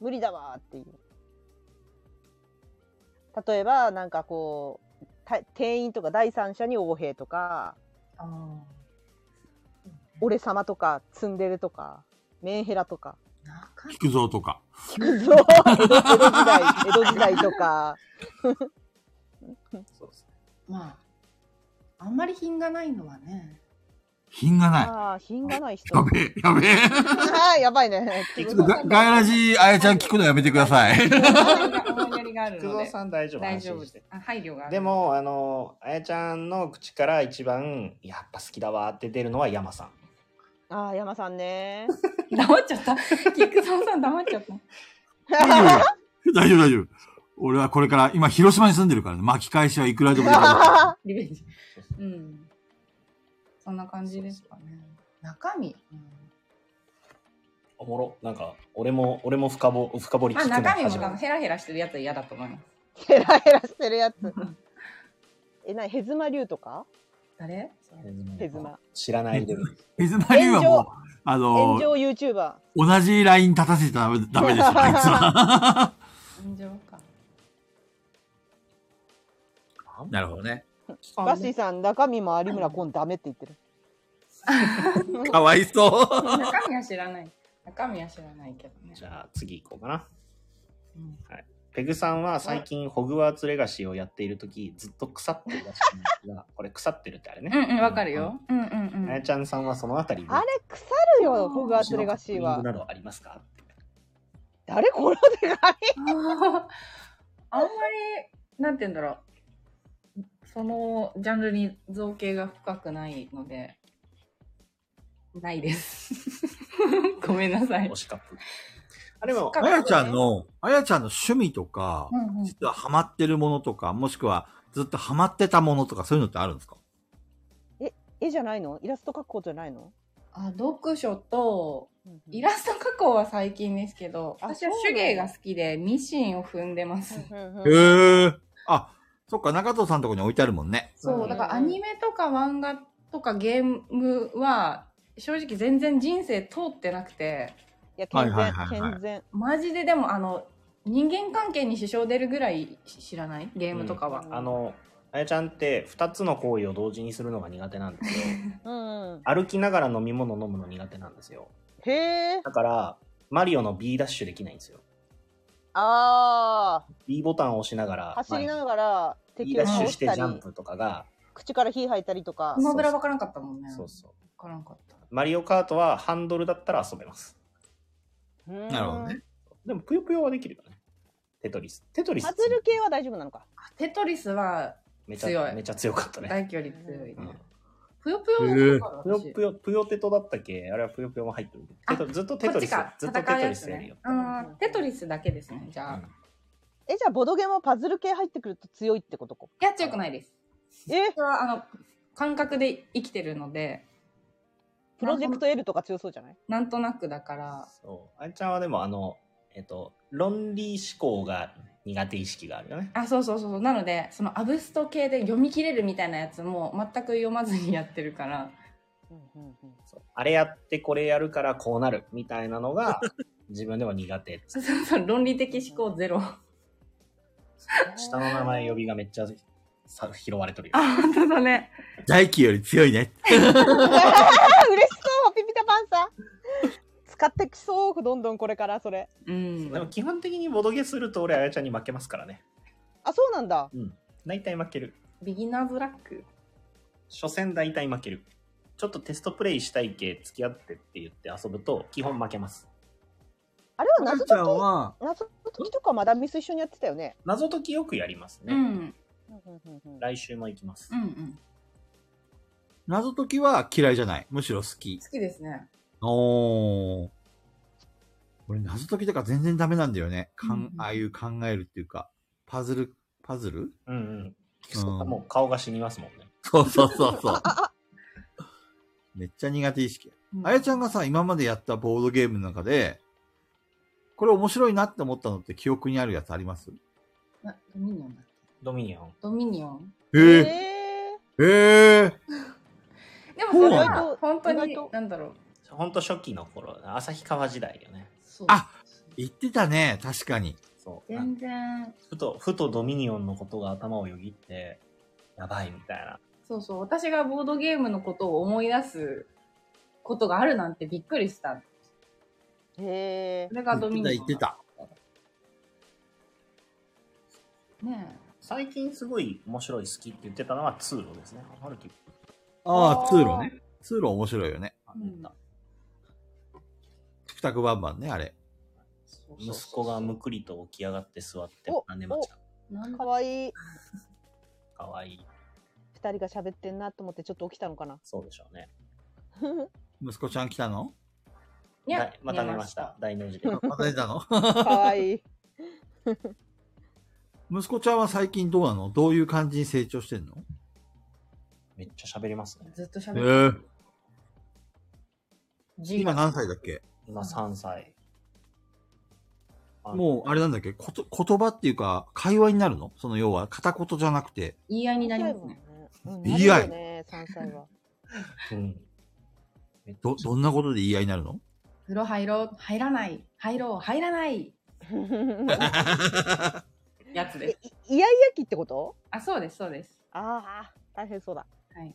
Speaker 3: 無理だわーっていう例えばなんかこうた店員とか第三者に横兵とか
Speaker 5: ああ
Speaker 3: 俺様とかツンデレとかメンヘラとか
Speaker 5: なか
Speaker 2: 菊蔵とか。
Speaker 3: そう江戸江戸時 代江戸時代とか
Speaker 4: そうですね。
Speaker 5: まあ、あんまり品がないのはね。
Speaker 2: 品がない。
Speaker 3: ああ品がない人
Speaker 2: やべえ、やべえ。
Speaker 3: ああやばいね
Speaker 4: 菊
Speaker 2: ちょっと
Speaker 4: 蔵
Speaker 2: がガイラジあやちゃん聞くのやめてください。
Speaker 5: 思いやりがある
Speaker 4: 菊
Speaker 5: の
Speaker 4: 蔵
Speaker 5: で。
Speaker 4: さん大丈夫。
Speaker 5: 大丈
Speaker 4: 安
Speaker 5: 夫
Speaker 4: 心して
Speaker 5: です。あ配慮がある。
Speaker 4: で、も、あの、あやちゃんの口から一番、やっぱ好きだわって出るのは山さん。
Speaker 3: ああ山さ んね
Speaker 5: 黙っちゃった。菊蔵さん黙っちゃった。
Speaker 2: 大丈夫、大丈夫。俺はこれから、今、広島に住んでるからね、巻き返しはいくらでもできる。
Speaker 5: リベンジ。うん。そんな感じですかね。中身。
Speaker 4: おもろ。なんか、俺も、俺も深掘深掘り
Speaker 5: まあ、
Speaker 4: 聞くの
Speaker 5: 中身も
Speaker 4: 初め
Speaker 5: 他
Speaker 4: て
Speaker 5: のヘラヘラしてるやつは嫌だと思います。
Speaker 3: ヘラヘラしてるやつえなにヘズマ竜とか
Speaker 5: 誰それ
Speaker 3: ヘズマ
Speaker 4: 知らないレベル。
Speaker 2: 水まりはもう
Speaker 3: 炎上、
Speaker 2: あ
Speaker 3: 炎
Speaker 2: の、
Speaker 3: 上 YouTuber
Speaker 2: 同じライン立たせちゃダメダ メですよ、あいつは。
Speaker 5: 炎上か。
Speaker 2: なるほどね。
Speaker 3: バッシーさん、中身も有村コンダメって言ってる。
Speaker 2: かわいそう。
Speaker 5: 中身は知らない。中身は知らないけどね。
Speaker 4: じゃあ、次行こうかな。
Speaker 5: うん
Speaker 4: ペグさんは最近、ホグワーツレガシーをやっているとき、ずっと腐ってるらしいんです が、これ腐ってるってあれね。
Speaker 5: うんうん、わかるよ。うんうんう。
Speaker 4: うんん。あやちゃんさんはそのあたり
Speaker 3: あれ、腐るよ、ホグワーツレガシーは
Speaker 4: 推しのカップリング。などありますか
Speaker 3: 誰この手 紙
Speaker 5: あ あんまり、なんて言うんだろう。そのジャンルに造形が深くないので、ないです。 ごめんなさい
Speaker 4: 推。しカップ。あれも、
Speaker 2: あやちゃんの、あやちゃんの趣味とか
Speaker 5: う、んうん
Speaker 2: 実はハマってるものとか、もしくはずっとハマってたものとか、そういうのってあるんですか
Speaker 3: 絵じゃないのイラスト描くことじゃないの
Speaker 5: あ読書と、
Speaker 3: うんうん
Speaker 5: イラスト加工は最近ですけど、
Speaker 3: あ
Speaker 5: 私は
Speaker 3: そうな
Speaker 5: 手
Speaker 3: んだ
Speaker 5: 芸が好きで、ミシンを踏んでます。
Speaker 3: うんうん
Speaker 2: へ
Speaker 3: うん
Speaker 2: え。あ、そっか、中藤さんのとこに置いてあるもんね。
Speaker 5: そう、だからアニメとか漫画とかゲームは、正直全然人生通ってなくて、
Speaker 3: いや、健
Speaker 2: はい
Speaker 3: 全
Speaker 2: はいはい、はい
Speaker 3: 健全。
Speaker 5: マジででもあの人間関係に支障出るぐらいし知らないゲームとかは、
Speaker 3: うん
Speaker 4: あの、あやちゃんって2つの行為を同時にするのが苦手なん ですよ。
Speaker 3: うんうん。
Speaker 4: 歩きながら飲み物飲むの苦手なんですよ。
Speaker 3: へえ。
Speaker 4: だから、マリオの B ダッシュできないんですよ。
Speaker 3: あ
Speaker 4: B ボタンを押しながら
Speaker 3: あ、、走りながら
Speaker 4: 前に
Speaker 3: 敵
Speaker 4: B ダ
Speaker 3: を
Speaker 4: ッシ
Speaker 3: 倒
Speaker 4: ュし
Speaker 3: してた
Speaker 4: ジャン
Speaker 3: り、
Speaker 4: プとかが、
Speaker 3: 口から火吐いたりとか
Speaker 5: ス。マブラ分からんかったもんね
Speaker 4: そうそう。
Speaker 5: 分からんかった
Speaker 4: マリオカートはハンドルだったら遊べます。
Speaker 3: な
Speaker 2: なるほどね。。
Speaker 4: でも、ぷよぷよはできるよね。テトリス。テトリス
Speaker 3: パズル系は大丈夫なのか。
Speaker 5: あテトリスは
Speaker 4: めちゃ
Speaker 5: 強い
Speaker 4: めちゃ強かったね。
Speaker 5: 大距離強いね、
Speaker 4: うん
Speaker 5: ぷよぷよの方から
Speaker 4: ぷよ
Speaker 5: 私
Speaker 4: ぷよ、ぷよテトだったっけあれはぷよぷよも入ってるけど。テトずっとテ
Speaker 5: こ
Speaker 4: ト
Speaker 5: っ
Speaker 4: リ
Speaker 5: ち
Speaker 4: ス
Speaker 5: か、、
Speaker 4: ずっとテ
Speaker 5: 戦う
Speaker 4: ト
Speaker 5: や
Speaker 4: リ
Speaker 5: つ
Speaker 4: スやる
Speaker 5: ね
Speaker 4: よ。。
Speaker 5: あーテトリスだけですね、じゃあ。
Speaker 4: うん
Speaker 3: え、じゃあ、ボドゲもパズル系入ってくると強いってことか。
Speaker 5: いや、強くないです。
Speaker 3: え
Speaker 5: 私、は、あの、感覚で生きてるので、
Speaker 3: プロジェクト L とか強そうじゃない
Speaker 5: なんとなくだから、
Speaker 4: そう。あいちゃんはでも、あの、えっと、論理思考が苦手意識があるよね。
Speaker 5: あ、そうそうそうそう。なので、そのアブスト系で読み切れるみたいなやつも全く読まずにやってるから、
Speaker 3: うんうんうん。
Speaker 4: そうあれやってこれやるからこうなるみたいなの が自分でも苦手。
Speaker 5: そうそうそう 論理的思考ゼロ。あ、
Speaker 4: 下の名前呼びがめっちゃさ拾われてるよ。
Speaker 5: 本当だね。
Speaker 2: 大輝より強いね。
Speaker 3: 嬉しそうピピタパンさん使ってきそうどんどんこれからそれ
Speaker 5: う
Speaker 4: でも
Speaker 5: ん。
Speaker 4: 基本的にボドゲすると俺あやちゃんに負けますからね。
Speaker 3: あそうなんだ
Speaker 4: うん。大体負ける。
Speaker 5: ビギナーズラック。
Speaker 4: 初戦大体負ける。ちょっとテストプレイしたいけ付き合ってって言って遊ぶと基本負けます。
Speaker 3: あれは
Speaker 2: あ
Speaker 3: 謎
Speaker 2: ちゃん
Speaker 3: 解
Speaker 2: は、
Speaker 3: き謎解きとかマダミス一緒にやってたよね
Speaker 4: 謎解きよくやりますね。
Speaker 5: うん。
Speaker 4: 来週も行きます
Speaker 5: うんう。ん。
Speaker 2: 謎解きは嫌いじゃない。むしろ好き。
Speaker 5: 好きですね。
Speaker 2: おー。俺、謎解きとか全然ダメなんだよね。か
Speaker 5: うん
Speaker 2: ん
Speaker 5: う、ん
Speaker 2: ああいう考えるっていうか、パズル、パズル
Speaker 4: うんうん。そっかもう顔が死にますもんね。
Speaker 2: そうそうそうそう。 めっちゃ苦手意識。あやちゃんがさ、今までやったボードゲームの中で、これ面白いなって思ったのって記憶にあるやつあります
Speaker 5: なドミニオンだ。
Speaker 4: ドミニオン。
Speaker 5: ドミニオン。
Speaker 2: え
Speaker 3: え
Speaker 2: ー、えー、
Speaker 5: でもそれ
Speaker 2: 意
Speaker 3: 外
Speaker 5: は
Speaker 3: と
Speaker 5: 本当
Speaker 3: 意
Speaker 5: に
Speaker 3: 外と、
Speaker 5: なんだろう。
Speaker 4: ほんと初期の頃、旭川時代よね。
Speaker 5: そう
Speaker 2: あ言ってたね、確かに。
Speaker 4: そう。
Speaker 5: 全然。
Speaker 4: ふと、ふとドミニオンのことが頭をよぎって、やばいみたいな。
Speaker 5: そうそう。私がボードゲームのことを思い出すことがあるなんてびっくりした。
Speaker 3: へえ
Speaker 5: それが
Speaker 2: 言
Speaker 5: ドミ
Speaker 2: って
Speaker 5: ニ
Speaker 2: た、
Speaker 5: オン。
Speaker 2: 言って。た。
Speaker 5: ねえ。
Speaker 4: 最近すごい面白い好きって言ってたのは通路ですね。ハルキ
Speaker 2: あ
Speaker 5: あ
Speaker 2: あ、
Speaker 5: ー
Speaker 2: 通路ね。通路面白いよね。
Speaker 5: うん
Speaker 2: トゥクタクバンバンね、あれ。
Speaker 5: そうそうそう
Speaker 4: 息子がむくりと起き上がって座って
Speaker 3: お
Speaker 4: 何年待ちか。
Speaker 5: なん
Speaker 3: か
Speaker 5: だ
Speaker 3: わいい
Speaker 4: かわいい。
Speaker 3: 二人が喋ってんなと思ってちょっと起きたのかな
Speaker 4: そうでしょうね。
Speaker 2: 息子ちゃん来た の
Speaker 5: いや
Speaker 4: だいまた寝ました。大の字 で。
Speaker 2: また出たの
Speaker 3: かわいい
Speaker 2: 息子ちゃんは最近どうなのどういう感じに成長してんの
Speaker 4: めっちゃ喋りますね。
Speaker 5: ずっと喋
Speaker 2: ええ
Speaker 5: る。
Speaker 2: ー。今何歳だっけ
Speaker 4: 今3歳。あの
Speaker 2: もう、あれなんだっけこと言葉っていうか、会話になるのその要は、片言じゃなくて。
Speaker 5: 言い合いになり
Speaker 3: い
Speaker 5: ま
Speaker 3: い
Speaker 5: す
Speaker 3: もん
Speaker 5: ね
Speaker 3: ね。うん
Speaker 2: いいやい
Speaker 3: なるよね三歳 は
Speaker 4: うん。めっ
Speaker 2: ど、どんなことで言い合いになるの
Speaker 5: 風呂入ろう、入らない、入ろう、入らないやつです。
Speaker 3: えいいやいや期ってこと
Speaker 5: あ、そうです、そうです。
Speaker 3: ああ大変そうだ
Speaker 5: はい。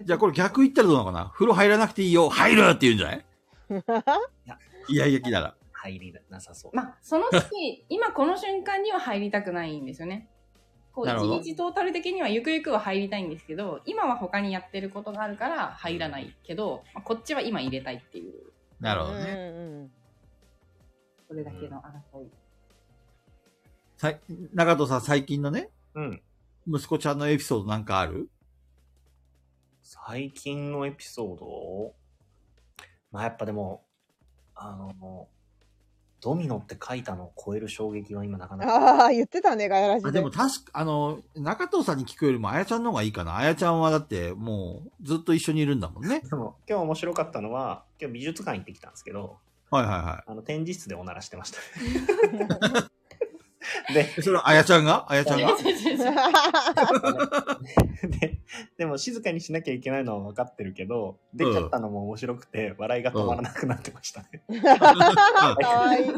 Speaker 2: じゃあこれ逆言ったらどうなのかな風呂入らなくていいよ入るって言うんじゃないいやいやきなら。
Speaker 4: 入りなさそう。
Speaker 5: まあ、その時、 今この瞬間には入りたくないんですよね。こう、
Speaker 2: なるほど
Speaker 5: 一日トータル的にはゆくゆくは入りたいんですけど、今は他にやってることがあるから入らないけど、まあ、こっちは今入れたいっていう、
Speaker 2: なるほどね。
Speaker 3: うんうん
Speaker 5: それだけの争い。
Speaker 2: さい中藤さん最近のね、
Speaker 4: うん。
Speaker 2: 息子ちゃんのエピソードなんかある
Speaker 4: 最近のエピソードをまあやっぱでも、あの、ドミノって書いたのを超える衝撃は今なかなか。
Speaker 3: ああ言ってたねガヤラジ
Speaker 2: あ
Speaker 3: で
Speaker 2: で も確か、あの、中藤さんに聞くよりもあやちゃんの方がいいかな。あやちゃんはだってもうずっと一緒にいるんだもんね。
Speaker 4: でも今日面白かったのは、今日美術館行ってきたんですけど、
Speaker 2: はいはいは
Speaker 4: あの展示室でおならしてました。 で
Speaker 2: い。それはあやちゃんがあやちゃんが
Speaker 4: で、でも静かにしなきゃいけないのは分かってるけど、出ちゃったのも面白くて、笑いが止まらなくなってましたね。
Speaker 3: かわいい。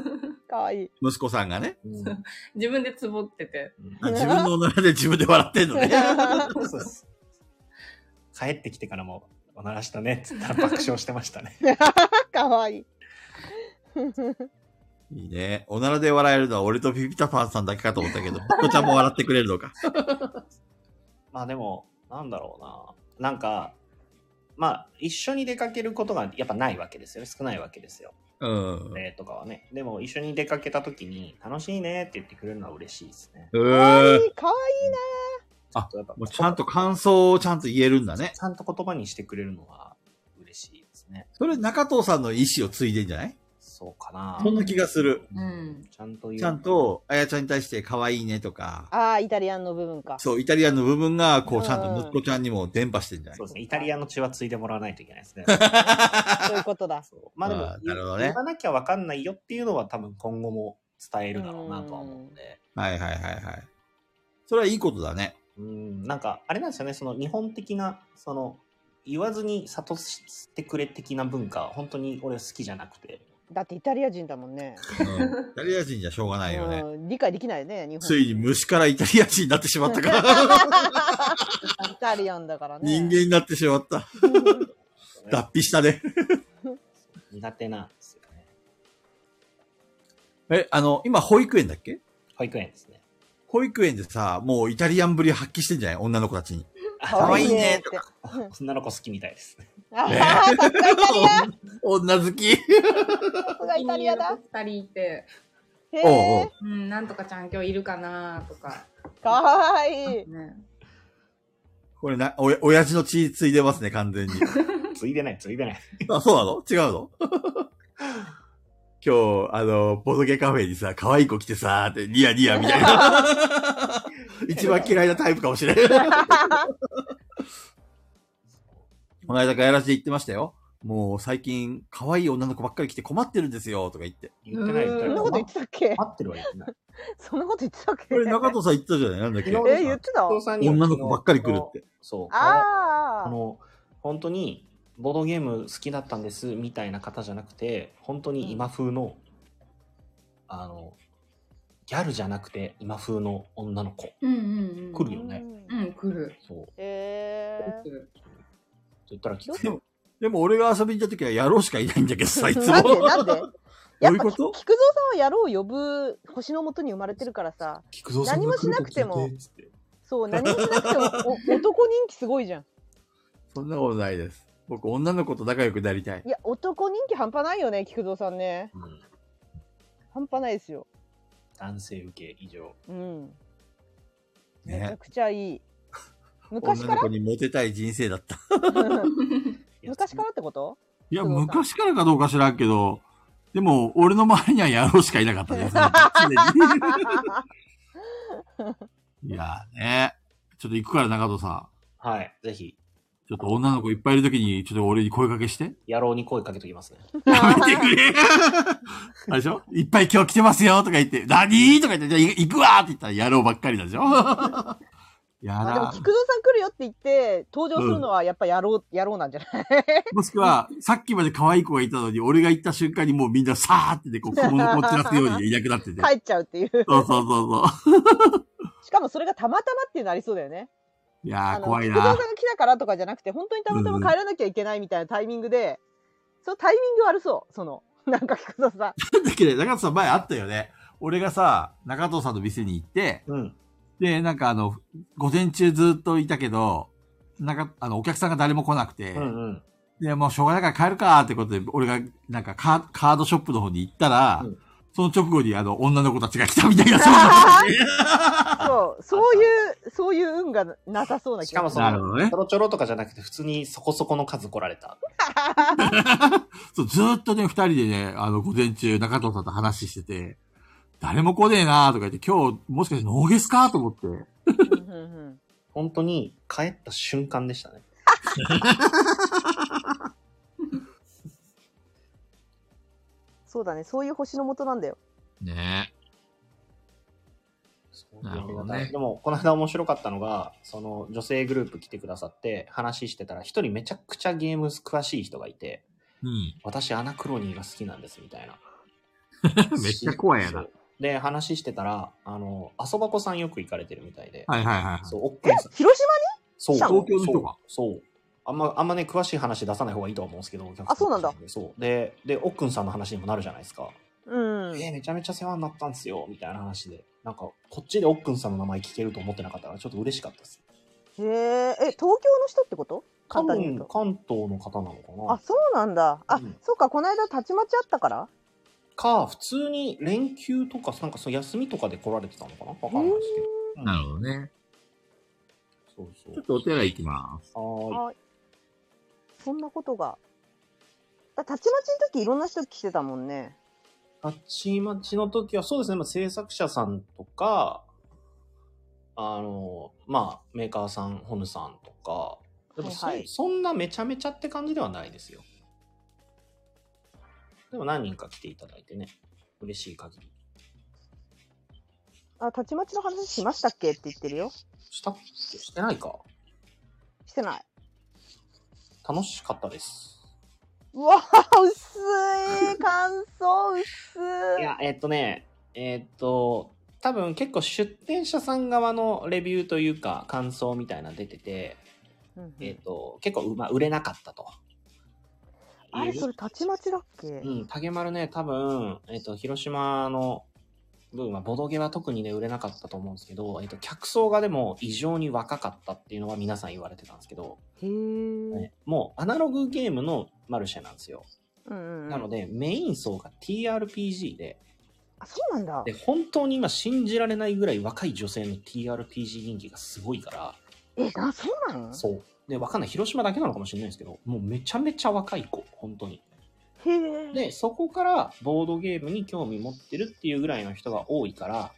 Speaker 3: かわいい。
Speaker 2: 息子さん がね。
Speaker 4: うん
Speaker 5: 自分でつぼってて。
Speaker 2: あ自分のおならで自分で笑ってんのね。
Speaker 4: そうそうそう帰ってきてからも、おならしたねっつったら爆笑してましたね。
Speaker 3: かわいい。
Speaker 2: いいね。おならで笑えるのは俺とピピタパンさんだけかと思っ たけど、息子ちゃんも笑ってくれるのか。
Speaker 4: まあでも、なんだろうな。なんか、まあ、一緒に出かけることがやっぱないわけですよね。少ないわけですよ。
Speaker 2: うん。
Speaker 4: えーとか はね。でも、一緒に出かけた時に、楽しいねって言ってくれるのは嬉しいですね。
Speaker 2: え
Speaker 3: かわ
Speaker 2: ー
Speaker 3: いい。かわいいな
Speaker 2: あ
Speaker 4: ちょっとやっぱ
Speaker 2: もうちゃんと感想をちゃんと言えるんだね。
Speaker 4: ちゃんと言葉にしてくれるのは嬉しいですね。
Speaker 2: それ中藤さんの意思を継いでんじゃない
Speaker 4: そうかな。
Speaker 2: そんな気がする。
Speaker 5: うん。
Speaker 4: ちゃんと言う
Speaker 2: ちゃん、と、あやちゃんに対して可愛いねとか、
Speaker 3: ああ、イタリアンの部分か。
Speaker 2: そう、イタリアンの部分が、こ
Speaker 3: う
Speaker 2: う、
Speaker 3: ん
Speaker 2: ちゃんと息子ちゃんにも伝播してんじゃない
Speaker 4: そうですね。イタリアの血は継いでもらわないといけないです ね。
Speaker 3: そういうことだ。
Speaker 4: そうまあでも
Speaker 2: あーなるほどね
Speaker 4: 言わなきゃわかんないよっていうのは多分今後も伝えるだろうなとは思うので。
Speaker 2: はいはいはいはい。それはいいことだね。
Speaker 4: うん、なんか、あれなんですよね、その日本的な、その、言わずに諭してくれ的な文化、本当に俺好きじゃなくて。
Speaker 3: だってイタリア人だもんね。
Speaker 2: うんイタリア人じゃしょうがないよ ね。
Speaker 3: うん理解できないよね、日本。
Speaker 2: ついに虫からイタリア人になってしまっ たから、
Speaker 3: イタリアンだからね。
Speaker 2: 人間になってしまった。脱皮したね。
Speaker 4: 苦手なんですよね。
Speaker 2: え、あの、今保育園だっけ
Speaker 4: 保育園ですね。
Speaker 2: 保育園でさ、もうイタリアンぶり発揮してんじゃない女の子たちに。
Speaker 3: 可愛いねって。
Speaker 4: 女の子好きみたいですね。
Speaker 3: ああ、さすがイタリア
Speaker 2: 女好き。
Speaker 3: さすが イタリアだ。
Speaker 5: 二人いて、
Speaker 3: へ
Speaker 2: おうお
Speaker 3: え
Speaker 2: う、
Speaker 5: うん、なんとかちゃん今日いるかなとか。
Speaker 3: かわいい。
Speaker 5: ね。
Speaker 2: これな、おや、親父の血ついでますね、完全に。
Speaker 4: ついでない、ついでない。
Speaker 2: あ、そうなの違うの 今日、あの、ボドゲカフェにさ、可愛い子来てさ、って、ニヤニヤみたい な。一番嫌いなタイプかもしれん。この間ガヤラジで言ってましたよ。もう最近、可愛い女の子ばっかり来て困ってるんですよ、とか言って。
Speaker 4: 言ってない、言って
Speaker 3: そ
Speaker 4: なんい。
Speaker 3: なこと言ってたっけ
Speaker 4: 待ってるは言ってない。
Speaker 3: そんなこと言ってたっけ
Speaker 2: これ中藤さん言ったじゃないなんだっけ
Speaker 4: 昨
Speaker 3: え、言ってた
Speaker 2: 女の子ばっかり来るって。
Speaker 4: そう。
Speaker 3: あ
Speaker 4: あ
Speaker 3: あ。
Speaker 4: の、本当に、ボードゲーム好きだったんですみたいな方じゃなくて、本当に今風の、あの、ギャルじゃなくて今風の女の子。
Speaker 5: うんうんうん。
Speaker 4: 来るよね
Speaker 3: うん
Speaker 5: うん、来る。
Speaker 4: そう。と
Speaker 3: えー
Speaker 5: 来る
Speaker 4: 言ったら聞
Speaker 2: で
Speaker 4: く
Speaker 2: も、でも俺が遊びに行った時は野郎しかいないんだけどさ、いつも。
Speaker 3: なんでなんでや
Speaker 2: どうい
Speaker 3: っ
Speaker 2: う
Speaker 3: ぱ
Speaker 2: こと
Speaker 3: 菊蔵さんは野郎を呼ぶ星のもとに生まれてるからさ
Speaker 4: 菊蔵
Speaker 3: 何もしなくても
Speaker 4: が来ると聞いてっつって
Speaker 3: そう何もしなくてもお 男人気すごいじゃん
Speaker 2: そんなことないです。僕、女の子と仲良くなりたい。
Speaker 3: いや男人気半端ないよね菊蔵さんね
Speaker 4: うん
Speaker 3: 半端ないですよ
Speaker 4: 男性受け以上。
Speaker 3: うんめち
Speaker 2: ね
Speaker 3: ゃ。くちゃい い昔
Speaker 2: 女
Speaker 3: か
Speaker 2: の子
Speaker 3: ら
Speaker 2: にモテたい人生だった。
Speaker 4: いや
Speaker 3: 昔からってこと
Speaker 2: いや、
Speaker 3: そうだ
Speaker 2: 昔からかどうか知らんけど、でも、俺の周りには野郎しかいなかった です、ね。常に いやーね。ちょっと行くから、中戸さ
Speaker 4: はい。ぜひ、
Speaker 2: ん。ちょっと女の子いっぱいいるときに、ちょっと俺に声かけして。
Speaker 4: 野郎に声かけときますね。
Speaker 2: やめてくれ あれでしょいっぱい今日来てますよとか言って、何とか言って、じゃあ行くわーって言ったら野郎ばっかりなんでしょ や
Speaker 3: あでも
Speaker 2: だ
Speaker 3: 菊。蔵さん来るよって言って登場するのはやっぱ野郎野郎なんじゃない
Speaker 2: もしくは、さっきまで可愛い子がいたのに、俺が行った瞬間にもうみんなさーってね、こう、小物を散らすようにいなくなって て。
Speaker 3: 帰っちゃうっていう
Speaker 2: そうそうそうそう。
Speaker 3: しかもそれがたまたまっていうのありそうだよね
Speaker 2: い
Speaker 3: あ
Speaker 2: やー、
Speaker 3: の
Speaker 2: 怖い
Speaker 3: 菊蔵さ
Speaker 2: なん
Speaker 3: が。来たからとかじゃなくて本当にたまたま帰らなきゃいけないみたいなタイミングで、そのタイミング悪そうそのなんか菊蔵 さん
Speaker 2: なんだっけね、中藤さん前あったよね。俺がさ、中藤さんの店に行って、
Speaker 4: うん。
Speaker 2: で、なんかあの、午前中ずっといたけど、なんか、あの、お客さんが誰も来なくて、
Speaker 4: うんうん。
Speaker 2: で、もうしょうがないから帰るかーってことで、俺が、なんかカー、カードショップの方に行ったら、
Speaker 4: うん
Speaker 2: その直後にあの、女の子たちが来たみたいな、そう なんですよね
Speaker 3: そうそういうそういう運がなさそうな
Speaker 4: し
Speaker 3: 気
Speaker 4: か
Speaker 3: が
Speaker 4: も
Speaker 3: す
Speaker 4: そ
Speaker 2: なるほど
Speaker 4: の、
Speaker 2: ね
Speaker 4: ちょろちょろとかじゃなくて、普通にそこそこの数来られた。
Speaker 2: そう、ずーっとね、二人でね、あの、午前中、中藤さんと話してて、誰も来ねえなーとか言って、今日、もしかしてノーゲスかと思って、
Speaker 3: る。うんうんうん
Speaker 4: 本当に帰った瞬間でしたね。
Speaker 3: そうだねそういう星の元なんだよ。
Speaker 2: ねえ。
Speaker 4: そう
Speaker 2: なるほどね
Speaker 4: でも、この間面白かったのが、その女性グループ来てくださって話してたら、一人めちゃくちゃゲーム詳しい人がいて、
Speaker 2: うん。
Speaker 4: 私アナクロニーが好きなんですみたいな。
Speaker 2: めっちゃ怖いやな
Speaker 4: そう。で、話してたら、あの、あそばこさんよく行かれてるみたいで、
Speaker 2: はいはいはい。
Speaker 4: そう、おっくんさん。
Speaker 3: 広島
Speaker 4: そう、
Speaker 3: 来た
Speaker 2: の東京の人か
Speaker 4: そう。そうあんま、あんまね、詳しい話出さない方がいいとは思うんですけど、お客さ
Speaker 3: あそうなんだ。
Speaker 4: そう。で、で、おっくんさんの話にもなるじゃないですか。
Speaker 3: うん
Speaker 4: えーめちゃめちゃ世話になったんですよ、みたいな話で。なんか、こっちでおっくんさんの名前聞けると思ってなかったから、ちょっと嬉しかったです。
Speaker 3: へええ東京の人ってこと
Speaker 4: 多
Speaker 3: 簡単に言
Speaker 4: 分
Speaker 3: うと。
Speaker 4: 関東の方なのかな
Speaker 3: あそうなんだ。あ、
Speaker 4: うん
Speaker 3: そうかこの間たちまちあったから。
Speaker 4: か普通に連休とかなんかその休みとかで来られてたのかなわかんないですけど、
Speaker 2: ほどね。
Speaker 4: そうそう
Speaker 2: ちょっとお手洗い行きます。
Speaker 4: はーい
Speaker 3: はい。そんなことが。だたちまちの時いろんな人来てたもんね。
Speaker 4: たちまちの時は、そうですね、まあ、制作者さんとか、あの、まあ、メーカーさん、ホヌさんとか、でもそ,、
Speaker 3: はいはい
Speaker 4: そんなめちゃめちゃって感じではないですよ。でも何人か来ていただいてね、嬉しい限り。
Speaker 3: あ、たちまちの話しましたっけって言ってるよ。
Speaker 4: したっけしてないか
Speaker 3: してない。
Speaker 4: 楽しかったです。
Speaker 3: うわあ、薄い感想、薄
Speaker 4: い
Speaker 3: い。
Speaker 4: や、えっとね、えっと、多分結構出店者さん側のレビューというか感想みたいなの出てて、
Speaker 3: うんうん
Speaker 4: えっと、結構、まあ、売れなかったと。
Speaker 3: あれ、それたちまちだっけ
Speaker 4: うん、竹丸ね、多分、えっと、広島の部分は、ボドゲは特にね、売れなかったと思うんですけど、えっと、客層がでも異常に若かったっていうのは皆さん言われてたんですけど、
Speaker 3: へえ。
Speaker 4: ねもうアナログゲームのマルシェなんですよ。な
Speaker 3: な
Speaker 4: ので、メイン層が TRPG で、
Speaker 3: あ、そうなんだ
Speaker 4: で、。本当に今信じられないぐらい若い女性の TRPG 人気がすごいから、
Speaker 3: え、な、そうなん
Speaker 4: そう。で、わかんない。広島だけなのかもしれないですけど、もうめちゃめちゃ若い子、本当に。
Speaker 3: へえ。
Speaker 4: で、そこからボードゲームに興味持ってるっていうぐらいの人が多いから、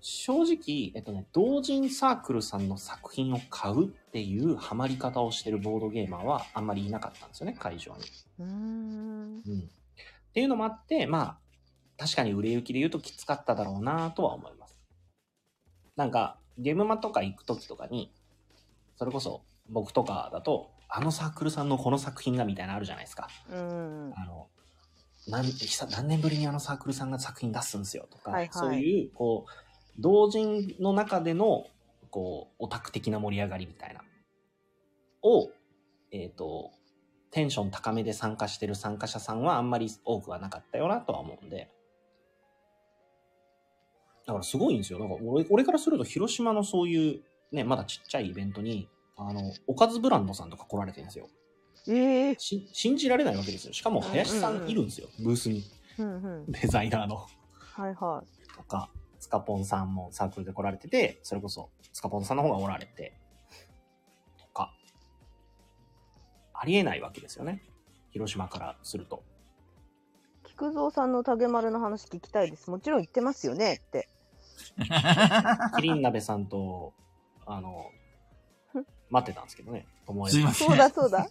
Speaker 4: 正直、えっとね、同人サークルさんの作品を買うっていうハマり方をしてるボードゲーマーはあんまりいなかったんですよね、会場に。
Speaker 3: うーん。
Speaker 4: うん。っていうのもあって、まあ、確かに売れ行きで言うときつかっただろうなとは思います。なんか、ゲームマとか行くときとかに、それこそ僕とかだと、あのサークルさんのこの作品がみたいなのあるじゃないですか。
Speaker 3: うん。
Speaker 4: あの、何、久何年ぶりにあのサークルさんが作品出すんですよとか、
Speaker 3: はいはい
Speaker 4: そういう、こう、同人の中での、こう、オタク的な盛り上がりみたいな、を、えっ、と、テンション高めで参加してる参加者さんはあんまり多くはなかったよなとは思うんで。だからすごいんですよ。なんか俺俺からすると広島のそういう、ね、まだちっちゃいイベントに、あの、おかずブランドさんとか来られてるんですよ。
Speaker 3: ええ。
Speaker 4: し信じられないわけですよ。しかも林さんいるんですよ、ブースに。
Speaker 3: うんうん。
Speaker 4: デザイナーの。
Speaker 3: はいはい。
Speaker 4: とか、スカポンさんもサークルで来られてて、それこそスカポンさんの方がおられて、とか、ありえないわけですよね。広島からす ると。
Speaker 3: 菊蔵さんの竹丸の話聞きたいです。もちろん言ってますよねって。
Speaker 4: キリン鍋さんと、あの、待ってたんですけどね。友
Speaker 2: すい
Speaker 4: 達
Speaker 2: ません
Speaker 3: そう。だそう だ。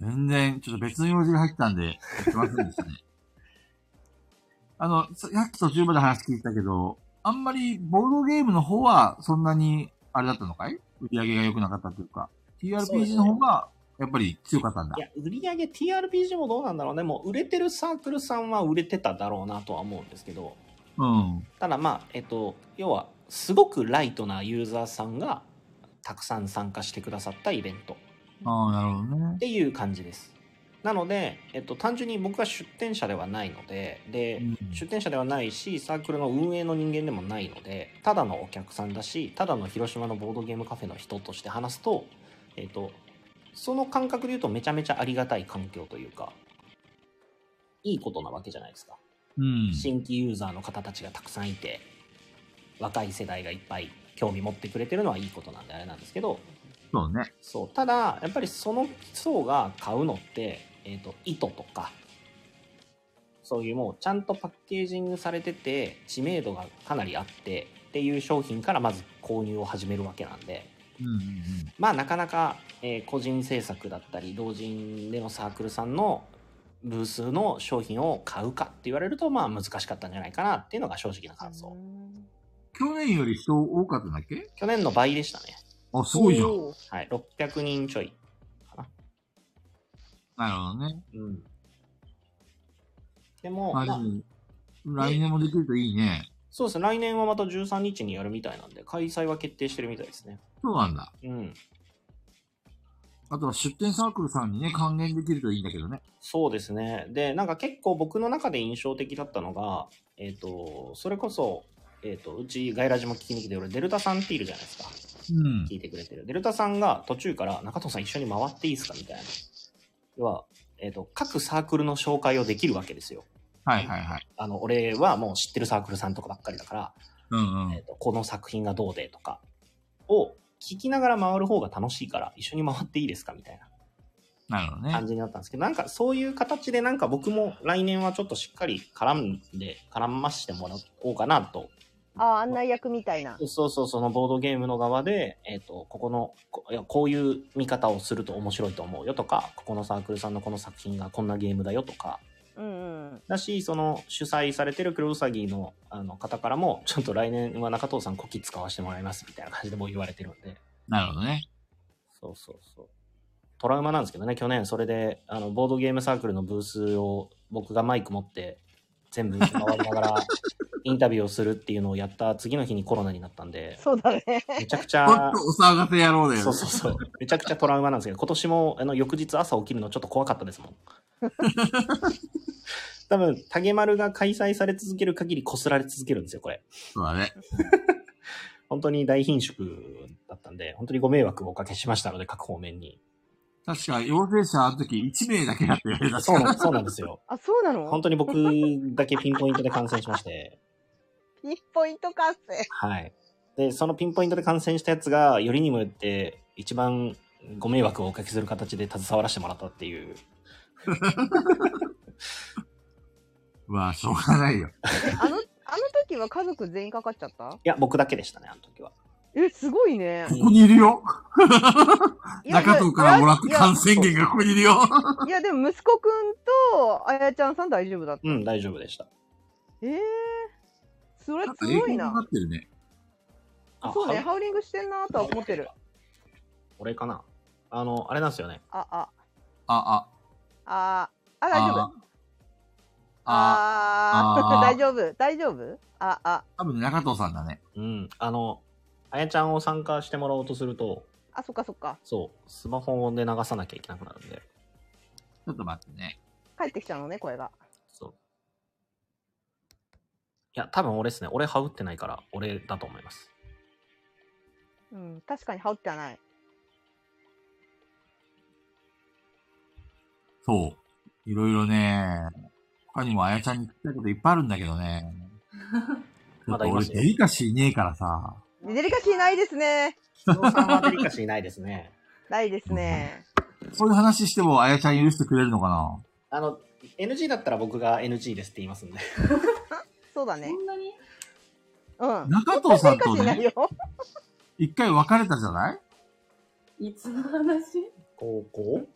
Speaker 2: 全然、ちょっと別の用事が入ったんで、やってませんでしたね。 あの、ささっき途中まで話聞いたけど、あんまりボードゲームの方はそんなに、あれだったのかい売り上げが良くなかったというか、
Speaker 4: そうですね
Speaker 2: TRPG の方が、やっぱり強かったんだ
Speaker 4: い。や、売り上げ TRPG もどうなんだろうね。もう売れてるサークルさんは売れてただろうなとは思うんですけど、
Speaker 2: うん。
Speaker 4: ただまあえっと要はすごくライトなユーザーさんがたくさん参加してくださったイベントっ
Speaker 2: ああ、なるほどね。
Speaker 4: ていう感じですなので、えっと、単純に僕は出店者ではないのでで、
Speaker 2: うん
Speaker 4: 出店者ではないしサークルの運営の人間でもないのでただのお客さんだしただの広島のボードゲームカフェの人として話すとえっとその感覚で言うとめちゃめちゃありがたい環境というかいいことなわけじゃないですか
Speaker 2: うん。
Speaker 4: 新規ユーザーの方たちがたくさんいて若い世代がいっぱい興味持ってくれてるのはいいことなんであれなんですけど
Speaker 2: そうね。
Speaker 4: そうただやっぱりその層が買うのって、えー、と糸とかそういうもうちゃんとパッケージングされてて知名度がかなりあってっていう商品からまず購入を始めるわけなんで。
Speaker 2: うんうん
Speaker 4: まあなかなか、えー個人制作だったり同人でのサークルさんのブースの商品を買うかって言われるとまあ難しかったんじゃないかなっていうのが正直な感想、
Speaker 3: うん
Speaker 2: 去年より人多かったんだっけ
Speaker 4: 去年の倍でしたね
Speaker 2: あ、すごいじゃん。
Speaker 3: おー
Speaker 4: はい600人ちょい
Speaker 2: なるほどね。
Speaker 4: うんでも、
Speaker 2: あ、で
Speaker 4: まあ
Speaker 2: も、来年もできるといいね。
Speaker 4: そうですね来年はまた13日にやるみたいなんで開催は決定してるみたいですね
Speaker 2: そうなんだ。
Speaker 4: うん
Speaker 2: あとは出店サークルさんにね、還元できるといいんだけどね。
Speaker 4: そうですね。で、なんか結構僕の中で印象的だったのが、えっ、と、それこそ、えっ、と、うちガイラジも聞きに来て、俺デルタさんっているじゃないですか。
Speaker 2: うん。
Speaker 4: 聞いてくれてる。デルタさんが途中から、中藤さん一緒に回っていいですかみたいな。要は、えっ、と、各サークルの紹介をできるわけですよ。
Speaker 2: はいはいはい。
Speaker 4: あの、俺はもう知ってるサークルさんとかばっかりだから、
Speaker 2: うんうん
Speaker 4: えっ。とこの作品がどうでとかを聞きながら回る方が楽しいから、一緒に回っていいですかみたいな。
Speaker 2: なるほどね。
Speaker 4: 感じになったんですけど、なんかそういう形でなんか僕も来年はちょっとしっかり絡んで、絡ましてもらおうかなと。
Speaker 3: ああ、案内役みたいな。
Speaker 4: そうそう、そのボードゲームの側で、えっ、と、ここのこ、いやこういう見方をすると面白いと思うよとか、ここのサークルさんのこの作品がこんなゲームだよとか、
Speaker 3: うんうん。
Speaker 4: だし、その主催されてる黒うさぎのあの方からも、ちょっと来年は中藤さんこき使わせてもらいますみたいな感じでもう言われてるんで。
Speaker 2: なるほどね。
Speaker 4: そうそうそう。トラウマなんですけどね、去年それで、あの、ボードゲームサークルのブースを僕がマイク持って、全部回りながらインタビューをするっていうのをやった次の日にコロナになったんで、
Speaker 3: そう だね。
Speaker 4: めちゃくち
Speaker 2: ほ ん
Speaker 4: ゃ
Speaker 2: と、、お騒がせ野郎だよね。
Speaker 4: そうそうそう、めちゃくちゃトラウマなんですけど、今年も、あの、翌日朝起きるのちょっと怖かった ですもん。多分、タゲマルが開催され続ける限りこすられ続けるんですよ、これ。
Speaker 2: そうだね。
Speaker 4: 本当に大貧縮だったんで、本当にご迷惑をおかけしましたので、各方面に。
Speaker 2: 確か、陽性者あの時1名だけだったよね。確か
Speaker 4: そうなんそうなんですよ。
Speaker 3: あ、そうなの
Speaker 4: 本当に僕だけピンポイントで感染しまして、
Speaker 3: ピンポイント活性。
Speaker 4: はい。で、そのピンポイントで感染したやつが、よりにもよって、一番ご迷惑をおかけする形で携わらせてもらったっていう。
Speaker 2: まあ、しょうがないよ。
Speaker 3: あの、あの時は家族全員かかっちゃった
Speaker 4: いや、僕だけでしたね、あの時は。
Speaker 3: え、すごいね。
Speaker 2: ここにいるよ。
Speaker 3: いや
Speaker 2: 中藤からもらった
Speaker 3: いや
Speaker 2: 感染源がここにいるよ。
Speaker 3: いや、でも息子くんと、あやちゃんさん大丈夫だった。
Speaker 4: うん、大丈夫でした。
Speaker 3: ええそれすごい
Speaker 2: な
Speaker 3: な
Speaker 2: っ。てるね。
Speaker 4: あ
Speaker 3: そうね、
Speaker 4: は
Speaker 3: ハウリングしてんなとは思ってる。
Speaker 4: 俺かな。あの、あれなんですよね。
Speaker 3: あ、あ、
Speaker 2: あ、
Speaker 3: あ、あ、
Speaker 2: あ、
Speaker 3: 大丈夫。
Speaker 2: あ、あ、
Speaker 3: あ
Speaker 2: あ
Speaker 3: あ、大丈夫、大丈夫。あ、あ、
Speaker 2: 多分中藤さんだね。
Speaker 4: うん。あの、あやちゃんを参加してもらおうとすると、
Speaker 3: あ、そっかそっか。
Speaker 4: そう、スマホで流さなきゃいけなくなるんで、
Speaker 2: ちょっと待ってね。
Speaker 3: 帰ってきちゃうのね、声が。
Speaker 4: そう。いや、多分俺ですね。俺、羽打ってないから、俺だと思います。
Speaker 3: うん、確かに羽織ってはない。
Speaker 2: そう。いろいろね、他にもあやちゃんに聞きたいこといっぱいあるんだけ どね。ちょ
Speaker 4: ま
Speaker 2: っと
Speaker 4: だいま
Speaker 2: 俺
Speaker 4: すよ
Speaker 2: デリカシーねえからさ。
Speaker 3: デリカシーないですね。
Speaker 4: 伊藤さんはデリカシーないですね。
Speaker 3: ないですね。
Speaker 2: そういう話してもあやちゃん許してくれるのかな
Speaker 4: あの、NG だったら僕が NG ですって言いますんで。
Speaker 3: そうだ
Speaker 5: そ
Speaker 3: ね。
Speaker 5: んなに
Speaker 3: うん。
Speaker 2: 中藤さんと
Speaker 3: デリカシーない
Speaker 2: ね、
Speaker 3: よ。
Speaker 2: 一回別れたじゃない
Speaker 5: いつの話
Speaker 4: 高校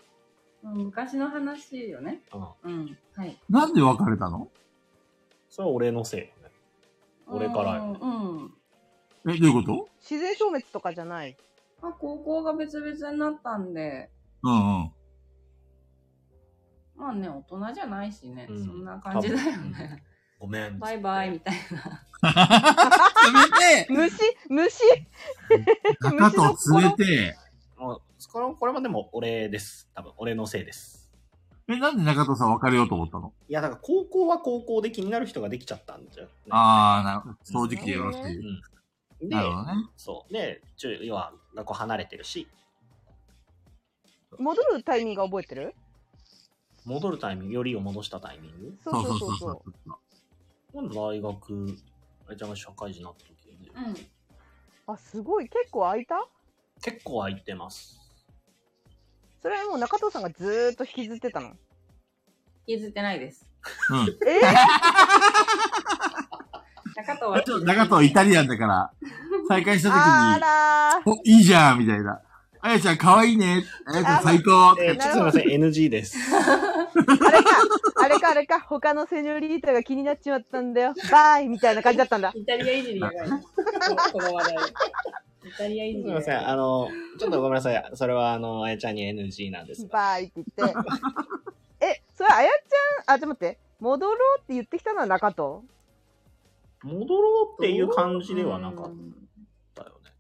Speaker 5: うん昔の話よね。
Speaker 4: うん。
Speaker 5: うん。はい。
Speaker 2: なんで別れたの
Speaker 4: それは俺のせいよね。俺から
Speaker 5: うん。うん
Speaker 2: え、どういうこと
Speaker 3: 自然消滅とかじゃない。
Speaker 5: まあ、高校が別々になったんで、
Speaker 2: うんうん。
Speaker 5: まあね、大人じゃないしね、
Speaker 4: うん
Speaker 5: そんな感じだよね。
Speaker 4: ごめん
Speaker 5: バイバイみたいな。
Speaker 2: 冷て
Speaker 3: 虫、虫。
Speaker 2: 中藤冷て
Speaker 4: もうこれこれはでも俺です。多分、俺のせいです。
Speaker 2: え、なんで中藤さん別れようと思ったの
Speaker 4: いや、だから高校は高校で気になる人ができちゃったんじゃ、ね。
Speaker 2: ああ、なるほど。正直でよろしい。
Speaker 4: うん。で
Speaker 2: な、るほどね。
Speaker 4: そう。で、中要は学校離れてるし、
Speaker 3: 戻るタイミングは覚えてる。
Speaker 4: 戻るタイミング、よりを戻したタイミング。
Speaker 3: そうそうそうそう。
Speaker 4: 今度大学、あれちゃんが社会人になった時に、
Speaker 5: うん。
Speaker 3: あ、すごい、結構空いた。
Speaker 4: 結構空いてます。
Speaker 3: それはもう中藤さんがずーっと引きずってたの。
Speaker 5: 譲ってないです。
Speaker 2: うん。ち
Speaker 3: え
Speaker 5: 中藤は
Speaker 2: ょっと中藤イタリアンだから、再会した時
Speaker 3: あ
Speaker 2: に、
Speaker 3: らー。
Speaker 2: お、いいじゃんみたいな。あやちゃん可愛いね。あやちゃん最高って
Speaker 4: えー、ちょっとすいません、NG です。
Speaker 3: あれか、あれか、あれか、他のセニョリータが気になっちまったんだよ。バイみたいな感じだったんだ。
Speaker 5: イタリアいじりやばい。この話題。イタリアい
Speaker 4: す
Speaker 5: じ
Speaker 4: み
Speaker 5: り
Speaker 4: ません、あの、ちょっとごめんなさい。それは、あの、あやちゃんに NG なんですが。
Speaker 3: バイって言って。え、それあやちゃん、あ、ちょっと待って。戻ろうって言ってきたのは中藤
Speaker 4: 戻ろうっていう感じではなかっ
Speaker 5: うん
Speaker 4: たよね。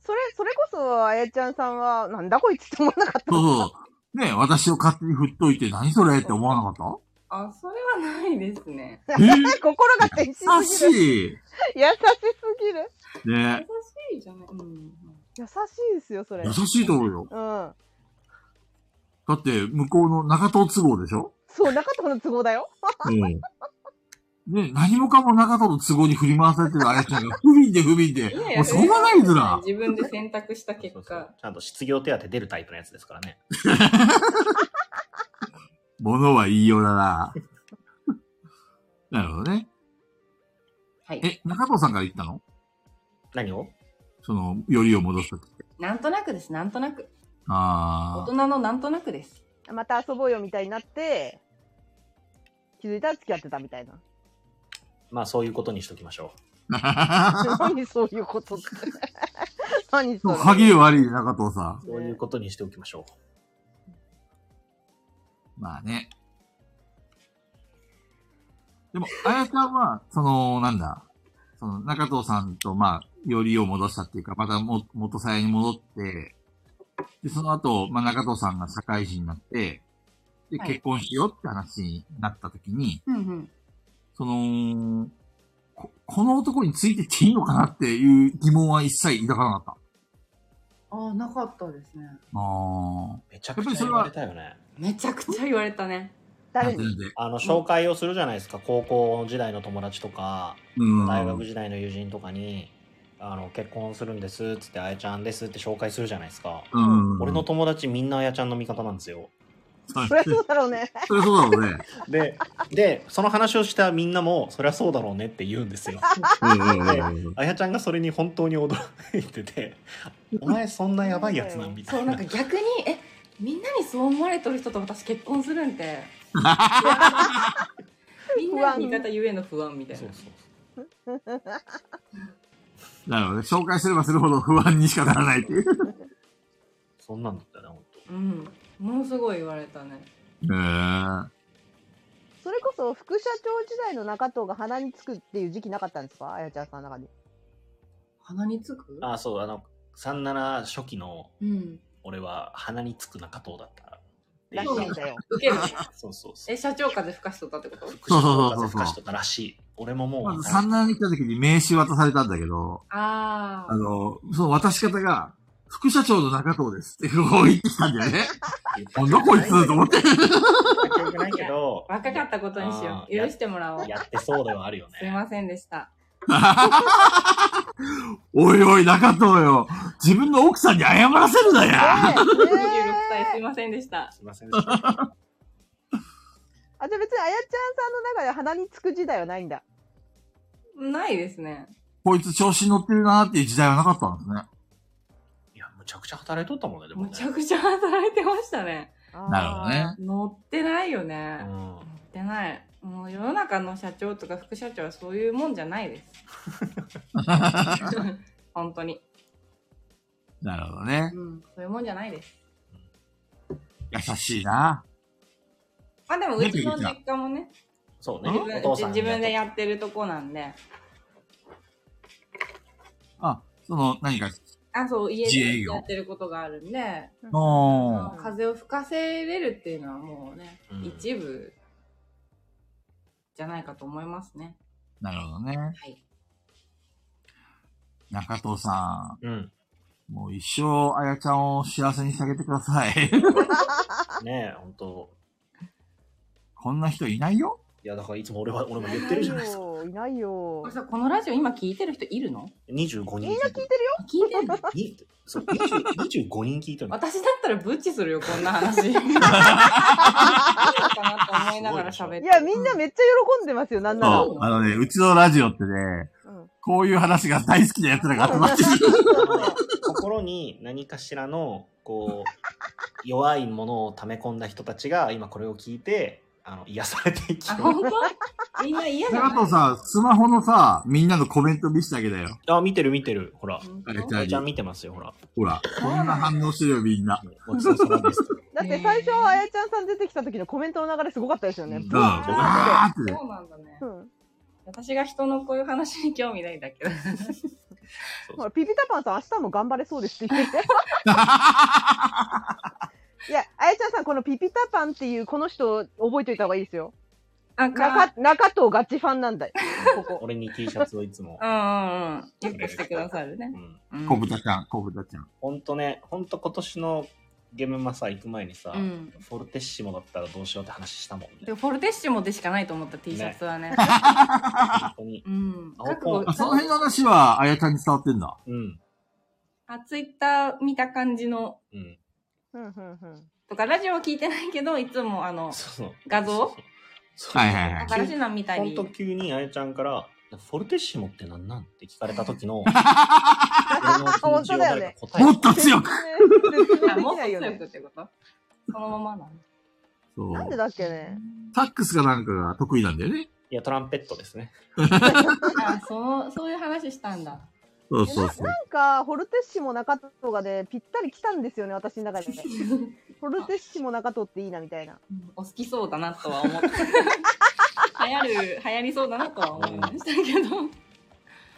Speaker 3: それ、それこそあやちゃんさんは、なんだこいつって思わなかった
Speaker 2: そうそう。ねえ私を勝手に振っといて、何それって思わなかっ
Speaker 5: あ、それはないですね。
Speaker 2: た え
Speaker 3: 心が天
Speaker 2: 優
Speaker 3: 心
Speaker 2: し
Speaker 3: すぎる。
Speaker 2: い。
Speaker 3: 優しすぎる。
Speaker 5: 優
Speaker 2: ね
Speaker 5: しいじゃない。うん。
Speaker 3: 優しいですよ、それ。
Speaker 2: 優
Speaker 3: う
Speaker 2: しいと思うよ。
Speaker 3: ん。
Speaker 2: だって、向こうの中東都合でしょ
Speaker 3: そう、中藤の都合だよ。
Speaker 2: うん。ね、何もかもなかったと都合に振り回されてるあやちゃんが、不憫で不憫で、もうしょうがないずら。
Speaker 5: 自分で選択した結
Speaker 4: そうそう
Speaker 5: 果。
Speaker 4: ちゃんと失業手当出るタイプのやつですからね。
Speaker 2: 物は言いようだな。 なるほどね。
Speaker 5: はい。
Speaker 2: え、中藤さんから言ったの
Speaker 4: 何を
Speaker 2: その、よりを戻すとき。
Speaker 5: なんとなくです、なんとなく。大
Speaker 2: あ
Speaker 5: 人のなんとなくです。
Speaker 3: また遊ぼうよみたいになって、気づいたら付き合ってたみたいな。
Speaker 4: まあそういうことにしときましょ
Speaker 2: あ。
Speaker 3: 何そういうことって。 何そ
Speaker 2: そ
Speaker 3: れ
Speaker 2: う、鍵悪いね、中藤さん。
Speaker 4: う。そういうことにしておきましょ
Speaker 2: まあね。でも、あやちゃんは、その、なんだ、その、中藤さんと、まあ、よりを戻したっていうか、またも、元さやに戻って、で、その後、まあ、中藤さんが社会人になって、で、
Speaker 5: はい
Speaker 2: 結婚しようって話になった時に、
Speaker 5: うんうん。
Speaker 2: その、こ、この男についてっていいのかなっていう疑問は一切抱かなかった。
Speaker 5: ああ、なかったですね。
Speaker 2: ああ。
Speaker 4: う。めちゃくちゃ言われたよね。
Speaker 5: めちゃくちゃ言われたね。
Speaker 3: 誰
Speaker 2: 全
Speaker 3: に
Speaker 2: 然。
Speaker 4: あの、紹介をするじゃないですか。高校時代の友達とか、
Speaker 2: うん。
Speaker 4: 大学時代の友人とかに、あの、結婚するんですっつって、あやちゃんですって紹介するじゃないですか。
Speaker 2: うん。
Speaker 4: 俺の、友達みんなあやちゃんの味方なんですよ。
Speaker 3: そりゃそうだろうね。
Speaker 2: それそうだろうね。
Speaker 4: で、で、その話をしたみんなも、そりゃそうだろうねって言うんですよ。
Speaker 2: うんうん
Speaker 4: あやちゃんがそれに本当に驚いてて、お前そんなやばいやつなんみた
Speaker 5: そう、
Speaker 4: い
Speaker 5: な
Speaker 4: な。
Speaker 5: んか逆に、え、みんなにそう思われとる人と私結婚するん て。みんなの味方ゆえの不安みたい
Speaker 4: そ
Speaker 5: な
Speaker 4: う。そう
Speaker 2: なるほどね。紹介すればするほど不安にしかならないっていう。
Speaker 4: そんなんだったよね、本当。
Speaker 5: うん。ものすごい言われたね。
Speaker 2: へー
Speaker 3: それこそ副社長時代の中藤が鼻につくっていう時期なかったんですかあやちゃんさんの中に。
Speaker 5: 鼻につく
Speaker 4: あ、そう、あの、37初期の
Speaker 5: うん。
Speaker 4: 俺は鼻につく中藤だった。
Speaker 3: らしいんだよ。
Speaker 5: 受ける。
Speaker 4: そうそうそう。
Speaker 5: え、社長風吹かしとったってこと
Speaker 2: そうそうそうそう
Speaker 4: 吹かしとったらしい。俺ももう、
Speaker 2: まず産卵に来た時に名刺渡されたんだけど、
Speaker 5: あ
Speaker 2: あ
Speaker 5: あ。
Speaker 2: の、その渡し方が、副社長の中藤ですってこう言ってきたんだ よね。なんだこいつと思って。
Speaker 4: よくないけど。
Speaker 5: 若かったことにしよう。許してもらおう
Speaker 4: た。。やってそうではあるよ
Speaker 5: すい
Speaker 4: ね。
Speaker 5: ませんでした。
Speaker 2: おいおい中藤よ。自分の奥さんに謝らせるなや。
Speaker 3: ね
Speaker 5: 26
Speaker 3: え
Speaker 5: 歳すいませんでした。
Speaker 4: すいませんでした。
Speaker 3: あ、じゃあ別にあやちゃんさんの中で鼻につく時代はないんだ。
Speaker 5: ないですね。
Speaker 2: こいつ調子に乗ってるなーっていう時代はなかったんですね。
Speaker 4: いや、むちゃくちゃ働いとったもんね、でも
Speaker 5: む
Speaker 4: ね。
Speaker 5: ちゃくちゃ働いてましたね。
Speaker 2: なるほどね。
Speaker 5: 乗ってないよ
Speaker 4: う
Speaker 5: ね。乗っ
Speaker 4: ん。
Speaker 5: てない。もう世の中の社長とか副社長はそういうもんじゃない です。本当に、
Speaker 2: なるほどね。
Speaker 5: うん。そういうもんじゃないです。
Speaker 2: 優しいな。
Speaker 5: まあでもうちの実家もね、
Speaker 4: そうね
Speaker 5: 自。分
Speaker 4: お父さん
Speaker 5: 自分でや
Speaker 4: っ
Speaker 5: ってるとこなんで、
Speaker 2: あ、その、何か、
Speaker 5: あ、そう、家
Speaker 2: 自営
Speaker 5: で
Speaker 2: 業
Speaker 5: やってることがあるんで、
Speaker 2: おー。
Speaker 5: 風を吹かせれるっていうのはもうね、
Speaker 4: うん
Speaker 5: 一部じゃないかと思いますね。
Speaker 2: なるほどね。
Speaker 5: い
Speaker 2: 中藤さ
Speaker 4: うん。
Speaker 2: ん、もう一生、あやちゃんを幸せにしてあげてください。
Speaker 4: ねえ、ほんと。
Speaker 2: こんな人いないよ
Speaker 4: いや、だからいつも俺は、俺も言ってるじゃないですか。
Speaker 3: いないよ
Speaker 5: これ。さ、このラジオ今聞いてる人いるの
Speaker 4: 25人聞いてる。
Speaker 5: あ聞いてるの
Speaker 4: にそう20 25人聞いてるの。
Speaker 5: 私だったらブッチするよ、こん な話。いいのかなって思いながら喋って。
Speaker 3: いや、みんなめっちゃ喜んでますよ、なんなら。
Speaker 2: そう、あのね、うちのラジオってね、
Speaker 3: うん
Speaker 2: こういう話が大好きな奴らが集まってる。
Speaker 4: 心に何かしらの、こう、弱いものを溜め込んだ人たちが、今これを聞いて、あの、癒されていき
Speaker 5: あ、
Speaker 4: ま
Speaker 5: 本当みんな嫌じゃない
Speaker 2: 中藤さん、スマホのさ、みんなのコメント見せてあげたよ。
Speaker 4: す。あ、見てる見てる。ほら。
Speaker 5: 本当
Speaker 2: あれ
Speaker 4: あやちゃん見てますよ、ほら。
Speaker 2: ほら、こんな反応してるよ、みんな。
Speaker 4: ごちそうさまです。
Speaker 3: だって最初、あやちゃんさん出てきた時のコメントの流れすごかったですよね。
Speaker 2: うん、
Speaker 3: ブワー
Speaker 2: わーって。
Speaker 5: そうなんだね
Speaker 3: ン。うん
Speaker 5: 私が人のこういう話に興味ないだ けど。
Speaker 3: ほら、ピピタパンさん明日も頑張れそうです って言って。いや、あやちゃんさん、このピピタパンっていうこの人覚えておいた方がいいですよ。
Speaker 5: あ、か、
Speaker 3: 中、中藤ガチファンなんだよ。ここ。
Speaker 4: 俺に T シャツをいつも。
Speaker 5: うんうんうん。よくしてくださるね
Speaker 4: う。ん
Speaker 5: うん
Speaker 2: 小豚ちゃん、小豚ちゃん。
Speaker 4: ほんとね、ほんと今年のゲームマサ行く前にさ、
Speaker 5: うん
Speaker 4: フォルテッシモだったらどうしようって話したもん
Speaker 5: で
Speaker 4: ね。
Speaker 5: フォルテッシモでしかないと思った T シャツ はね。
Speaker 4: 本当に。
Speaker 5: うん。
Speaker 4: 青
Speaker 5: 覚
Speaker 4: ポン
Speaker 5: 悟
Speaker 2: あ、その辺の話は、あやちゃんに伝わってんだ。
Speaker 4: うん。
Speaker 5: あ、ツイッター見た感じの、
Speaker 4: うん。
Speaker 3: うんうんうん。
Speaker 5: とか、ラジオは聞いてないけど、いつもあの、
Speaker 4: そうそう。
Speaker 5: 画像
Speaker 4: そうそう
Speaker 2: はいはいはい
Speaker 5: 新しいのみたい
Speaker 4: ほん
Speaker 5: に。
Speaker 4: と急にあやちゃんから、フォルテッシモってなんなんって聞かれた時 の、俺の気持ちを誰か答え
Speaker 2: も
Speaker 4: て
Speaker 2: っと強く
Speaker 3: 説明
Speaker 5: あ、
Speaker 3: で
Speaker 5: も
Speaker 3: き
Speaker 5: っと
Speaker 3: ないよ
Speaker 5: 強
Speaker 3: ね
Speaker 5: く。ってことそのままなの。
Speaker 2: そう
Speaker 3: なんでだっけね。
Speaker 2: サックスかなんかが得意なんだよね。
Speaker 4: いや、トランペットですね。
Speaker 5: あ、そう、そういう話したんだ。
Speaker 2: そうそうそう。
Speaker 3: なんか、ホルテッシモ中藤がね、ぴったり来たんですよね、私の中 で。ホルテッシモ中藤っていいな、みたいな。
Speaker 5: うんお好きそうだなと は思った。流行る、流行りそうだなとは思いましたけど。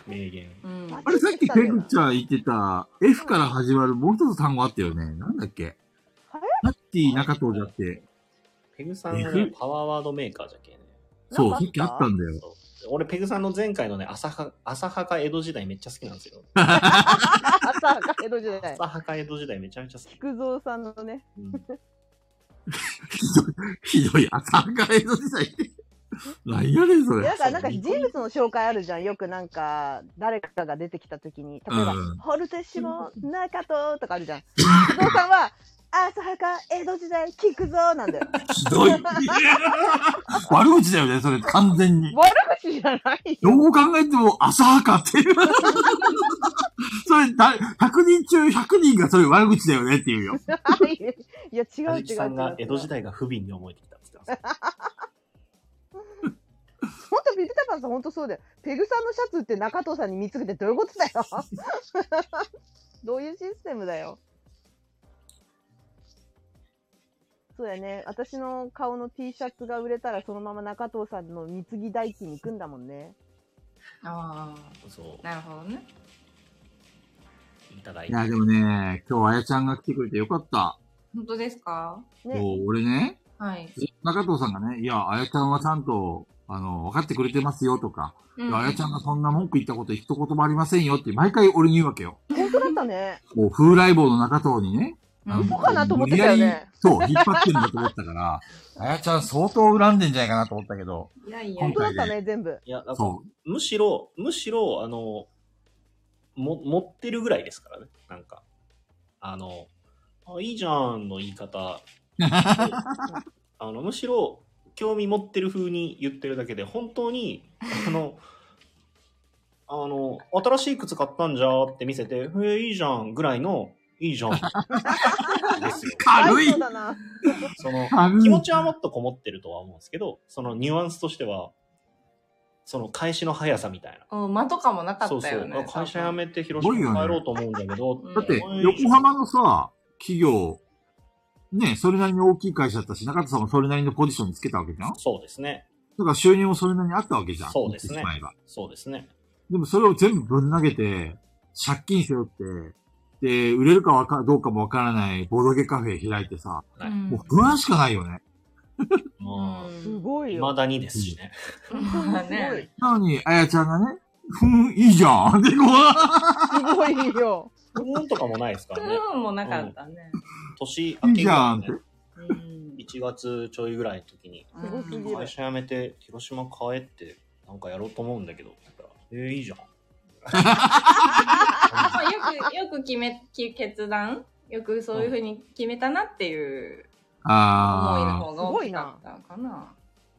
Speaker 4: 名言。
Speaker 5: うん。
Speaker 2: あれさっきペグちゃん言ってた、F から始まるもう一つ単語あったよね。なんだっけ
Speaker 3: は
Speaker 2: ナッティ中藤じゃなくて、
Speaker 4: ペグさんは、
Speaker 2: え
Speaker 4: ね
Speaker 2: ぐ、
Speaker 4: パワーワードメーカーじゃけえね。
Speaker 2: そう、
Speaker 3: な
Speaker 2: さ
Speaker 3: んかあ
Speaker 2: っ
Speaker 3: った
Speaker 2: きあったんだよ。
Speaker 4: そう俺、ペグさんの前回のね、浅は浅はか江戸時代めっちゃ好きなんですよ。
Speaker 3: 朝か江戸時代。
Speaker 4: 浅はか江戸時代めちゃめちゃ好き。
Speaker 3: 菊蔵さんのね。
Speaker 4: うん
Speaker 2: ひどい、ひどい、朝から江戸時代で。何やねん、そ
Speaker 3: いや
Speaker 2: れ
Speaker 3: だ。からなんか人物の紹介あるじゃん。よくなんか、誰かが出てきたときに、例えば、
Speaker 2: うん
Speaker 3: ホルテシモ、中藤とかあるじゃん。お父さんは、浅はか、江戸時代、聞くぞなんだよ。
Speaker 2: ひどい。悪口だよね、それ、完全に。
Speaker 3: 悪口じゃない
Speaker 2: ど
Speaker 3: よ。
Speaker 2: う考えても、浅はかっていう。 それ、だ、100人中100人がそれ悪口だよねっていうよ。
Speaker 3: いや、違う違う
Speaker 4: は
Speaker 3: 違う
Speaker 4: じきさんが江
Speaker 3: 違う。も
Speaker 4: 戸
Speaker 3: っ
Speaker 4: 時代が不憫に思えてきたって言ってます。
Speaker 3: とビビタパンさん、ほんとそうだよ。ペグさんのシャツって中藤さんに見つけてどういうことだ よ。どういうシステムだよ。そうやね。私の顔の T シャツが売れたら、そのまま中藤さんの貢ぎ代金に行くんだもんね。
Speaker 5: あ
Speaker 4: そ
Speaker 5: あ、なるほどね。
Speaker 4: う、いただい
Speaker 2: い
Speaker 4: て。
Speaker 2: や、でもね、今日あやちゃんが来てくれてよかった。
Speaker 5: 本当ですか
Speaker 3: ね。
Speaker 2: そう俺ね、
Speaker 5: はい。
Speaker 2: 中藤さんがね、いや、あやちゃんはちゃんと、あの、分かってくれてますよとか、
Speaker 5: う
Speaker 2: いやあやちゃんがそんな文句言ったこと一言もありませんよって毎回俺に言うわけよ。
Speaker 3: 本当だったね。
Speaker 2: もう風来坊の中藤にね、
Speaker 5: うん
Speaker 3: 嘘かなと思ってたよね
Speaker 2: 無理やりそう、引っ張ってるんだと思ったから、あやちゃん相当恨んでんじゃないかなと思ったけど、
Speaker 5: いやいや
Speaker 3: 本
Speaker 5: い
Speaker 3: 当だったね、全部。
Speaker 4: いや、だから
Speaker 2: そ
Speaker 4: むしろ、むしろ、あの、も、持ってるぐらいですからね。なんか、あの、あ、いいじゃんの言い方。あの、むしろ、興味持ってる風に言ってるだけで、本当に、あの、あの、新しい靴買ったんじゃって見せて、えいいじゃんぐらいの、いいじゃん。ですよ
Speaker 2: う。。軽い
Speaker 3: そうだな。
Speaker 4: その、
Speaker 2: 軽
Speaker 4: 気
Speaker 2: い
Speaker 4: 持ちはもっとこもってるとは思うんですけど、そのニュアンスとしては、その返しの速さみたいな。
Speaker 5: うん、間とかもなか
Speaker 4: そう
Speaker 5: った
Speaker 4: そ
Speaker 5: よ
Speaker 4: う。
Speaker 5: ね。
Speaker 4: 会社辞めて広
Speaker 2: すごいよ
Speaker 4: 島
Speaker 2: ね
Speaker 4: 帰ろうと思うんだけど、
Speaker 5: うん
Speaker 2: だって
Speaker 4: お、い
Speaker 2: 横浜のさ、企業、ね、それなりに大きい会社だったし、中田さんもそれなりのポジションにつけたわけじゃんだか
Speaker 4: そうですね。
Speaker 2: ら収入もそれなりにあったわけじゃん。
Speaker 4: そうですね
Speaker 2: 言ってしまえば
Speaker 4: そうですね。
Speaker 2: でもそれを全部ぶん投げて、借金背負って、で、売れるかわか、どうかもわからないボドゲカフェ開いてさ、
Speaker 4: はい
Speaker 5: うん
Speaker 2: もう不安しかないよね。
Speaker 4: まあ、
Speaker 5: う
Speaker 3: す
Speaker 5: ん
Speaker 3: ごい
Speaker 4: 未
Speaker 3: よ。
Speaker 4: だにですしね。
Speaker 5: まあ
Speaker 3: すご
Speaker 5: ね
Speaker 3: い。
Speaker 2: なのに、あやちゃんがね、ふん、いいじゃん。で、こう、
Speaker 3: すごいよ。
Speaker 4: うんとかもないですからね。
Speaker 5: うんもなかったね。
Speaker 4: 年明けぐらい
Speaker 2: いいじゃ
Speaker 4: の
Speaker 2: ん
Speaker 4: ね、
Speaker 5: うん
Speaker 4: 1月ちょいぐらいの時に、
Speaker 3: すごすぎる
Speaker 4: 会。社辞めて広島帰って、なんかやろうと思うんだけど、って言ったら、えー、いいじゃん。
Speaker 5: まあよく、 よく決め、き決断よくそういうふうに決めたなっていう思いの
Speaker 2: あ
Speaker 5: 方が大きかったかな。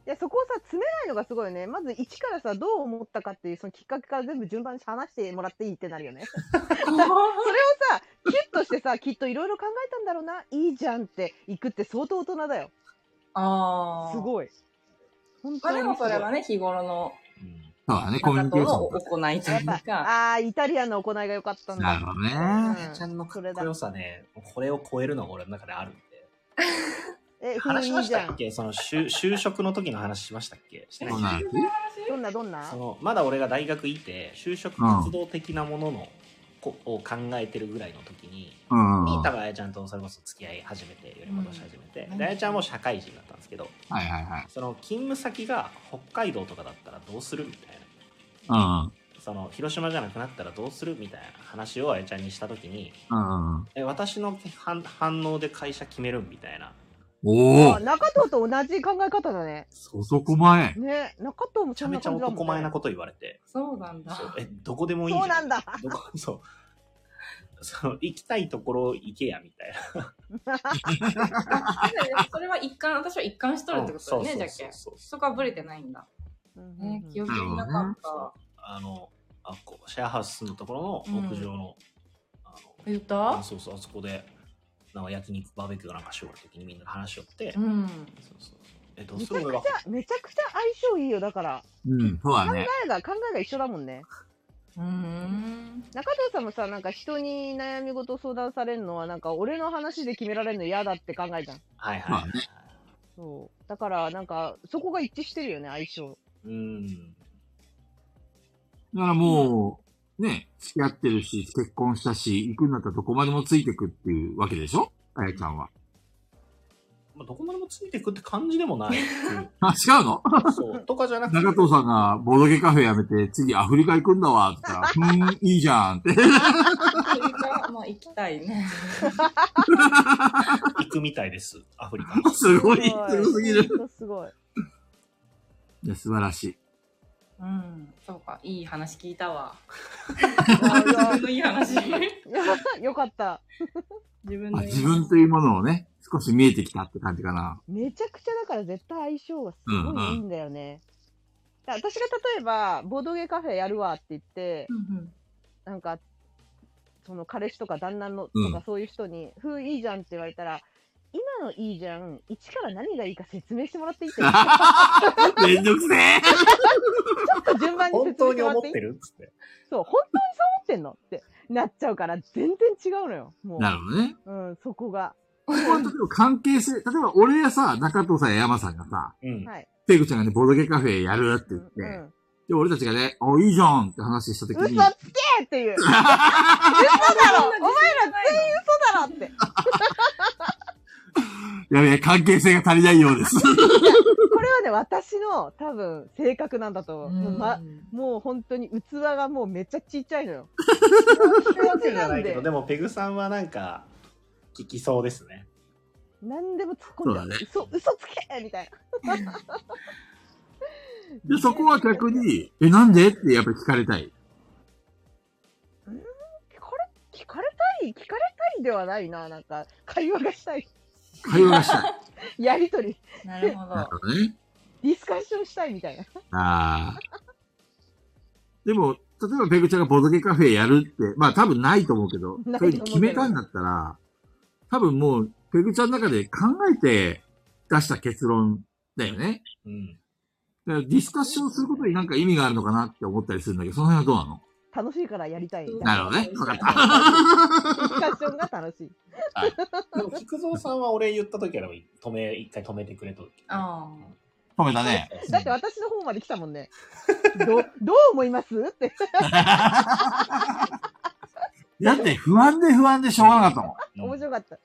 Speaker 3: でそこをさ詰めないのがすごいよねまず一からさどう思ったかっていうそのきっかけから全部順番に話してもらっていいってなるよねさキュッ としてさきっといろいろ考えたんだろうないいじゃんって行くって相当大人だよ
Speaker 5: ああ。
Speaker 3: すごい本
Speaker 5: まあ
Speaker 3: 当
Speaker 5: で
Speaker 3: に
Speaker 5: もそれはね、日頃の
Speaker 4: うん
Speaker 2: あ、そうだね、コミュニケーショ
Speaker 5: の
Speaker 2: ン。
Speaker 5: 行いと
Speaker 3: や
Speaker 5: い
Speaker 3: っ
Speaker 5: う
Speaker 3: ぱあ
Speaker 5: か。
Speaker 3: ーイタリアンの行いが良かったん
Speaker 2: なる
Speaker 3: だ
Speaker 2: ほどね。
Speaker 4: あやちゃんのかっ
Speaker 3: それ
Speaker 4: こ
Speaker 3: だ
Speaker 4: よさね、これを超えるのが俺の中であるんで。
Speaker 3: え風
Speaker 4: 話しま
Speaker 3: 味
Speaker 4: し
Speaker 3: じゃ
Speaker 4: たっ
Speaker 3: ん
Speaker 4: けその就就職の時の話しましたっけしてない
Speaker 2: そうなんですね
Speaker 3: どんなどんな
Speaker 4: そのまだ俺が大学いて就職活動的なものの、こを考えてるぐらいの時に、
Speaker 2: うん。
Speaker 4: ミータ
Speaker 2: は
Speaker 4: があやちゃんとそれこそ付き合い始めてより戻し始めて、
Speaker 5: うん
Speaker 4: であやちゃんはもう社会人だったんですけど
Speaker 2: いはいはい。
Speaker 4: その勤務先が北海道とかだったらどうするみたいな
Speaker 2: うん。
Speaker 4: その広島じゃなくなったらどうするみたいな話をあやちゃんにした時に
Speaker 2: うんうん。
Speaker 4: え私の反反応で会社決めるみたいな
Speaker 2: お
Speaker 3: あ中藤と同じ考え方だね。
Speaker 2: おそこ前。
Speaker 3: ね、中藤も
Speaker 4: めちゃ
Speaker 3: そん
Speaker 4: め
Speaker 3: な
Speaker 4: ちゃ
Speaker 3: 感じだもん、ね。
Speaker 4: 男前なこと言われて
Speaker 5: そうなんだ。
Speaker 4: そうえどこでもいいじゃ
Speaker 3: そ
Speaker 4: ん
Speaker 3: うなんだ。
Speaker 4: どこ そうその行きたいところ行けやみたいな
Speaker 5: それは一貫、私は一貫しとるってことだよね、
Speaker 4: うん
Speaker 5: じ
Speaker 4: そ
Speaker 5: ゃ
Speaker 4: う
Speaker 5: っ
Speaker 4: そうそうそう
Speaker 5: け。そこはブレてないんだ。ね、記憶になかった。
Speaker 4: あのあこうシェアハウス住んだところの屋上の,、あ
Speaker 5: 言っ
Speaker 4: の
Speaker 5: た
Speaker 4: あそうそうあそこでなんか焼肉バーベキューかなんかしようときにみんなで話しよって、
Speaker 5: うん。
Speaker 4: そうそうえどう
Speaker 3: め
Speaker 4: す
Speaker 3: ちゃ
Speaker 4: る
Speaker 3: く
Speaker 4: 俺
Speaker 3: ち
Speaker 4: が
Speaker 3: ゃ、めちゃくちゃ相性いいよ、だから。
Speaker 2: うん、そうだ
Speaker 3: 考
Speaker 2: ね。
Speaker 3: えが、考えが一緒だもんね。
Speaker 5: うん。
Speaker 3: 中藤さんもさ、なんか人に悩み事相談されるのは、なんか俺の話で決められるの嫌だって考えじゃん。
Speaker 4: はいはい、
Speaker 2: まあ
Speaker 3: そう。だから、なんか、そこが一致してるよね、相性。
Speaker 4: うん
Speaker 2: だからもう、ね、付き合ってるし、結婚したし、行くんだったらどこまでもついてくっていうわけでしょあやちゃんは。
Speaker 4: まあ、どこまでもついてくって感じでもないし
Speaker 2: あ、違うの
Speaker 4: そうとかじゃなくて
Speaker 2: 中藤さんがボドゲカフェやめて、次アフリカ行くんだわ、って言ったら、うーん、いいじゃんって。
Speaker 5: アフリカ、まあ行きたいね。
Speaker 4: 行くみたいですアフリカ
Speaker 2: すごい、すごすぎる。
Speaker 3: ほんとすごい。
Speaker 2: いや、素晴らしい。
Speaker 5: うん。そうか、いい話聞いたわ。
Speaker 3: あ
Speaker 5: 自分のいい話。
Speaker 3: いや よかった。
Speaker 5: 自分
Speaker 2: あ
Speaker 5: のいい
Speaker 2: 自分というものをね、少し見えてきたって感じかな。
Speaker 3: めちゃくちゃだから絶対相性がすごいいいんだよね。だから私が例えば、ボードゲーカフェやるわって言って、
Speaker 5: うん
Speaker 3: なんか、その彼氏とか旦那のと
Speaker 2: うん
Speaker 3: かそういう人に、ふういいじゃんって言われたら、今のいいじゃん、一から何がいいか説明してもらっていいって、ちょ
Speaker 2: めんどくせえ
Speaker 3: っと順番に
Speaker 4: 本
Speaker 3: 説明
Speaker 4: 当
Speaker 3: して
Speaker 4: に
Speaker 3: もら
Speaker 4: 思っ
Speaker 3: っ
Speaker 4: て
Speaker 3: いい
Speaker 4: てるっつって
Speaker 3: そう、本当にそう思ってんのってなっちゃうから、全然違うのよ。も
Speaker 2: なるほどね。
Speaker 3: う、うん、そこが。
Speaker 2: ここは例えば関係性、例えば俺やさ、中藤さんや山さんがさ、
Speaker 4: うん、
Speaker 3: はい。
Speaker 2: ペグちゃんがね、ボドゲカフェやるって言
Speaker 3: うん
Speaker 2: って、
Speaker 3: うん
Speaker 2: で、俺たちがね、あ、いいじゃんって話した時
Speaker 3: 嘘つ
Speaker 2: に、
Speaker 3: けっ ていう。嘘だろお前ら全員嘘だろって。
Speaker 2: やべえ、関係性が足りないようです。
Speaker 3: これはね、私の多分性格なんだと思う。もうま、もう本当に器がもうめっちゃちっちゃいのよ。
Speaker 4: そういうわけじゃないけ
Speaker 3: な
Speaker 4: ど
Speaker 3: ん
Speaker 4: でもペグさんはなんか聞きそうですね
Speaker 3: 何でも突っ込んじゃう。嘘、嘘つけみたいな。
Speaker 2: で、そこは逆に、え、なんでってやっぱり聞かれたい。
Speaker 3: 聞かれ、聞かれたい聞かれたいではないな。なんか、会話がしたい。
Speaker 2: 会話がしたい。
Speaker 3: やりとり、
Speaker 5: なるほ
Speaker 2: なる
Speaker 5: ど。
Speaker 2: ほどね。
Speaker 3: ディスカッションしたいみたいな。
Speaker 2: ああ。でも、例えばペグちゃんがボドゲカフェやるって、まあ多分ないと思うけど
Speaker 3: ない、と
Speaker 2: そ
Speaker 3: 思う
Speaker 2: れ
Speaker 3: けど
Speaker 2: 決めたんだったら、多分もう、ペグちゃんの中で考えて出した結論だよね。
Speaker 4: うん
Speaker 2: だからディスカッションすることになんか意味があるのかなって思ったりするんだけど、その辺はどうなの
Speaker 3: 楽しいからやりたいみたい
Speaker 2: な
Speaker 3: な。
Speaker 2: るほどねわかっ
Speaker 3: ディスカッションが楽しい。
Speaker 4: でも菊蔵さんは俺言った時は止め一回止めてくれと
Speaker 5: あ
Speaker 7: 止めたね。
Speaker 3: だって私の方まで来たもんね。ど、どう思いますって。
Speaker 7: だって不安で不安でしょうがなかったもん。
Speaker 3: 面白かった。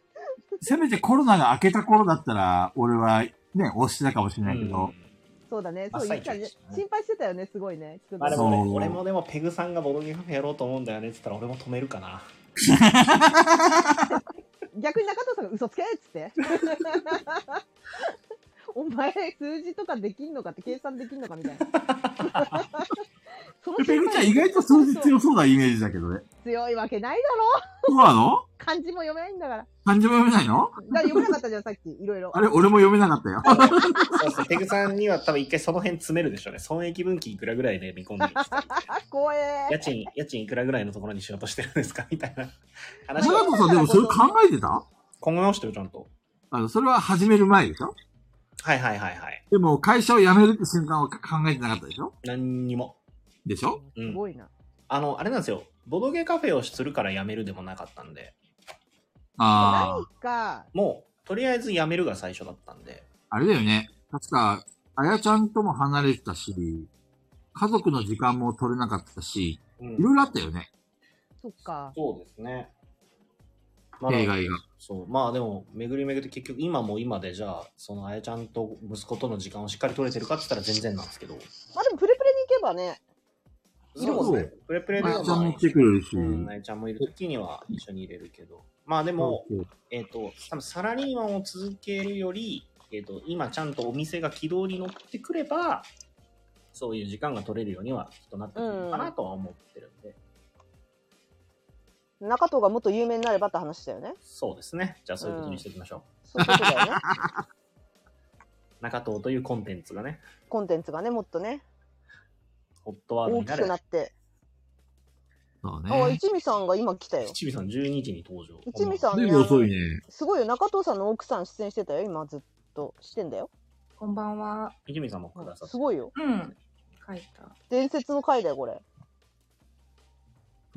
Speaker 7: せめてコロナが明けた頃だったら、俺はね、押してたかもしれないけど、
Speaker 3: そうだね。そう
Speaker 4: 真
Speaker 3: い
Speaker 4: っ最
Speaker 3: う感
Speaker 4: 中
Speaker 3: じ
Speaker 4: でしたね。
Speaker 3: 心配してたよね、すごいね。菊
Speaker 4: まあ
Speaker 3: 蔵
Speaker 4: で
Speaker 3: さん
Speaker 4: も
Speaker 7: そ
Speaker 4: 俺
Speaker 7: う
Speaker 4: 俺もでもペグさんがボドゲカフェやろうと思うんだよねって言ったら俺も止めるかな。
Speaker 3: 逆に中藤さんが嘘つけっつって。 お前、数字とかできんのかって計算できんのかみたいな。その
Speaker 7: でペ
Speaker 3: 心
Speaker 7: グちゃ
Speaker 3: 配
Speaker 7: ん意外と数字強そうなイメージだけどね。
Speaker 3: 強いわけないだろ
Speaker 2: そうなの
Speaker 3: 漢字も読めないんだから。
Speaker 2: 漢字も読めないの
Speaker 3: だから読めなかったじゃん、さっき。いろいろ
Speaker 2: あ。れ、俺も読めなかったよ。
Speaker 4: そうそうペグさんには多分一回その辺詰めるでしょうね。損益分岐いくらぐらいで見込んでるんですか
Speaker 3: あ、怖え
Speaker 4: 家。賃、家賃いくらぐらいのところにしようとしてるんですかみたいな話
Speaker 2: 長
Speaker 4: を
Speaker 2: 野さんでもそれ考えてた
Speaker 4: 今後直してるちゃんと。
Speaker 2: あの、それは始める前でしょ
Speaker 4: はいはいはいはい。
Speaker 2: でも、会社を辞めるって瞬間は考えてなかったでしょ
Speaker 4: 何にも。
Speaker 2: でしょ
Speaker 4: う
Speaker 3: す
Speaker 4: ん。
Speaker 3: ごいな。
Speaker 4: あの、あれなんですよ。ボドゲカフェをするから辞めるでもなかったんで、
Speaker 2: あ
Speaker 3: 何か、
Speaker 4: もう、とりあえず辞めるが最初だったんで、
Speaker 2: あ、あれだよね。確か、あやちゃんとも離れてたし、家族の時間も取れなかったし、
Speaker 4: うん
Speaker 2: いろいろあったよね、
Speaker 3: そっか。
Speaker 4: そうですね。まだ
Speaker 2: 弊害が。
Speaker 4: そう。まあでも、巡り巡って結局、今も今で、じゃあ、そのあやちゃんと息子との時間をしっかり取れてるかって言ったら全然なんですけど。
Speaker 3: まあでも、プレプレに行けばね、いるもん
Speaker 2: そう
Speaker 3: ね。
Speaker 2: ね
Speaker 4: プレプレで
Speaker 2: ま
Speaker 4: は
Speaker 2: ゆちゃん
Speaker 4: ま
Speaker 2: も
Speaker 4: あ
Speaker 2: 来てくれるし。
Speaker 4: うん、なゆちゃんもいる時には一緒に入れるけど。まあでも、
Speaker 2: そう
Speaker 4: えっ、と、多分サラリーマンを続けるより、えっ、と、今ちゃんとお店が軌道に乗ってくれば、そういう時間が取れるようにはきっとなってくるのかなとは思ってるんで、
Speaker 3: 中藤がもっと有名になればって話だよね。
Speaker 4: そうですね。じゃあそういうことにしていきましょう。
Speaker 3: そういうことだよね。
Speaker 4: 中藤というコンテンツがね、
Speaker 3: コンテンツがね、もっとね、
Speaker 4: ホットワード
Speaker 3: 大
Speaker 4: にな
Speaker 3: き
Speaker 4: れば
Speaker 3: くな。って。
Speaker 2: そう
Speaker 3: あ、
Speaker 2: ね。
Speaker 3: 一味さんが今来たよ。
Speaker 4: 一味さん12時に登場。
Speaker 3: 一味さん
Speaker 2: 随
Speaker 3: ね
Speaker 2: 分、遅いね。
Speaker 3: すごいよ。中藤さんの奥さん出演してたよ。今ずっとしてんだよ。
Speaker 5: こんばんは。
Speaker 4: 一味さんもくださっ
Speaker 3: す
Speaker 4: て。
Speaker 3: ごいよ。
Speaker 5: うん。書いた。
Speaker 3: 伝説の回だよ、これ。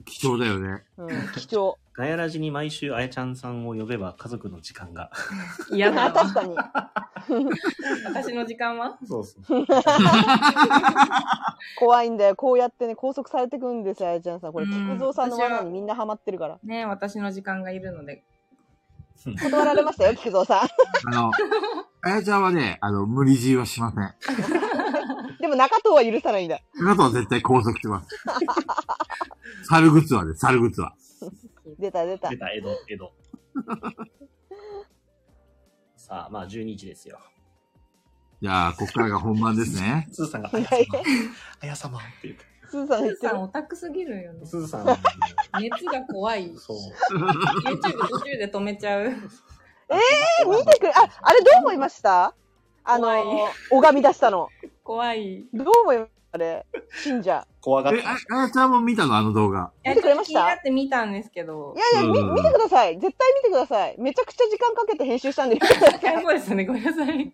Speaker 2: 貴重だよね。
Speaker 3: うん、貴重。
Speaker 4: ガヤラジに毎週あやちゃんさんを呼べば家族の時間が。
Speaker 5: 嫌だ
Speaker 3: 確
Speaker 5: わ。
Speaker 3: かに。
Speaker 5: 私の時間は
Speaker 4: そうそう。
Speaker 3: 怖いんだよ。こうやってね、拘束されてくんですよ、あやちゃんさん。これ、
Speaker 5: うん
Speaker 3: 菊蔵さんの罠にみんなハマってるから。
Speaker 5: ね私の時間がいるので。
Speaker 3: 断られましたよ、菊蔵さん。
Speaker 2: あ の、あやちゃんはね、あの、無理強いはしません。
Speaker 3: でも中藤は許さないんだ。
Speaker 2: あとは絶対拘束します。猿グツアで、猿グツア。
Speaker 3: 出た出た
Speaker 4: 出。た、江戸、江戸。さあ、まあ12時ですよ。
Speaker 2: じゃあ、こっからが本番です ね。
Speaker 4: すずさんが、 あや
Speaker 3: 早い
Speaker 4: 様、あや様って言って。
Speaker 3: すずさん
Speaker 5: ス
Speaker 3: 言っ
Speaker 5: ー
Speaker 3: て
Speaker 5: さ
Speaker 3: る
Speaker 5: ん。オタクすぎるよね
Speaker 4: す。ずさんはね、
Speaker 5: 熱が怖い。
Speaker 4: そう。
Speaker 5: YouTube 途中で止めちゃう。
Speaker 3: え、見てくれ、あ、あれどう思いましたあの
Speaker 5: 怖い、
Speaker 3: 拝み出したの。
Speaker 5: 怖い。
Speaker 3: どう思いましたあれ、信者。
Speaker 4: 怖がっ
Speaker 2: え、
Speaker 4: た
Speaker 2: あ。あやちゃんも見たのあの動画。
Speaker 3: 見てくれました
Speaker 5: いやちょっと気になって見たんですけど
Speaker 3: い。やいや、み
Speaker 2: うん
Speaker 3: 見てください。絶対見てください。めちゃくちゃ時間かけて編集したんで、ぜ
Speaker 5: そうですね。ごめんなさい。
Speaker 3: ひ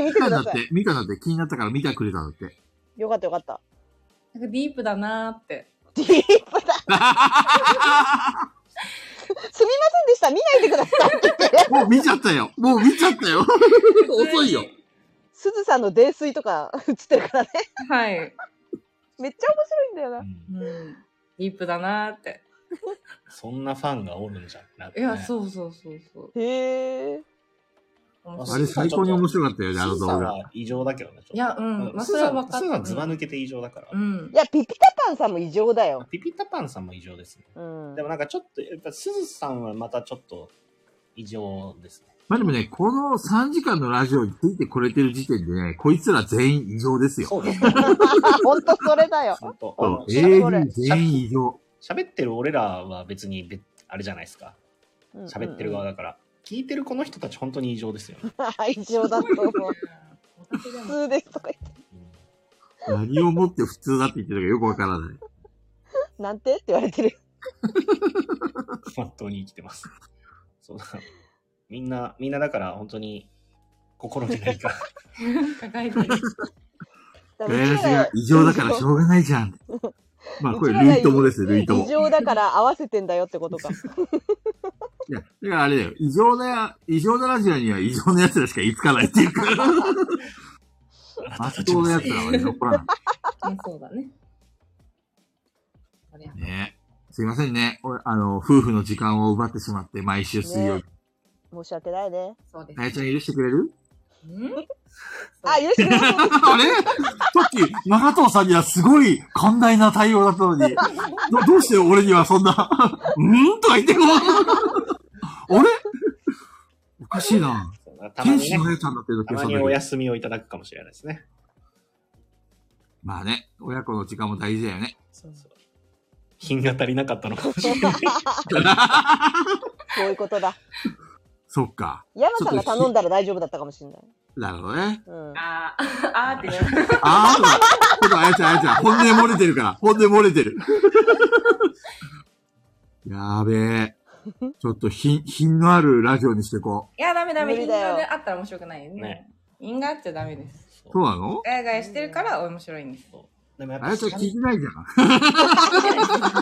Speaker 3: 見
Speaker 2: 見
Speaker 3: て
Speaker 2: た
Speaker 3: く
Speaker 2: んだ
Speaker 3: だ
Speaker 2: っ
Speaker 3: さい。
Speaker 2: て、見たんだって、気になったから見たくれたんだって。
Speaker 3: よかったよかった。
Speaker 5: なんかディープだなーって。
Speaker 3: ディー プだ。すみませんでした。見ないでくださいって言って。
Speaker 2: もう見ちゃったよもう見ちゃったよ遅いよ
Speaker 3: すずさんの泥酔とか映ってるからね。
Speaker 5: はい。
Speaker 3: めっちゃ面白いんだよな。
Speaker 5: うん。ディープだなーって。
Speaker 4: そんなファンがおるんじゃんなって
Speaker 5: い
Speaker 4: ね。
Speaker 5: や、そうそうそうそう。
Speaker 3: へえ。
Speaker 5: 面
Speaker 4: あ
Speaker 5: 白
Speaker 2: あ
Speaker 5: い
Speaker 2: れ最高に面白かったよ
Speaker 4: す
Speaker 2: ね、あの
Speaker 4: ず
Speaker 2: 動
Speaker 4: さん
Speaker 2: 画。
Speaker 4: は異常だけどね。
Speaker 5: いや、うん。まあ、
Speaker 4: す
Speaker 5: そ
Speaker 4: ず
Speaker 5: れは
Speaker 4: さん
Speaker 5: 分か
Speaker 4: す
Speaker 5: っ
Speaker 4: ずさん
Speaker 5: た。
Speaker 4: ずば抜けて異常だから。
Speaker 5: うん
Speaker 3: い。や、ピピタパンさんも異常だよ。
Speaker 4: ピピタパンさんも異常ですね。
Speaker 3: うん。
Speaker 4: でもなんかちょっと、やっぱすずさんはまたちょっと異常ですね。
Speaker 2: まあでもね、この3時間のラジオについてこれてる時点でね、こいつら全員異常ですよ。
Speaker 4: そうですね。
Speaker 3: 本当それだよ。
Speaker 4: 本当
Speaker 2: そう。
Speaker 4: あの
Speaker 2: AD 全員異常。
Speaker 4: 喋ってる俺らは別にべあれじゃないですか
Speaker 3: うんうんうん
Speaker 4: 喋ってる側だから、聞いてるこの人たち本当に異常ですよね、
Speaker 3: 異常だと思う。
Speaker 5: オタクで
Speaker 3: 普
Speaker 5: も
Speaker 3: 通ですとか言って。
Speaker 2: 何をもって普通だって言ってるかよくわからない。
Speaker 3: なんてって言われてる。
Speaker 4: 本当に生きてますそうだみんなみんなだから本当に心に 何か
Speaker 5: 抱えてる。
Speaker 3: だ
Speaker 2: ガ
Speaker 3: から
Speaker 2: ヤ
Speaker 3: う
Speaker 2: ラ
Speaker 3: ち
Speaker 2: シが異常だからしょうがないじゃん。まあこれ、類友ですよ、類友。
Speaker 3: 異常だから合わせてんだよってことか。
Speaker 2: いや、だからあれだよ。異常な、異常なラジオには異常な奴らしか言いつかないっていうか。まっとうな奴らはね残らな
Speaker 5: うんそうだね。これ
Speaker 2: い。ねすいませんね。俺、あの、夫婦の時間を奪ってしまって、毎週水曜日。
Speaker 3: 申し訳ないね。
Speaker 5: そうです
Speaker 2: あ。やちゃん許してくれる
Speaker 5: うん
Speaker 3: あ、許してください。
Speaker 2: あれさっき、長藤さんにはすごい寛大な対応だったのに、どどうして俺にはそんな、 うんとか言ってこう。 あれおかしいな。
Speaker 4: そうだたま
Speaker 2: 天
Speaker 4: に
Speaker 2: 使
Speaker 4: ね
Speaker 2: のあやちゃんだっていう
Speaker 4: た
Speaker 2: 時は
Speaker 4: ま
Speaker 2: そん
Speaker 4: に
Speaker 2: な
Speaker 4: お
Speaker 2: けど
Speaker 4: 休みをいただくかもしれないですね
Speaker 2: まあね、親子の時間も大事だよね。
Speaker 4: そうそう品が足りなかったのかもしれ ない
Speaker 3: そういうことだ。
Speaker 2: そっか。
Speaker 3: 山さんが頼んだら大丈夫だったかもしれない。
Speaker 2: なるほどね。
Speaker 3: うん。
Speaker 5: あー、あーって言われて
Speaker 2: ああ、ちょっとあやちゃん、あやちゃん、本音漏れてるから、本音漏れてる。やべえ。ちょっと品、品のあるラジオにしてこ
Speaker 5: いや、ダメダメ。
Speaker 3: 無理
Speaker 5: 因
Speaker 3: だよ
Speaker 5: 果であったら面白くないよね
Speaker 4: ね。
Speaker 5: 因果あっちゃダメです。
Speaker 2: う。そうなの
Speaker 5: ガヤガヤしてるから面白いんです。
Speaker 4: でもやっ
Speaker 2: あ
Speaker 4: ぱ
Speaker 2: やちゃん聞いてないじゃん。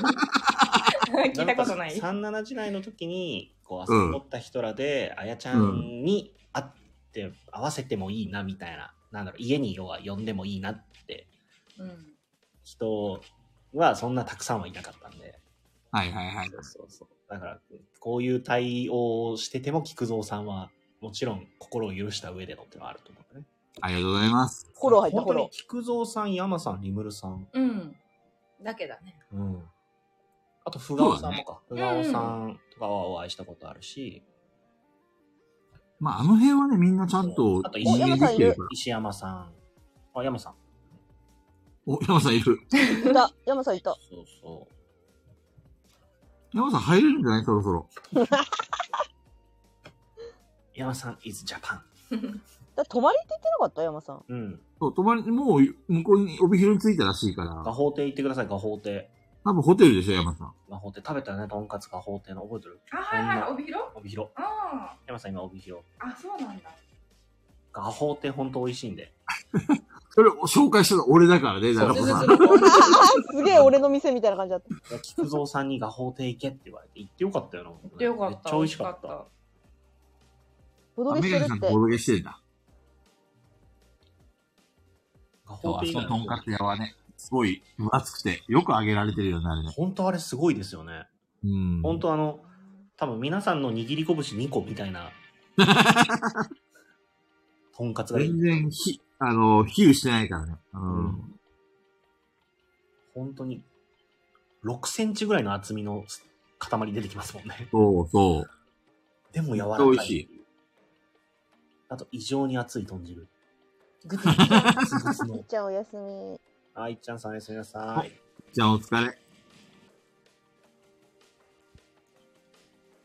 Speaker 5: 聞いたことない。
Speaker 4: 37時代の時にこう遊び取った人らで、あやちゃんに会って会わせてもいいなみたいななんだろう家に要は呼んでもいいなって
Speaker 5: うん
Speaker 4: 人はそんなたくさんはいなかったんで、
Speaker 2: はいはいはい。
Speaker 4: そうそうそうだからこういう対応をしてても菊蔵さんはもちろん心を許した上でのってのはあると思うね
Speaker 2: ありがとうございます。
Speaker 3: フォロー入った、
Speaker 4: 本
Speaker 3: フォ
Speaker 4: 当に
Speaker 3: ロ
Speaker 4: 菊蔵さん山さんリムルさん
Speaker 5: うん。だけだね。
Speaker 4: うん。あと、ふがおさ
Speaker 2: そうんだ
Speaker 4: も
Speaker 2: ね
Speaker 4: か。ふがおさんとかはお会いしたことあるし、
Speaker 2: まあ、あの辺はね、みんなちゃんと
Speaker 4: あと
Speaker 2: 人間できてるから。
Speaker 4: 石山さん。あ、山さん。
Speaker 2: お、山さんいる。
Speaker 3: いた、山さんいた。
Speaker 4: そうそう。
Speaker 2: 山さん入れるんじゃないそろそろ。
Speaker 4: 山さん is Japan。
Speaker 3: だ泊まりって言ってなかった山さん。
Speaker 4: うん。
Speaker 2: そう、泊まり、もう、向こうに帯広に着いたらしいから。
Speaker 4: 画法亭行ってください、画法亭。
Speaker 2: 多分ホテルでしょ、山さん。
Speaker 4: 画法亭。食べたよね、とんかつ画法亭の覚えてる
Speaker 5: あ、はいはい、
Speaker 4: こんな
Speaker 5: 帯広
Speaker 4: 帯広。
Speaker 5: あ
Speaker 4: 山さん今帯広。
Speaker 5: あ、あ、そうなんだ。
Speaker 4: 画法亭ほんと美味しいんで。
Speaker 2: それを紹介したの俺だからね、
Speaker 4: そうそ
Speaker 2: 中子
Speaker 4: う
Speaker 2: さん。
Speaker 3: すげえ俺の店みたいな感じだった。
Speaker 4: 菊蔵さんに画法亭行けって言われて、行ってよかったよな。行
Speaker 5: でよかった。
Speaker 4: めっちゃ美味しかった。
Speaker 3: ボド
Speaker 2: あ
Speaker 3: ゲ
Speaker 2: メ
Speaker 3: して
Speaker 2: ガ
Speaker 3: る
Speaker 2: ネさん
Speaker 3: っ
Speaker 2: と
Speaker 3: て
Speaker 2: ボ。ロゲしてんだ。
Speaker 4: 画
Speaker 2: そう、
Speaker 4: 法
Speaker 2: あ
Speaker 4: 亭
Speaker 2: そ
Speaker 4: 以
Speaker 2: こ
Speaker 4: 外
Speaker 2: のとんかつ屋はね、すごい分厚くて、よく揚げられてるよね、あれね。
Speaker 4: ほんとあれすごいですよね。
Speaker 2: うん。
Speaker 4: ほんとあの、多分皆さんの握り拳2個みたい な。とんかつがいい
Speaker 2: 全。然、ひ、あの、比喩してないからね。う。
Speaker 4: うんん本当に、6センチぐらいの厚みの塊出てきますもんね。
Speaker 2: そうそう。
Speaker 4: でも柔ら
Speaker 2: 美味
Speaker 4: か
Speaker 2: し
Speaker 4: い。あと、異常に熱い豚 汁。
Speaker 5: グツグツだ
Speaker 4: グツグツ
Speaker 3: いっ
Speaker 4: の。
Speaker 3: ちゃんおやすみ。
Speaker 4: あ、いっちゃんさんおやすみなさい。
Speaker 2: じゃあお疲れ。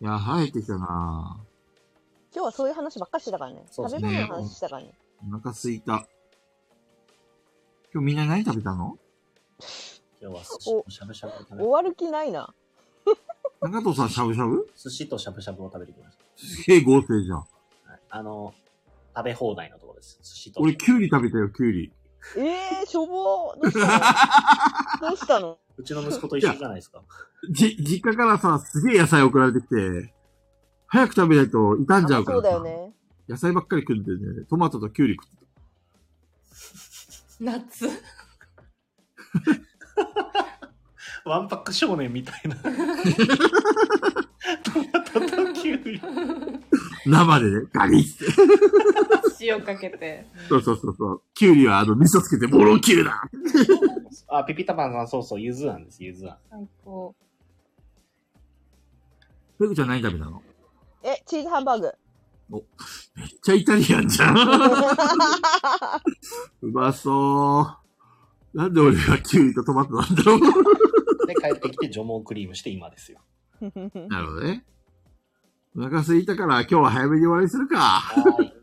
Speaker 2: いや、生えてきたな
Speaker 3: 今日はそういう話ばっかりしてたからね。
Speaker 4: そう
Speaker 3: 食
Speaker 4: です
Speaker 3: べ
Speaker 2: ね
Speaker 3: 物の話してたからね。
Speaker 2: ぁ。お腹すいた。今日みんな何食べたの
Speaker 4: 今日は寿司としゃぶしゃぶを食べ
Speaker 3: 終わる気ないな。
Speaker 2: 中藤さんしゃぶしゃぶ
Speaker 4: 寿司としゃぶしゃぶを食べてきまし
Speaker 2: すげえ豪勢じゃん。
Speaker 4: た。はいあの、食べ放題のところです。寿司と。
Speaker 2: 俺、キュウリ食べたよ、キュウリ。
Speaker 3: ええー、しょぼー。どうした のどうしたの
Speaker 4: うちの息子と一緒じゃないですか。
Speaker 2: じ、実家からさ、すげえ野菜送られてきて、早く食べないと傷んじゃうか
Speaker 3: そう
Speaker 2: らさ
Speaker 3: だよ。ね。
Speaker 2: 野菜ばっかり食ってんだよね。トマトとキュウリ食ってた。
Speaker 5: 夏。
Speaker 4: ワンパック少年みたい な。トマトとキュウリ。
Speaker 2: 生でね、ガリッて。
Speaker 5: 塩かけて。
Speaker 2: そうそうそうそう。キュウリはあの、味噌つけてボロキュウだ
Speaker 4: あ、ピピタパンさん、そうそう、ゆずあんです、ゆずあん。
Speaker 5: 最高。
Speaker 2: ペグちゃん何食べたの
Speaker 3: え、チーズハンバーグ。
Speaker 2: めっちゃイタリアンじゃん。 うまそう。なんで俺がキュウリとトマトなんだろう。
Speaker 4: で、帰ってきて除毛クリームして今です よ。
Speaker 2: なるほどね。お腹すいたから今日は早めに終わりにするか。
Speaker 4: はい。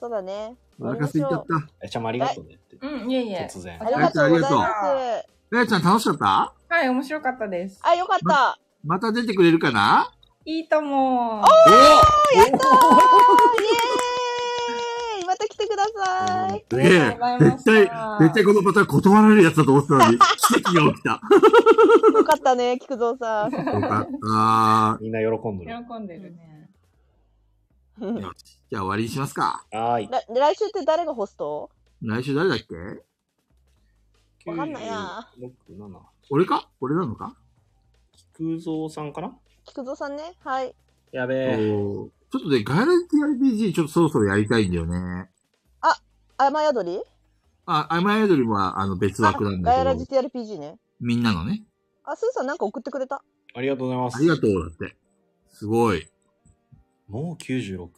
Speaker 3: そうだね。
Speaker 2: お腹すいちゃった。
Speaker 4: あやちゃんもありがとうねって。
Speaker 5: うん、いえいえ。
Speaker 4: 突然
Speaker 3: あ。りがとうございま
Speaker 5: ありがとう
Speaker 3: す。
Speaker 2: なやちゃん楽しかった
Speaker 5: はい、面白かったです。
Speaker 3: あ、よかった。
Speaker 2: また出てくれるかない
Speaker 5: いとも。
Speaker 3: イエーイまた来てくださ い。
Speaker 2: すげえ。絶対、絶対このパターン断られるやつだと思ってたの に、奇跡が起きた。
Speaker 3: よかったね、菊 蔵さん。
Speaker 2: よかっ
Speaker 4: みんな喜んでる。
Speaker 5: 喜んでるね。
Speaker 2: た。よし。じゃあ終わりにしますか。
Speaker 4: はーい。
Speaker 3: 来来週って誰がホスト
Speaker 2: 来週誰だっけ
Speaker 3: わかんないな
Speaker 4: 96、7。
Speaker 2: 俺か俺なのか、
Speaker 4: 菊蔵さんかな
Speaker 3: 菊蔵さんね。はい。
Speaker 4: やべえ。
Speaker 2: おーちょっとね、ガイランティ RPG ちょっとそろそろやりたいんだよね。
Speaker 3: 雨宿り
Speaker 2: あ、アマヤドリはあの別
Speaker 3: あ
Speaker 2: 枠なん
Speaker 3: ガヤ
Speaker 2: だ
Speaker 3: ラ
Speaker 2: け
Speaker 3: ジ
Speaker 2: ど、
Speaker 3: TRPG ね。
Speaker 2: みんなのね。
Speaker 3: あ、スーさんなんか送ってくれた。
Speaker 4: ありがとうございます。
Speaker 2: ありがとうだって。すごい。
Speaker 4: もう96。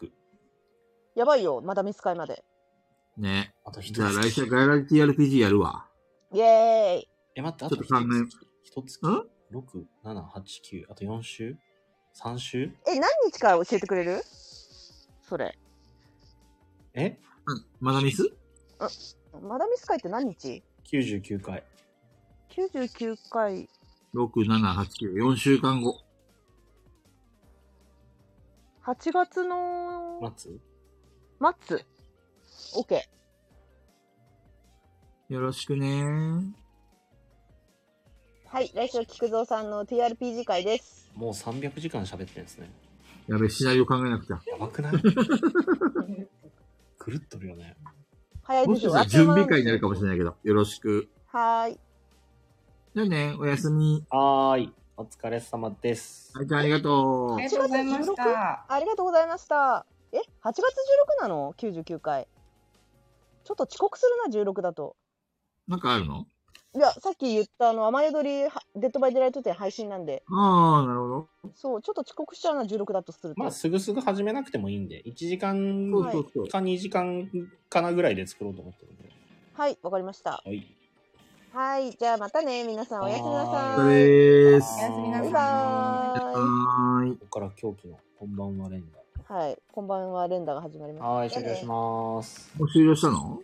Speaker 3: やばいよ、まだミス会まで。
Speaker 2: ね。
Speaker 4: あと一
Speaker 2: じゃあ来
Speaker 4: つ
Speaker 2: 週。ガイランティ RPG やるわ。
Speaker 3: イエーイ
Speaker 4: え、待って、あ
Speaker 2: ちょ
Speaker 4: と
Speaker 2: っと考え
Speaker 4: 1つ。一つ。
Speaker 2: ん
Speaker 4: ?6、7、8、9。あと4週 ?3 週
Speaker 3: え、何日か教えてくれるそれ。
Speaker 4: え
Speaker 2: うん。まだミス
Speaker 3: まだミス会って何日
Speaker 4: ?99 回。
Speaker 3: ?99 回。
Speaker 2: ?6、7、8、9、4週間後。
Speaker 3: 8月の
Speaker 4: 待つ
Speaker 3: 末。OK。
Speaker 2: よろしくねー。
Speaker 3: はい、来週は菊蔵さんの TRPG 会です。
Speaker 4: もう300時間喋ってんですね。
Speaker 2: やべ、シナリオ考えなくちゃ。
Speaker 4: やばく ない狂っとるよね。
Speaker 3: 早い
Speaker 2: も
Speaker 3: で
Speaker 2: し
Speaker 3: す
Speaker 2: か
Speaker 3: よ。
Speaker 2: したら準備会になるかも
Speaker 3: し
Speaker 2: しれないけど、よろしく。
Speaker 3: れない。はーい。
Speaker 2: じゃあね、おやすみ。
Speaker 4: はーい。お疲れ様です。
Speaker 2: あいちゃんありがと
Speaker 5: あ
Speaker 2: う
Speaker 5: り。がとうございました。
Speaker 3: ありがとうございました。え、8月16なの ?99 回。ちょっと遅刻するな、16だと。
Speaker 2: なんかあるの
Speaker 3: いや、さっき言ったあの、雨宿りは、デッドバイデイライト展配信なんで、
Speaker 8: ああ、なるほど。
Speaker 3: そう、ちょっと遅刻しちゃうな、16だとすると。
Speaker 4: まあ、すぐすぐ始めなくてもいいんで、1時間
Speaker 8: そうそうそう。
Speaker 4: か2時間かなぐらいで作ろうと思ってるんで。
Speaker 3: はい、わかりました。
Speaker 4: はい。
Speaker 3: はい、じゃあまたね、皆さんおやすみな
Speaker 4: は
Speaker 8: お
Speaker 3: さ
Speaker 8: 疲
Speaker 3: い。
Speaker 8: れーす。
Speaker 5: おやすみな
Speaker 3: バイ
Speaker 5: さい
Speaker 3: バーイ。
Speaker 8: はーい。
Speaker 4: ここから狂気のこんばんは連打。
Speaker 3: はい、こんばんは、連打が始まりました。
Speaker 4: はい、終了します。
Speaker 8: もう終了したの